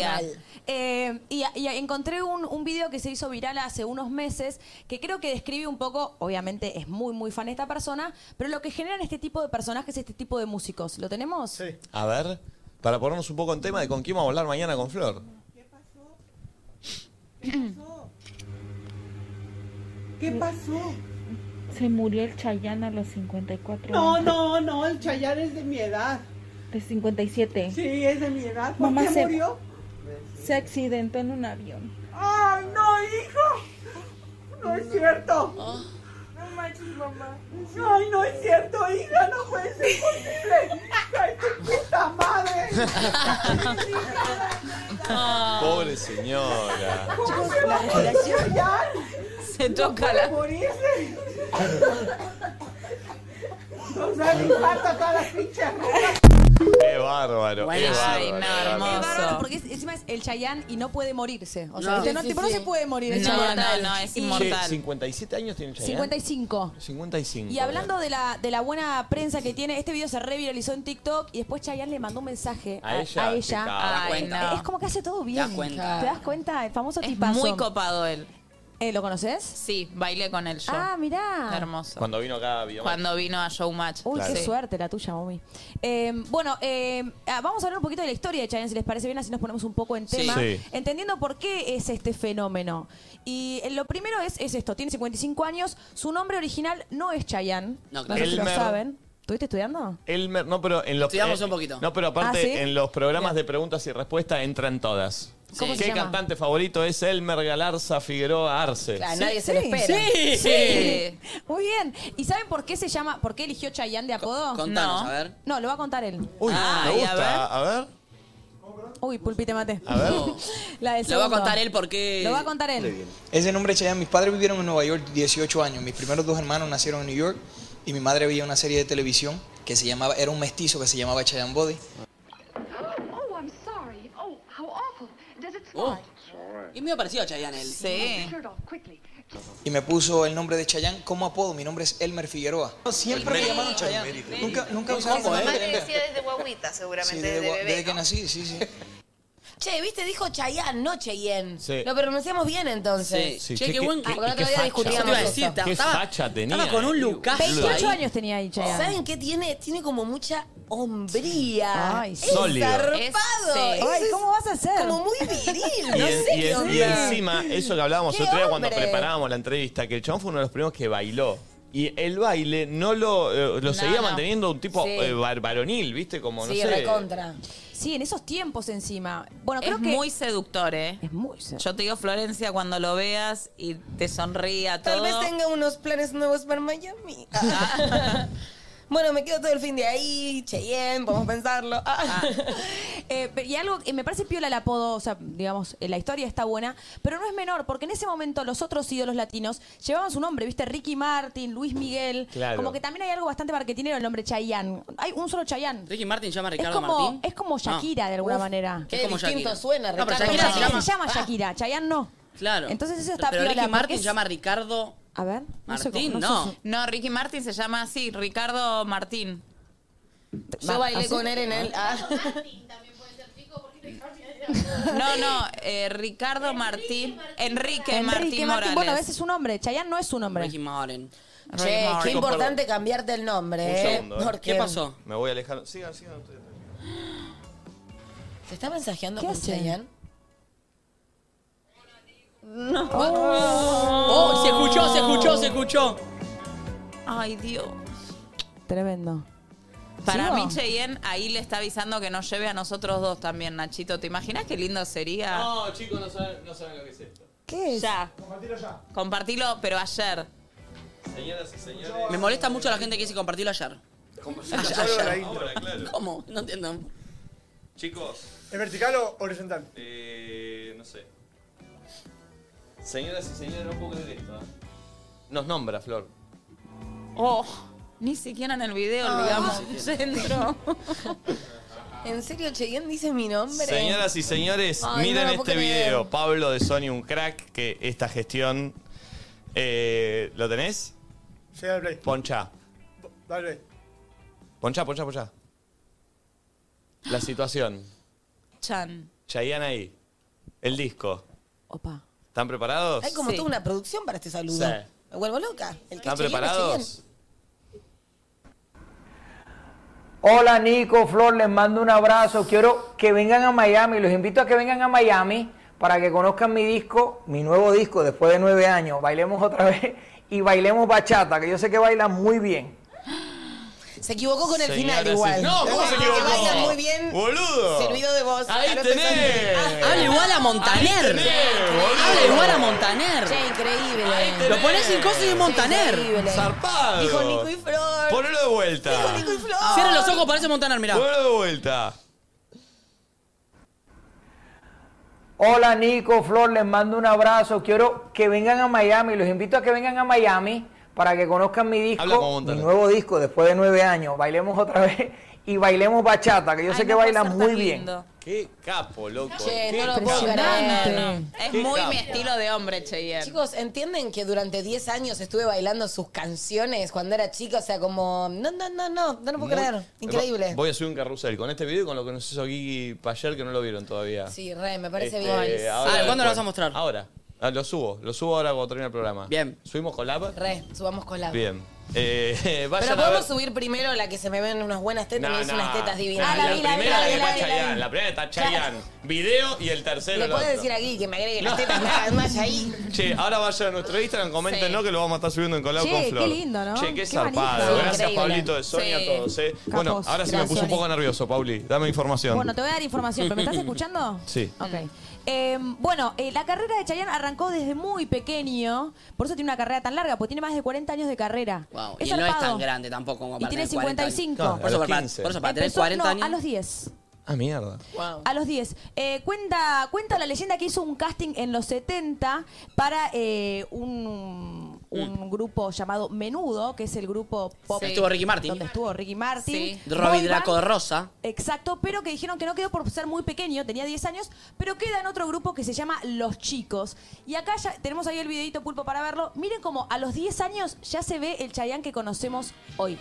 S18: Eh, y, y encontré un, un video que se hizo viral hace unos meses que creo que describe un poco, obviamente es muy, muy fan de esta persona, pero lo que generan este tipo de personajes, este tipo de músicos. ¿Lo tenemos? Sí.
S1: A ver, para ponernos un poco en tema de con quién vamos a hablar mañana con Flor.
S19: ¿Qué pasó?
S13: Se murió el Chayanne a los 54
S19: No,
S13: años.
S19: no, no, el Chayar es de mi edad.
S13: De 57.
S19: Sí, es de mi edad. ¿Por
S13: Mamá
S19: qué
S13: se-
S19: murió?
S13: Se accidentó en un avión.
S19: ¡Ay, no, hijo! No es cierto.
S13: No manches, mamá.
S19: ¡Ay, no es cierto, hija! ¡No puede ser posible! ¡Ay, tu puta madre!
S1: Pobre señora.
S19: ¿Cómo se va a morir Chayar?
S3: Se toca
S19: ¿Puede
S3: la.
S19: morirse? Nos da un infarto a todas las pinches arrugas.
S1: Qué bárbaro.
S3: Buenísimo.
S1: qué
S3: Ay,
S1: bárbaro.
S3: no, hermoso.
S18: Bárbaro, porque es- encima es el Chayanne y no puede morirse. O sea,
S1: No.
S18: ¿viste? no,
S1: Sí, sí,
S18: tipo, no
S1: sí.
S18: se puede morir el
S1: No,
S18: Chayanne.
S3: no, es
S18: Y-
S1: Che, 57 años tiene eh? Chayanne.
S18: 55.
S3: Mm.
S1: 55.
S18: Y hablando de la, de la buena prensa que tiene, este video se reviralizó en TikTok y después Chayanne le mandó un mensaje
S3: A ella,
S18: a ella.
S3: te cagas. Ay, no.
S18: Es como que hace todo bien.
S3: Te das cuenta.
S18: ¿Te das cuenta? El famoso tipazo.
S3: Muy copado él.
S18: Eh, ¿Lo conoces?
S3: Sí, bailé con él yo.
S18: Ah, mirá.
S3: Hermoso.
S1: Cuando vino acá, vio
S3: Cuando vino a Showmatch.
S18: Uy,
S3: Sí.
S18: qué suerte la tuya, mami. Eh, bueno, eh, ah, vamos a hablar un poquito de la historia de Chayanne, si les parece bien, así nos ponemos un poco en
S3: Sí.
S18: tema,
S3: Sí.
S18: entendiendo por qué es este fenómeno. Y eh, lo primero es, es esto, tiene 55 años, su nombre original no es Chayanne,
S1: No,
S18: no,
S1: claro.
S18: sé si lo
S1: Elmer.
S18: saben. ¿Estuviste estudiando?
S1: Elmer, no, pero en los
S18: Estudiamos un poquito.
S1: No, pero aparte
S18: Ah, ¿sí?
S1: en los programas de preguntas y respuestas entran todas.
S18: ¿Cómo se
S1: ¿Qué
S18: llama?
S1: cantante favorito es Elmer Galarza Figueroa Arce?
S2: Claro,
S18: Sí,
S2: nadie se
S18: sí.
S2: lo espera.
S18: Sí.
S1: Sí.
S18: Muy bien. ¿Y saben por qué se llama, por qué eligió Chayanne de apodo?
S4: contanos,
S18: no.
S4: a ver.
S18: No, lo va a Ah, contar él.
S1: Uy, me gusta. Ah, A ver.
S18: Uy, Pulpi, te maté.
S1: A ver.
S18: La del
S4: Lo va a
S18: segundo.
S4: contar él porque.
S18: Lo va a contar él.
S20: Ese nombre Chayanne, mis padres vivieron en Nueva York 18 años, mis primeros dos hermanos nacieron en New York y mi madre veía una serie de televisión que se llamaba, era un mestizo que se llamaba Chayanne Body.
S13: Oh, I'm sorry. Oh, how awful. Does it
S4: Oh. Es medio parecido a Chayanne él.
S13: Sí.
S20: Y me puso el nombre de Chayanne como apodo, mi nombre es Elmer Figueroa. Siempre me
S13: Elmer.
S20: llamaron Chayanne,
S13: Elmer.
S20: nunca, nunca
S13: ¿Cómo,
S20: usaba
S13: eh?
S20: nombre.
S13: Mamá le decía
S5: Desde guaguita,
S20: Sí,
S5: seguramente,
S20: desde,
S5: desde
S20: gua-
S5: bebé.
S20: desde que nací, sí, sí.
S2: Che, viste, dijo Chayanne, no Cheyenne.
S20: Sí.
S2: Lo pronunciamos bien entonces.
S1: Sí,
S2: Ah, porque el otro día
S1: facha.
S2: discutíamos eso.
S1: Qué facha tenía. eh.
S2: 28
S18: años tenía ahí, Chayanne.
S2: ¿Saben qué tiene? Tiene como mucha hombría.
S1: Ay,
S2: es
S1: sí. Sólido.
S2: zarpado.
S1: Es-
S18: sí. Ay, ¿cómo vas a hacer?
S2: Como muy viril.
S1: Y,
S2: no
S1: en-
S2: sé
S1: y
S2: qué
S1: en- y
S2: onda.
S1: encima, eso que hablábamos
S2: ¡Qué
S1: otro día cuando
S2: hombre!
S1: preparábamos la entrevista, que el chabón fue uno de los primeros que bailó. Y el baile no lo, eh, lo
S18: No,
S1: seguía
S18: no.
S1: manteniendo un tipo
S18: Sí.
S1: eh, var- varonil, ¿viste? Como, no
S18: Sí,
S1: sé.
S18: recontra. Sí, en esos tiempos encima. Bueno, creo
S3: es
S18: que.
S3: muy seductor, ¿eh? Es
S18: muy seductor.
S3: Yo te digo, Florencia, cuando lo veas y te sonría todo.
S2: Tal vez tenga unos planes nuevos para Miami. Ah. bueno, me quedo todo el fin de ahí. Cheyenne, podemos pensarlo. Ah.
S18: Eh, pero- y algo que me parece piola el apodo, o sea, digamos, eh, la historia está buena, pero no es menor, porque en ese momento los otros ídolos latinos llevaban su nombre, ¿viste? Ricky Martin, Luis Miguel.
S4: Claro.
S18: Como que también hay algo bastante marketinero en el nombre Chayanne. Hay un solo Chayanne.
S4: Ricky Martin llama a
S18: Es
S4: Ricardo
S18: como,
S4: Martín.
S18: es como Shakira de alguna
S4: Uf,
S18: manera.
S4: qué Es como distinto Shakira.
S2: suena,
S4: No, pero
S18: Ricardo
S4: Shakira se
S18: Martin
S4: llama-
S18: se llama Shakira, Chayanne no.
S4: Claro.
S18: Entonces eso está
S4: Pero
S18: piola,
S4: Ricky
S18: porque
S4: Martin
S18: es-
S4: llama a Ricardo.
S18: A ver. no sé
S4: Martín,
S18: cómo-
S4: no.
S18: sé si-
S3: No, Ricky Martin se llama así, Ricardo Martín.
S2: Yo bailé con él en el. ah.
S3: No, no, eh, Ricardo Martín, Enrique, Martín, Morales.
S18: Bueno, a veces es un hombre. Chayanne no es un hombre.
S12: Ricky Martin.
S2: Che, qué importante cambiarte el nombre, ¿eh? Porque-
S1: Me voy a alejar. Sigan, sigan ustedes.
S2: ¿Se está mensajeando con Chayanne?
S3: No.
S18: Oh, se escuchó, se escuchó, se
S12: escuchó.
S3: Ay, Dios.
S18: Tremendo.
S3: Para
S18: ¿Sigo?
S3: mí, Cheyenne ahí le está avisando que nos lleve a nosotros dos también, Nachito. ¿Te imaginas qué lindo sería?
S12: No, chicos, no saben, no saben lo que es esto.
S18: ¿Qué
S3: es? Ya. Compartilo ya. Compartilo, pero ayer.
S12: Señoras y señores. Me molesta mucho la gente que dice compartirlo ayer.
S6: Solo la intro.
S12: Ahora, claro. ¿Cómo? No entiendo.
S1: Chicos,
S6: ¿Es vertical o horizontal?
S1: eh, no sé. Señoras y señores, no puedo creer esto. ¿eh? Nos nombra, Flor.
S3: Oh, ni siquiera en el video
S2: Ah,
S3: olvidamos
S2: ni
S3: el
S2: siquiera.
S3: centro.
S2: ¿En serio Cheyenne dice mi nombre?
S1: Señoras y señores,
S2: Ay,
S1: miren
S2: no lo puedo
S1: este
S2: creer.
S1: video. Pablo de Sony, un crack, que esta gestión. eh, ¿Lo tenés?
S6: Sí, dale play.
S1: Poncha.
S6: Dale play.
S1: Poncha, poncha, poncha. La situación.
S3: Chan.
S1: Chayanne ahí. El disco.
S18: Opa.
S1: ¿Están preparados?
S2: Hay como
S1: Sí.
S2: toda una producción para este saludo.
S1: Sí.
S2: Me vuelvo loca. El que
S1: ¿Están
S2: Cheyenne es Cheyenne.
S1: preparados?
S8: Hola Nico, Flor, les mando un abrazo. Quiero que vengan a Miami, los invito a que vengan a Miami para que conozcan mi disco, mi nuevo disco después de nueve años. Bailemos otra vez y bailemos bachata, que yo sé que bailan muy bien.
S2: Se equivocó con el
S8: Señoras
S2: final
S8: y-
S2: igual.
S8: No, ¿cómo se
S2: Que
S8: equivocó?
S2: bailan muy bien.
S1: Boludo.
S2: Servido de voz.
S1: Ahí
S2: a los
S1: tenés.
S2: pezones.
S1: Habla igual a
S12: Montaner. Habla igual a Montaner.
S2: Che, increíble.
S12: tenés. Lo ponés sin cosas y es Montaner.
S2: Sí, increíble.
S1: Zarpado.
S2: Dijo Nico y Flor.
S1: Ponelo de vuelta.
S2: Nico y Flor.
S12: Ah. Cierra los ojos, parece Montaner, mirá.
S1: Ponelo de vuelta.
S8: Hola Nico, Flor, les mando un abrazo. Quiero que vengan a Miami, los invito a que vengan a Miami para que conozcan mi
S1: Habla como
S8: disco, mi
S1: Montaner.
S8: nuevo disco después de nueve años. Bailemos otra vez y bailemos bachata, que yo sé que bailan muy bien.
S1: Qué capo, loco.
S2: Che,
S1: Qué
S2: no lo puedo
S1: capo.
S2: creer.
S3: Es
S1: Qué
S3: muy
S1: capo.
S3: mi estilo de hombre, Cheyenne.
S2: Chicos, ¿entienden que durante 10 años estuve bailando sus canciones cuando era chica? O sea, como... No, no, no, no, no lo puedo creer. Increíble.
S1: Voy a subir un carrusel con este video y con lo que nos hizo Gigi Payer que no lo vieron todavía.
S2: Sí, re, me parece
S1: Este,
S2: bien.
S1: ahora,
S12: Ah, ¿cuándo lo
S1: después.
S12: vas a mostrar?
S1: Ahora. Ah, lo subo. Lo subo ahora cuando termine el programa. Bien. ¿Subimos collab?
S2: Re, subamos con la...
S1: Bien. Eh, vayan
S2: Pero
S1: a ver.
S2: podemos subir primero la que se me ven unas buenas tetas, me hizo unas tetas divinas. Ah,
S1: La, primera que está Chayanne. La primera está Chayanne. Video y el tercero.
S2: Le
S1: el
S2: puedes
S1: otro.
S2: decir aquí que me agregue las tetas nada más ahí.
S1: Che, ahora vayan a nuestro Instagram, comenten, ¿no? Que lo vamos a estar subiendo en colado
S2: Che,
S1: con
S2: qué
S1: Flor.
S2: lindo, ¿no?
S1: Che, qué,
S2: Qué
S1: zarpado.
S2: manija.
S1: Gracias,
S2: Increíble.
S1: Pablito de Sonia,
S18: Sí.
S1: a todos, ¿eh? bueno,
S18: Capos,
S1: ahora sí me puse un
S18: gracias.
S1: poco nervioso, Pauli. Dame información.
S18: Bueno, te voy a dar información, pero ¿me estás escuchando?
S1: Sí.
S18: Ok. Eh, bueno, eh, la carrera de Chayanne arrancó desde muy pequeño, por eso tiene una carrera tan larga, porque tiene más de 40 años de carrera.
S12: Wow,
S18: Es
S12: y no es
S18: zarpado.
S12: tan grande tampoco como
S18: Y
S12: para
S18: tiene
S12: tener 40 años.
S18: 55.
S1: No, a
S12: por, eso,
S1: los
S12: para,
S1: 15.
S12: por eso, para tener
S18: Empezó,
S12: 40
S18: no,
S12: años.
S18: a los 10.
S1: Ah, mierda.
S18: A los 10. Eh, cuenta, cuenta la leyenda que hizo un casting en los 70 para eh, un, un grupo llamado Menudo, que es el grupo pop.
S12: Donde Mm. estuvo Ricky Martin.
S18: Donde estuvo Ricky Martin.
S12: Robbie
S18: Boy
S12: Draco de
S18: band.
S12: Rosa.
S18: Exacto, pero que dijeron que no quedó por ser muy pequeño, tenía 10 años, pero queda en otro grupo que se llama Los Chicos. Y acá ya tenemos ahí el videito pulpo para verlo. Miren como a los 10 años ya se ve el Chayanne que conocemos hoy.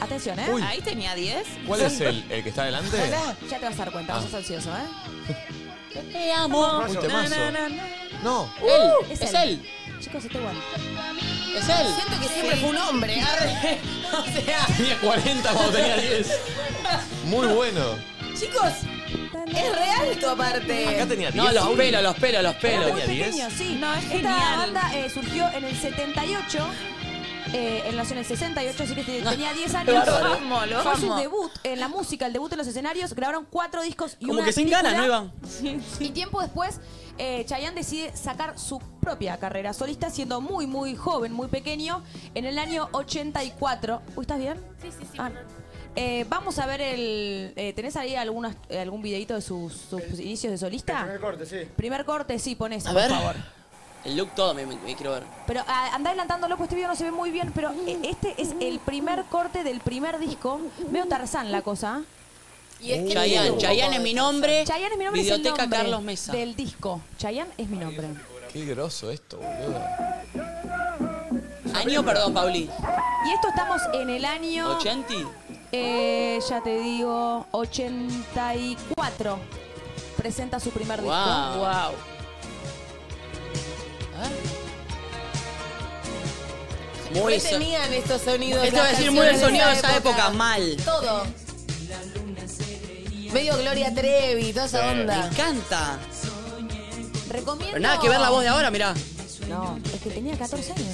S18: Atención, ¿eh?
S1: Uy.
S18: Ahí tenía 10.
S1: ¿Cuál es el, el que está adelante?
S18: Hola. Ya te vas a dar cuenta, no
S1: Ah.
S18: seas ansioso, ¿eh? Yo
S2: te
S1: amo. Uy, temazo. No.
S18: Él,
S2: es
S18: Chicos, está igual.
S2: Es él. Siento que siempre fue un hombre. arre. O sea,
S1: Tenía 40 cuando tenía 10. Muy bueno.
S2: chicos, es re alto aparte.
S1: Acá tenía 10.
S12: No, los pelos, los pelos, los pelos.
S1: Tenía 10.
S18: Pequeño, sí.
S3: No, es
S18: Esta
S3: genial.
S18: banda eh, surgió en el 78. Eh, él nació en el 68, así que te- tenía 10 años.
S12: Lo amo, lo
S18: Fue su
S12: amo.
S18: debut en la música, el debut en los escenarios. Grabaron cuatro discos y
S12: Como
S18: una
S12: que sin ganas,
S18: película.
S12: ¿no,
S18: Y tiempo después, eh, Chayanne decide sacar su propia carrera solista, siendo muy, muy joven, muy pequeño, en el año 84. Uy, ¿estás bien? Sí, sí, sí. Eh, vamos a ver el... eh, ¿Tenés ahí algunas, eh, algún videito de sus, sus inicios de solista?
S6: Primer corte, sí.
S18: Primer corte, sí, pones,
S12: A
S18: por
S12: ver.
S18: favor.
S12: El look todo me, me- me quiero ver.
S18: Pero ah, andá adelantándolo, pues este video no se ve muy bien, pero eh, este es el primer corte del primer disco. Veo Tarzán la cosa. ¿ah?
S2: Y es
S12: que Chayanne, Chayanne es mi nombre.
S18: Chayanne es mi nombre,
S12: Videoteca
S18: es el nombre
S12: Carlos Mesa.
S18: del disco. Chayanne es mi nombre.
S1: Qué groso esto, boludo.
S12: Año, perdón, Pauli.
S18: Y esto estamos en el año...
S12: ¿80?
S18: Eh, ya te digo, 84. Presenta su primer disco.
S15: Guau. Guau.
S2: Muy
S18: so-
S2: tenían estos sonidos.
S18: Esto
S2: las
S18: va a decir
S2: canciones
S18: muy el sonido de
S2: esa
S18: esa época, mal.
S2: Todo. Medio Gloria Trevi, toda esa
S18: Sí.
S2: onda.
S18: Me
S2: encanta.
S18: Recomiendo.
S2: Pero nada que ver la voz de ahora, mirá.
S18: No, es que tenía 14 años.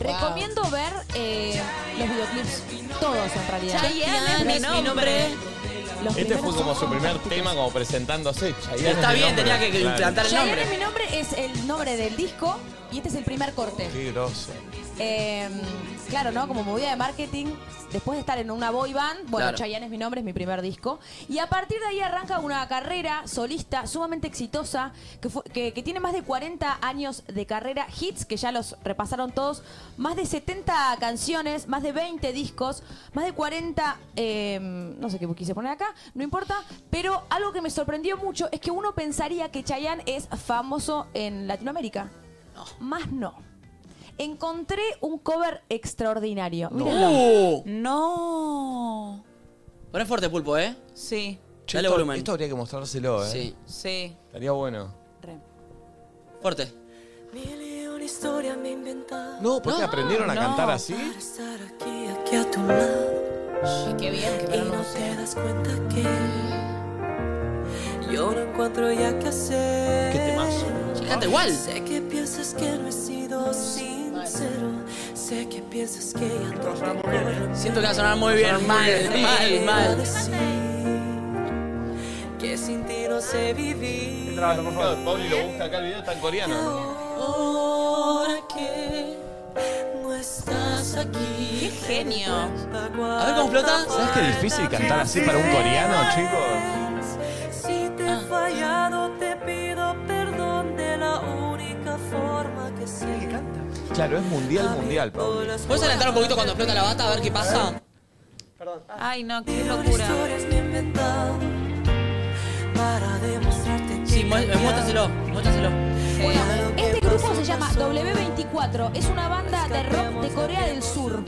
S18: Recomiendo ver eh, los videoclips, todos en realidad.
S3: Chayanne es mi nombre.
S18: Los
S1: Este fue
S18: primeros
S1: como su primer tema, como presentándose. Chayanne
S18: Está
S1: es mi
S18: bien,
S1: nombre.
S18: tenía que
S1: Claro.
S18: Chayanne es mi nombre es el nombre del disco y este es el primer corte.
S1: Qué groso.
S18: Eh, claro, ¿no? Como movida de marketing, después de estar en una boy band, bueno,
S15: Claro.
S18: Chayanne es mi nombre, es mi primer disco. Y a partir de ahí arranca una carrera solista sumamente exitosa, que, fue- que, que tiene más de 40 años de carrera, hits que ya los repasaron todos, más de 70 canciones, más de 20 discos, más de 40, eh, no sé qué quise poner acá, no importa, pero algo que me sorprendió mucho es que uno pensaría que Chayanne es famoso en Latinoamérica. Más no. Encontré un cover extraordinario.
S15: No.
S18: Mírenlo.
S15: Uh.
S18: No.
S15: Poné fuerte pulpo, ¿eh?
S18: Sí.
S1: Che,
S15: Dale
S1: esto-
S15: volumen.
S1: Esto habría que mostrárselo, ¿eh?
S15: Sí.
S18: Sí.
S1: Estaría bueno.
S15: Fuerte.
S13: Una historia me inventaba.
S1: No, ¿por qué aprendieron a cantar así?
S13: Para estar aquí, aquí a tu lado.
S2: Y qué bien que
S13: Y no te das cuenta que yo no encuentro ya qué hacer.
S15: Qué temazo. Canta igual.
S13: Sé que piensas que no he sido sincero. Sé que piensas que ya no te puedo
S15: Siento que va a sonar muy bien.
S13: Sonar muy
S15: Mal,
S13: bien.
S15: mal, mal.
S13: decir Que sin ti no sé vivir.
S1: Pauli lo busca acá el video, está en coreano.
S13: Ahora que no estás aquí. Qué genio. A
S15: ver cómo explota.
S1: ¿Sabes qué difícil cantar así para un coreano, chicos?
S13: Si te
S4: Ah.
S13: he fallado, te pido perdón de la única forma que sé. ¿Qué canta?
S1: Claro, es mundial, mundial, Pauli.
S4: ¿Puedes alentar un poquito cuando explota la bata a ver qué pasa?
S3: Ay, no, qué locura.
S13: Para demostrarte que.
S4: Sí, mu- eh, muéstraselo, muéstraselo.
S18: Bueno, este grupo se llama W24. Es una banda de rock de Corea del Sur.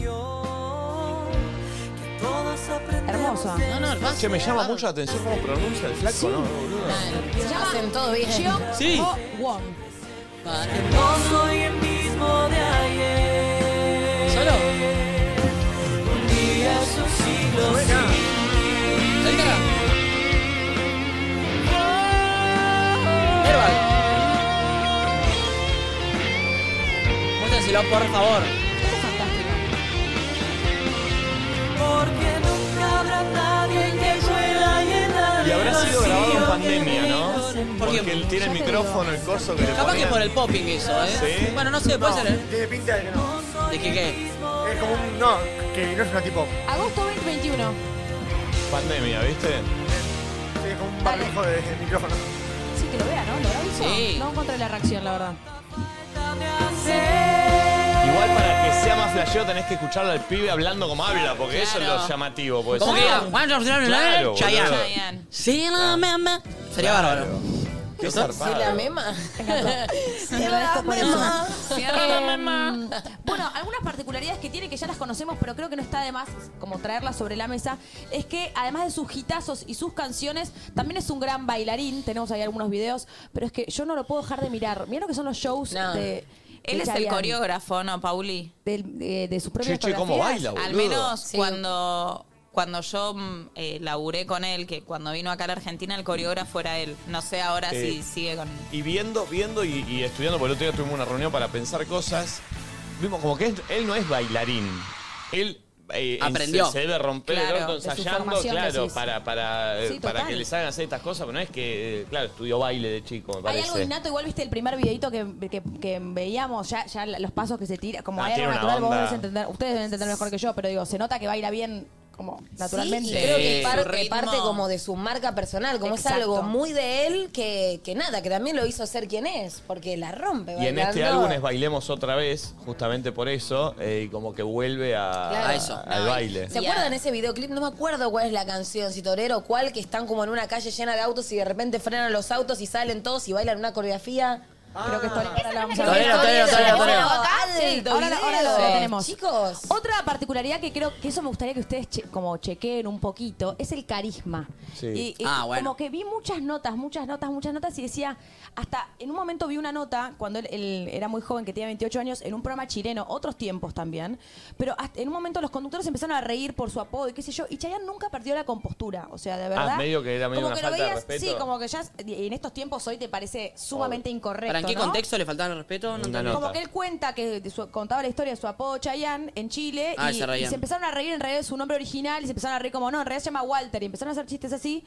S18: Hermosa.
S1: No, no, Che, me llama mucho la atención cómo pronuncia el flaco, ¿no? boludo?
S18: Se llama
S2: Hacen todo bien.
S18: Jeong
S1: Sí.
S18: Ho Won.
S13: No soy el mismo de ayer.
S15: ¿Solo?
S13: Un día es un siglo. sin ti.
S4: Muéstraselo, por favor.
S13: Porque nunca habrá nadie que pueda llenar.
S1: Y habrá
S13: el
S1: sido grabado en
S13: vacío
S1: pandemia, ¿no?
S4: ¿Por qué?
S1: Porque él tiene el micrófono, el coso que le
S4: Capaz que
S1: ponían.
S4: por el popping eso, ¿eh?
S1: Sí.
S4: Bueno, no sé, puede
S6: No,
S4: ser. ¿eh?
S6: Tiene pinta de que no.
S4: ¿De qué qué?
S6: Es como un. No, que no es una tipo.
S18: Agosto 2021.
S1: Pandemia, ¿viste?
S6: Sí, es como un barbijo de, de micrófono.
S18: Sí, que lo vea, ¿no? ¿Lo habrá visto?
S1: Sí.
S18: No encontré la reacción, la verdad.
S1: Igual para que sea más flasheo tenés que escucharlo al pibe hablando como habla, porque eso es lo llamativo. Pues.
S4: ¿Cómo que diga? One, two, three,
S1: Claro,
S4: Chayanne.
S1: boludo.
S4: Sí,
S10: Ah.
S4: la meme. Sería
S1: Claro.
S4: bárbaro.
S1: Qué
S4: ¿Eso?
S2: ¿Sí la mema?
S18: Cierra mema.
S2: Cierra
S18: Em,
S2: mema.
S18: Bueno, algunas particularidades que tiene que ya las conocemos, pero creo que no está de más como traerlas sobre la mesa, es que además de sus hitazos y sus canciones, también es un gran bailarín. Tenemos ahí algunos videos, pero es que yo no lo puedo dejar de mirar. Mira lo que son los shows
S3: No.
S18: de.
S3: Él
S18: de
S3: es el
S18: Chayanne.
S3: coreógrafo, ¿no, Pauli?
S18: Del- eh, de, de sus propias
S1: che, ¿cómo
S18: coreografías.
S1: baila,
S3: Al
S1: boludo?
S3: menos cuando, cuando yo mm, eh, laburé con él, que cuando vino acá a la Argentina el coreógrafo era él. No sé ahora
S1: Eh.
S3: si sigue con...
S1: Y viendo, viendo y, y estudiando, porque el otro día tuvimos una reunión para pensar cosas, vimos como que es- él no es bailarín. Él eh,
S4: Aprendió.
S1: Se, se debe romper
S4: Claro,
S1: el orto
S4: de su
S1: ensayando,
S4: formación
S1: claro,
S4: decís.
S1: para, para, eh,
S18: Sí,
S1: para
S18: total.
S1: que les hagan hacer estas cosas, pero no es que, eh, claro, estudió baile de chico, me
S18: Hay
S1: parece.
S18: algo innato, igual viste el primer videito que, que- que veíamos, ya, ya los pasos que se tira, como
S1: Ah,
S18: hay algo
S1: tiene una
S18: natural, vos
S1: onda.
S18: debes entender, ustedes deben entender mejor que yo, pero digo, se nota que baila bien como naturalmente.
S2: Sí, y creo que es par-
S18: Su
S2: que
S18: ritmo.
S2: parte como de su marca personal, como
S18: Exacto.
S2: es algo muy de él que, que nada, que también lo hizo ser quien es, porque la rompe.
S1: Y en este
S2: bailando.
S1: álbum es Bailemos otra vez, justamente por eso, eh, y como que vuelve a,
S2: Claro.
S1: a eso, al baile. Eh,
S2: ¿Se acuerdan ese videoclip? No me acuerdo cuál es la canción, si Torero o cuál, que están como en una calle llena de autos y de repente frenan los autos y salen todos y bailan una coreografía.
S18: Creo
S1: Ah.
S18: que esto ahora la vamos a
S15: Torero, torero, torero, torero.
S18: Sí, ahora, la- ahora lo, lo
S2: Sí.
S18: tenemos. Chicos. Otra particularidad que creo que eso me gustaría que ustedes che- como chequeen un poquito es el carisma.
S12: Sí.
S18: Y, y
S12: Ah, bueno.
S18: Como que vi muchas notas, muchas notas, muchas notas y decía, hasta en un momento vi una nota cuando él, él era muy joven, que tenía 28 años, en un programa chileno, otros tiempos también, pero hasta en un momento los conductores empezaron a reír por su apodo y qué sé yo, y Chayanne nunca perdió la compostura, o sea, de verdad.
S1: Ah, medio que era medio
S18: como
S1: una
S18: que lo
S1: falta de
S18: veías- Sí,
S1: respeto.
S18: como que ya y en estos tiempos hoy te parece sumamente incorrecto,
S10: ¿Para en qué
S18: ¿no?
S10: contexto le faltaba el respeto? No entendí.
S18: Como que él cuenta que de su- contaba la historia de su apodo Chayanne en Chile
S10: Ah,
S18: y,
S10: se reían.
S18: y se empezaron a reír en realidad de su nombre original y se empezaron a reír como, no, en realidad se llama Walter y empezaron a hacer chistes así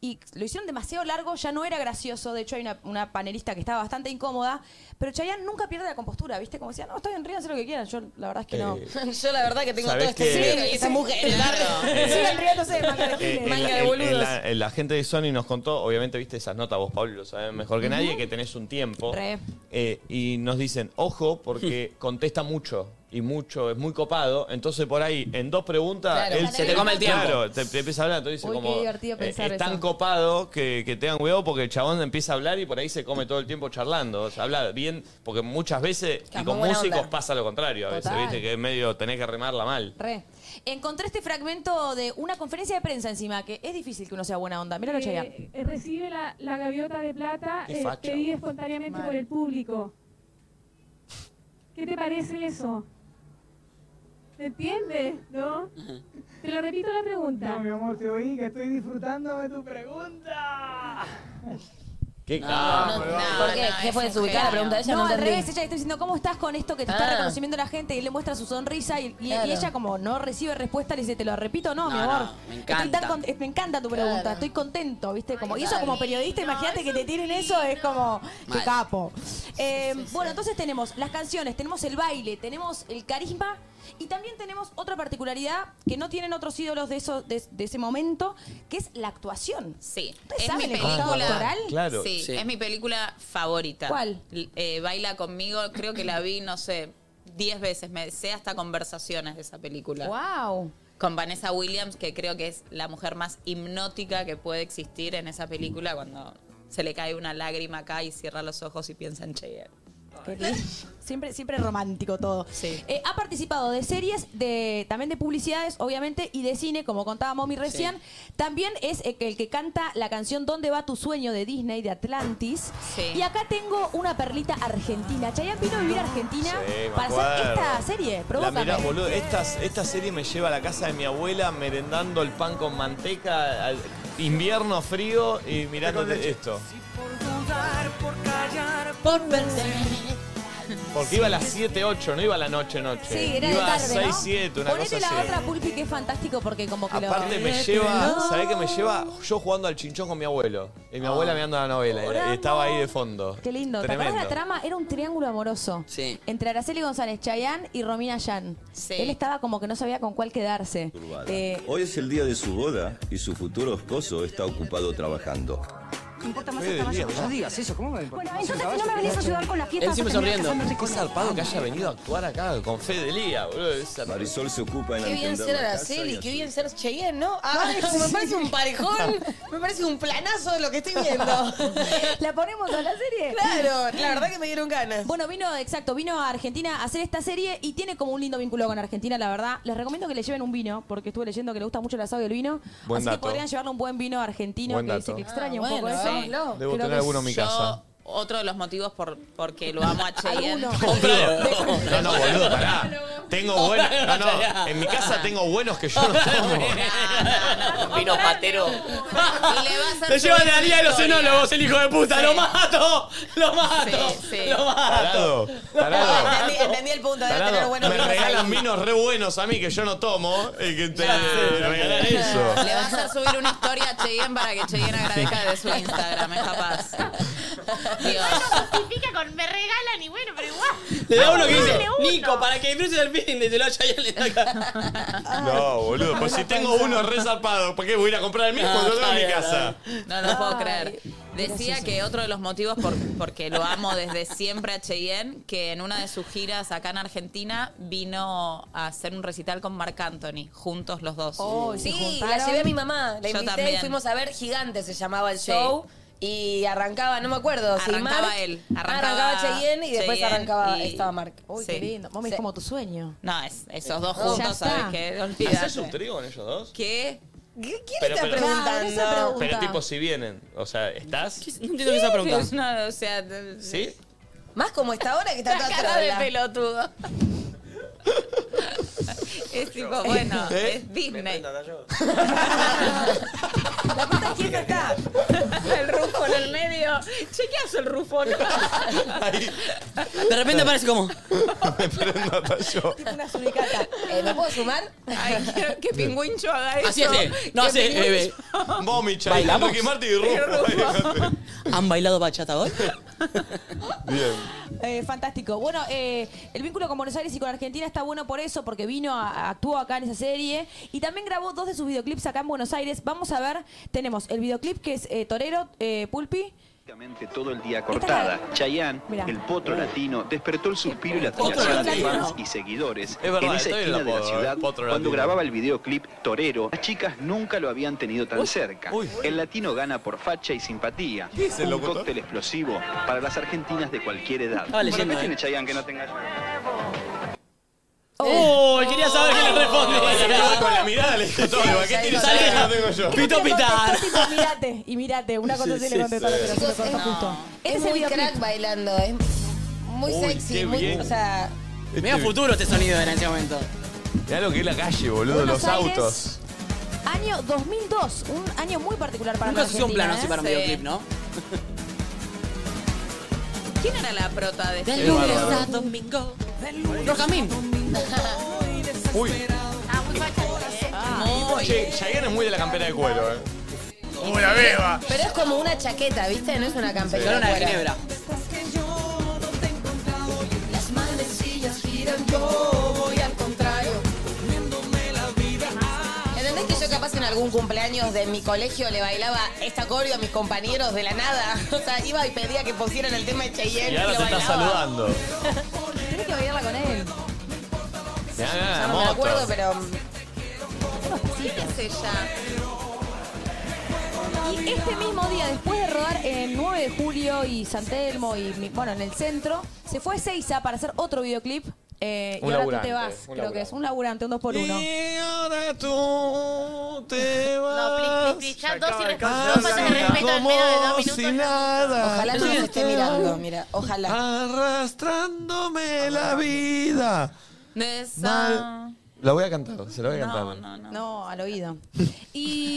S18: y lo hicieron demasiado largo, ya no era gracioso, de hecho hay una, una panelista que estaba bastante incómoda, pero Chayanne nunca pierde la compostura, ¿viste? Como decía, no, está bien, ríanse lo que quieran, yo la verdad es que no.
S1: Eh,
S18: yo la verdad que
S1: tengo ¿sabés todo este que- dinero y
S18: esa mujer,
S1: Eh,
S18: Sigan riéndose, manga de
S1: Eh,
S18: giles.
S1: en la- en- en la- en la gente de Sony nos contó, obviamente viste esas notas, vos Pablo lo sabés mejor que nadie, que tenés un tiempo.
S18: Re.
S1: Eh, y nos dicen, ojo, porque contesta mucho. Y mucho, es muy copado. Entonces, por ahí, en dos preguntas.
S18: Claro,
S1: él
S18: Se te come el tiempo.
S1: Claro, te, te empieza a hablar. Entonces, dice
S18: Uy, qué
S1: como.
S18: divertido pensar
S1: Eh, es tan
S18: eso.
S1: copado que, que tengan huevo porque el chabón empieza a hablar y por ahí se come todo el tiempo charlando. O sea, habla bien, porque muchas veces,
S18: Está
S1: y con
S18: muy buena
S1: músicos
S18: onda.
S1: pasa lo contrario. A veces,
S18: Total.
S1: viste, que es medio tenés que remarla mal.
S18: Re. Encontré este fragmento de una conferencia de prensa encima, que es difícil que uno sea buena onda. Míralo,
S21: Eh,
S18: Chayanne.
S21: eh, recibe la, la gaviota de plata
S18: Qué
S21: eh,
S18: facha.
S21: pedida espontáneamente por el público. ¿Qué te parece eso? ¿Te entiendes? ¿No? Te lo repito la pregunta.
S19: No, mi amor, te oí que estoy disfrutando de tu pregunta.
S1: ¿Qué
S19: No, no, no, ¿Por qué? no, ¿Qué fue es un desubicada la genio. pregunta de ella?
S18: No,
S19: No
S18: al
S19: entendí.
S18: revés, ella le está diciendo, ¿cómo estás con esto que te
S19: Ah.
S18: está reconociendo la gente? Y él le muestra su sonrisa y, y- y
S10: Claro.
S18: ella como no recibe respuesta, le dice, te lo repito, no,
S10: No,
S18: mi amor.
S10: no, me
S18: Estoy
S10: encanta.
S18: tan con- eh, me encanta tu pregunta, estoy contento, ¿viste? Como, y eso
S10: dale.
S18: como periodista, imagínate que te tiren eso, es como, qué
S10: Mal.
S18: capo. Eh, bueno, entonces tenemos las canciones, tenemos el baile, tenemos el carisma y también tenemos otra particularidad que no tienen otros ídolos de, eso, de, de ese momento, que es la actuación.
S3: Sí.
S18: ¿Ustedes
S3: Es
S18: saben
S3: mi
S18: el costado
S3: película.
S18: actoral?
S1: Claro.
S3: Ah, Sí,
S1: Sí.
S3: es mi película favorita.
S18: ¿Cuál?
S3: L- eh, Baila conmigo, creo que la vi, no sé, 10 veces. Me sé hasta conversaciones de esa película.
S18: ¡Wow!
S3: Con Vanessa Williams, que creo que es la mujer más hipnótica que puede existir en esa película cuando se le cae una lágrima acá y cierra los ojos y piensa en Cheyenne.
S18: Qué lindo. Siempre, siempre romántico todo. Eh, ha participado de series, de, también de publicidades, obviamente, y de cine, como contaba Mommy recién. También es eh, el que canta la canción ¿Dónde va tu sueño? de Disney, de Atlantis. Y acá tengo una perlita argentina. Chayanne vino a vivir a Argentina
S1: Sí, me
S18: para hacer
S1: acuerdo.
S18: esta serie.
S1: La
S18: Provócame.
S1: mirás, boludo. Esta, esta serie me lleva a la casa de mi abuela merendando el pan con manteca, al- invierno frío y mirándote esto.
S18: Por perder.
S1: Porque iba a las 7, 8, no iba a la noche, noche.
S18: Sí, era de
S1: iba a
S18: tarde,
S1: 6,
S18: ¿no?
S1: 7, una
S18: Ponete
S1: cosa
S18: la
S1: así.
S18: otra pulpi que es fantástico porque como que lo-
S1: Aparte me lleva, ¿sabés qué me lleva? Yo jugando al chinchón con mi abuelo. Y mi abuela mirando la novela. era- y estaba ahí de fondo.
S18: Ah. Qué lindo. ¿Te acordás
S1: Tremendo.
S18: de la trama? Era un triángulo amoroso.
S1: Sí.
S18: Entre Araceli González, Chayanne y Romina Yan. Él estaba como que no sabía con cuál quedarse. Eh,
S25: Hoy es el día de su boda y su futuro esposo está ocupado trabajando.
S26: Me importa más
S25: Fede,
S26: el caballo.
S25: diga, no
S26: digas eso, ¿cómo me Bueno,
S25: más el
S26: entonces no me
S25: caballo?
S26: venís a ayudar con la fiesta.
S25: Él siempre
S26: vas a terminar
S25: sonriendo.
S26: casándote
S1: Qué
S26: con-
S1: zarpado que haya venido a actuar acá con Fede Lía, boludo. Esa...
S25: Marisol se ocupa en
S2: Qué bien
S25: atender
S2: ser
S25: la casa y
S2: Araceli,
S25: a
S2: qué
S25: su-
S2: bien ser Cheyenne, ¿no? Ah, me parece un parejón, me parece un planazo de lo que estoy viendo.
S18: ¿La ponemos a la serie?
S2: Claro, la verdad que me dieron ganas.
S18: Bueno, vino, exacto, vino a Argentina a hacer esta serie y tiene como un lindo vínculo con Argentina, la verdad. Les recomiendo que le lleven un vino, porque estuve leyendo que le gusta mucho el asado y el vino.
S1: Buen
S18: así
S1: dato.
S18: que podrían llevarle un buen vino argentino,
S1: Buen
S18: que dice
S1: dato.
S18: que extraña un
S2: Ah,
S18: poco
S2: bueno,
S18: eso.
S2: sí. Debo
S1: Debo
S18: Creo
S1: tener
S18: que
S1: alguno en mi
S18: yo-
S1: casa.
S3: Otro de los motivos por, porque lo amo a Cheyenne.
S1: No, no, boludo, pará. Tengo buenos. No, no. En mi casa tengo buenos que yo no tomo.
S9: Vino patero.
S10: Lo llevan a día de los
S1: enólogos,
S10: el hijo de puta. ¡Lo mato! ¡Lo mato! ¡Lo mato!
S1: Tarado, tarado.
S2: Entendí, entendí el punto, debe
S1: Tarado,
S2: tener buenos
S1: me
S2: vinos
S1: regalan
S2: ahí.
S1: vinos re buenos a mí que yo no tomo y que te regalan eso.
S3: Le vas a subir una historia a Cheyenne para que Cheyenne agradezca de su Instagram, es capaz. Dios.
S5: Justifica con me regalan y bueno, pero igual.
S10: Le
S4: Ah,
S10: da uno que dice,
S5: Dale uno.
S10: Nico, para que disfrutes el fin de lo haya le da
S4: Ah,
S10: acá.
S2: Ah.
S1: No, boludo, pues si tengo uno re zarpado, ¿por qué voy a ir a comprar el mismo?
S2: Ah,
S10: No,
S1: Yo tengo en mi
S10: está bien,
S1: casa.
S3: No lo puedo creer. Decía que otro de los motivos por, porque lo amo desde siempre a Cheyenne, que en una de sus giras acá en Argentina vino a hacer un recital con Marc Anthony, juntos los dos.
S2: Oh, sí, la llevé a mi mamá,
S3: Yo
S2: la invité y
S3: también.
S2: fuimos a ver Gigante, se llamaba el
S3: Sí.
S2: show. Y arrancaba, no me acuerdo. si
S3: Arrancaba
S2: Marc-
S3: él,
S2: Ah,
S3: arrancaba
S2: Arrancaba, Cheyenne y después
S3: Cheyenne
S2: arrancaba
S3: y-
S2: estaba Mark.
S18: Uy,
S3: Sí.
S18: qué lindo. Mami,
S3: Sí.
S18: es como tu sueño.
S3: No, es, esos dos
S18: No,
S3: juntos,
S18: ya
S3: ¿sabes
S18: está.
S3: qué?
S1: ¿Haces un
S3: Olvídate.
S1: trío con ellos dos?
S3: ¿Qué?
S2: ¿Quién
S1: Pero-
S2: está
S1: pero-
S2: preguntando?
S1: Pero tipo, si vienen, o sea, ¿estás?
S3: No entiendo
S1: qué esa pregunta.
S3: No, o sea, de-
S1: ¿Sí?
S2: Más como está ahora que está
S3: la
S2: toda
S3: cara de
S2: trola.
S3: pelotudo. es tipo, bueno, es Disney.
S18: La puta quién está.
S3: el rufo en el medio. Che, ¿qué hace el rufo?
S12: De repente aparece como.
S2: Una suricata. Eh, ¿Me puedo sumar? Ah,
S3: Ay, quiero que Pingüincho haga eso.
S12: Así es, eh. No,
S3: Que
S12: así es, eh, eh.
S3: Pingüincho-
S1: Mommy,
S12: ¿Bailamos?
S1: Chayenne, que Marti y Rufo.
S12: ¿Han bailado bachata hoy?
S1: Este Bien.
S18: Eh, fantástico. Bueno, eh, el vínculo con Buenos Aires y con Argentina está bueno por eso, porque vino, a- actuó acá en esa serie y también grabó dos de sus videoclips acá en Buenos Aires. Vamos a ver, tenemos el videoclip que es eh, Torero, eh, Pulpi.
S7: Prácticamente todo el día cortada, Chayanne,
S18: Mirá.
S7: el potro latino, despertó el suspiro y la
S1: Potro
S7: admiración de
S1: latino.
S7: fans y seguidores
S1: Es verdad,
S7: en esa
S1: estoy en
S7: esquina
S1: el
S7: de la
S1: apodo, eh,
S7: ciudad
S1: potro
S7: cuando
S1: latino.
S7: grababa el videoclip Torero. Las chicas nunca lo habían tenido tan cerca. El latino gana por facha y simpatía.
S1: ¿Qué es el
S7: Un
S1: locutor?
S7: cóctel explosivo para las argentinas de cualquier edad.
S12: Estaba
S7: Bueno,
S12: leyendo,
S7: ¿qué
S12: eh.
S7: tiene Chayanne que no tenga
S12: Uy, quería saber qué le responde.
S1: Con la mirada le dije todo, ¿qué tiene
S12: Sale.
S1: Chayenne que no tengo yo?
S12: Pito pitar.
S18: Tipo, mirate y mirate. Una cosa
S1: Sí,
S18: así
S1: sí,
S18: le contestó,
S1: sí.
S18: pero se lo cortó justo.
S2: Es
S18: Ese
S2: muy
S18: videoclip.
S2: crack bailando, es muy
S1: Uy,
S2: sexy,
S1: qué
S2: muy,
S1: bien.
S2: o sea,
S12: Mira futuro este sonido en ese momento.
S1: Mirá lo que es la calle, boludo,
S18: Buenos
S1: los
S18: Aires.
S1: autos.
S18: Año 2002, un año muy particular para
S12: Nunca
S18: la
S12: se usó un
S18: Argentina,
S12: plano así
S18: ¿eh?
S12: para un
S18: Sí.
S12: videoclip, ¿no?
S3: ¿Quién era la prota de
S12: Del
S3: este?
S12: lunes a
S3: domingo.
S12: Rojamín.
S1: Uy,
S5: Ah, muy facha, ¿eh?
S1: Ah. che, Chayenne es muy de la campera de cuero, eh.
S6: Como la beba.
S2: pero es como una chaqueta, ¿viste? No es una campera.
S12: Yo era una de
S2: fuera.
S12: Ginebra.
S15: Las manecillas giran, yo voy al contrario, comiéndome la vida.
S2: ¿Entendés que yo capaz en algún cumpleaños de mi colegio le bailaba esta coreo a mis compañeros de la nada? O sea, iba y pedía que pusieran el tema de Cheyenne
S1: Y
S2: y,
S1: ahora
S2: lo
S1: te está
S2: bailaba.
S1: saludando.
S18: Tenés que bailarla con él.
S12: Ah,
S1: Mirá, mirá,
S2: Ya
S1: la
S2: no me
S1: moto.
S2: acuerdo, pero mm,
S3: ¿Quién es ella?
S18: Y este mismo día, después de rodar en 9 de julio y San Telmo y mi- bueno, en el centro, se fue a Seiza para hacer otro videoclip. eh, y
S1: Un
S18: ahora
S1: laburante,
S18: tú te vas,
S1: un
S18: creo
S1: laburante.
S18: que es un laburante, un 2x1.
S1: Y ahora tú te
S5: No,
S1: vas.
S5: plis, plis, plis, ya dos
S6: Acaba
S5: y
S6: de
S5: respeto,
S6: alcanzar
S5: dos faltas de
S6: la vida.
S5: respeto en menos de dos minutos.
S1: si nada.
S2: ojalá no nos esté mirando, mira, ojalá.
S1: Arrastrándome la vida.
S3: De esa-
S1: Mal. La voy a cantar, se la voy a cantar.
S18: No, al oído. Y,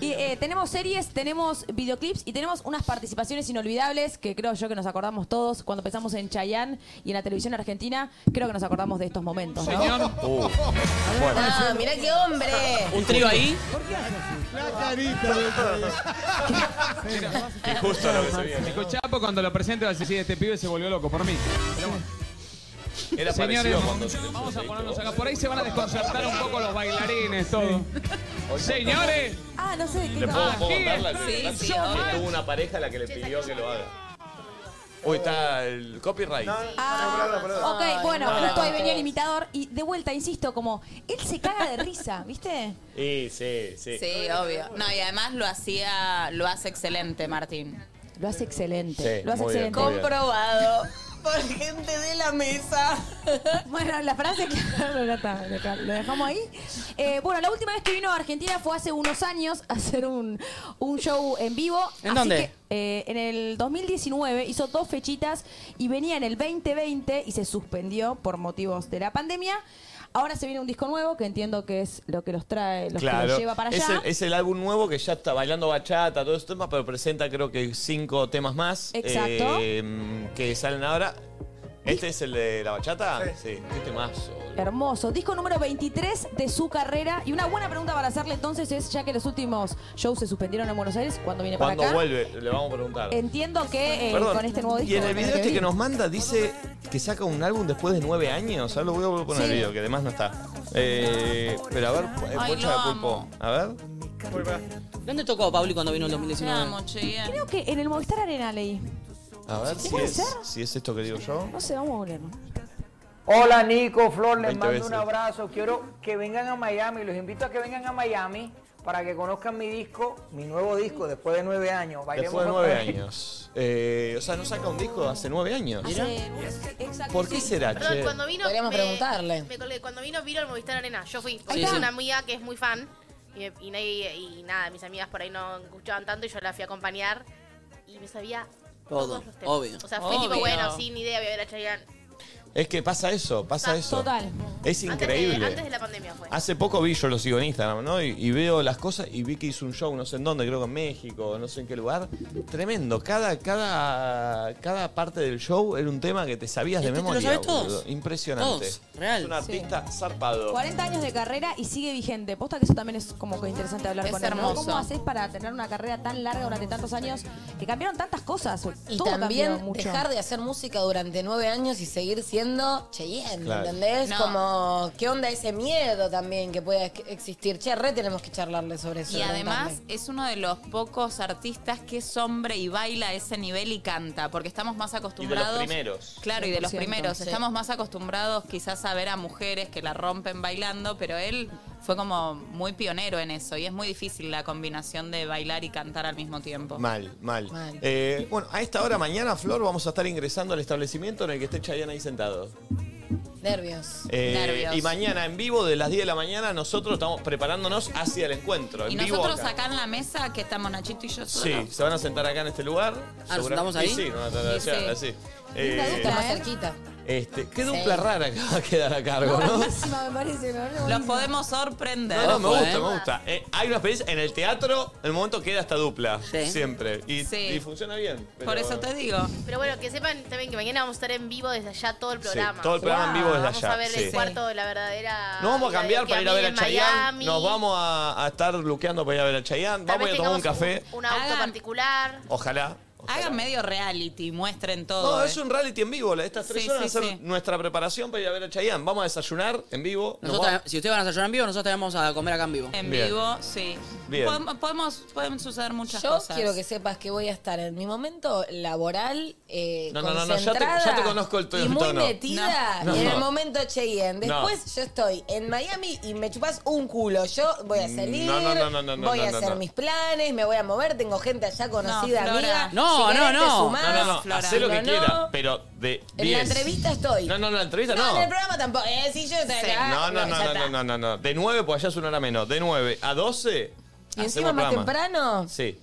S18: y, eh, tenemos series, tenemos videoclips y tenemos unas participaciones inolvidables que creo yo que nos acordamos todos cuando pensamos en Chayanne y en la televisión argentina. Creo que nos acordamos de estos momentos, ¿no?
S1: Uh, bueno.
S2: Ah, mirá qué hombre.
S12: Un trío ahí.
S1: Y justo lo que se viene.
S11: Chapo cuando lo presente va a decir, "Sí, este pibe se volvió loco por mí.
S1: Era
S11: Señores,
S1: parecido cuando se-
S11: vamos a ponernos acá. Por ahí se van a desconcertar un poco los bailarines, todo. Señores,
S18: Ah, no sé de qué
S1: ¿Le puedo,
S18: Ah,
S1: puedo
S11: sí,
S1: contar la que
S3: sí,
S1: la-
S3: sí,
S1: que
S3: obvio.
S1: tuvo una pareja a la que le pidió que lo haga? Uy, está el copyright.
S18: Ah, Ok, bueno,
S1: no,
S18: justo ahí
S1: no.
S18: venía el imitador y de vuelta, insisto, como él se caga de risa, ¿viste?
S1: Sí, sí, sí.
S3: Sí, obvio. No, y además lo hacía, lo hace excelente, Martín.
S18: Lo hace excelente.
S1: Sí,
S18: lo hace
S1: muy bien,
S18: excelente.
S1: muy bien.
S3: Probado por gente de la mesa.
S18: Bueno, la frase que ya está, ya está, lo dejamos ahí. Eh, bueno, la última vez que vino a Argentina fue hace unos años a hacer un, un show en vivo.
S12: ¿En
S18: Así
S12: dónde?
S18: que, eh, en el 2019 hizo dos fechitas y venía en el 2020 y se suspendió por motivos de la pandemia. Ahora se viene un disco nuevo que entiendo que es lo que los trae, los que los lleva para allá.
S1: Es eh, el, es el álbum nuevo que ya está bailando bachata, todos esos temas, pero presenta creo que cinco temas más.
S18: Exacto.
S1: eh, que salen ahora. ¿Este es el de la bachata? Sí. Qué temazo.
S18: Hermoso. Disco número 23 de su carrera. Y una buena pregunta para hacerle entonces es, ya que los últimos shows se suspendieron en Buenos Aires, ¿cuándo viene
S1: Cuando
S18: para acá?
S1: vuelve, le vamos a preguntar.
S18: Entiendo que eh,
S1: Perdón,
S18: con este nuevo disco...
S1: Y en
S18: va a
S1: el
S18: tener
S1: video este que
S18: venir.
S1: nos manda dice que saca un álbum después de nueve años. Ahora lo voy a volver a poner
S18: Sí.
S1: el video, que además no está. Eh, pero a ver, eh,
S3: Ay,
S1: Pocha
S3: lo
S1: de Pulpo.
S3: amo.
S1: A ver.
S12: ¿Dónde tocó Pauli cuando vino el
S3: Te
S12: 2019?
S3: amo, Cheyenne.
S18: Creo que en el Movistar Arena leí.
S1: A ver si
S18: ¿Puede
S1: es,
S18: ser?
S1: si es esto que digo yo.
S18: No sé, vamos a volver.
S8: Hola Nico, Flor, les
S1: 20
S8: mando
S1: veces.
S8: un abrazo. Quiero que vengan a Miami, los invito a que vengan a Miami para que conozcan mi disco, mi nuevo disco, después de nueve años. Bailemos
S1: Después de nueve
S8: otra vez.
S1: años. Eh, o sea, no saca un disco hace nueve años.
S18: Exacto.
S1: ¿Por qué será,
S5: Perdón,
S1: che?
S5: cuando vino.
S2: Podríamos preguntarle.
S5: me colgué. cuando vino, vino el Movistar Arena. Yo fui.
S2: Ahí
S5: Porque
S2: está.
S5: una amiga que es muy fan. Y, me- y nadie- y nada, mis amigas por ahí no escuchaban tanto. Y yo la fui a acompañar. Y me sabía
S12: Todo,
S5: los temas.
S12: obvio.
S5: O sea, fue tipo,
S12: Obvio.
S5: bueno, sin idea, voy a ver a Chayanne.
S1: Es que pasa eso, pasa eso.
S5: Total.
S1: Es increíble.
S5: Antes de, antes de la pandemia fue.
S1: Hace poco vi, yo lo sigo en Instagram, ¿no? Y, y veo las cosas y vi que hizo un show, no sé en dónde, creo que en México, no sé en qué lugar. Tremendo. Cada, cada, cada parte del show era un tema que te sabías de
S18: Este te lo
S1: memoria.
S18: sabes todos.
S1: boludo. Impresionante.
S18: Todos, real.
S1: Es un artista zarpado.
S18: 40 años de carrera y sigue vigente. Posta que eso también es como que interesante hablar
S2: Es
S18: con él. ¿no?
S2: hermoso.
S18: ¿Cómo haces para tener una carrera tan larga durante tantos años que cambiaron tantas cosas?
S2: Y
S18: Todo cambió
S2: también
S18: mucho.
S2: dejar de hacer música durante nueve años y seguir siendo Cheyenne,
S18: Claro.
S2: ¿entendés?
S18: No.
S2: Como, ¿qué onda ese miedo también que pueda ex- existir? Che, re tenemos que charlarle sobre eso.
S3: Y además
S2: preguntarle.
S3: es uno de los pocos artistas que es hombre y baila a ese nivel y canta, porque estamos más acostumbrados.
S1: primeros.
S3: Claro, y de los
S1: 100%,
S3: primeros.
S1: sí.
S3: Estamos más acostumbrados quizás a ver a mujeres que la rompen bailando, pero él fue como muy pionero en eso y es muy difícil la combinación de bailar y cantar al mismo tiempo.
S1: Mal, mal.
S3: Mal.
S1: Eh, bueno, a esta hora mañana, Flor, vamos a estar ingresando al establecimiento en el que esté Chayanne ahí sentado.
S2: Nervios.
S1: Eh,
S3: Nervios.
S1: Y mañana en vivo de las 10 de la mañana nosotros estamos preparándonos hacia el encuentro.
S3: Y
S1: en vivo
S3: nosotros
S1: acá.
S3: acá en la mesa, que estamos Nachito y yo
S1: Sí,
S3: solos.
S1: se van a sentar acá en este lugar.
S3: Ah, ¿nos
S1: segura-
S3: sentamos ahí?
S1: Y sí, nos van a sentar
S3: Y sí.
S1: allá, así.
S2: Linda
S1: Eh,
S2: dupla, más cerquita.
S1: este, qué
S2: Sí.
S1: dupla rara que va a quedar a cargo, ¿no?
S18: me parece, me parece
S3: Los podemos sorprender.
S1: No, me gusta, me gusta. Eh, hay una experiencia en el teatro, en el momento queda esta dupla.
S3: Sí.
S1: Siempre. Y,
S3: Sí.
S1: y funciona bien. pero-
S5: Pero bueno, que sepan también que mañana vamos a estar en vivo desde allá todo el
S1: Sí,
S5: programa.
S1: todo el programa en vivo desde
S5: Vamos
S1: allá,
S5: a ver
S1: sí.
S5: el cuarto de la verdadera.
S1: Nos vamos a cambiar
S5: que
S1: para ir a ver a
S5: amiga en
S1: Chayanne.
S5: Miami.
S1: Nos vamos a, a estar luqueando para ir a ver a Chayanne.
S5: Tal
S1: Vamos a ir
S5: vez
S1: a tomar un
S5: tengamos
S1: café.
S5: Un, un auto particular.
S1: Ojalá.
S3: Hagan medio reality, muestren todo.
S1: No,
S3: eh.
S1: es un reality en vivo. la- Estas tres
S3: Sí,
S1: horas van
S3: sí,
S1: a ser
S3: sí.
S1: nuestra preparación para ir a ver a Chayanne. Vamos a desayunar en vivo. Nos
S12: Nosotros,
S1: vamos-
S12: si ustedes van a desayunar en vivo, nosotros vamos a comer acá en vivo.
S3: En
S1: Bien.
S3: vivo, sí.
S1: Bien.
S3: Podemos, podemos- pueden suceder muchas
S2: Yo
S3: cosas.
S2: quiero que sepas que voy a estar en mi momento laboral, eh,
S1: No, no, no, no, ya te-
S2: concentrada
S1: ya te conozco el tono.
S2: y muy
S1: No.
S2: metida
S1: No.
S2: en
S1: No.
S2: el momento Cheyenne.
S1: No.
S2: Después yo estoy en Miami y me chupas un culo. Yo voy a salir,
S1: No, no, no, no, no, no,
S2: voy a
S1: no, no,
S2: hacer
S1: no.
S2: mis planes, me voy a mover, tengo gente allá conocida,
S3: No, Flora.
S2: amiga.
S12: No,
S2: Si
S12: no,
S2: querés te
S12: no.
S2: sumás.
S1: No, no, no.
S2: Flora.
S1: Hacé lo que
S2: No, no.
S1: quiera, pero de
S2: En
S1: 10.
S2: la entrevista estoy.
S1: No, no, no, la entrevista
S2: No, en el
S1: no.
S2: programa tampoco. Eh, sí, yo
S1: No, no, no,
S2: ya
S1: no,
S2: está.
S1: no, no, no, no. De 9, pues allá es una hora menos. De 9 a 12.
S2: Y encima
S1: hacemos
S2: más
S1: programa.
S2: temprano,
S1: Sí.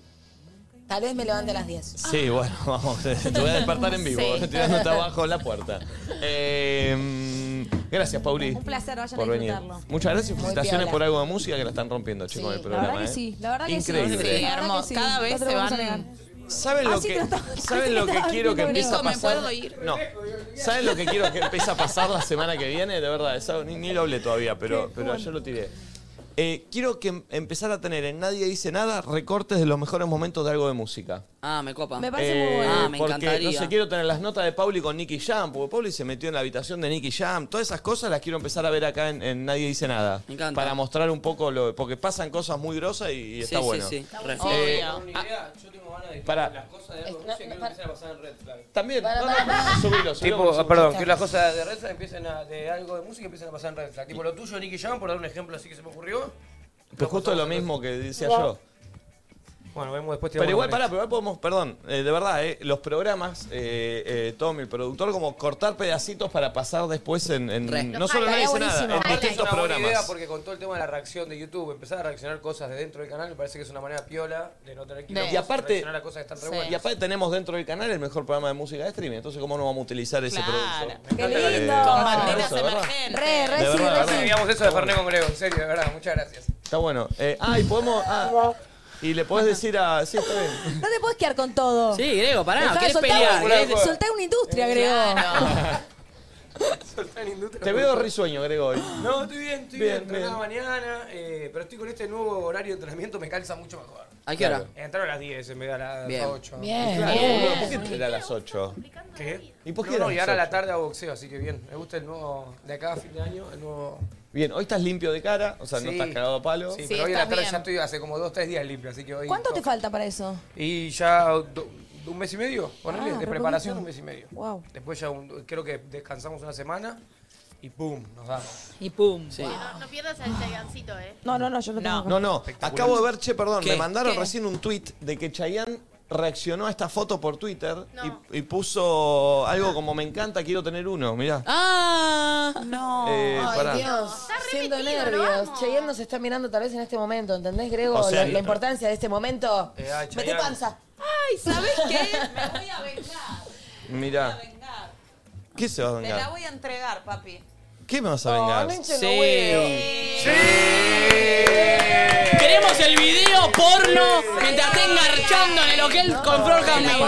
S2: tal vez me levante a las 10.
S1: Sí, bueno, vamos. Te voy a despertar en vivo.
S2: Sí.
S1: Tirándote abajo en la puerta. Eh, mm, gracias, Pauli.
S18: Un placer, vayan a
S1: por venir.
S18: disfrutarlo.
S1: Muchas gracias.
S18: Muy
S1: Felicitaciones
S18: piola.
S1: por algo de música que la están rompiendo, chicos, en el
S18: La
S1: programa.
S18: verdad que
S1: ¿eh?
S18: sí, la verdad que sí.
S1: Increíble.
S18: La verdad
S3: hermoso.
S18: que sí.
S3: Cada vez
S18: No te
S3: se
S18: lo vamos a
S3: van-
S18: negar.
S1: ¿Saben
S18: Ah,
S1: lo
S18: sí,
S1: que,
S18: pero estaba-
S1: ¿saben lo que
S18: estaba
S1: quiero que
S18: bien
S1: empiece a
S18: boludo.
S1: pasar? No. ¿Saben lo que quiero que empiece a pasar la semana que viene? De verdad, es algo- ni, ni lo hablé todavía, pero, pero yo lo tiré. Eh, quiero que em- empezar a tener en Nadie Dice Nada recortes de los mejores momentos de algo de música.
S12: Ah, me copa.
S1: Eh,
S12: Ah, me
S1: porque,
S12: encantaría.
S1: No sé, quiero tener las notas de Pauli con Nicky Jam, porque Pauli se metió en la habitación de Nicky Jam. Todas esas cosas las quiero empezar a ver acá en, en Nadie Dice Nada.
S12: Me encanta.
S1: Para mostrar un poco lo. Porque pasan cosas muy grosas y, y
S12: Sí,
S1: está
S12: sí,
S1: bueno.
S12: sí. Re.
S1: Eh,
S10: yo tengo ganas de
S1: Pará.
S10: las cosas de algo ruso y quiero empezar a pasar en red flag.
S1: También,
S10: Para,
S1: no,
S10: para,
S1: no,
S10: para.
S1: subilo, subilo,
S10: Tipo,
S1: subilo.
S10: perdón, que las cosas de red flag empiecen a, de algo de música empiecen a pasar en red flag. Tipo lo tuyo, Nicky Jam, por dar un ejemplo así que se me ocurrió.
S1: Pues justo lo mismo que decía yo.
S10: Bueno, vemos después.
S1: Pero
S10: tiramos
S1: igual,
S10: la
S1: pará, pero igual podemos, perdón, eh, de verdad, eh, los programas, eh, eh, Tommy, el productor, como cortar pedacitos para pasar después en, en-
S10: Re.
S1: no solo nadie dice nada, en distintos
S10: Es una buena idea
S1: programas.
S10: porque con todo el tema de la reacción de YouTube, empezar a reaccionar cosas de dentro del canal me parece que es una manera piola de no tener que
S1: Y aparte,
S10: reaccionar a cosas que están re
S1: Sí.
S10: buenas.
S1: y aparte tenemos dentro del canal el mejor programa de música de streaming, entonces cómo no vamos a utilizar ese
S10: Claro.
S1: producto.
S10: Qué
S1: Eh,
S10: lindo.
S1: está
S10: Con
S1: bueno
S10: banderas
S1: eso, de verdad. De
S18: Re, re, sí,
S1: verdad,
S18: re,
S1: de
S18: sí.
S1: verdad.
S10: Digamos eso de
S1: Está bueno.
S10: Ferné con Grego, en serio, de verdad, muchas gracias.
S1: Está bueno. Eh, ah, y podemos... ah, y le podés decir a... Sí, está bien.
S18: No te puedes quedar con todo.
S12: Sí, Grego, pará,
S18: Dejá,
S12: querés
S18: soltá
S12: pelear,
S18: un-
S12: querés-
S18: eh, Soltá una industria, Grego.
S1: Te veo risueño, Gregorio.
S10: No, estoy bien, estoy
S1: Bien,
S10: bien. Entrenaba
S1: bien.
S10: mañana, eh, pero estoy con este nuevo horario de entrenamiento, me calza mucho mejor.
S1: ¿A qué hora?
S10: Entraron a las 10 en vez de a las
S1: Bien.
S10: 8.
S1: Y claro, boludo, ¿Por qué entrar a las 8?
S10: ¿Qué?
S1: ¿Y por qué
S10: no,
S1: eran
S10: no, y ahora a la
S1: las ocho?
S10: tarde hago boxeo, así que bien. Me gusta el nuevo, de acá a fin de año, el nuevo...
S1: Bien, hoy estás limpio de cara, o sea, no
S10: Sí.
S1: estás cagado a palo.
S10: Sí, pero hoy a la tarde ya estoy hace como 2 3 días limpio, así que hoy...
S18: ¿Cuánto te falta para eso?
S10: Y ya do- un mes y medio, ponele,
S18: Ah,
S10: de
S18: re
S10: preparación
S18: poquito.
S10: un mes y medio.
S18: Wow.
S10: Después ya un- creo que descansamos una semana Y pum, nos vamos.
S3: Y pum.
S5: No, no pierdas el Chayancito, ¿eh?
S18: No, no, no, yo no tengo.
S1: No, no. Acabo de ver, che, perdón,
S10: ¿Qué?
S1: me mandaron
S10: ¿Qué?
S1: recién un tweet de que Chayanne reaccionó a esta foto por Twitter y, y puso algo como me encanta, quiero tener uno, mirá.
S3: Ah, no.
S1: Eh,
S2: Ay,
S1: pará.
S2: Dios. Siento nervios. Cheyenne nos está mirando tal vez en este momento, ¿entendés, Grego?
S1: O sea, eh,
S2: la, la importancia de este momento. Mete panza.
S3: Ay, ¿sabes qué? Me voy a
S1: Mirá. ¿Qué se va a
S3: Te la
S1: vengar?
S3: voy a entregar, papi.
S1: ¿Qué me vas a vengar?
S3: Eh,
S4: Queremos el video porno mientras esté engarchando en el hotel con Flor Camino.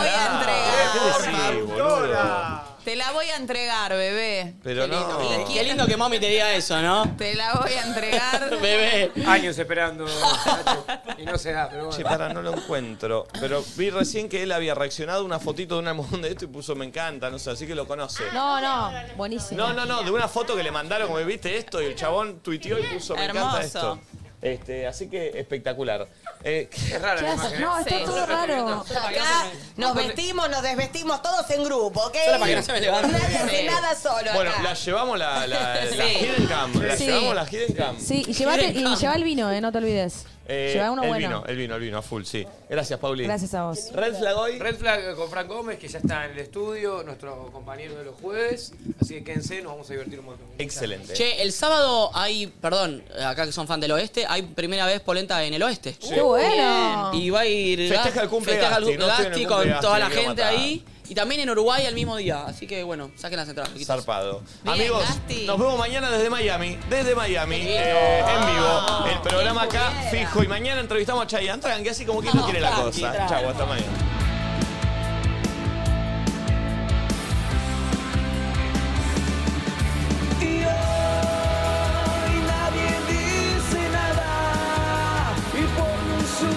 S3: Te la voy a entregar, bebé.
S1: Pero no.
S4: Qué lindo que mami te diga eso, ¿no?
S3: Te la voy a entregar.
S4: Bebé.
S10: Años esperando, Nacho, y no se da, pero bueno.
S1: Che, para, no lo encuentro. Pero vi recién que él había reaccionado a una fotito de una mujer de esto y puso me encanta, no sé, así que lo conoce.
S18: No, no, buenísimo.
S1: No, no, no, de una foto que le mandaron, como viste esto, y el chabón tuiteó y puso, me encanta
S18: Hermoso.
S1: esto. Este, así que espectacular. Eh, es raro
S18: ¿Qué haces? No, está
S2: Sí.
S18: todo raro.
S2: Acá nos vestimos, nos desvestimos todos en grupo, ¿ok?
S1: Solo para que no se me levante.
S2: Nadie hace nada solo
S1: Bueno,
S2: acá.
S1: la llevamos la, la, la
S2: Sí.
S1: Hidden Cam. La
S18: Sí.
S1: llevamos la Hidden Cam.
S18: Sí, y, llévate- y lleva el vino, eh, no te olvides.
S1: Eh,
S18: lleva uno
S1: el
S18: bueno.
S1: vino, el vino, el vino, a full, sí. Gracias, Pauli.
S18: Gracias a vos.
S1: Red Flag hoy.
S10: Red Flag eh, con Frank Gómez, que ya está en el estudio, nuestro compañero de los jueves. Así que quédense, nos vamos a divertir un montón.
S1: Excelente.
S4: Che, el sábado hay, perdón, acá que son fan del oeste, hay primera vez polenta en el oeste.
S1: ¡Qué bueno!
S4: Y va a ir
S1: Festeja el cumple
S4: festeja el
S1: Gasti, no estoy en el
S4: Gasti
S1: cumple
S4: con toda
S1: Gasti,
S4: la
S1: me quiero
S4: gente
S1: matar.
S4: ahí. Y también en Uruguay al mismo día. Así que bueno, saquen las entradas. chiquitos.
S1: Zarpado. Amigos, nos vemos mañana desde Miami, desde Miami, eh, en vivo. El programa acá fijo y mañana entrevistamos a Chayanne. Tranqui, así como quien no quiere la cosa. Chau, hasta mañana.